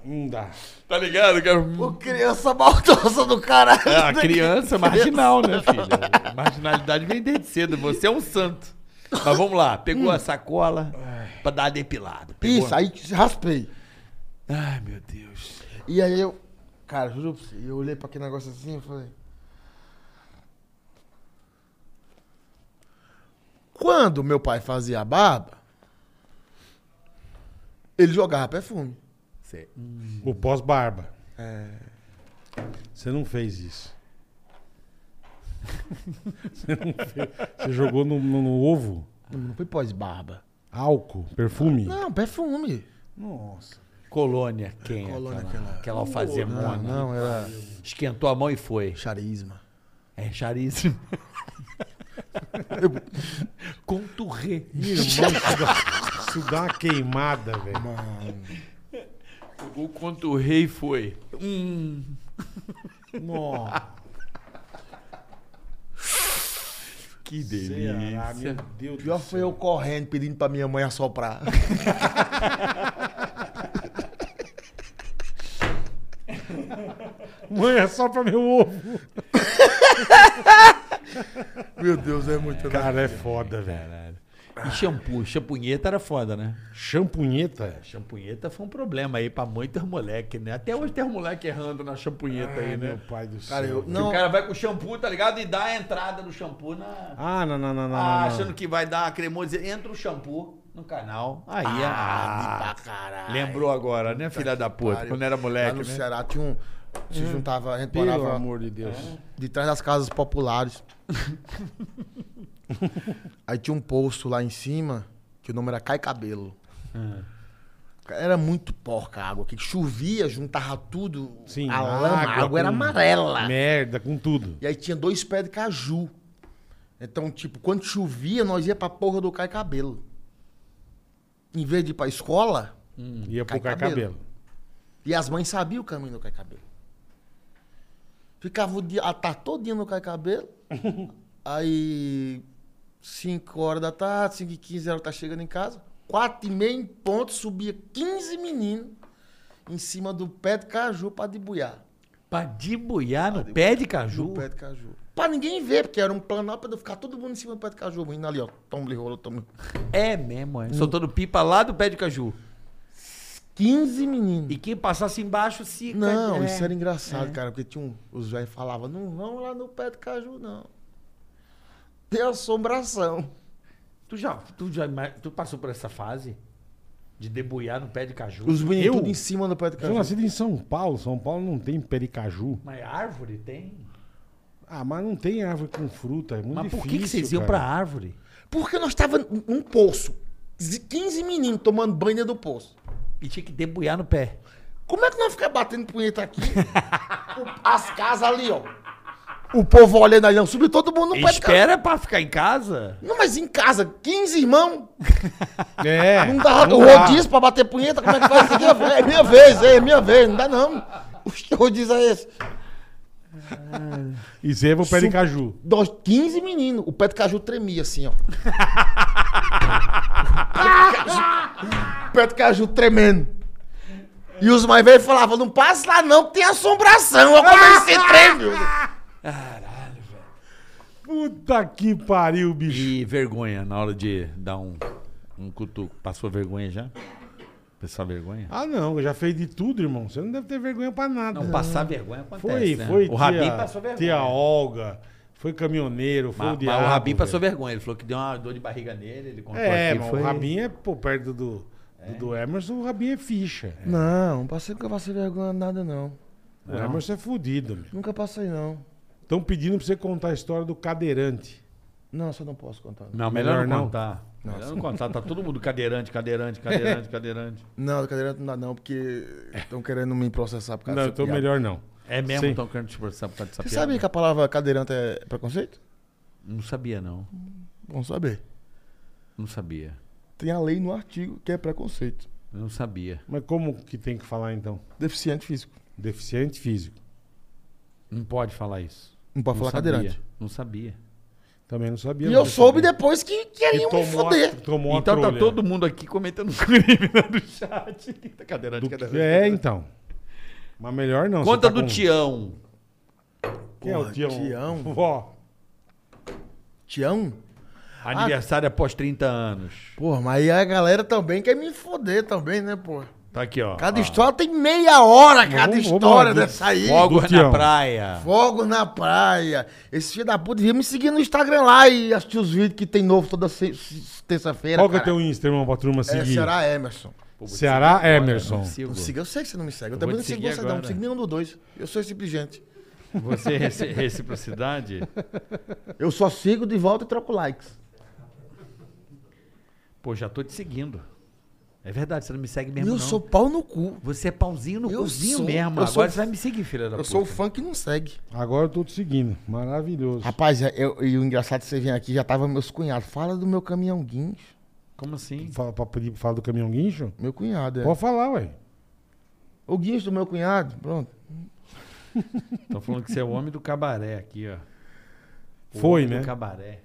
[SPEAKER 3] Não dá.
[SPEAKER 4] Tá ligado? Que era um-
[SPEAKER 5] Ô, criança maldosa do caralho.
[SPEAKER 4] É, a criança marginal, né, filho? Marginalidade vem desde cedo. Você é um santo. Mas vamos lá. Pegou a sacola pra dar a depilada. Pegou...
[SPEAKER 5] Isso, aí raspei.
[SPEAKER 4] Ai, meu Deus.
[SPEAKER 5] E aí eu, cara, juro pra você, eu olhei pra aquele negócio assim e falei. Quando meu pai fazia a barba, ele jogava perfume.
[SPEAKER 3] O pós-barba. É. Você não fez isso. Você, não fez. Você jogou no, no- no ovo
[SPEAKER 5] Não, não foi pós-barba.
[SPEAKER 3] álcool, perfume?
[SPEAKER 5] Não, perfume.
[SPEAKER 3] Nossa.
[SPEAKER 4] Colônia quem? é
[SPEAKER 5] Colônia, é?
[SPEAKER 4] aquela,
[SPEAKER 5] aquela-
[SPEAKER 4] aquela alfazemona.
[SPEAKER 5] Ah, Não, era
[SPEAKER 4] Esquentou a mão e foi.
[SPEAKER 5] charisma.
[SPEAKER 4] É charíssimo. Conturré.
[SPEAKER 3] Meu irmão, isso dá, isso dá uma queimada, velho.
[SPEAKER 4] Pegou o conturré e foi. Hum.
[SPEAKER 3] Nossa.
[SPEAKER 4] Que
[SPEAKER 3] Ceará, meu
[SPEAKER 4] delícia.
[SPEAKER 3] Deus do
[SPEAKER 5] Pior
[SPEAKER 3] céu.
[SPEAKER 5] foi eu correndo pedindo pra minha mãe assoprar.
[SPEAKER 3] Mãe, é só pra meu ovo.
[SPEAKER 5] Meu Deus, é muito.
[SPEAKER 3] Cara, é foda, velho.
[SPEAKER 4] E shampoo? Champunheta era foda, né?
[SPEAKER 3] Champunheta?
[SPEAKER 4] Champunheta foi um problema aí pra muitos moleques, né? Até hoje tem um moleque errando na champunheta aí,
[SPEAKER 3] Ai,
[SPEAKER 4] né?
[SPEAKER 3] meu pai do céu.
[SPEAKER 5] Cara, eu.
[SPEAKER 4] Que O
[SPEAKER 5] Não,
[SPEAKER 4] cara vai com shampoo, tá ligado? E dá a entrada do shampoo na.
[SPEAKER 3] Ah, não, não, não, não.
[SPEAKER 4] Ah,
[SPEAKER 3] não,
[SPEAKER 4] achando
[SPEAKER 3] não.
[SPEAKER 4] que vai dar a cremosa. Entra o shampoo no canal. Aí, ah,
[SPEAKER 5] caralho.
[SPEAKER 4] lembrou agora, né, filha da puta?
[SPEAKER 5] pariu.
[SPEAKER 4] Quando era
[SPEAKER 5] Lá
[SPEAKER 4] moleque,
[SPEAKER 5] no
[SPEAKER 4] né?
[SPEAKER 5] Ceará tinha um. Se juntava, a gente
[SPEAKER 3] Hum. Pelo
[SPEAKER 5] morava
[SPEAKER 3] amor de Deus.
[SPEAKER 5] de trás das casas populares. Aí tinha um posto lá em cima, que o nome era Cai Cabelo.
[SPEAKER 3] Ah.
[SPEAKER 5] Era muito porca a água, que chovia, juntava tudo.
[SPEAKER 3] Sim,
[SPEAKER 5] a lama, a
[SPEAKER 3] água
[SPEAKER 5] água era
[SPEAKER 3] com-
[SPEAKER 5] amarela.
[SPEAKER 3] Merda, com tudo.
[SPEAKER 5] E aí tinha dois pés de caju. Então, tipo, quando chovia, nós ia pra porra do cai cabelo. Em vez de ir pra escola,
[SPEAKER 3] Ia pro
[SPEAKER 5] Cai
[SPEAKER 3] cai
[SPEAKER 5] cabelo.
[SPEAKER 3] cabelo.
[SPEAKER 5] e as mães sabiam o caminho do cai cabelo. Ficava o dia, a tarde todinha no cai cabelo. aí, 5 horas da tarde, 5 e 15 horas tá chegando em casa. 4 e meia em ponto, subia 15 meninos em cima do pé de caju pra debuiar.
[SPEAKER 4] Pra debuiar no pé de caju?
[SPEAKER 5] No pé de caju. Pra ninguém ver, porque era um plano pra ficar todo mundo em cima do pé de caju, indo ali, ó. Toma, ele rolou, toma.
[SPEAKER 4] É mesmo, é. Soltando pipa lá do pé de caju.
[SPEAKER 5] 15 meninos.
[SPEAKER 4] E quem passasse embaixo se.
[SPEAKER 5] Não,
[SPEAKER 4] é.
[SPEAKER 5] isso era engraçado, cara, porque tinha um, os velhos falavam, não vão lá no pé de caju, não. Tem assombração.
[SPEAKER 4] Tu já, tu já ima- tu passou por essa fase de debulhar no pé de caju?
[SPEAKER 5] Os meninos
[SPEAKER 3] Eu?
[SPEAKER 5] tudo em cima do pé de
[SPEAKER 3] Eu sou
[SPEAKER 5] caju.
[SPEAKER 3] nascido em São Paulo. São Paulo não tem pericaju.
[SPEAKER 4] Mas árvore tem.
[SPEAKER 3] Ah, mas não tem árvore com fruta. É muito
[SPEAKER 4] Mas por que,
[SPEAKER 3] difícil,
[SPEAKER 4] que vocês iam
[SPEAKER 3] cara.
[SPEAKER 4] pra árvore?
[SPEAKER 3] assim?
[SPEAKER 5] Porque nós tava num num poço. 15 meninos tomando banho dentro do poço.
[SPEAKER 4] E tinha que debulhar no pé.
[SPEAKER 5] Como é que nós ficamos batendo punheta aqui? O- As casas ali, ó. O povo olhando ali, não. Subiu todo mundo no pé de caju.
[SPEAKER 4] Espera pra ficar em casa?
[SPEAKER 5] Não, mas em casa, 15 irmãos,
[SPEAKER 3] É.
[SPEAKER 5] Ah, Não dá
[SPEAKER 3] não
[SPEAKER 5] o
[SPEAKER 3] dá.
[SPEAKER 5] rodízio pra bater punheta, como é que faz isso aqui? É minha vez, é minha vez, não dá não. O rodízio é esse.
[SPEAKER 3] E você ia pro pé de caju.
[SPEAKER 5] Nós, 15 meninos, o pé de caju tremia assim, ó. O pé de caju- o pé de caju tremendo. E os mais velhos falavam, não passa lá não, que tem assombração. Eu comecei a tremer.
[SPEAKER 3] Puta que pariu, bicho.
[SPEAKER 4] E vergonha na hora de dar um, um cutuco. Passou vergonha já? Passar vergonha?
[SPEAKER 3] Ah, não. Eu já fez de tudo, irmão. Você não deve ter vergonha pra nada.
[SPEAKER 4] Não, passar vergonha
[SPEAKER 3] Foi,
[SPEAKER 4] acontece, né?
[SPEAKER 3] foi.
[SPEAKER 4] O Rabin
[SPEAKER 3] tia-
[SPEAKER 4] passou vergonha.
[SPEAKER 3] Tia Olga. Foi caminhoneiro, foi
[SPEAKER 4] Mas-
[SPEAKER 3] o
[SPEAKER 4] mas
[SPEAKER 3] diabo.
[SPEAKER 4] o Rabin passou
[SPEAKER 3] velho.
[SPEAKER 4] vergonha. Ele falou que deu uma dor de barriga nele, ele contou
[SPEAKER 3] É,
[SPEAKER 4] aqui.
[SPEAKER 3] mano,
[SPEAKER 4] foi...
[SPEAKER 3] o Rabin é pô, perto do, do, do Emerson, o Rabin é ficha.
[SPEAKER 5] Não, não passei nunca passei vergonha nada não.
[SPEAKER 3] O Emerson é fudido, meu.
[SPEAKER 5] Nunca passei não.
[SPEAKER 3] Estão pedindo pra você contar a história do cadeirante.
[SPEAKER 5] Não, só não posso contar.
[SPEAKER 4] Não, melhor,
[SPEAKER 3] Melhor
[SPEAKER 4] não
[SPEAKER 3] não.
[SPEAKER 4] contar. Melhor não contar. Tá todo mundo cadeirante, cadeirante, cadeirante, cadeirante.
[SPEAKER 5] Não, do cadeirante não dá não, porque estão querendo me processar por causa
[SPEAKER 3] não,
[SPEAKER 5] dessa
[SPEAKER 3] eu tô
[SPEAKER 5] piada.
[SPEAKER 3] melhor não.
[SPEAKER 4] É mesmo?
[SPEAKER 3] Sim.
[SPEAKER 4] Estão querendo te processar por causa dessa
[SPEAKER 5] Você
[SPEAKER 4] piada?
[SPEAKER 5] sabe que a palavra cadeirante é preconceito?
[SPEAKER 4] Não sabia, não.
[SPEAKER 5] Bom saber.
[SPEAKER 4] Não sabia.
[SPEAKER 5] Tem a lei no artigo que é preconceito.
[SPEAKER 4] Não sabia.
[SPEAKER 3] Mas como que tem que falar então?
[SPEAKER 5] Deficiente físico.
[SPEAKER 3] Deficiente físico.
[SPEAKER 4] Não pode falar isso.
[SPEAKER 5] Não pode
[SPEAKER 4] não
[SPEAKER 5] falar
[SPEAKER 4] sabia.
[SPEAKER 5] cadeirante.
[SPEAKER 4] Não sabia.
[SPEAKER 3] Também não sabia.
[SPEAKER 5] E
[SPEAKER 3] não,
[SPEAKER 5] eu soube
[SPEAKER 3] sabia.
[SPEAKER 5] depois que
[SPEAKER 3] E
[SPEAKER 5] queriam me
[SPEAKER 3] tomou
[SPEAKER 5] foder.
[SPEAKER 3] a, tomou
[SPEAKER 4] então
[SPEAKER 3] a
[SPEAKER 4] tá
[SPEAKER 3] trolha.
[SPEAKER 4] todo mundo aqui comentando crime lá no chat. Tá Cadeirante, cadeirante.
[SPEAKER 3] É, então. Mas melhor não.
[SPEAKER 4] Conta
[SPEAKER 3] você tá
[SPEAKER 4] do
[SPEAKER 5] um
[SPEAKER 3] com-
[SPEAKER 4] Tião.
[SPEAKER 3] Quem é o Tião?
[SPEAKER 5] Tião.
[SPEAKER 3] Vó.
[SPEAKER 5] Tião?
[SPEAKER 4] Aniversário após 30 anos.
[SPEAKER 5] Porra, mas aí a galera também quer me foder também, né, pô?
[SPEAKER 4] Tá aqui, ó.
[SPEAKER 5] Cada
[SPEAKER 4] Ó.
[SPEAKER 5] história tem meia hora, cada
[SPEAKER 3] Ah. Vamos- vamos
[SPEAKER 5] história
[SPEAKER 3] lá, do-
[SPEAKER 5] dessa aí. Fogo.
[SPEAKER 4] Fogos
[SPEAKER 3] Do
[SPEAKER 4] na
[SPEAKER 3] Tião.
[SPEAKER 4] praia.
[SPEAKER 5] na praia. Esse filho da puta devia me seguir no Instagram lá e assistir os vídeos que tem novo toda se- se- terça-feira.
[SPEAKER 3] Qual que é
[SPEAKER 5] cara.
[SPEAKER 3] teu Insta, irmão, pra turma
[SPEAKER 5] É,
[SPEAKER 3] seguir?
[SPEAKER 5] será Emerson.
[SPEAKER 3] Ceará Emerson.
[SPEAKER 5] Me siga, eu sei que você não me segue. Eu,
[SPEAKER 4] Eu
[SPEAKER 5] também
[SPEAKER 4] vou
[SPEAKER 5] não
[SPEAKER 4] te
[SPEAKER 5] sigo
[SPEAKER 4] seguir
[SPEAKER 5] você, não. Não
[SPEAKER 4] agora.
[SPEAKER 5] sigo nenhum dos dois. Eu sou simples gente.
[SPEAKER 4] Você é reci- reciprocidade?
[SPEAKER 5] Eu só sigo de volta e troco likes.
[SPEAKER 4] Pô, já tô te seguindo. É verdade, você não me segue mesmo,
[SPEAKER 5] eu
[SPEAKER 4] não.
[SPEAKER 5] sou pau no cu.
[SPEAKER 4] Você é pauzinho no
[SPEAKER 5] Eu
[SPEAKER 4] cozinho
[SPEAKER 5] sou-
[SPEAKER 4] mesmo.
[SPEAKER 5] eu
[SPEAKER 4] Agora
[SPEAKER 5] sou-
[SPEAKER 4] você vai me seguir, filha da
[SPEAKER 5] Eu
[SPEAKER 4] puta.
[SPEAKER 5] sou o fã que não segue.
[SPEAKER 3] Agora eu tô te seguindo. Maravilhoso.
[SPEAKER 5] Rapaz, é, eu- e o engraçado que você vem aqui, já tava meus cunhados. Fala do meu caminhão guincho.
[SPEAKER 4] Como assim?
[SPEAKER 3] Fala, pra pedir pra falar do caminhão guincho?
[SPEAKER 5] Meu cunhado, é.
[SPEAKER 3] Pode falar, ué.
[SPEAKER 5] O guincho do meu cunhado, pronto.
[SPEAKER 4] Estão falando que você é o homem do cabaré aqui, ó. O
[SPEAKER 3] Foi,
[SPEAKER 4] homem
[SPEAKER 3] né?
[SPEAKER 4] do cabaré.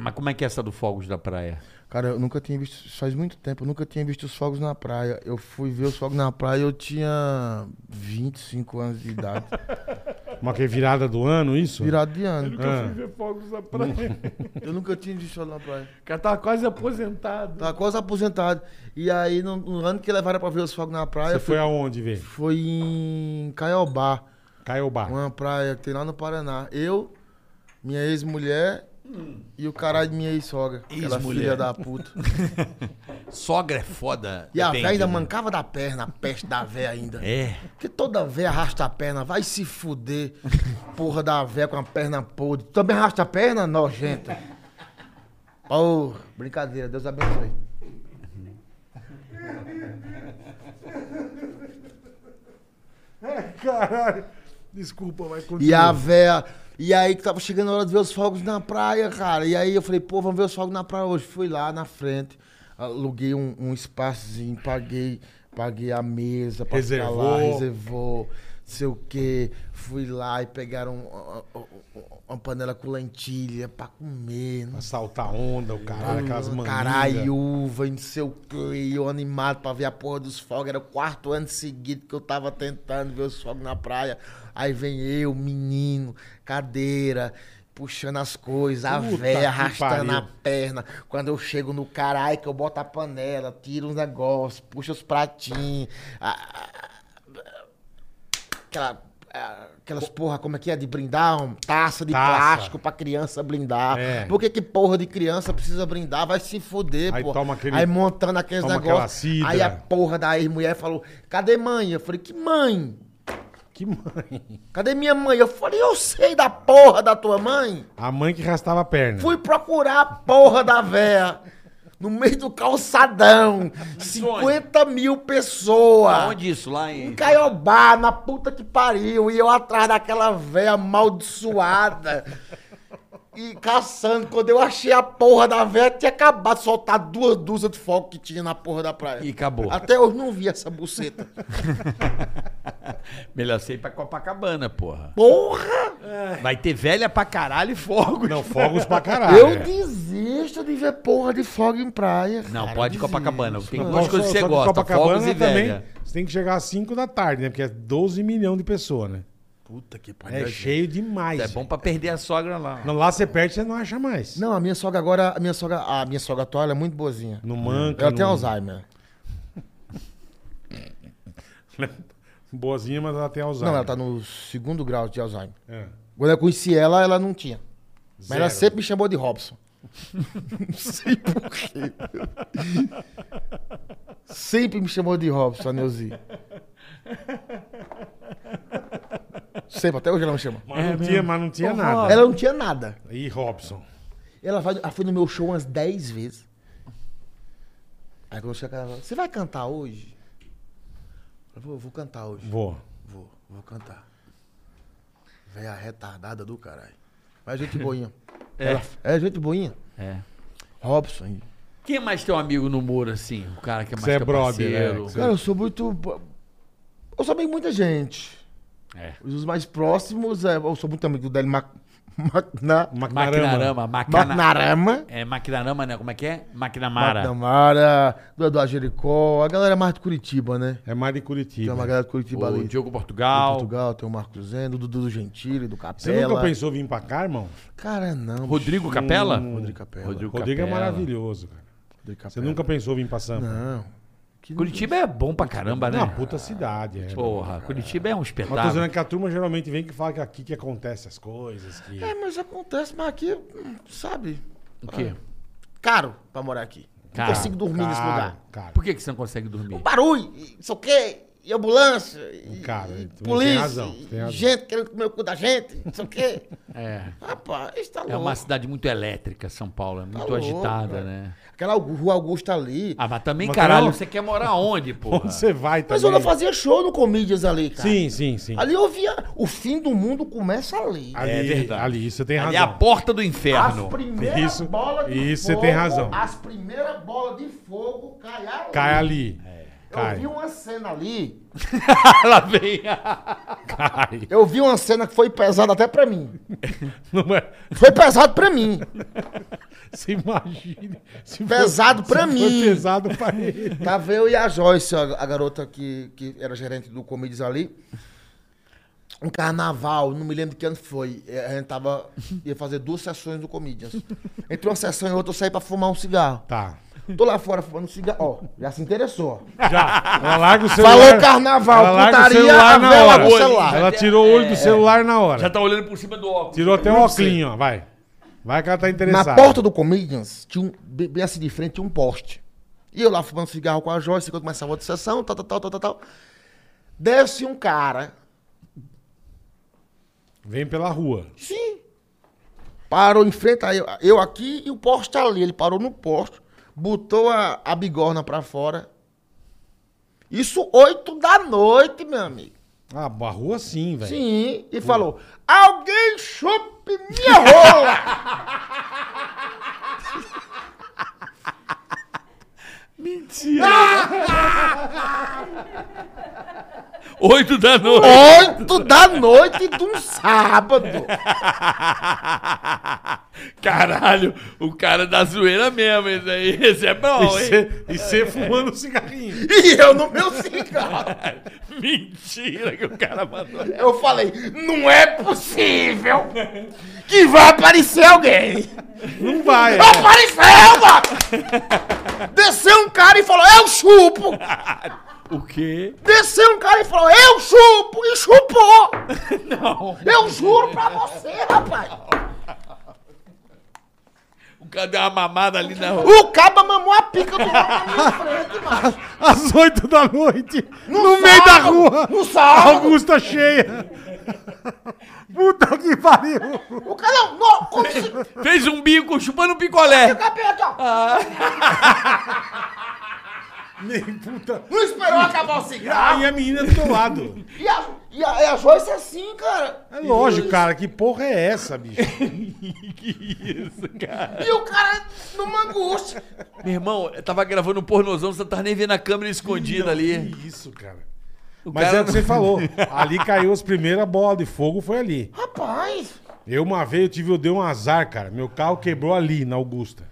[SPEAKER 4] Mas como é que é essa do Fogos da Praia?
[SPEAKER 5] Cara, eu nunca tinha visto, faz muito tempo, eu nunca tinha visto os fogos na praia. Eu fui ver os fogos na praia, eu tinha 25 anos de idade.
[SPEAKER 3] Mas que é virada do ano, isso?
[SPEAKER 5] Virado de ano.
[SPEAKER 3] Ah,
[SPEAKER 2] ver fogos na praia.
[SPEAKER 5] Eu nunca tinha visto fogos na praia.
[SPEAKER 4] O cara tava quase aposentado.
[SPEAKER 5] Tava quase aposentado. E aí, no, no ano que levaram pra ver os fogos na praia,
[SPEAKER 3] Você
[SPEAKER 5] foi,
[SPEAKER 3] foi aonde, vê?
[SPEAKER 5] foi em Caiobá.
[SPEAKER 3] Caiobá.
[SPEAKER 5] Uma praia que tem lá no Paraná. Eu, minha ex-mulher
[SPEAKER 2] Hum.
[SPEAKER 5] e o caralho de minha ex-sogra. Aquela
[SPEAKER 4] Ex-mulher.
[SPEAKER 5] filha da puta.
[SPEAKER 4] Sogra é foda.
[SPEAKER 5] E a
[SPEAKER 4] depende,
[SPEAKER 5] véia ainda
[SPEAKER 4] né?
[SPEAKER 5] mancava da perna, a peste da véia ainda.
[SPEAKER 4] É.
[SPEAKER 5] Porque toda véia arrasta a perna, vai se fuder. Porra da véia com a perna podre. Também arrasta a perna, nojenta. Porra, brincadeira, Deus abençoe.
[SPEAKER 3] É, Caralho. Desculpa, mas continua.
[SPEAKER 5] E a véia E aí que tava chegando a hora de ver os fogos na praia, cara. E aí eu falei, pô, vamos ver os fogos na praia hoje. Fui lá na frente, aluguei um, um espaçozinho, paguei, paguei a mesa pra ficar lá,
[SPEAKER 3] Reservou.
[SPEAKER 5] reservou, não sei o quê. Fui lá e pegaram uma, uma panela com lentilha pra comer. Pra
[SPEAKER 3] saltar onda, o caralho, aquelas mangas.
[SPEAKER 5] Hum, Caralho, uva, e não sei o quê. E eu animado pra ver a porra dos fogos. Era o quarto ano seguido que eu tava tentando ver os fogos na praia. Aí vem eu, menino, cadeira, puxando as coisas, a
[SPEAKER 3] Puta que
[SPEAKER 5] véia arrastando a
[SPEAKER 3] pariu.
[SPEAKER 5] perna. Quando eu chego no caralho, que eu boto a panela, tiro os negócios, puxo os pratinhos. a- a- aquela- a- Aquelas porra, como é que é? De brindar, um, taça de
[SPEAKER 3] Taça.
[SPEAKER 5] plástico pra criança brindar.
[SPEAKER 3] É.
[SPEAKER 5] Por que que porra de criança precisa brindar? Vai se foder,
[SPEAKER 3] Aí
[SPEAKER 5] pô.
[SPEAKER 3] toma aquele-
[SPEAKER 5] Aí montando aqueles
[SPEAKER 3] toma aquela
[SPEAKER 5] negócios.
[SPEAKER 3] sidra.
[SPEAKER 5] Aí a porra da ex-mulher falou, cadê mãe? Eu falei, que mãe?
[SPEAKER 3] Que mãe?
[SPEAKER 5] Cadê minha mãe? Eu falei, eu sei da porra da tua mãe.
[SPEAKER 3] A mãe que rastava a perna.
[SPEAKER 5] Fui procurar a porra da véia. No meio do calçadão. 50 mil pessoas.
[SPEAKER 4] Aonde isso? Lá em.
[SPEAKER 5] Em Caiobá, na puta que pariu, e eu atrás daquela véia amaldiçoada. E caçando, quando eu achei a porra da véia, tinha acabado de soltar duas dúzias de fogo que tinha na porra da praia.
[SPEAKER 4] E acabou.
[SPEAKER 5] Até hoje não vi essa buceta.
[SPEAKER 4] Melhor ser ir pra Copacabana, porra.
[SPEAKER 5] Porra!
[SPEAKER 3] É.
[SPEAKER 4] Vai ter velha pra caralho e fogos.
[SPEAKER 3] Não, fogos pra caralho.
[SPEAKER 5] Eu desisto de ver porra de fogo em praia.
[SPEAKER 4] Não,
[SPEAKER 5] cara,
[SPEAKER 4] pode
[SPEAKER 5] eu
[SPEAKER 4] Copacabana.
[SPEAKER 5] desisto.
[SPEAKER 4] Tem um
[SPEAKER 3] Não,
[SPEAKER 4] monte de coisa
[SPEAKER 3] só-
[SPEAKER 4] que você
[SPEAKER 3] só
[SPEAKER 4] gosta.
[SPEAKER 3] Copacabana
[SPEAKER 4] Fogos e
[SPEAKER 3] também,
[SPEAKER 4] velha.
[SPEAKER 3] Você tem que chegar às 5 da tarde, né? Porque é 12 milhões de pessoas, né?
[SPEAKER 5] Puta que pariu.
[SPEAKER 3] É cheio demais.
[SPEAKER 4] É bom pra perder a sogra lá.
[SPEAKER 3] Não, lá você perde, você não acha mais.
[SPEAKER 5] Não, a minha sogra agora, a minha sogra, a minha sogra atual, ela é muito boazinha.
[SPEAKER 3] Não manca.
[SPEAKER 5] Ela tem
[SPEAKER 3] não-
[SPEAKER 5] Alzheimer.
[SPEAKER 3] Boazinha, mas ela tem Alzheimer.
[SPEAKER 5] Não, ela tá no segundo grau de Alzheimer.
[SPEAKER 3] É.
[SPEAKER 5] Quando eu conheci ela, ela não tinha. Mas
[SPEAKER 3] Zero.
[SPEAKER 5] ela sempre me chamou de Robson. não sei porquê. sempre me chamou de Robson, a Neuzi. Sempre, até hoje ela me chama.
[SPEAKER 3] Mas não tinha, mas não tinha nada.
[SPEAKER 5] Ela não tinha nada.
[SPEAKER 3] E Robson.
[SPEAKER 5] Ela, vai, ela foi no meu show umas 10 vezes. Aí quando chega ela fala, você vai cantar hoje? Eu vou, vou cantar hoje.
[SPEAKER 3] Vou.
[SPEAKER 5] Vou, vou cantar. Véia retardada do caralho. Mas gente boinha.
[SPEAKER 4] É.
[SPEAKER 5] Ela- é gente boinha.
[SPEAKER 4] É.
[SPEAKER 5] Robson.
[SPEAKER 4] Quem é mais teu amigo no muro, assim? O cara que é mais
[SPEAKER 3] Você é
[SPEAKER 4] teu
[SPEAKER 3] brother,
[SPEAKER 4] parceiro.
[SPEAKER 3] né? Você-
[SPEAKER 5] Cara, eu sou muito. Eu sou amigo de muita gente.
[SPEAKER 4] É.
[SPEAKER 5] Os mais próximos, é, eu sou muito amigo do Délio Mac... Macna...
[SPEAKER 3] Macarama.
[SPEAKER 4] Maquinarama. Macana...
[SPEAKER 5] Macnarama.
[SPEAKER 4] É Maquinarama, né? Como é que é? Maquinamara.
[SPEAKER 5] Macnamara, do Eduardo Jericó, a galera mais de Curitiba, né?
[SPEAKER 3] É mais de
[SPEAKER 5] Tem
[SPEAKER 3] Curitiba.
[SPEAKER 5] uma galera de Curitiba
[SPEAKER 4] O
[SPEAKER 5] ali.
[SPEAKER 4] Diogo
[SPEAKER 5] Tem
[SPEAKER 4] Portugal.
[SPEAKER 5] Portugal, tem o Marcos Zeno, o Dudu do Gentili, do Capela.
[SPEAKER 3] Você nunca pensou em vir pra cá, irmão?
[SPEAKER 5] Cara, não.
[SPEAKER 4] Rodrigo Capela?
[SPEAKER 5] Rodrigo Capela.
[SPEAKER 4] Rodrigo,
[SPEAKER 3] Rodrigo é
[SPEAKER 4] Capela.
[SPEAKER 3] maravilhoso, cara.
[SPEAKER 5] Rodrigo Capela.
[SPEAKER 3] Você nunca pensou em vir pra Sampa?
[SPEAKER 5] Não. Que-
[SPEAKER 4] Curitiba é bom pra caramba, né?
[SPEAKER 3] Não, puta cidade. É.
[SPEAKER 4] Porra, Curitiba é um
[SPEAKER 3] Mas tô dizendo
[SPEAKER 4] espetáculo.
[SPEAKER 3] que a turma geralmente vem que fala que aqui que acontece as coisas. Que...
[SPEAKER 5] É, mas acontece, mas aqui, hum, sabe?
[SPEAKER 4] O quê?
[SPEAKER 5] Caro pra morar aqui. Não
[SPEAKER 4] Caro,
[SPEAKER 5] consigo dormir nesse
[SPEAKER 3] Caro,
[SPEAKER 5] lugar.
[SPEAKER 3] Caro.
[SPEAKER 4] Por que, que você não consegue dormir?
[SPEAKER 5] barulho, e não sei o quê, e ambulância, e,
[SPEAKER 3] Cara,
[SPEAKER 5] e
[SPEAKER 3] tu tem
[SPEAKER 5] polícia,
[SPEAKER 3] razão,
[SPEAKER 5] e
[SPEAKER 3] tem razão.
[SPEAKER 5] gente querendo comer o cu da gente, não sei o quê.
[SPEAKER 4] É.
[SPEAKER 5] Rapaz, tá louco.
[SPEAKER 4] É uma cidade muito elétrica, São Paulo.
[SPEAKER 3] Tá
[SPEAKER 4] É muito
[SPEAKER 5] louco,
[SPEAKER 4] agitada,
[SPEAKER 5] velho.
[SPEAKER 4] né?
[SPEAKER 5] Aquela Augu- rua Augusta ali.
[SPEAKER 4] Ah, mas também,
[SPEAKER 3] Mas
[SPEAKER 4] caralho,
[SPEAKER 3] não.
[SPEAKER 4] você quer morar onde, porra?
[SPEAKER 3] Onde você vai também?
[SPEAKER 5] mas eu não fazia show no Comedians ali, cara.
[SPEAKER 3] Sim, sim, sim.
[SPEAKER 5] tá Ali eu via, o fim do mundo começa ali.
[SPEAKER 3] Ali,
[SPEAKER 4] É verdade.
[SPEAKER 3] Ali, você tem
[SPEAKER 4] Ali
[SPEAKER 3] razão.
[SPEAKER 4] é a porta do
[SPEAKER 5] As
[SPEAKER 4] inferno.
[SPEAKER 5] primeiras
[SPEAKER 3] Isso-
[SPEAKER 5] bolas de
[SPEAKER 3] isso você
[SPEAKER 5] fogo,
[SPEAKER 3] tem razão.
[SPEAKER 5] As primeiras bolas de fogo caem ali.
[SPEAKER 3] Cai ali.
[SPEAKER 5] Eu um
[SPEAKER 3] Cai.
[SPEAKER 5] vi uma cena ali
[SPEAKER 4] Lá vem.
[SPEAKER 3] Cai.
[SPEAKER 5] Eu vi uma cena que foi pesada até pra mim.
[SPEAKER 3] Não é...
[SPEAKER 5] Foi pesado pra mim.
[SPEAKER 3] Você imagina. Se
[SPEAKER 5] Pesado pra
[SPEAKER 3] se
[SPEAKER 5] mim.
[SPEAKER 3] Foi pesado pra ele.
[SPEAKER 5] Tava eu e a Joyce, a, a garota que, que era gerente do Comedies ali. Um carnaval, não me lembro de que ano foi. Eh, A gente tava. ia fazer duas sessões do Comedians. Entre uma sessão e outra, eu saí pra fumar um cigarro.
[SPEAKER 3] Tá.
[SPEAKER 5] Tô lá fora fumando um cigarro. Ó, já se interessou.
[SPEAKER 3] Já. Ela larga o celular.
[SPEAKER 5] Falou carnaval,
[SPEAKER 3] ela larga o
[SPEAKER 5] putaria,
[SPEAKER 3] celular
[SPEAKER 5] a
[SPEAKER 3] na
[SPEAKER 5] vela
[SPEAKER 3] hora.
[SPEAKER 5] do celular.
[SPEAKER 3] Ela tirou o olho do celular na hora.
[SPEAKER 4] Já tá olhando por cima do óculos.
[SPEAKER 3] Tirou até um óculinho, ó. Vai. Vai que ela tá
[SPEAKER 5] Na
[SPEAKER 3] interessada.
[SPEAKER 5] porta do Comedians, tinha um, bem bem assim de frente, tinha um poste. E eu lá fumando cigarro com a Joyce, enquanto começava outra sessão, tal, tal, tal, tal, tal, tal. Desce um cara,
[SPEAKER 3] Vem pela rua.
[SPEAKER 5] sim, parou em frente, a eu, eu aqui e o poste ali. Ele parou no poste, botou a, a bigorna pra fora. Isso oito da noite, meu amigo.
[SPEAKER 3] Ah, a rua sim, velho.
[SPEAKER 5] Sim, e falou: Alguém chupe minha rola!
[SPEAKER 4] Mentira! Oito da noite!
[SPEAKER 5] Oito da noite de um sábado!
[SPEAKER 4] Caralho, o cara da zoeira mesmo, esse aí. Esse é bom, hein?
[SPEAKER 3] E você fumando um cigarrinho.
[SPEAKER 5] E eu no meu
[SPEAKER 3] é-
[SPEAKER 5] cigarro!
[SPEAKER 4] Mentira que o cara mandou.
[SPEAKER 5] Eu falei: Não é possível que vai aparecer alguém!
[SPEAKER 3] Não vai. é.
[SPEAKER 5] Apareceu, mano! Desceu um cara e falou: Eu chupo!
[SPEAKER 4] O quê?
[SPEAKER 5] Desceu um cara e falou, eu chupo! E chupou! Não! Eu juro pra você, rapaz!
[SPEAKER 4] O cara deu uma mamada ali na rua.
[SPEAKER 5] O caba mamou a pica do cara na minha frente, mano!
[SPEAKER 3] Às oito da noite, no, meio da
[SPEAKER 5] sábado,
[SPEAKER 3] rua.
[SPEAKER 5] no sábado.
[SPEAKER 3] A Augusta cheia. Puta que pariu.
[SPEAKER 5] O cara não, não, como se o
[SPEAKER 4] Fez um bico chupando um picolé.
[SPEAKER 5] cara aperta, ó.
[SPEAKER 3] Ah. Nem puta.
[SPEAKER 5] Não esperou acabar o cigarro!
[SPEAKER 3] Aí a menina do teu lado.
[SPEAKER 5] E a, e a, e a Joyce é assim, cara!
[SPEAKER 3] É lógico, cara. Que porra é essa, bicho?
[SPEAKER 5] E o cara numa angústia!
[SPEAKER 4] Meu irmão, eu tava gravando um pornozão, você não tava nem vendo a câmera escondida ali.
[SPEAKER 3] Que isso, cara.
[SPEAKER 4] O
[SPEAKER 3] Mas
[SPEAKER 4] cara
[SPEAKER 3] é o que você falou. Ali caiu as primeiras bolas de fogo, foi ali.
[SPEAKER 5] Rapaz!
[SPEAKER 3] Eu uma vez eu tive, eu dei um azar, cara. Meu carro quebrou ali, na Augusta.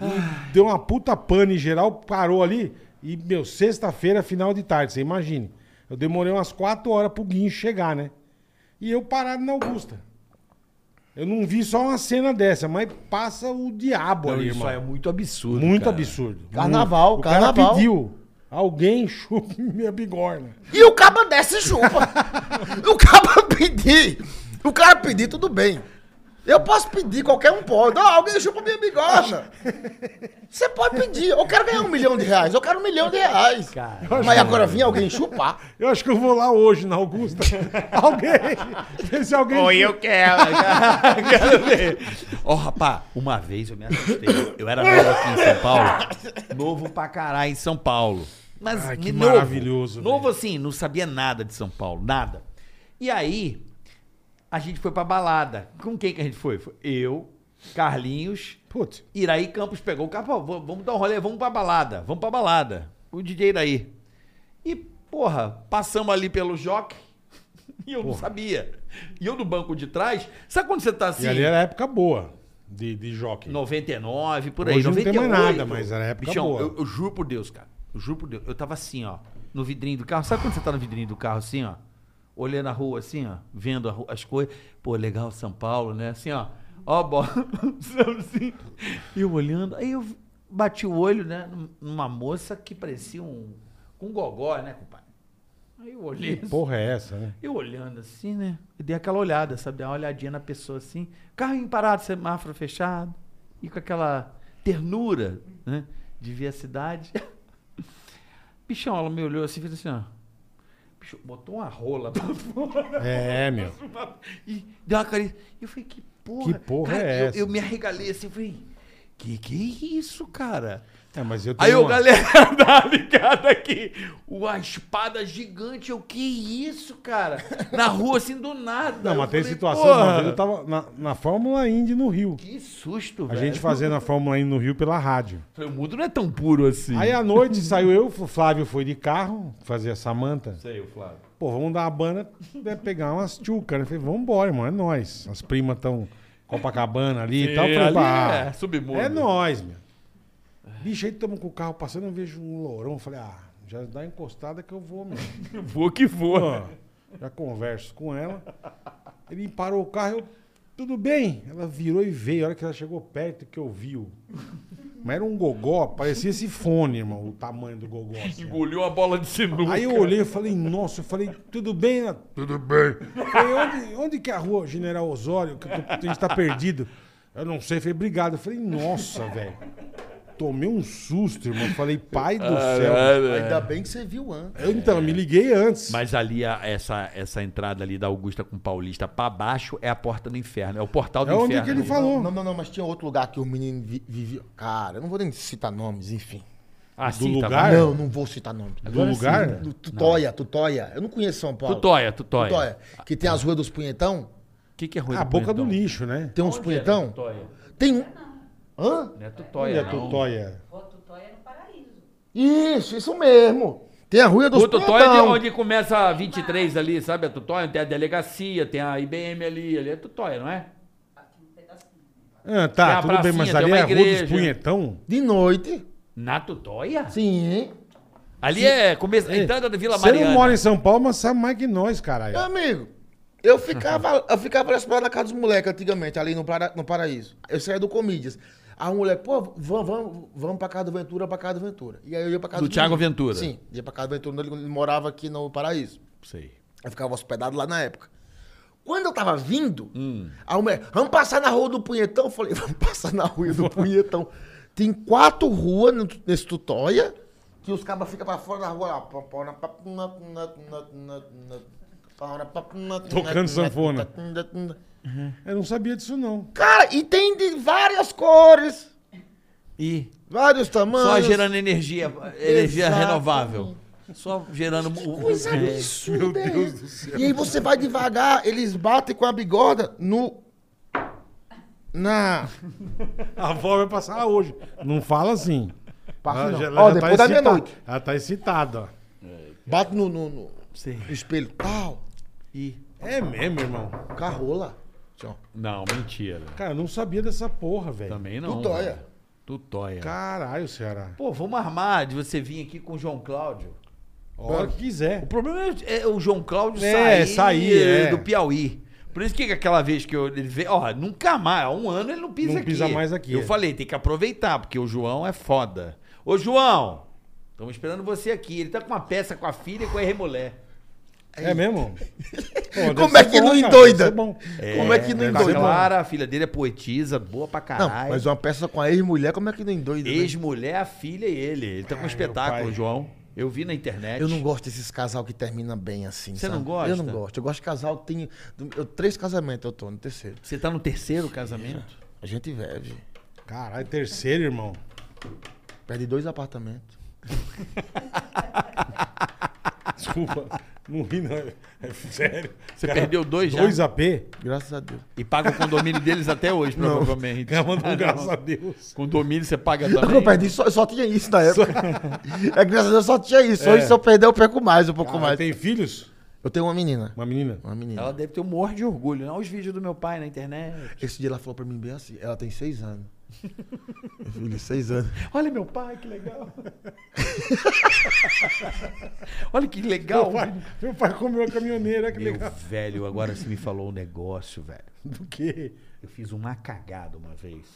[SPEAKER 3] E deu uma puta pane geral, parou ali. E, meu, sexta-feira, final de tarde, você imagine. Eu demorei umas quatro horas pro guincho chegar, né? E eu parado na Augusta. Eu não vi só uma cena dessa, mas passa o diabo
[SPEAKER 4] Não,
[SPEAKER 3] ali,
[SPEAKER 4] isso
[SPEAKER 3] irmão.
[SPEAKER 4] é muito absurdo.
[SPEAKER 3] Muito
[SPEAKER 4] cara.
[SPEAKER 3] absurdo.
[SPEAKER 5] Carnaval,
[SPEAKER 3] Muito. o
[SPEAKER 5] carnaval.
[SPEAKER 3] cara pediu. Alguém chupa minha bigorna.
[SPEAKER 5] E o caba desce e chupa. o caba pedir. O cara pedir, tudo bem. Eu posso pedir, qualquer um pode. Ó, alguém chupa minha bigorna. Você pode pedir. Eu quero ganhar um milhão de reais. Eu quero um milhão de reais. Mas agora vinha alguém chupar.
[SPEAKER 3] Eu acho que eu vou lá hoje na Augusta. alguém. Vê se alguém. chupa.
[SPEAKER 4] Ó, rapá, uma vez eu me assustei. Eu era novo aqui em São Paulo. Novo pra caralho em São Paulo. Mas
[SPEAKER 3] Ai, que
[SPEAKER 4] me- novo,
[SPEAKER 3] maravilhoso,
[SPEAKER 4] Novo assim, não sabia nada de São Paulo, nada. E aí, a gente foi pra balada. Com quem que a gente foi? Foi eu, Carlinhos,
[SPEAKER 3] Putz.
[SPEAKER 4] Iraí Campos pegou o carro, pô, v- vamos dar um rolê, vamos pra balada, vamos pra balada. O DJ Iraí. E, porra, passamos ali pelo jockey e eu não sabia. E eu no banco de trás, sabe quando você tá assim?
[SPEAKER 3] E ali era época boa de, de jockey.
[SPEAKER 4] 99, por aí.
[SPEAKER 3] Hoje não tem
[SPEAKER 4] 98.
[SPEAKER 3] mais nada, mas era época
[SPEAKER 4] Bichão,
[SPEAKER 3] boa.
[SPEAKER 4] Eu, eu juro por Deus, cara. Eu juro por Deus. Eu tava assim, ó, no vidrinho do carro. Sabe quando você tá no vidrinho do carro assim, ó? Olhando a rua assim, ó, vendo a ru- as coisas. Pô, legal São Paulo, né? Assim, ó. Ó, bola. Sabe assim? Eu olhando. Aí eu vi- bati o olho, né, num- numa moça que parecia um. com um gogó, né, compadre? Aí eu olhei. assim,
[SPEAKER 3] Porra é essa, né?
[SPEAKER 4] eu olhando assim, né? Eu dei aquela olhada, sabe? Dei uma olhadinha na pessoa assim. Carrinho parado, semáforo fechado. E com aquela ternura, né? De ver a cidade. Bichão, ela me olhou assim e fez assim, ó. Bicho, botou uma rola pra fora.
[SPEAKER 3] É, meu.
[SPEAKER 4] E deu uma carinha. E eu falei, que porra.
[SPEAKER 3] Que porra
[SPEAKER 4] Cara,
[SPEAKER 3] é
[SPEAKER 4] eu,
[SPEAKER 3] essa?
[SPEAKER 4] Eu me arregalei assim, eu falei, que que é isso, cara?
[SPEAKER 3] É, mas eu tenho
[SPEAKER 4] Aí o
[SPEAKER 3] uma-
[SPEAKER 4] galera dá uma ligada aqui. Uma espada gigante. Eu, que isso, cara? Na rua, assim, do nada.
[SPEAKER 3] Não,
[SPEAKER 4] Eu
[SPEAKER 3] mas tem
[SPEAKER 4] falei,
[SPEAKER 3] situação.
[SPEAKER 4] "Porra,
[SPEAKER 3] Uma vez eu tava na, na Fórmula Indy no Rio.
[SPEAKER 4] Que susto,
[SPEAKER 3] tá A
[SPEAKER 4] velho.
[SPEAKER 3] gente fazendo a Fórmula Indy no Rio pela rádio.
[SPEAKER 4] Falei, O mundo não é tão puro assim.
[SPEAKER 3] Aí é- à noite saiu eu, o Flávio foi de carro, fazer a Samanta.
[SPEAKER 4] Sei, o Flávio.
[SPEAKER 3] Pô, vamos dar a banda, né, pegar umas tchucas. Né? Falei, vamos embora, irmão, é nóis. As primas estão Copacabana ali e tal. Falei,
[SPEAKER 4] ali
[SPEAKER 3] pá,
[SPEAKER 4] é submundo.
[SPEAKER 3] É nóis, meu. Bicho, aí estamos com o carro passando, eu vejo um lourão. Falei, ah, já dá encostada que eu vou, meu.
[SPEAKER 4] Vou que vou.
[SPEAKER 3] Ó, já converso com ela. Ele parou o carro, eu, tudo bem? Ela virou e veio. A hora que ela chegou perto, que eu vi. o- Mas era um gogó, parecia esse fone, irmão, o tamanho do gogó. assim, ó.
[SPEAKER 4] Engoliu a bola de sinuca.
[SPEAKER 3] Aí eu olhei e falei, nossa, eu falei, tudo bem? Ela, tudo bem. Eu Falei, onde, onde que é a rua General Osório? Que eu tô- a gente tá perdido. Eu não sei, falei, obrigado. Eu falei, nossa, velho. Tomei um susto, irmão. Eu Falei, pai do céu.
[SPEAKER 5] Ainda bem que você viu antes.
[SPEAKER 3] Eu, então, eu me liguei antes.
[SPEAKER 4] é. Mas ali, a- essa, essa entrada ali da Augusta com Paulista pra baixo é a porta do inferno. É o portal do
[SPEAKER 3] é
[SPEAKER 4] inferno.
[SPEAKER 3] onde que ele falou.
[SPEAKER 5] Não, não, não, mas tinha outro lugar que o menino vi- vivia. Cara, eu não vou nem citar nomes, enfim.
[SPEAKER 2] Ah,
[SPEAKER 3] Do
[SPEAKER 2] sim, tá
[SPEAKER 3] lugar?
[SPEAKER 2] bom.
[SPEAKER 5] Não, não vou citar nome.
[SPEAKER 3] Do lugar?
[SPEAKER 4] né?
[SPEAKER 5] Do Tutóia, Tutóia. Eu não conheço São Paulo.
[SPEAKER 4] Tutóia, Tutóia.
[SPEAKER 5] Que tem as ruas dos punhetão.
[SPEAKER 4] O que, que é ruim
[SPEAKER 3] A Ah, boca do lixo, né?
[SPEAKER 5] Tem
[SPEAKER 4] é
[SPEAKER 5] uns punhetão. Tem um. Hã?
[SPEAKER 4] Não é
[SPEAKER 3] Olha,
[SPEAKER 4] tutóia, não.
[SPEAKER 3] Tutóia.
[SPEAKER 5] Isso, isso mesmo. Tem a Rua dos
[SPEAKER 4] O tutóia é de
[SPEAKER 5] Punhetão.
[SPEAKER 4] onde começa a 23 ali, sabe? A tutóia tem a delegacia, tem a IBM ali, ali é tutóia, não é?
[SPEAKER 3] Ah,
[SPEAKER 4] Tem
[SPEAKER 3] tá,
[SPEAKER 4] a
[SPEAKER 3] tudo bem, mas
[SPEAKER 4] pracinha,
[SPEAKER 3] ali
[SPEAKER 4] tem
[SPEAKER 3] é a
[SPEAKER 4] uma
[SPEAKER 3] Rua dos
[SPEAKER 4] igreja.
[SPEAKER 3] Punhetão?
[SPEAKER 5] De noite.
[SPEAKER 4] Na tutóia?
[SPEAKER 5] Sim.
[SPEAKER 4] Ali é começo, a entrada da Vila
[SPEAKER 3] Você
[SPEAKER 4] Mariana.
[SPEAKER 3] não mora em São Paulo, mas sabe mais que nós, caralho.
[SPEAKER 5] Meu
[SPEAKER 4] Tá.
[SPEAKER 5] amigo, eu ficava, eu ficava explorando na casa dos moleques antigamente, ali no, para, no Paraíso. Eu saía do Comídias. Aí o moleque, pô, vamos, vamos, vamos pra casa do Ventura, pra casa do Ventura. E aí eu ia pra casa
[SPEAKER 4] Do Thiago
[SPEAKER 5] menino.
[SPEAKER 4] Ventura.
[SPEAKER 5] Sim, ia pra casa do Ventura, ele ele morava aqui no Paraíso.
[SPEAKER 4] Sei.
[SPEAKER 5] Eu ficava hospedado lá na época. Quando eu tava vindo,
[SPEAKER 3] Hum.
[SPEAKER 5] a mulher, vamos passar na rua do Punhetão? Eu falei, vamos passar na rua do Punhetão. Tem quatro ruas no- nesse tutóia que os cabas ficam pra fora da rua lá.
[SPEAKER 3] Tocando sanfona. Eu não sabia disso, não.
[SPEAKER 5] Cara, e tem de várias cores,
[SPEAKER 4] E
[SPEAKER 5] vários tamanhos.
[SPEAKER 4] só gerando energia, energia
[SPEAKER 5] Exato.
[SPEAKER 4] renovável. Só gerando... o- o-
[SPEAKER 5] Coisa
[SPEAKER 4] é.
[SPEAKER 5] absurda. é essa? E aí você vai devagar, eles batem com a bigorda no.
[SPEAKER 3] Ah,
[SPEAKER 5] Na.
[SPEAKER 3] A avó vai passar hoje. Não fala assim.
[SPEAKER 5] Passa não.
[SPEAKER 3] ela
[SPEAKER 5] Ó,
[SPEAKER 3] já tá
[SPEAKER 5] depois da
[SPEAKER 3] excita-
[SPEAKER 5] meia-noite.
[SPEAKER 3] Ela tá excitada, ó.
[SPEAKER 5] Bate no, no, no
[SPEAKER 4] Sim.
[SPEAKER 5] espelho. Pau.
[SPEAKER 4] E...
[SPEAKER 3] É mesmo, irmão.
[SPEAKER 5] Carrola. Tchau.
[SPEAKER 4] Não, mentira.
[SPEAKER 3] Cara, eu não sabia dessa porra, velho.
[SPEAKER 4] Também não.
[SPEAKER 5] Tutóia.
[SPEAKER 4] velho. Tutóia.
[SPEAKER 3] Caralho, Ceará.
[SPEAKER 4] Pô, vamos armar de você vir aqui com o João Cláudio.
[SPEAKER 3] A hora que quiser.
[SPEAKER 4] O problema é, é o João Cláudio
[SPEAKER 3] É,
[SPEAKER 4] sair, eh,
[SPEAKER 3] sair, é.
[SPEAKER 4] do Piauí. Por isso que aquela vez que eu, ele veio, ó, nunca mais, há um ano ele não pisa
[SPEAKER 3] Não
[SPEAKER 4] aqui.
[SPEAKER 3] pisa mais aqui,
[SPEAKER 4] Eu
[SPEAKER 3] é.
[SPEAKER 4] falei, tem que aproveitar, porque o João é foda. Ô, João, estamos esperando você aqui. Ele tá com uma peça com a filha e com a mulher.
[SPEAKER 3] É mesmo?
[SPEAKER 5] Como é que não endoida? Como é que não
[SPEAKER 3] deve ser
[SPEAKER 5] endoida?
[SPEAKER 3] bom.
[SPEAKER 4] Clara, a filha dele é poetisa, boa pra
[SPEAKER 5] Não,
[SPEAKER 4] caralho.
[SPEAKER 5] mas uma peça com a ex-mulher, como é que não endoida? né?
[SPEAKER 4] Ex-mulher, a filha e ele. Ele tá com um espetáculo,
[SPEAKER 3] pai.
[SPEAKER 4] João. Eu vi na internet.
[SPEAKER 5] Eu não gosto desses casal que termina bem assim.
[SPEAKER 4] Você
[SPEAKER 5] sabe?
[SPEAKER 4] não gosta?
[SPEAKER 5] Eu não gosto. Eu gosto de casal que tem. Eu, três casamentos eu tô, no terceiro.
[SPEAKER 4] Você tá no terceiro casamento?
[SPEAKER 5] A gente vive.
[SPEAKER 3] Caralho, é terceiro, irmão.
[SPEAKER 5] Perde dois apartamentos.
[SPEAKER 3] Desculpa. Não ri, não. É sério.
[SPEAKER 4] Você perdeu dois já?
[SPEAKER 3] 2 AP?
[SPEAKER 5] Graças a Deus.
[SPEAKER 4] E paga o condomínio deles até hoje, provavelmente.
[SPEAKER 5] É,
[SPEAKER 3] Cara, mandou um
[SPEAKER 4] Ah,
[SPEAKER 3] graças
[SPEAKER 4] não.
[SPEAKER 3] a Deus.
[SPEAKER 4] Condomínio você paga
[SPEAKER 5] Eu
[SPEAKER 4] também?
[SPEAKER 5] perdi, só, eu só tinha isso na época. É que graças a Deus eu só tinha isso. Hoje
[SPEAKER 3] É.
[SPEAKER 5] se eu perder, eu perco mais, um pouco
[SPEAKER 3] Cara,
[SPEAKER 5] mais.
[SPEAKER 3] tem filhos?
[SPEAKER 5] Eu tenho uma menina.
[SPEAKER 3] Uma menina?
[SPEAKER 5] Uma menina.
[SPEAKER 4] Ela deve ter um morro de orgulho. né? Olha os vídeos do meu pai na internet.
[SPEAKER 5] Esse dia ela falou pra mim bem assim. Ela tem seis anos. Meu filho, seis anos.
[SPEAKER 4] Olha meu pai, que legal. Olha que legal.
[SPEAKER 3] Meu pai, meu pai comeu a caminhoneira, que
[SPEAKER 4] Meu
[SPEAKER 3] legal.
[SPEAKER 4] velho, agora você me falou um negócio, velho.
[SPEAKER 3] Do quê?
[SPEAKER 4] Eu fiz uma cagada uma vez.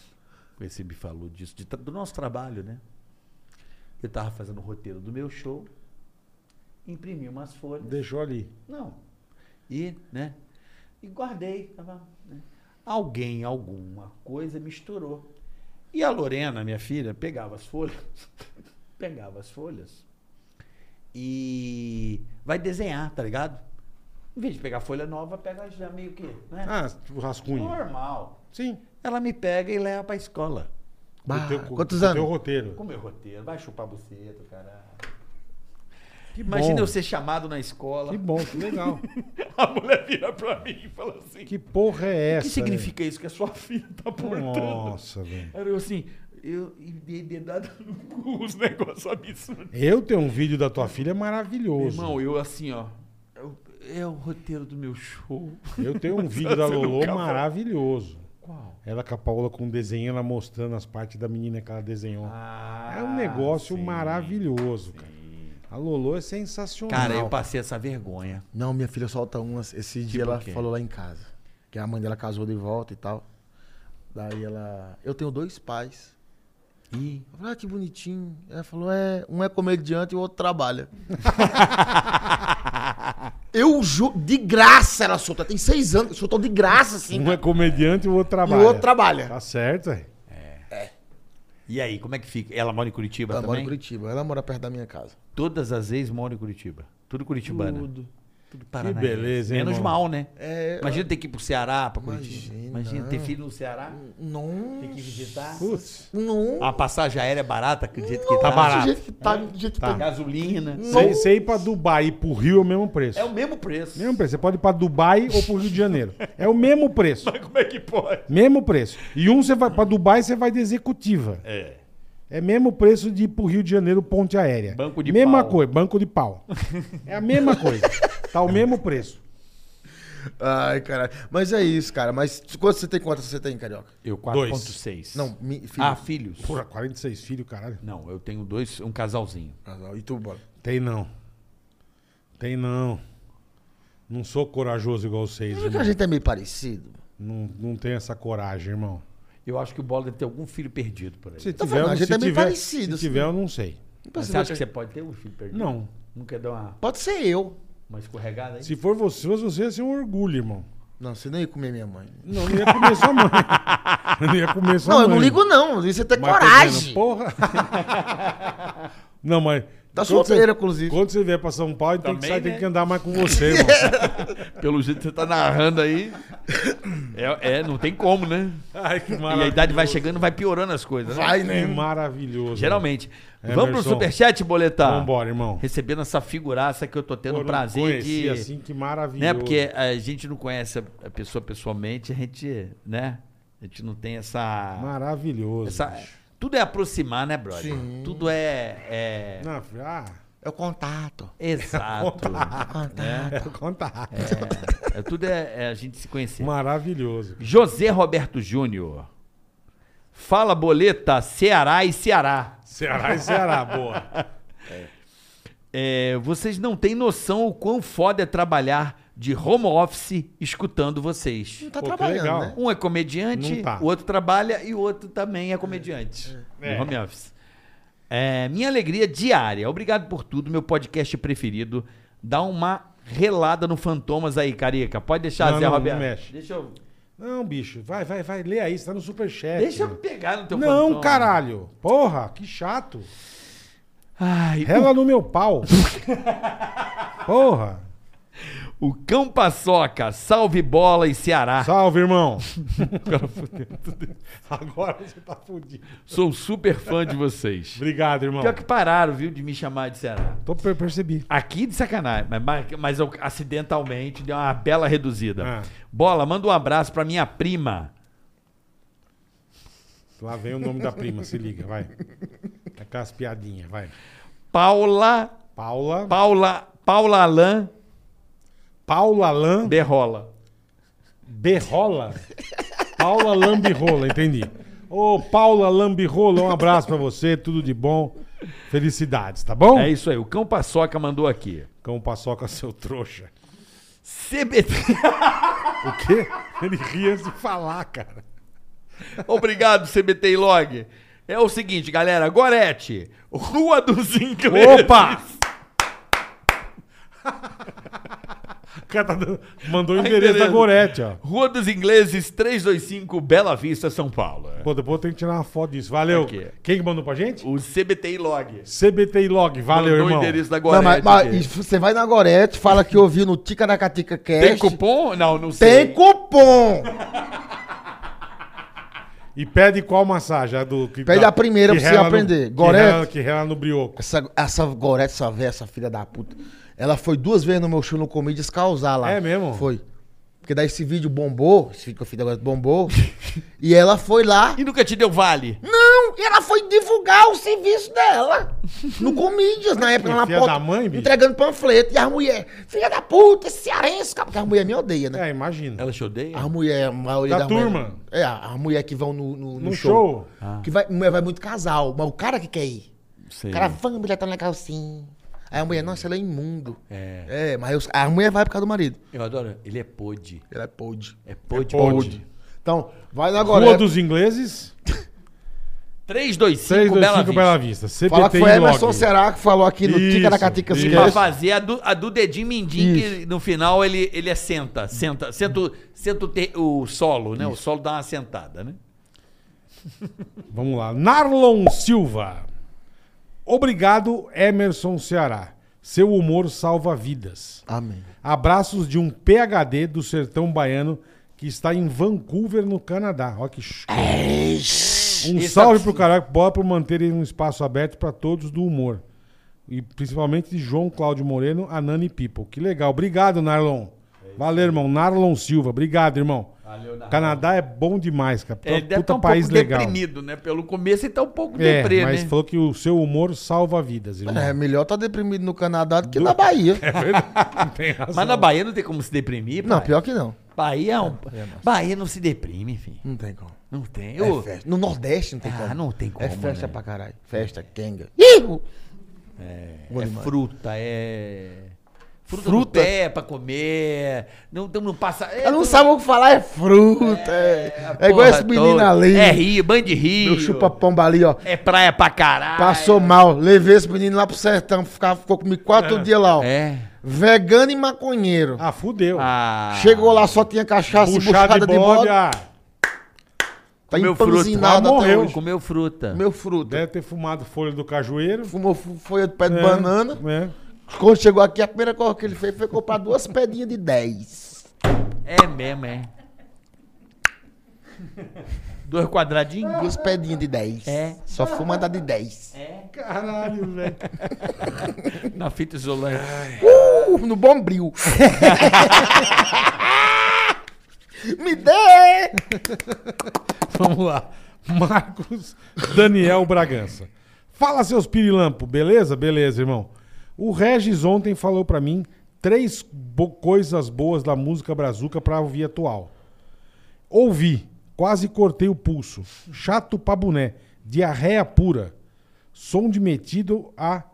[SPEAKER 4] Você me falou disso, de tra- do nosso trabalho, né? Eu tava fazendo o roteiro do meu show, imprimi umas folhas.
[SPEAKER 3] Deixou ali.
[SPEAKER 4] Não. E, né? E guardei. Tava, né? Alguém, alguma coisa misturou. E a Lorena, minha filha, pegava as folhas, pegava as folhas e vai desenhar, tá ligado? Em vez de pegar folha nova, pega já meio que, né?
[SPEAKER 3] Ah, o rascunho.
[SPEAKER 4] Normal.
[SPEAKER 3] Sim.
[SPEAKER 4] Ela me pega e leva pra escola.
[SPEAKER 5] Bah,
[SPEAKER 3] O teu-
[SPEAKER 5] quantos
[SPEAKER 3] o
[SPEAKER 5] anos?
[SPEAKER 3] teu roteiro.
[SPEAKER 4] Com meu roteiro, vai chupar buceta, caralho.
[SPEAKER 3] Que bom.
[SPEAKER 4] Imagina eu ser chamado na escola.
[SPEAKER 3] Que bom, que legal.
[SPEAKER 4] A mulher vira pra mim e fala assim:
[SPEAKER 3] Que porra é
[SPEAKER 4] O
[SPEAKER 3] essa?
[SPEAKER 4] que significa isso que a sua filha tá
[SPEAKER 3] velho?
[SPEAKER 4] portando?
[SPEAKER 3] Nossa, velho.
[SPEAKER 4] Era eu assim, eu e dei dedada no cu, os negócios absurdos.
[SPEAKER 3] Eu tenho um vídeo da tua filha maravilhoso.
[SPEAKER 4] Irmão, eu assim, ó. eu- é o roteiro do meu show.
[SPEAKER 3] Eu tenho um vídeo da
[SPEAKER 4] Você
[SPEAKER 3] Lolo
[SPEAKER 4] nunca vai.
[SPEAKER 3] maravilhoso.
[SPEAKER 4] Qual?
[SPEAKER 3] Ela com a Paola com um desenho, ela mostrando as partes da menina que ela desenhou.
[SPEAKER 4] Ah,
[SPEAKER 3] é um negócio
[SPEAKER 4] sim.
[SPEAKER 3] maravilhoso, cara. A Lolo é sensacional.
[SPEAKER 4] Cara, eu passei essa vergonha.
[SPEAKER 5] Não, minha filha solta umas. Esse dia
[SPEAKER 4] Tipo
[SPEAKER 5] ela
[SPEAKER 4] o quê?
[SPEAKER 5] falou lá em casa. Que a mãe dela casou de volta e tal. Daí ela. Eu tenho dois pais.
[SPEAKER 4] Ih.
[SPEAKER 5] Eu falei, ah, que bonitinho. Ela falou, é, um é comediante e o outro trabalha. eu juro, de graça ela soltou. Ela tem seis anos, soltou de graça, assim.
[SPEAKER 3] Um é comediante e o
[SPEAKER 5] e
[SPEAKER 3] outro trabalha.
[SPEAKER 5] o outro trabalha.
[SPEAKER 3] Tá certo, é.
[SPEAKER 4] E aí, como é que fica? Ela mora em Curitiba
[SPEAKER 5] Ela
[SPEAKER 4] também?
[SPEAKER 5] mora em Curitiba, ela mora perto da minha casa.
[SPEAKER 4] Todas as vezes mora em Curitiba. Tudo curitibana.
[SPEAKER 5] Tudo.
[SPEAKER 4] Tudo paranaense.
[SPEAKER 3] beleza, hein,
[SPEAKER 4] Menos
[SPEAKER 3] irmão?
[SPEAKER 4] mal, né?
[SPEAKER 5] É,
[SPEAKER 4] Imagina ter que ir pro Ceará, pra Curitiba.
[SPEAKER 5] Imagina.
[SPEAKER 4] Imagina ter filho no Ceará,
[SPEAKER 5] Não.
[SPEAKER 4] ter que visitar.
[SPEAKER 3] Putz.
[SPEAKER 5] Não.
[SPEAKER 4] A passagem aérea é barata, acredito que
[SPEAKER 3] Tá
[SPEAKER 4] tá.
[SPEAKER 3] barato.
[SPEAKER 5] Do jeito que tá, do jeito que
[SPEAKER 3] Tá.
[SPEAKER 5] tá.
[SPEAKER 4] Gasolina.
[SPEAKER 3] Você você ir pra Dubai e pro Rio é o mesmo preço.
[SPEAKER 4] É o mesmo preço.
[SPEAKER 3] Mesmo preço. Você pode ir pra Dubai ou pro Rio de Janeiro. É o mesmo preço.
[SPEAKER 4] Como é que pode?
[SPEAKER 3] Mesmo preço. E um você vai pra Dubai, você vai de executiva.
[SPEAKER 4] É.
[SPEAKER 3] É mesmo preço de ir pro Rio de Janeiro ponte aérea.
[SPEAKER 4] Banco de
[SPEAKER 3] mesma
[SPEAKER 4] pau.
[SPEAKER 3] coisa, banco de pau. É a mesma coisa. Tá o mesmo preço.
[SPEAKER 5] Ai, caralho. Mas é isso, cara. Mas quantos você tem? Quantas você tem, Carioca?
[SPEAKER 4] Eu
[SPEAKER 3] Dois.
[SPEAKER 4] 4.6.
[SPEAKER 5] Não, mi- filho.
[SPEAKER 4] Ah, filhos.
[SPEAKER 3] Porra, 46 filhos, caralho.
[SPEAKER 4] Não, eu tenho dois, um casalzinho.
[SPEAKER 5] Casal. Ah, E tu, bola?
[SPEAKER 3] Tem não. Tem não. Não sou corajoso igual vocês,
[SPEAKER 5] Por que
[SPEAKER 3] irmão.
[SPEAKER 5] a gente é meio parecido?
[SPEAKER 3] Não, não tenho essa coragem, irmão.
[SPEAKER 4] Eu acho que o Bola deve ter algum filho perdido por aí.
[SPEAKER 3] Se
[SPEAKER 5] Tá
[SPEAKER 3] tiver,
[SPEAKER 5] falando, a
[SPEAKER 3] se
[SPEAKER 5] gente é meio
[SPEAKER 3] tiver,
[SPEAKER 5] parecido, assim.
[SPEAKER 3] se tiver eu não sei.
[SPEAKER 4] Mas você acha que você pode ter um filho perdido?
[SPEAKER 3] Não.
[SPEAKER 4] Não quer dar
[SPEAKER 3] é
[SPEAKER 4] uma,
[SPEAKER 5] Pode ser eu.
[SPEAKER 4] uma escorregada aí?
[SPEAKER 3] Se for você, se fosse você ia ser um orgulho, irmão.
[SPEAKER 5] Não, você nem ia comer minha mãe.
[SPEAKER 3] Não, não ia comer sua mãe. Não ia comer sua
[SPEAKER 5] Não,
[SPEAKER 3] mãe.
[SPEAKER 5] eu não ligo, não. Isso é ter
[SPEAKER 3] Mas tô
[SPEAKER 5] coragem.
[SPEAKER 3] dizendo, porra. não, mas...
[SPEAKER 5] Tá
[SPEAKER 3] quando
[SPEAKER 5] solteira,
[SPEAKER 3] você-
[SPEAKER 5] inclusive.
[SPEAKER 3] Quando você vier pra São Paulo, então tem que
[SPEAKER 4] Também,
[SPEAKER 3] sair,
[SPEAKER 4] né?
[SPEAKER 3] tem que andar mais com você, irmão.
[SPEAKER 4] Pelo jeito que você tá narrando aí. É, é, não tem como, né?
[SPEAKER 3] Ai, que
[SPEAKER 4] E a idade vai chegando, vai piorando as coisas. né?
[SPEAKER 5] Vai,
[SPEAKER 3] Que
[SPEAKER 5] né?
[SPEAKER 3] maravilhoso.
[SPEAKER 4] Geralmente.
[SPEAKER 3] É,
[SPEAKER 4] Vamos pro
[SPEAKER 3] Emerson.
[SPEAKER 4] superchat, boletar?
[SPEAKER 3] Vambora, irmão.
[SPEAKER 4] Recebendo essa figuraça que eu tô tendo
[SPEAKER 3] Pô,
[SPEAKER 4] o
[SPEAKER 3] não
[SPEAKER 4] prazer
[SPEAKER 3] conheci
[SPEAKER 4] de.
[SPEAKER 3] assim, que maravilhoso.
[SPEAKER 4] né? Porque a gente não conhece a a pessoa pessoalmente, a gente, né? A gente não tem essa.
[SPEAKER 3] Maravilhoso.
[SPEAKER 4] essa-
[SPEAKER 3] bicho.
[SPEAKER 4] tudo é aproximar, né, brother? Tudo é. é-
[SPEAKER 3] Não, fi- ah,
[SPEAKER 5] É o contato.
[SPEAKER 4] Exato.
[SPEAKER 5] Contato.
[SPEAKER 3] é contar.
[SPEAKER 4] É, tudo é, é a gente se conhecer.
[SPEAKER 3] Maravilhoso.
[SPEAKER 4] José Roberto Júnior. Fala, boleta, Ceará e Ceará.
[SPEAKER 3] Ceará e Ceará, boa.
[SPEAKER 4] É, vocês não têm noção o quão foda é trabalhar de home office escutando vocês.
[SPEAKER 5] Não tá
[SPEAKER 3] Pô, que
[SPEAKER 5] trabalhando,
[SPEAKER 3] legal.
[SPEAKER 5] né?
[SPEAKER 4] Um é comediante,
[SPEAKER 3] Não tá.
[SPEAKER 4] o outro trabalha e o outro também é comediante. No home office. É, minha alegria diária. Obrigado por tudo, meu podcast preferido. Dá uma relada no Fantomas aí, Carica. Pode deixar,
[SPEAKER 3] Não,
[SPEAKER 4] Zé
[SPEAKER 3] não, não
[SPEAKER 4] Roberto.
[SPEAKER 3] mexe.
[SPEAKER 4] Deixa eu,
[SPEAKER 3] Não, bicho, vai, vai, vai, lê aí, você tá no superchat.
[SPEAKER 4] deixa eu
[SPEAKER 3] né?
[SPEAKER 4] pegar no teu então.
[SPEAKER 3] Não,
[SPEAKER 4] Fantomas.
[SPEAKER 3] caralho. Porra, que chato.
[SPEAKER 4] Ai,
[SPEAKER 3] Rela no meu pau. Porra.
[SPEAKER 4] O Cão Paçoca, salve bola e Ceará.
[SPEAKER 3] Salve, irmão. Agora você tá fudido.
[SPEAKER 4] Sou super fã de vocês.
[SPEAKER 3] Obrigado, irmão.
[SPEAKER 4] Pior que pararam, viu, de me chamar de Ceará.
[SPEAKER 3] Tô per- percebi.
[SPEAKER 4] Aqui de sacanagem, mas- mas, mas eu acidentalmente deu uma bela reduzida.
[SPEAKER 3] Ah.
[SPEAKER 4] Bola, manda um abraço pra minha prima.
[SPEAKER 3] Lá vem o nome da prima, se liga, vai. É Aquelas piadinhas, vai.
[SPEAKER 4] Paula,
[SPEAKER 3] Paula.
[SPEAKER 4] Paula, Paula Alain
[SPEAKER 3] Paula Lam
[SPEAKER 4] Berrola.
[SPEAKER 3] Berrola. Paula Lambirrola, entendi. Ô, Paula Lambirrola, um abraço pra você, tudo de bom. Felicidades, tá bom?
[SPEAKER 4] É isso aí, o Cão Paçoca mandou aqui.
[SPEAKER 3] Cão paçoca, seu trouxa.
[SPEAKER 4] CBT.
[SPEAKER 3] O quê? Ele ria antes de falar, cara.
[SPEAKER 4] Obrigado, CBT e Log. É o seguinte, galera, Gorete, Rua dos Ingleses.
[SPEAKER 3] Opa! O cara tá dando- mandou o
[SPEAKER 4] Aí,
[SPEAKER 3] endereço da
[SPEAKER 4] beleza.
[SPEAKER 3] Gorete, ó.
[SPEAKER 4] Rua dos Ingleses, 325, Bela Vista, São Paulo.
[SPEAKER 3] Pô, depois eu tenho que tirar uma foto disso. Valeu.
[SPEAKER 4] Aqui.
[SPEAKER 3] Quem que mandou pra gente?
[SPEAKER 4] O CBT e Log.
[SPEAKER 3] CBT Log. Valeu,
[SPEAKER 4] Mandou
[SPEAKER 3] irmão.
[SPEAKER 4] o endereço da
[SPEAKER 5] Não,
[SPEAKER 4] Gorete.
[SPEAKER 5] mas, mas
[SPEAKER 4] aqui.
[SPEAKER 5] isso, você vai na Gorete, fala que ouviu no Ticaracatica Cast.
[SPEAKER 4] Tem cupom? Não, não sei.
[SPEAKER 5] é Tem cupom!
[SPEAKER 3] E pede qual massagem? A do, que, tá
[SPEAKER 5] Pede a primeira
[SPEAKER 3] que
[SPEAKER 5] pra você
[SPEAKER 3] rela no-
[SPEAKER 5] aprender.
[SPEAKER 3] que
[SPEAKER 5] Gorete.
[SPEAKER 3] rela- Que rela no brioco.
[SPEAKER 5] Essa, essa Gorete, essa véia, essa filha da puta. Ela foi duas vezes no meu show no Comedians causar lá.
[SPEAKER 3] É mesmo?
[SPEAKER 5] Foi. Porque daí esse vídeo bombou, esse vídeo que eu fiz da Gorete bombou. e ela foi lá.
[SPEAKER 4] E nunca te deu vale.
[SPEAKER 5] Não! E ela foi divulgar o serviço dela no Comedians, na época, lá na
[SPEAKER 3] Filha
[SPEAKER 5] porta,
[SPEAKER 3] da mãe, bicho.
[SPEAKER 5] entregando panfleto. E as mulheres, filha da puta, esse cearense, cara, porque as mulheres me odeiam, né?
[SPEAKER 3] É, imagina.
[SPEAKER 4] Ela te odeia?
[SPEAKER 5] As mulheres, a maioria
[SPEAKER 3] Da
[SPEAKER 5] das mulheres-
[SPEAKER 3] turma?
[SPEAKER 5] é, as mulheres que vão no, no, no
[SPEAKER 3] No
[SPEAKER 5] um show.
[SPEAKER 3] show.
[SPEAKER 5] Que vai, mulher vai muito casal, mas o cara que quer ir.
[SPEAKER 4] Sei.
[SPEAKER 5] O cara, vamos, mulher, tá na calcinha. Aí a mulher, nossa, ela é imundo.
[SPEAKER 4] É.
[SPEAKER 5] É, mas os- a mulher vai por causa do marido.
[SPEAKER 4] Eu adoro. Ele é pod.
[SPEAKER 5] Ela é pode.
[SPEAKER 4] É pod.
[SPEAKER 3] Pode.
[SPEAKER 5] Então, vai na
[SPEAKER 3] Rua
[SPEAKER 5] Gorete.
[SPEAKER 3] dos Ingleses,
[SPEAKER 4] 325 Bela
[SPEAKER 3] 325
[SPEAKER 4] Vista.
[SPEAKER 3] Bela Vista.
[SPEAKER 5] Fala que
[SPEAKER 3] CBT
[SPEAKER 5] foi Emerson
[SPEAKER 3] Log.
[SPEAKER 5] Será que falou aqui no
[SPEAKER 3] Isso,
[SPEAKER 5] Ticaracatica
[SPEAKER 3] isso.
[SPEAKER 4] Pra
[SPEAKER 5] Cast.
[SPEAKER 4] fazer a do, a do dedinho mindinho, que no final ele, ele assenta. Senta, senta, o- senta o, te- o solo, né? O solo dá uma sentada, né?
[SPEAKER 3] Vamos lá. Narlon Silva. Obrigado, Emerson Ceará. Seu humor salva vidas.
[SPEAKER 5] Amém.
[SPEAKER 3] Abraços de um PHD do sertão baiano que está em Vancouver, no Canadá. Olha que show. Um
[SPEAKER 4] É, Esse
[SPEAKER 3] salve
[SPEAKER 4] tá-
[SPEAKER 3] pro Caraca Bola por manterem um espaço aberto para todos do humor. E principalmente de João Cláudio Moreno, a Nani People. Que legal. Obrigado, Narlon. Valeu, irmão. Narlon Silva. Obrigado, irmão. Canadá é bom demais, cara.
[SPEAKER 4] Ele
[SPEAKER 3] Puta
[SPEAKER 4] deve estar um
[SPEAKER 3] país
[SPEAKER 4] pouco
[SPEAKER 3] legal.
[SPEAKER 4] deprimido, né? Pelo começo ele tá um pouco
[SPEAKER 3] É,
[SPEAKER 4] deprê,
[SPEAKER 3] mas
[SPEAKER 4] né?
[SPEAKER 3] falou que o seu humor salva vidas, irmão.
[SPEAKER 5] É melhor tá deprimido no Canadá do que na Bahia.
[SPEAKER 4] É
[SPEAKER 3] Tem razão.
[SPEAKER 4] Mas na Bahia não tem como se deprimir,
[SPEAKER 5] Não,
[SPEAKER 4] pai.
[SPEAKER 5] pior que não.
[SPEAKER 4] Bahia é um... Bahia não se deprime, filho.
[SPEAKER 5] Não tem como.
[SPEAKER 4] Não tem.
[SPEAKER 5] É
[SPEAKER 4] Eu-
[SPEAKER 5] festa. No Nordeste não tem
[SPEAKER 4] Ah,
[SPEAKER 5] como.
[SPEAKER 4] não tem como,
[SPEAKER 5] É festa
[SPEAKER 4] né?
[SPEAKER 5] pra caralho. Festa, kenga.
[SPEAKER 4] É
[SPEAKER 5] demais.
[SPEAKER 4] fruta, é. Fruta, do
[SPEAKER 5] Fruta?
[SPEAKER 4] pé pra comer. Não, não, não passa. é,
[SPEAKER 5] Eu não
[SPEAKER 4] tu-
[SPEAKER 5] sabe o que falar, é fruta.
[SPEAKER 4] a
[SPEAKER 5] É, é
[SPEAKER 4] porra
[SPEAKER 5] igual esse menino
[SPEAKER 4] toda.
[SPEAKER 5] ali.
[SPEAKER 4] É rio, banho de rio.
[SPEAKER 5] Meu chupa-pomba ali, ó.
[SPEAKER 4] É praia pra caralho.
[SPEAKER 5] Passou mal. Levei esse menino lá pro sertão. Ficava, ficou comigo quatro dias lá, ó.
[SPEAKER 4] É.
[SPEAKER 5] Vegano e maconheiro.
[SPEAKER 3] Ah, fudeu.
[SPEAKER 4] Ah,
[SPEAKER 5] Chegou lá, só tinha cachaça e
[SPEAKER 3] Puxada
[SPEAKER 5] buchada
[SPEAKER 3] de
[SPEAKER 5] de bode.
[SPEAKER 3] bode, ah,
[SPEAKER 5] Tá
[SPEAKER 4] comeu fruta. Ah,
[SPEAKER 5] empanzinado até
[SPEAKER 3] morreu.
[SPEAKER 5] hoje.
[SPEAKER 4] Comeu fruta.
[SPEAKER 5] Meu fruta.
[SPEAKER 3] deve ter fumado folha do cajueiro.
[SPEAKER 5] Fumou fu- folha de pé de
[SPEAKER 3] É,
[SPEAKER 5] banana.
[SPEAKER 3] É.
[SPEAKER 5] Quando chegou aqui, a primeira coisa que ele fez foi comprar duas pedinhas de 10.
[SPEAKER 4] É mesmo, é. Dois quadradinhos?
[SPEAKER 5] Duas pedinhas de 10.
[SPEAKER 4] É.
[SPEAKER 5] Só foi mandar de 10.
[SPEAKER 3] Caralho, velho.
[SPEAKER 4] Na fita isolante.
[SPEAKER 5] Uh, no bombril. Me dê!
[SPEAKER 3] Vamos lá. Marcos Daniel Bragança. Fala, seus pirilampo. Beleza? Beleza, irmão. O Regis ontem falou pra mim três bo- coisas boas da música brazuca pra ouvir atual. Ouvi. Quase cortei o pulso. Chato pra boné. Diarreia pura. Som de metido a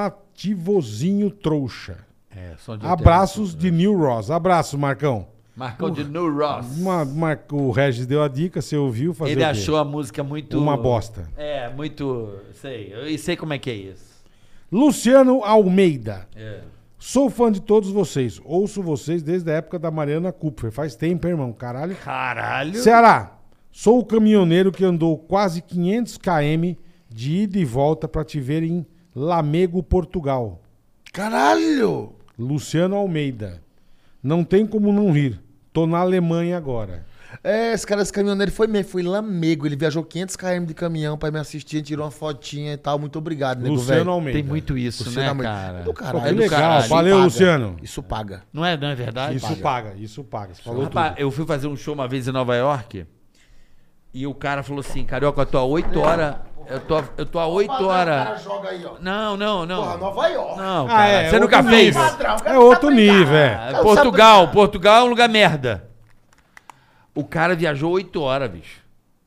[SPEAKER 3] alternativozinho trouxa.
[SPEAKER 4] É, som de
[SPEAKER 3] Abraços de New Ross. Abraço, Marcão.
[SPEAKER 4] Marcão de New Ross.
[SPEAKER 3] Uma- uma- o Regis deu a dica, você ouviu fazer
[SPEAKER 4] Ele
[SPEAKER 3] o quê?
[SPEAKER 4] achou a música muito.
[SPEAKER 3] uma bosta.
[SPEAKER 4] É, muito. Sei. Eu sei como é que é isso.
[SPEAKER 3] Luciano Almeida.
[SPEAKER 4] É.
[SPEAKER 3] Sou fã de todos vocês. Ouço vocês desde a época da Mariana Kupfer. Faz tempo, hein, irmão. Caralho.
[SPEAKER 4] Caralho.
[SPEAKER 3] Ceará. Sou o caminhoneiro que andou quase 500 km de ida e volta pra te ver em Lamego, Portugal.
[SPEAKER 5] Caralho!
[SPEAKER 3] Luciano Almeida. Não tem como não rir. Tô na Alemanha agora.
[SPEAKER 5] É, esse cara, esse caminhoneiro foi mesmo, foi lamego. Ele viajou 500 km de caminhão pra me assistir, tirou uma fotinha e tal. Muito obrigado, nego
[SPEAKER 3] Luciano
[SPEAKER 5] velho.
[SPEAKER 3] Almeida.
[SPEAKER 4] Tem muito isso, né, cara?
[SPEAKER 5] Do
[SPEAKER 3] Pô,
[SPEAKER 5] caralho.
[SPEAKER 3] que
[SPEAKER 5] é do
[SPEAKER 3] legal.
[SPEAKER 5] caralho.
[SPEAKER 3] Valeu,
[SPEAKER 5] Isso
[SPEAKER 3] Luciano.
[SPEAKER 5] paga. Isso paga.
[SPEAKER 4] Não é, não é verdade?
[SPEAKER 3] Isso paga, isso paga. Você falou
[SPEAKER 4] Rapaz, eu fui fazer um show uma vez em Nova York e o cara falou assim, Carioca, eu tô há 8 horas... Eu tô, eu tô há 8 horas...
[SPEAKER 5] joga aí, ó.
[SPEAKER 4] Não, não, não.
[SPEAKER 5] Porra, Nova York.
[SPEAKER 4] Não,
[SPEAKER 3] tudo.
[SPEAKER 4] é, cara, você nunca
[SPEAKER 3] Ah, é outro
[SPEAKER 4] fez.
[SPEAKER 3] nível.
[SPEAKER 5] Padrão, quero
[SPEAKER 3] É outro
[SPEAKER 5] saber brigar.
[SPEAKER 3] nível, é.
[SPEAKER 4] Ah,
[SPEAKER 5] Eu
[SPEAKER 4] Portugal,
[SPEAKER 5] sabe-
[SPEAKER 4] Portugal é um lugar merda. O cara viajou 8 horas, bicho.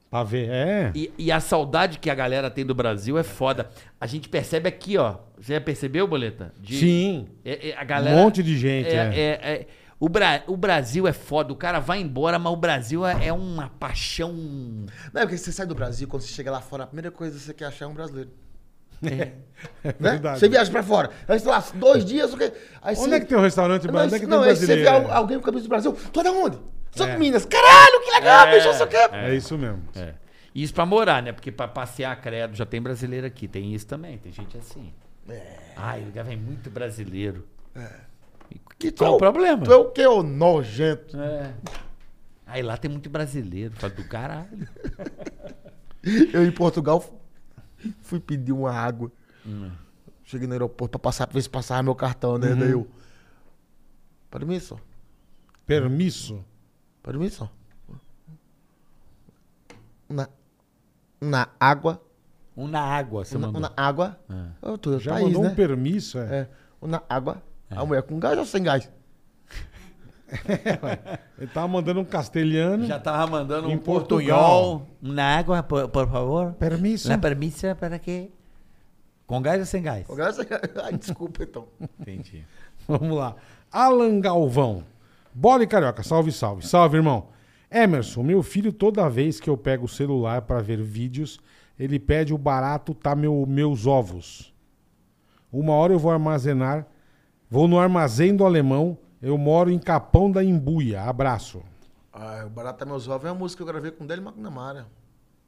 [SPEAKER 3] Pra ver, é.
[SPEAKER 4] E, e a saudade que a galera tem do Brasil é foda. A gente percebe aqui, ó. Você já percebeu, Boleta? De-
[SPEAKER 3] Sim.
[SPEAKER 4] É, é, a
[SPEAKER 3] Um
[SPEAKER 4] galera...
[SPEAKER 3] monte de gente,
[SPEAKER 4] É,
[SPEAKER 3] é.
[SPEAKER 4] é, é. O, Bra- o Brasil é foda, o cara vai embora, mas o Brasil é, é uma paixão.
[SPEAKER 5] Não, é porque você sai do Brasil, quando você chega lá fora, a primeira coisa que você quer achar é um brasileiro.
[SPEAKER 3] É
[SPEAKER 5] Né?
[SPEAKER 3] verdade.
[SPEAKER 5] Você viaja pra fora. Aí sei lá, dois dias, o quê? Aí
[SPEAKER 3] Onde
[SPEAKER 5] você-
[SPEAKER 3] é que tem um restaurante
[SPEAKER 5] Não,
[SPEAKER 3] brasileiro? Onde é que
[SPEAKER 5] não,
[SPEAKER 3] tem um
[SPEAKER 5] aí você vê
[SPEAKER 3] brasileiro?
[SPEAKER 5] al- alguém com camisa do Brasil. Tu é da onde? Sou de Minas. Caralho, que legal, bicho, isso aqui.
[SPEAKER 3] É. É isso mesmo.
[SPEAKER 4] E Isso pra morar, né? Porque pra passear, credo, já tem brasileiro aqui. Tem isso também, tem gente assim.
[SPEAKER 5] É.
[SPEAKER 4] Ai, o lugar vem muito brasileiro.
[SPEAKER 5] Que tu
[SPEAKER 4] Qual
[SPEAKER 5] é
[SPEAKER 4] o problema?
[SPEAKER 5] Tu é o que, ô nojento?
[SPEAKER 4] Aí lá tem muito brasileiro. Fala do caralho.
[SPEAKER 5] Eu em Portugal fu- fui pedir uma água.
[SPEAKER 3] Hum.
[SPEAKER 5] Cheguei no aeroporto pra passar, pra ver se passava meu cartão,
[SPEAKER 3] Uhum.
[SPEAKER 5] né? Daí eu. Permisso,
[SPEAKER 3] Permisso.
[SPEAKER 5] permisso. Na, na água.
[SPEAKER 4] Um na água, você
[SPEAKER 5] Uma,
[SPEAKER 4] mandou.
[SPEAKER 5] uma água. Eu tô,
[SPEAKER 3] Já
[SPEAKER 5] país,
[SPEAKER 3] mandou
[SPEAKER 5] né?
[SPEAKER 3] um É. permisso, é.
[SPEAKER 5] É, uma água. A mulher com gás ou sem gás?
[SPEAKER 3] Ele tava mandando um castelhano.
[SPEAKER 4] Já tava mandando
[SPEAKER 3] Em
[SPEAKER 4] um
[SPEAKER 3] Portugal.
[SPEAKER 4] portunhol. Um Na água, por, por favor.
[SPEAKER 3] Permisso.
[SPEAKER 4] Na permissa para quê? Com gás ou sem gás?
[SPEAKER 5] Com gás ou sem gás? Ai, desculpa, então.
[SPEAKER 4] Entendi.
[SPEAKER 3] Vamos lá. Alan Galvão. Bola e carioca, salve, salve. Salve, irmão. Emerson, meu filho, toda vez que eu pego o celular pra ver vídeos, ele pede o barato tá meu, meus ovos. Uma hora eu vou armazenar, vou no armazém do alemão, eu moro em Capão da Imbuia. Abraço.
[SPEAKER 5] Ah, o Barata Meus Ovos é uma música que eu gravei com o Dele McNamara.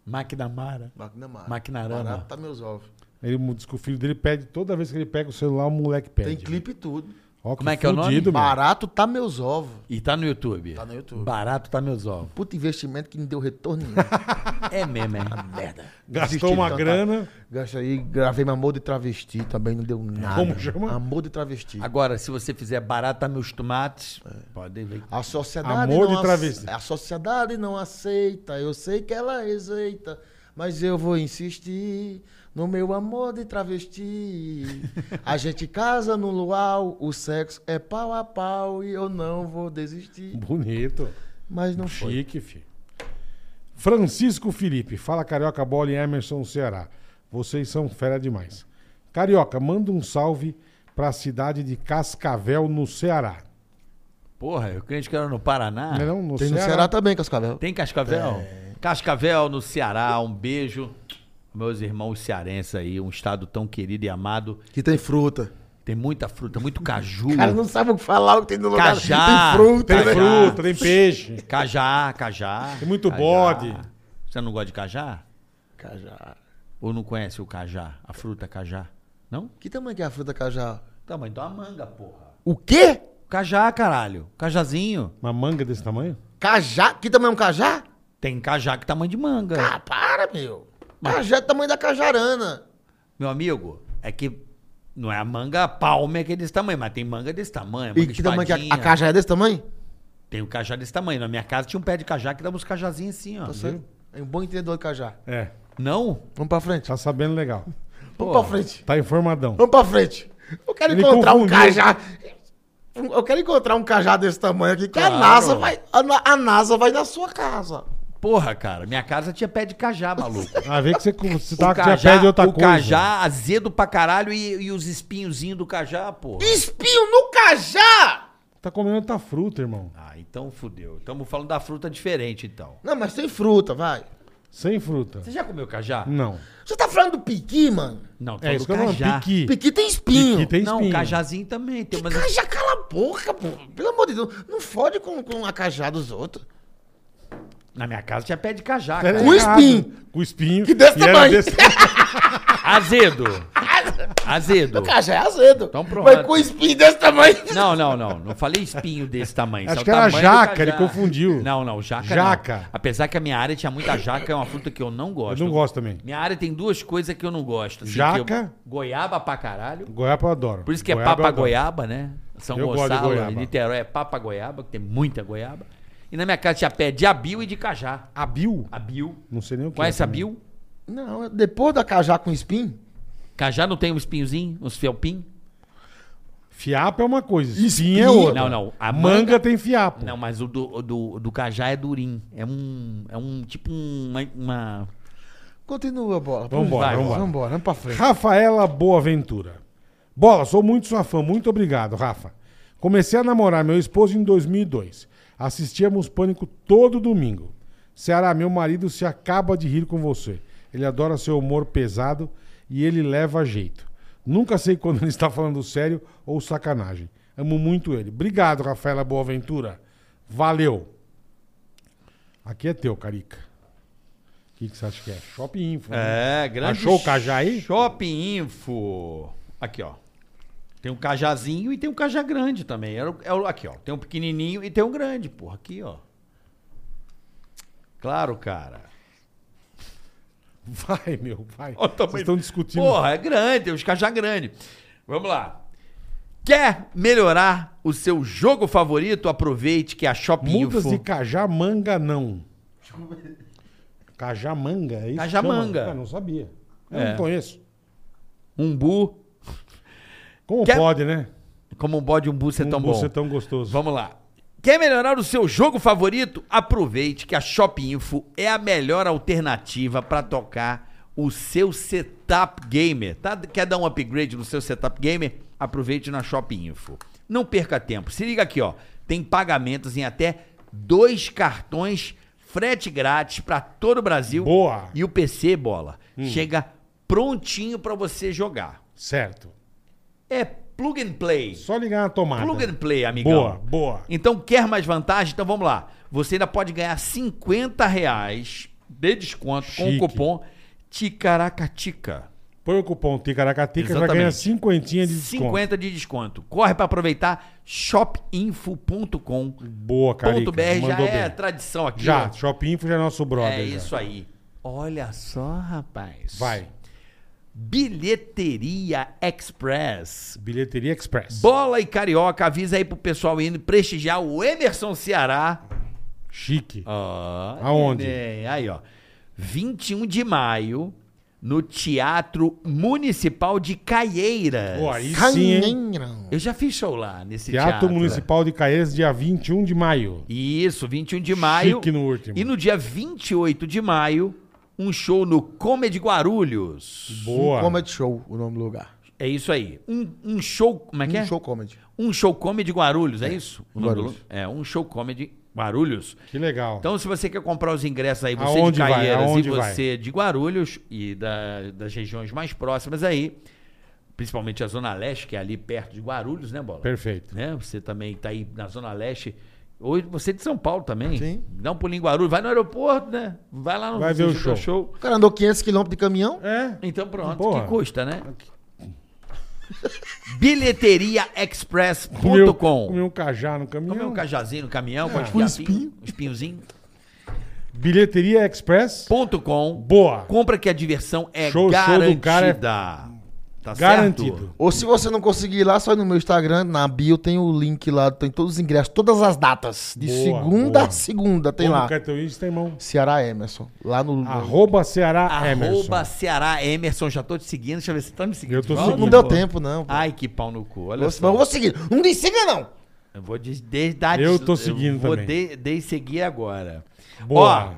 [SPEAKER 4] Maquinamara.
[SPEAKER 5] McNamara.
[SPEAKER 4] Maquinarama.
[SPEAKER 5] Barata Meus Ovos.
[SPEAKER 3] Ele diz que o filho dele pede, toda vez que ele pega o celular, o moleque pede.
[SPEAKER 5] Tem clipe e tudo.
[SPEAKER 3] Ó,
[SPEAKER 4] Como é que é o nome?
[SPEAKER 3] fudido, meu.
[SPEAKER 5] Barato tá meus ovos.
[SPEAKER 4] E tá no YouTube.
[SPEAKER 5] Tá no YouTube.
[SPEAKER 4] Barato tá meus ovos.
[SPEAKER 5] Puta investimento que não deu retorno nenhum.
[SPEAKER 4] É mesmo, é.
[SPEAKER 5] Merda.
[SPEAKER 3] Gastou
[SPEAKER 5] Desisti
[SPEAKER 3] uma
[SPEAKER 5] de cantar.
[SPEAKER 3] grana.
[SPEAKER 5] Gasta aí, gravei meu Amor de Travesti, também não deu nada.
[SPEAKER 3] Como chama?
[SPEAKER 5] Amor de Travesti.
[SPEAKER 4] Agora, se você fizer barato tá meus tomates, podem É. ver.
[SPEAKER 5] A sociedade
[SPEAKER 3] Amor
[SPEAKER 5] não
[SPEAKER 3] de
[SPEAKER 5] ace-
[SPEAKER 3] travesti.
[SPEAKER 5] A sociedade não aceita, eu sei que ela rejeita, mas eu vou insistir no meu amor de travesti. A gente casa no luau, o sexo é pau a pau e eu não vou desistir.
[SPEAKER 3] Bonito.
[SPEAKER 5] Mas não foi.
[SPEAKER 3] Chique, filho. Francisco Felipe. Fala, Carioca Bola e Emerson Ceará. Vocês são fera demais. Carioca, manda um salve pra cidade de Cascavel, no Ceará.
[SPEAKER 4] Porra, eu crente que era no Paraná.
[SPEAKER 3] Não é não? No
[SPEAKER 5] Tem no
[SPEAKER 3] Ceará.
[SPEAKER 5] Ceará também, Cascavel.
[SPEAKER 4] Tem Cascavel? Cascavel no Ceará, um beijo. Meus irmãos cearenses aí, um estado tão querido e amado.
[SPEAKER 5] Que tem fruta.
[SPEAKER 4] Tem muita fruta, muito caju.
[SPEAKER 5] O cara não sabe o que falar, o que tem no lugar.
[SPEAKER 4] Cajá.
[SPEAKER 5] Tem fruta. né?
[SPEAKER 3] Tem
[SPEAKER 4] Cajá.
[SPEAKER 3] fruta,
[SPEAKER 5] Ah.
[SPEAKER 3] tem peixe.
[SPEAKER 4] Cajá, cajá.
[SPEAKER 3] Tem muito
[SPEAKER 4] cajá.
[SPEAKER 3] bode.
[SPEAKER 4] Você não gosta de cajá? Cajá. Ou não conhece o cajá, a fruta cajá? Não?
[SPEAKER 5] Que tamanho que é a fruta cajá?
[SPEAKER 4] Tá, mas então a manga, porra.
[SPEAKER 5] O quê?
[SPEAKER 4] Cajá, caralho. Cajazinho.
[SPEAKER 3] Uma manga desse tamanho?
[SPEAKER 5] Cajá? Que tamanho é um cajá?
[SPEAKER 4] Tem cajá que tamanho de
[SPEAKER 3] É.
[SPEAKER 4] manga.
[SPEAKER 5] Ah, para, meu. Cajá é o tamanho da cajarana.
[SPEAKER 4] Meu amigo, é que não é a manga palma é que é desse tamanho, mas tem manga desse
[SPEAKER 3] É
[SPEAKER 4] tamanho. Manga
[SPEAKER 5] E que tamanho que a, a
[SPEAKER 4] espadinha.
[SPEAKER 5] cajá é desse tamanho?
[SPEAKER 4] Tem um cajá desse tamanho. Na minha casa tinha um pé de cajá que dava uns cajazinhos assim,
[SPEAKER 3] Ah,
[SPEAKER 4] ó.
[SPEAKER 5] Tá certo? É um bom entendedor de cajá.
[SPEAKER 3] É.
[SPEAKER 4] Não?
[SPEAKER 5] Vamos pra frente.
[SPEAKER 3] Tá sabendo legal.
[SPEAKER 5] Vamos
[SPEAKER 4] Pô.
[SPEAKER 5] pra frente.
[SPEAKER 3] Tá informadão.
[SPEAKER 5] Vamos pra frente. Eu quero
[SPEAKER 3] Ele
[SPEAKER 5] encontrar
[SPEAKER 3] confundiu.
[SPEAKER 5] um cajá. Eu quero encontrar um cajá desse tamanho aqui, que a
[SPEAKER 4] Claro.
[SPEAKER 5] NASA vai. A, Na- a NASA vai na sua casa.
[SPEAKER 4] Porra, cara, minha casa tinha pé de cajá, maluco.
[SPEAKER 3] Ah, vê que você, você
[SPEAKER 4] O
[SPEAKER 3] tá já
[SPEAKER 4] cajá-
[SPEAKER 3] pede outra
[SPEAKER 4] o
[SPEAKER 3] coisa.
[SPEAKER 4] cajá azedo pra caralho e, e os espinhozinhos do cajá, porra.
[SPEAKER 5] Espinho no cajá!
[SPEAKER 3] Tá comendo outra fruta, irmão.
[SPEAKER 4] Ah, então fudeu. Estamos falando da fruta diferente, então.
[SPEAKER 5] Não, mas tem fruta, vai.
[SPEAKER 3] Sem fruta.
[SPEAKER 4] Você já comeu cajá?
[SPEAKER 3] Não.
[SPEAKER 5] Você tá falando do piqui, mano?
[SPEAKER 4] Não, tô
[SPEAKER 3] É
[SPEAKER 4] falando
[SPEAKER 3] isso que eu não
[SPEAKER 4] cajá.
[SPEAKER 3] Piqui.
[SPEAKER 5] Piqui tem espinho.
[SPEAKER 3] Piqui tem
[SPEAKER 4] não,
[SPEAKER 3] espinho.
[SPEAKER 4] cajazinho também. Tem umas...
[SPEAKER 5] Cajá, cala a boca, pô. Pelo amor de Deus. Não fode com, com a cajá dos outros.
[SPEAKER 4] Na minha casa tinha pé de cajá,
[SPEAKER 3] Era
[SPEAKER 4] cara.
[SPEAKER 5] Com
[SPEAKER 3] errado.
[SPEAKER 5] espinho.
[SPEAKER 3] Com espinho.
[SPEAKER 5] Que desse
[SPEAKER 3] E era
[SPEAKER 5] tamanho.
[SPEAKER 4] Azedo. Azedo.
[SPEAKER 5] O cajá é azedo.
[SPEAKER 4] Então pronto.
[SPEAKER 5] Mas com espinho desse tamanho.
[SPEAKER 4] Não, não, não. Não falei espinho desse tamanho.
[SPEAKER 3] Acho
[SPEAKER 4] Isso é o
[SPEAKER 3] que era
[SPEAKER 4] tamanho do
[SPEAKER 3] jaca,
[SPEAKER 4] cajá.
[SPEAKER 3] ele confundiu.
[SPEAKER 4] Não, não, jaca.
[SPEAKER 3] Jaca.
[SPEAKER 4] não. Apesar que a minha área tinha muita jaca, é uma fruta que eu não
[SPEAKER 3] Eu
[SPEAKER 4] gosto.
[SPEAKER 3] não gosto também.
[SPEAKER 4] Minha área tem duas coisas que eu não gosto. assim,
[SPEAKER 3] Jaca.
[SPEAKER 4] que eu- Goiaba pra caralho.
[SPEAKER 3] Goiaba eu adoro.
[SPEAKER 4] Por isso que é
[SPEAKER 3] Goiaba eu
[SPEAKER 4] papa
[SPEAKER 3] adoro.
[SPEAKER 4] goiaba, né? São
[SPEAKER 3] Eu gosto de
[SPEAKER 4] Gonçalo,
[SPEAKER 3] goiaba.
[SPEAKER 4] em Niterói, é papa goiaba, que tem muita goiaba. E na minha casa tinha pé de abil e de cajá.
[SPEAKER 3] Abil?
[SPEAKER 4] Abil.
[SPEAKER 3] Não sei nem o que.
[SPEAKER 4] Conhece
[SPEAKER 3] é
[SPEAKER 4] abil?
[SPEAKER 5] Não, depois da cajá com espinho.
[SPEAKER 4] Cajá não tem um espinhozinho, uns fielpinhos?
[SPEAKER 3] também. Fiapo é uma coisa, espinho é outra.
[SPEAKER 4] Não, não.
[SPEAKER 3] A
[SPEAKER 4] A
[SPEAKER 3] manga,
[SPEAKER 4] manga
[SPEAKER 3] tem fiapo.
[SPEAKER 4] Não, mas o do, o do, do cajá é durim. É um. É um tipo um- uma. uma-
[SPEAKER 5] Continua, bola.
[SPEAKER 3] Vambora,
[SPEAKER 5] Vai,
[SPEAKER 3] vambora.
[SPEAKER 5] Vambora, vamos pra frente.
[SPEAKER 3] Rafaela Boaventura. Bola, sou muito sua fã. Muito obrigado, Rafa. Comecei a namorar meu esposo em 2002. Assistíamos Pânico todo domingo. Ceará, meu marido se acaba de rir com você. Ele adora seu humor pesado e ele leva jeito. Nunca sei quando ele está falando sério ou sacanagem. Amo muito ele. Obrigado, Rafaela Boaventura. Valeu. Aqui é teu, Carica. O que, que você acha que é? Shopping Info. né?
[SPEAKER 4] É, grande.
[SPEAKER 3] Achou o cajá aí?
[SPEAKER 4] Shopping Info. Aqui, ó. Tem um cajazinho e tem um cajá grande também. Era o- é o- aqui, ó. Tem um pequenininho e tem um grande, porra. Aqui, ó. Claro, cara.
[SPEAKER 3] Vai, meu, vai.
[SPEAKER 4] Ó, o tamanho.
[SPEAKER 3] Vocês estão discutindo.
[SPEAKER 4] Porra, é grande, tem uns cajá grande. Vamos lá. Quer melhorar o seu jogo favorito? Aproveite que é a Shopping
[SPEAKER 3] Mudas de
[SPEAKER 4] Info...
[SPEAKER 3] cajá manga, não. Cajá manga, é isso? que chama?
[SPEAKER 4] Cajamanga.
[SPEAKER 3] Ah, não sabia. Eu
[SPEAKER 4] É.
[SPEAKER 3] não conheço.
[SPEAKER 4] Umbu,
[SPEAKER 3] Como
[SPEAKER 4] Quer-
[SPEAKER 3] pode, né?
[SPEAKER 4] como um bode umbu ser
[SPEAKER 3] Um
[SPEAKER 4] tão
[SPEAKER 3] gosto
[SPEAKER 4] bom.
[SPEAKER 3] é tão gostoso.
[SPEAKER 4] Vamos lá. Quer melhorar o seu jogo favorito? Aproveite que a Shop Info é a melhor alternativa para tocar o seu setup gamer. Tá? Quer dar um upgrade no seu setup gamer? Aproveite na Shop Info. Não perca tempo. Se liga aqui, ó. Tem pagamentos em até dois cartões, frete grátis para todo o Brasil.
[SPEAKER 3] Boa. Hum.
[SPEAKER 4] E o PC bola chega prontinho para você jogar.
[SPEAKER 3] Certo.
[SPEAKER 4] É plug and play.
[SPEAKER 3] Só ligar na tomada.
[SPEAKER 4] Plug and play, amigão.
[SPEAKER 3] Boa, boa.
[SPEAKER 4] Então, quer mais vantagem? Então, vamos lá. Você ainda pode ganhar 50 reais de desconto com
[SPEAKER 3] Chique.
[SPEAKER 4] o cupom TICARACATICA.
[SPEAKER 3] Põe o cupom Ticaracatica, você vai
[SPEAKER 4] Exatamente.
[SPEAKER 3] ganhar cinquentinha de desconto.
[SPEAKER 4] 50 de desconto. Corre para aproveitar shopinfo.com.br
[SPEAKER 3] Boa, Carica.
[SPEAKER 4] já
[SPEAKER 3] Mandou
[SPEAKER 4] é
[SPEAKER 3] bem.
[SPEAKER 4] tradição aqui.
[SPEAKER 3] Já,
[SPEAKER 4] ó.
[SPEAKER 3] Shop Info já é nosso brother.
[SPEAKER 4] É
[SPEAKER 3] já.
[SPEAKER 4] isso aí. Olha só, rapaz.
[SPEAKER 3] Vai.
[SPEAKER 4] Bilheteria Express.
[SPEAKER 3] Bilheteria Express.
[SPEAKER 4] Bola e Carioca, avisa aí pro pessoal indo prestigiar o Emerson Ceará.
[SPEAKER 3] Chique.
[SPEAKER 4] Ó,
[SPEAKER 3] Aonde?
[SPEAKER 4] neném, Aí, ó. 21 de maio, no Teatro Municipal de Caieiras.
[SPEAKER 3] Pô, aí sim, hein?
[SPEAKER 4] Eu já fiz show lá nesse
[SPEAKER 3] Teatro,
[SPEAKER 4] teatro.
[SPEAKER 3] Municipal de Caeiras, dia 21 de maio.
[SPEAKER 4] Isso, 21 de maio.
[SPEAKER 3] Chique no último.
[SPEAKER 4] E no dia 28 de maio, um show no Comedy Guarulhos.
[SPEAKER 3] Boa.
[SPEAKER 5] Um Comedy Show, o nome do lugar.
[SPEAKER 4] É isso aí. Um, um show. Como é que
[SPEAKER 5] um
[SPEAKER 4] é?
[SPEAKER 5] show comedy.
[SPEAKER 4] Um show comedy Guarulhos, é, isso? O nome do-
[SPEAKER 5] Guarulhos.
[SPEAKER 4] É, um show comedy Guarulhos.
[SPEAKER 3] Que legal.
[SPEAKER 4] Então, se você quer comprar os ingressos aí, você
[SPEAKER 3] Aonde
[SPEAKER 4] de
[SPEAKER 3] vai?
[SPEAKER 4] Caieiras e
[SPEAKER 3] Aonde
[SPEAKER 4] você de Guarulhos e da- das regiões mais próximas aí, principalmente a Zona Leste, que é ali perto de Guarulhos, né, Bola?
[SPEAKER 3] Perfeito.
[SPEAKER 4] né? Você também está aí na Zona Leste. Hoje você é de São Paulo também.
[SPEAKER 5] Sim.
[SPEAKER 4] Dá um pulinho em Guarulhos, vai no aeroporto, né? Vai lá no
[SPEAKER 3] Vai ver o
[SPEAKER 4] visita
[SPEAKER 3] show.
[SPEAKER 5] O cara andou 500 quilômetros de caminhão.
[SPEAKER 3] É?
[SPEAKER 4] Então pronto,
[SPEAKER 3] Porra.
[SPEAKER 4] que custa, né? Bilheteriaexpress.com.
[SPEAKER 3] Comi um cajá no caminhão.
[SPEAKER 4] Comeu um cajazinho no caminhão,
[SPEAKER 3] É.
[SPEAKER 4] pode
[SPEAKER 5] Um
[SPEAKER 4] um
[SPEAKER 5] espinho.
[SPEAKER 4] Um espinhozinho.
[SPEAKER 3] Bilheteria Express.
[SPEAKER 4] Ponto .com.
[SPEAKER 3] Boa.
[SPEAKER 4] Compra que a diversão é
[SPEAKER 3] Show, show
[SPEAKER 4] garantida.
[SPEAKER 3] do cara é
[SPEAKER 4] Tá
[SPEAKER 3] Garantido.
[SPEAKER 4] certo?
[SPEAKER 5] Ou se você não conseguir ir lá, só ir no meu Instagram, na bio tem o link lá, tem todos os ingressos, todas as datas. De
[SPEAKER 3] Boa,
[SPEAKER 5] segunda
[SPEAKER 3] boa.
[SPEAKER 5] a segunda tem
[SPEAKER 3] Ou
[SPEAKER 5] lá.
[SPEAKER 3] No cartão Insta, tem mão.
[SPEAKER 5] Ceará Emerson. Lá no.
[SPEAKER 3] Arroba Ceará Emerson.
[SPEAKER 4] Arroba Ceará Emerson. Já tô te seguindo. Deixa eu ver se tá me seguindo.
[SPEAKER 3] Eu tô
[SPEAKER 4] de
[SPEAKER 5] Não, não
[SPEAKER 4] volta,
[SPEAKER 3] seguindo.
[SPEAKER 5] deu
[SPEAKER 4] pô.
[SPEAKER 5] tempo, não. pô.
[SPEAKER 4] Ai, que pau no cu. Olha
[SPEAKER 5] Eu-
[SPEAKER 4] só.
[SPEAKER 5] assim, mas eu vou seguir. Não desliga, não.
[SPEAKER 4] Eu vou des- des- dar
[SPEAKER 3] Eu
[SPEAKER 4] des-
[SPEAKER 3] tô seguindo
[SPEAKER 4] vou
[SPEAKER 3] também.
[SPEAKER 4] de- desseguir agora.
[SPEAKER 3] Boa.
[SPEAKER 4] Ó,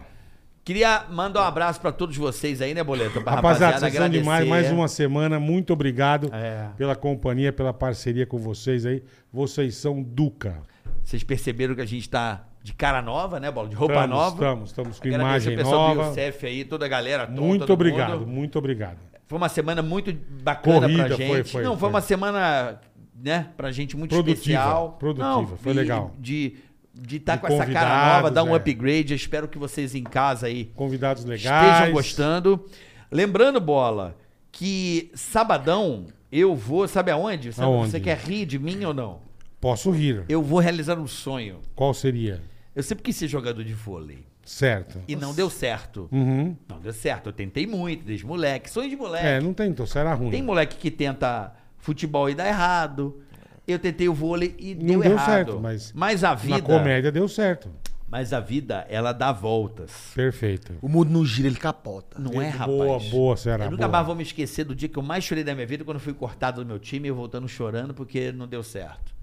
[SPEAKER 4] queria mandar um abraço pra todos vocês aí, né, Boleto? Pra
[SPEAKER 3] Rapaziada, vocês são demais. Mais uma semana. Muito obrigado
[SPEAKER 4] É.
[SPEAKER 3] pela companhia, pela parceria com vocês aí. Vocês são Duca.
[SPEAKER 4] Vocês perceberam que a gente tá de cara nova, né, Bola? De roupa
[SPEAKER 3] estamos,
[SPEAKER 4] nova.
[SPEAKER 3] Estamos, estamos com
[SPEAKER 4] Agradecer
[SPEAKER 3] imagem
[SPEAKER 4] o pessoal
[SPEAKER 3] nova.
[SPEAKER 4] do Youssef aí, toda a galera. Tom,
[SPEAKER 3] Muito
[SPEAKER 4] todo
[SPEAKER 3] obrigado,
[SPEAKER 4] mundo.
[SPEAKER 3] muito obrigado.
[SPEAKER 4] Foi uma semana muito bacana pra
[SPEAKER 3] Corrida,
[SPEAKER 4] gente.
[SPEAKER 3] foi, foi,
[SPEAKER 4] Não, foi,
[SPEAKER 3] foi.
[SPEAKER 4] uma semana, né, pra gente muito
[SPEAKER 3] Produtiva,
[SPEAKER 4] especial.
[SPEAKER 3] produtiva,
[SPEAKER 4] Não,
[SPEAKER 3] foi
[SPEAKER 4] de-
[SPEAKER 3] legal.
[SPEAKER 4] De de estar
[SPEAKER 3] De
[SPEAKER 4] com essa cara nova, dar um
[SPEAKER 3] convidados, é.
[SPEAKER 4] upgrade. Eu espero que vocês em casa aí
[SPEAKER 3] Convidados legais.
[SPEAKER 4] estejam gostando. Lembrando, Bola, que sabadão eu vou, sabe aonde? Sabe-
[SPEAKER 3] Aonde?
[SPEAKER 4] Você quer rir de mim ou não?
[SPEAKER 3] Posso rir.
[SPEAKER 4] Eu vou realizar um sonho.
[SPEAKER 3] Qual seria?
[SPEAKER 4] Eu sempre quis ser jogador de vôlei.
[SPEAKER 3] Certo.
[SPEAKER 4] E não deu certo.
[SPEAKER 3] Uhum.
[SPEAKER 4] Não deu certo. Eu tentei muito, desde moleque. Sonho de moleque.
[SPEAKER 3] É, não tentou, será ruim.
[SPEAKER 4] Tem moleque que tenta futebol e dá errado. Eu tentei o vôlei e
[SPEAKER 3] Não
[SPEAKER 4] deu,
[SPEAKER 3] deu
[SPEAKER 4] errado.
[SPEAKER 3] certo, mas
[SPEAKER 4] a
[SPEAKER 3] Na
[SPEAKER 4] vida,
[SPEAKER 3] comédia deu certo.
[SPEAKER 4] mas a vida, ela dá voltas.
[SPEAKER 3] Perfeito.
[SPEAKER 5] O mundo não gira, ele capota.
[SPEAKER 4] Não é, rapaz?
[SPEAKER 3] Boa, boa, Ceará.
[SPEAKER 4] Eu nunca
[SPEAKER 3] boa.
[SPEAKER 4] mais vou me esquecer do dia que eu mais chorei da minha vida, quando eu fui cortado do meu time, eu voltando chorando porque não deu certo.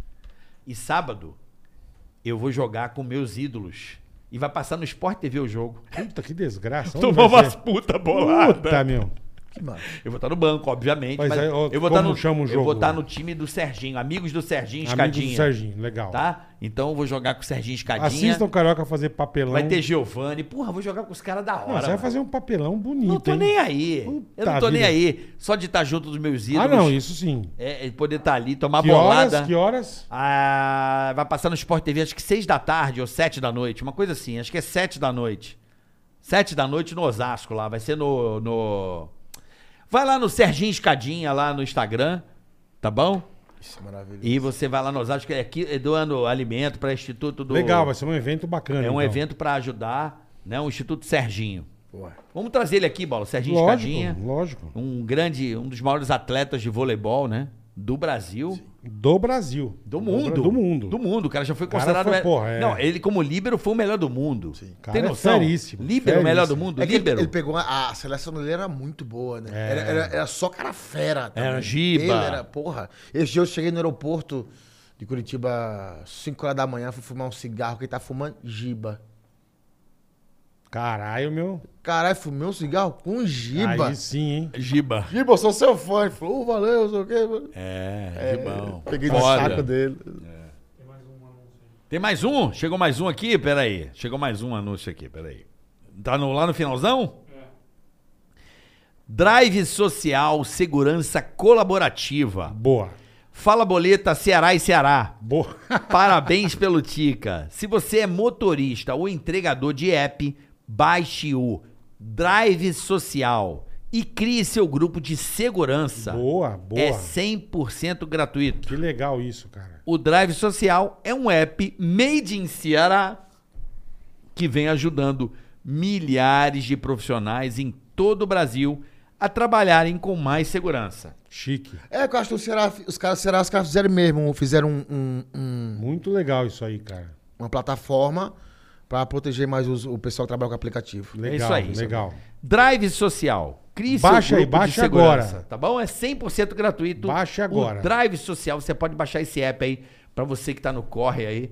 [SPEAKER 4] E sábado, eu vou jogar com meus ídolos. E vai passar no Sport TV o jogo.
[SPEAKER 3] Puta, que desgraça. Onde
[SPEAKER 4] Tomou
[SPEAKER 3] Então vai
[SPEAKER 4] umas
[SPEAKER 3] ser?
[SPEAKER 4] puta bolada.
[SPEAKER 3] Puta, meu.
[SPEAKER 5] Que maravilha.
[SPEAKER 4] Eu vou estar no banco, obviamente.
[SPEAKER 3] Mas
[SPEAKER 4] Mas,
[SPEAKER 3] aí, é, ó,
[SPEAKER 4] eu vou estar
[SPEAKER 3] como
[SPEAKER 4] no,
[SPEAKER 3] chama o
[SPEAKER 4] Eu
[SPEAKER 3] jogo?
[SPEAKER 4] vou estar no time do Serginho, amigos do Serginho
[SPEAKER 3] Amigo
[SPEAKER 4] Escadinha.
[SPEAKER 3] do Serginho, legal.
[SPEAKER 4] Tá? Então eu vou jogar com o Serginho Escadinha.
[SPEAKER 3] Assistam o Carioca fazer papelão.
[SPEAKER 4] Vai ter Giovanni. Porra, vou jogar com os caras da hora.
[SPEAKER 3] Não, você vai
[SPEAKER 4] mano.
[SPEAKER 3] fazer um papelão bonito,
[SPEAKER 4] Não tô
[SPEAKER 3] hein?
[SPEAKER 4] nem aí. eu não
[SPEAKER 3] Puta
[SPEAKER 4] tô nem
[SPEAKER 3] vida.
[SPEAKER 4] aí. Só de estar junto dos meus
[SPEAKER 3] Ah,
[SPEAKER 4] ídolos.
[SPEAKER 3] não, isso sim.
[SPEAKER 4] É, é poder estar ali, tomar
[SPEAKER 3] que
[SPEAKER 4] bolada.
[SPEAKER 3] horas? Que horas?
[SPEAKER 4] Ah, vai passar no Sport TV, acho que 6 da tarde ou 7 da noite, uma coisa assim, acho que é 7 da noite. 7 da noite no Osasco lá, vai ser no. no... Vai lá no Serginho Escadinha lá no Instagram, tá bom?
[SPEAKER 5] Isso é maravilhoso.
[SPEAKER 4] E você vai lá no Osasco, que é aqui é doando alimento para Instituto do.
[SPEAKER 3] Legal, vai ser um evento bacana.
[SPEAKER 4] É um
[SPEAKER 3] então.
[SPEAKER 4] evento para ajudar, né? O Instituto Serginho.
[SPEAKER 5] Porra.
[SPEAKER 4] Vamos trazer ele aqui, Bola, Serginho Escadinha.
[SPEAKER 3] Lógico, lógico.
[SPEAKER 4] Um grande, um dos maiores atletas de voleibol, né? Do Brasil.
[SPEAKER 3] Do Brasil.
[SPEAKER 4] Do mundo.
[SPEAKER 3] Do mundo.
[SPEAKER 4] Do mundo. O cara já foi
[SPEAKER 3] cara
[SPEAKER 4] considerado.
[SPEAKER 3] foi,
[SPEAKER 4] o-
[SPEAKER 3] porra, é.
[SPEAKER 4] Não, ele como líbero foi o melhor do mundo.
[SPEAKER 3] cara
[SPEAKER 4] Tem
[SPEAKER 3] é
[SPEAKER 4] noção?
[SPEAKER 3] feríssimo,
[SPEAKER 4] líbero, o melhor do
[SPEAKER 3] feríssimo.
[SPEAKER 4] mundo.
[SPEAKER 5] É que ele,
[SPEAKER 4] líbero.
[SPEAKER 5] ele pegou. A, a seleção brasileira era muito boa, né? Era, era- era só cara fera. também.
[SPEAKER 4] Era giba.
[SPEAKER 5] Ele era, porra. Esse dia eu cheguei no aeroporto de Curitiba, 5 horas da manhã, fui fumar um cigarro. Quem tá fumando? Giba.
[SPEAKER 3] Caralho, meu.
[SPEAKER 5] Caralho, fumei um cigarro com giba.
[SPEAKER 3] Aí sim, hein?
[SPEAKER 4] Giba.
[SPEAKER 5] Giba, eu sou seu fã. Ele falou, "Ô, valeu, não sei o quê. mano."
[SPEAKER 4] É, Gibão.
[SPEAKER 5] Peguei no
[SPEAKER 4] Foda.
[SPEAKER 5] saco dele.
[SPEAKER 4] Tem mais um? Chegou mais um aqui? Peraí. Chegou mais um anúncio aqui, peraí. Tá no, lá no finalzão?
[SPEAKER 5] É.
[SPEAKER 4] Drive Social Segurança Colaborativa.
[SPEAKER 3] Boa.
[SPEAKER 4] Fala Boleta, Ceará e Ceará.
[SPEAKER 3] Boa.
[SPEAKER 4] Parabéns pelo Tica. Se você é motorista ou entregador de app, baixe o Drive Social e crie seu grupo de segurança.
[SPEAKER 3] Boa, boa.
[SPEAKER 4] É 100% gratuito.
[SPEAKER 3] Que legal isso, cara.
[SPEAKER 4] O Drive Social é um app made in Ceará que vem ajudando milhares de profissionais em todo o Brasil a trabalharem com mais segurança.
[SPEAKER 3] Chique.
[SPEAKER 5] É, que eu acho que o Ceará- os caras, será os caras fizeram mesmo, fizeram um- um- um-
[SPEAKER 4] Hum.
[SPEAKER 3] Muito legal isso aí, cara.
[SPEAKER 5] uma plataforma pra proteger mais os- o pessoal que trabalha com aplicativo.
[SPEAKER 3] Legal,
[SPEAKER 4] É isso aí.
[SPEAKER 3] legal.
[SPEAKER 4] Drive Social. Crie
[SPEAKER 3] Baixa
[SPEAKER 4] seu
[SPEAKER 3] aí,
[SPEAKER 4] grupo de
[SPEAKER 3] baixa
[SPEAKER 4] segurança,
[SPEAKER 3] agora.
[SPEAKER 4] tá bom? É 100% gratuito.
[SPEAKER 3] Baixa agora.
[SPEAKER 4] O Drive Social, você pode baixar esse app aí pra você que tá no corre aí,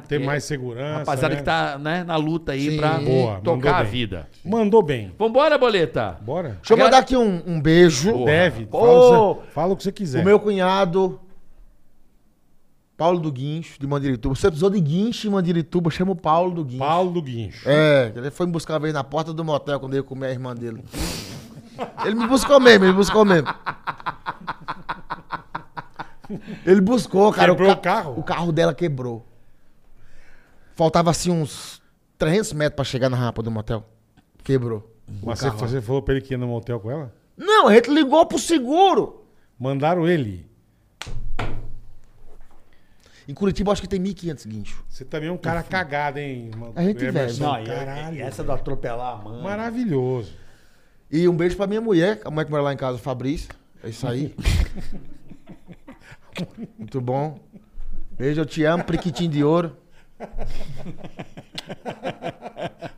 [SPEAKER 3] Tem
[SPEAKER 4] Porque
[SPEAKER 3] mais
[SPEAKER 4] a
[SPEAKER 3] segurança.
[SPEAKER 4] Rapaziada
[SPEAKER 3] né?
[SPEAKER 4] que tá né, na luta aí
[SPEAKER 5] Sim.
[SPEAKER 4] pra
[SPEAKER 3] Boa, mandou
[SPEAKER 4] tocar a
[SPEAKER 3] bem.
[SPEAKER 4] vida.
[SPEAKER 3] Mandou bem.
[SPEAKER 4] Vambora, boleta.
[SPEAKER 3] Bora.
[SPEAKER 5] Deixa eu
[SPEAKER 4] Agora-
[SPEAKER 5] mandar aqui um, um beijo.
[SPEAKER 4] Boa.
[SPEAKER 3] Deve. Fala,
[SPEAKER 5] Ô,
[SPEAKER 3] o que você- fala o que você quiser.
[SPEAKER 5] O meu cunhado, Paulo do Guincho, de Mandirituba. Você precisou de guincho em Mandirituba, chama o Paulo do Guincho.
[SPEAKER 3] Paulo do Guincho.
[SPEAKER 5] É, ele foi me buscar uma vez na porta do motel quando eu ia comer a irmã dele. Ele me buscou mesmo, ele buscou mesmo. Ele buscou, cara.
[SPEAKER 3] Quebrou
[SPEAKER 5] ca-
[SPEAKER 3] o carro?
[SPEAKER 5] O carro dela quebrou. Faltava assim uns 300 metros pra chegar na rampa do motel. Quebrou. o
[SPEAKER 3] Mas você,
[SPEAKER 4] né?
[SPEAKER 5] carro.
[SPEAKER 3] você falou pra ele que ia no motel com ela?
[SPEAKER 5] Não, a gente ligou pro seguro.
[SPEAKER 3] Mandaram ele.
[SPEAKER 5] Em Curitiba acho que tem 1.500 guincho.
[SPEAKER 3] Você também é um
[SPEAKER 4] Uhum.
[SPEAKER 3] cara cagado, hein? mano?
[SPEAKER 5] A gente
[SPEAKER 3] Emerson,
[SPEAKER 4] é-
[SPEAKER 5] velho.
[SPEAKER 8] e-
[SPEAKER 3] Caralho.
[SPEAKER 8] essa do atropelar a mãe.
[SPEAKER 3] Maravilhoso.
[SPEAKER 5] E um beijo pra minha mulher, a mulher que mora lá em casa, Fabrício. É isso aí. Muito bom. Beijo, eu te amo, priquitinho de ouro.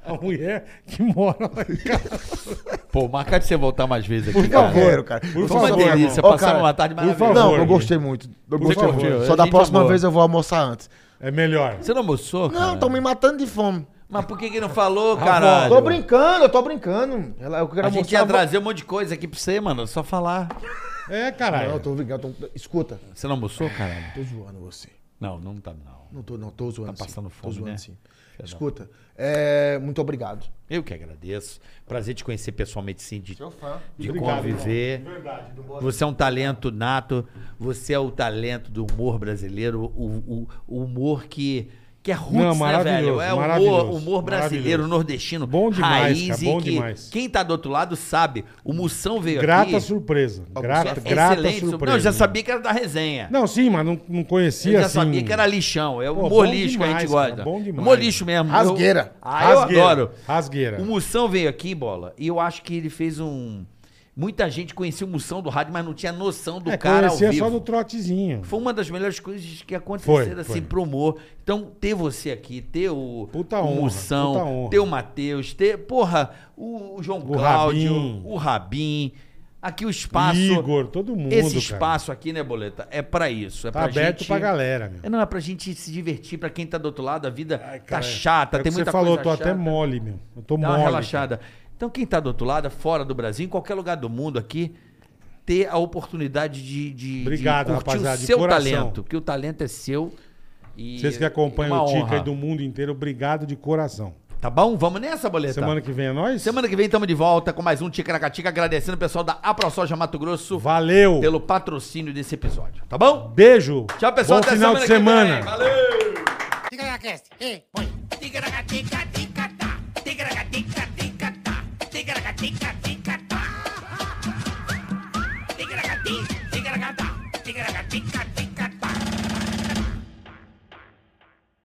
[SPEAKER 3] A mulher que mora lá em casa.
[SPEAKER 4] Pô, marca de você voltar mais vezes aqui.
[SPEAKER 5] É. Por favor, cara.
[SPEAKER 3] Por
[SPEAKER 4] Foi uma
[SPEAKER 3] favor,
[SPEAKER 4] delícia,
[SPEAKER 5] irmão. Ô,
[SPEAKER 4] passamos
[SPEAKER 5] cara,
[SPEAKER 4] uma tarde
[SPEAKER 3] favor.
[SPEAKER 4] maravilhosa.
[SPEAKER 5] Não, eu
[SPEAKER 3] Gui.
[SPEAKER 5] gostei muito. Eu gostei
[SPEAKER 3] favor.
[SPEAKER 5] muito.
[SPEAKER 4] A
[SPEAKER 5] Só da
[SPEAKER 4] gente
[SPEAKER 5] próxima
[SPEAKER 4] amou.
[SPEAKER 5] vez eu vou almoçar antes.
[SPEAKER 3] É melhor.
[SPEAKER 4] Você não almoçou, cara?
[SPEAKER 5] Não, estão me matando de fome.
[SPEAKER 4] Mas por que que não falou, caralho?
[SPEAKER 5] Tô brincando, eu tô brincando. Ela- Eu quero
[SPEAKER 4] A gente
[SPEAKER 5] almoçar,
[SPEAKER 4] ia
[SPEAKER 5] eu vou-
[SPEAKER 4] trazer um monte de coisa aqui pra você, mano. é Só falar.
[SPEAKER 3] É,
[SPEAKER 5] Não,
[SPEAKER 3] caralho.
[SPEAKER 5] eu tô brincando. eu tô- Escuta,
[SPEAKER 4] Você não almoçou, caralho?
[SPEAKER 5] tô zoando você.
[SPEAKER 4] Não, não tá, não.
[SPEAKER 5] Não tô, não, tô zoando.
[SPEAKER 4] Tá passando
[SPEAKER 5] sim.
[SPEAKER 4] fome,
[SPEAKER 5] Tô zoando,
[SPEAKER 4] né?
[SPEAKER 5] sim. Escuta, é, muito obrigado.
[SPEAKER 4] Eu que agradeço. Prazer te conhecer pessoalmente, sim, de,
[SPEAKER 5] fã.
[SPEAKER 4] de
[SPEAKER 3] Obrigado,
[SPEAKER 4] conviver. Você é um talento nato, você é o talento do humor brasileiro, o, o- o humor que, que é roots,
[SPEAKER 3] Não,
[SPEAKER 4] né, velho?
[SPEAKER 3] maravilhoso,
[SPEAKER 4] É humor,
[SPEAKER 3] maravilhoso,
[SPEAKER 4] humor brasileiro,
[SPEAKER 3] maravilhoso.
[SPEAKER 4] nordestino,
[SPEAKER 3] Bom demais,
[SPEAKER 4] raiz
[SPEAKER 3] cara,
[SPEAKER 4] e
[SPEAKER 3] bom
[SPEAKER 4] que
[SPEAKER 3] demais.
[SPEAKER 4] quem tá do outro lado sabe. O Moção veio
[SPEAKER 3] Grata
[SPEAKER 4] aqui...
[SPEAKER 3] surpresa.
[SPEAKER 4] é
[SPEAKER 3] Grata, grata
[SPEAKER 4] excelente.
[SPEAKER 3] surpresa.
[SPEAKER 4] Não, eu já sabia que era da resenha.
[SPEAKER 3] Não, sim, mas não, não
[SPEAKER 4] Eu
[SPEAKER 3] conhecia
[SPEAKER 4] já
[SPEAKER 3] assim.
[SPEAKER 4] sabia que era lixão. É o
[SPEAKER 3] Pô,
[SPEAKER 4] humor
[SPEAKER 3] bom
[SPEAKER 4] lixo que a gente
[SPEAKER 3] demais, cara,
[SPEAKER 4] gosta.
[SPEAKER 3] bom demais.
[SPEAKER 4] Humor lixo mesmo. Eu-
[SPEAKER 5] Rasgueira.
[SPEAKER 4] Ah, eu
[SPEAKER 3] Rasgueira,
[SPEAKER 4] adoro.
[SPEAKER 3] rasgueira.
[SPEAKER 4] O Moção veio aqui, bola, e eu acho que ele fez um. Muita gente conhecia o Moção do rádio, mas não tinha noção do
[SPEAKER 3] É,
[SPEAKER 4] cara ao
[SPEAKER 3] conhecia
[SPEAKER 4] vivo.
[SPEAKER 3] só do trotezinho.
[SPEAKER 4] Foi uma das melhores coisas que aconteceram
[SPEAKER 3] Foi,
[SPEAKER 4] assim
[SPEAKER 3] foi.
[SPEAKER 4] pro humor. Então, ter você aqui, ter o,
[SPEAKER 3] Puta
[SPEAKER 4] o
[SPEAKER 3] honra,
[SPEAKER 4] Moção,
[SPEAKER 3] puta honra.
[SPEAKER 4] ter o Matheus, ter, porra, o, o João
[SPEAKER 3] O
[SPEAKER 4] Cláudio,
[SPEAKER 3] Rabin.
[SPEAKER 4] o Rabin, aqui o um espaço.
[SPEAKER 3] Igor, todo mundo,
[SPEAKER 4] Esse
[SPEAKER 3] cara.
[SPEAKER 4] espaço aqui, né, Boleta? É pra isso. É
[SPEAKER 3] Tá
[SPEAKER 4] pra
[SPEAKER 3] aberto
[SPEAKER 4] gente...
[SPEAKER 3] pra galera, meu.
[SPEAKER 4] É, Não, é pra gente se divertir, pra quem tá do outro lado, a vida tá
[SPEAKER 3] Cara,
[SPEAKER 4] chata,
[SPEAKER 3] é o
[SPEAKER 4] tem
[SPEAKER 3] que Você
[SPEAKER 4] muita
[SPEAKER 3] falou,
[SPEAKER 4] coisa
[SPEAKER 3] eu tô
[SPEAKER 4] chata.
[SPEAKER 3] até mole, meu. Eu tô
[SPEAKER 4] Dá
[SPEAKER 3] mole.
[SPEAKER 4] uma relaxada. Então, quem tá do outro lado, fora do Brasil, em qualquer lugar do mundo aqui, ter a oportunidade de, de,
[SPEAKER 3] Obrigado,
[SPEAKER 4] de curtir
[SPEAKER 3] rapaziada,
[SPEAKER 4] o
[SPEAKER 3] de
[SPEAKER 4] seu
[SPEAKER 3] coração.
[SPEAKER 4] talento, porque o talento é seu. E
[SPEAKER 3] Vocês que acompanham
[SPEAKER 4] é uma
[SPEAKER 3] o Tica
[SPEAKER 4] honra.
[SPEAKER 3] aí do mundo inteiro, obrigado de coração.
[SPEAKER 4] Tá bom? Vamos nessa, Boleta?
[SPEAKER 3] Semana que vem é nóis?
[SPEAKER 4] tá. Semana que vem estamos de volta com mais um Ticaracatica, agradecendo o pessoal da AproSoja Mato Grosso
[SPEAKER 3] Valeu.
[SPEAKER 4] pelo patrocínio desse episódio, tá bom?
[SPEAKER 3] Beijo.
[SPEAKER 4] Tchau, pessoal.
[SPEAKER 3] Bom
[SPEAKER 4] até
[SPEAKER 3] final de semana.
[SPEAKER 4] Que vem. Valeu!
[SPEAKER 9] Tigra na cast, ei, põe. Tigra na tica, tica, tá. Tigra na tica, tá.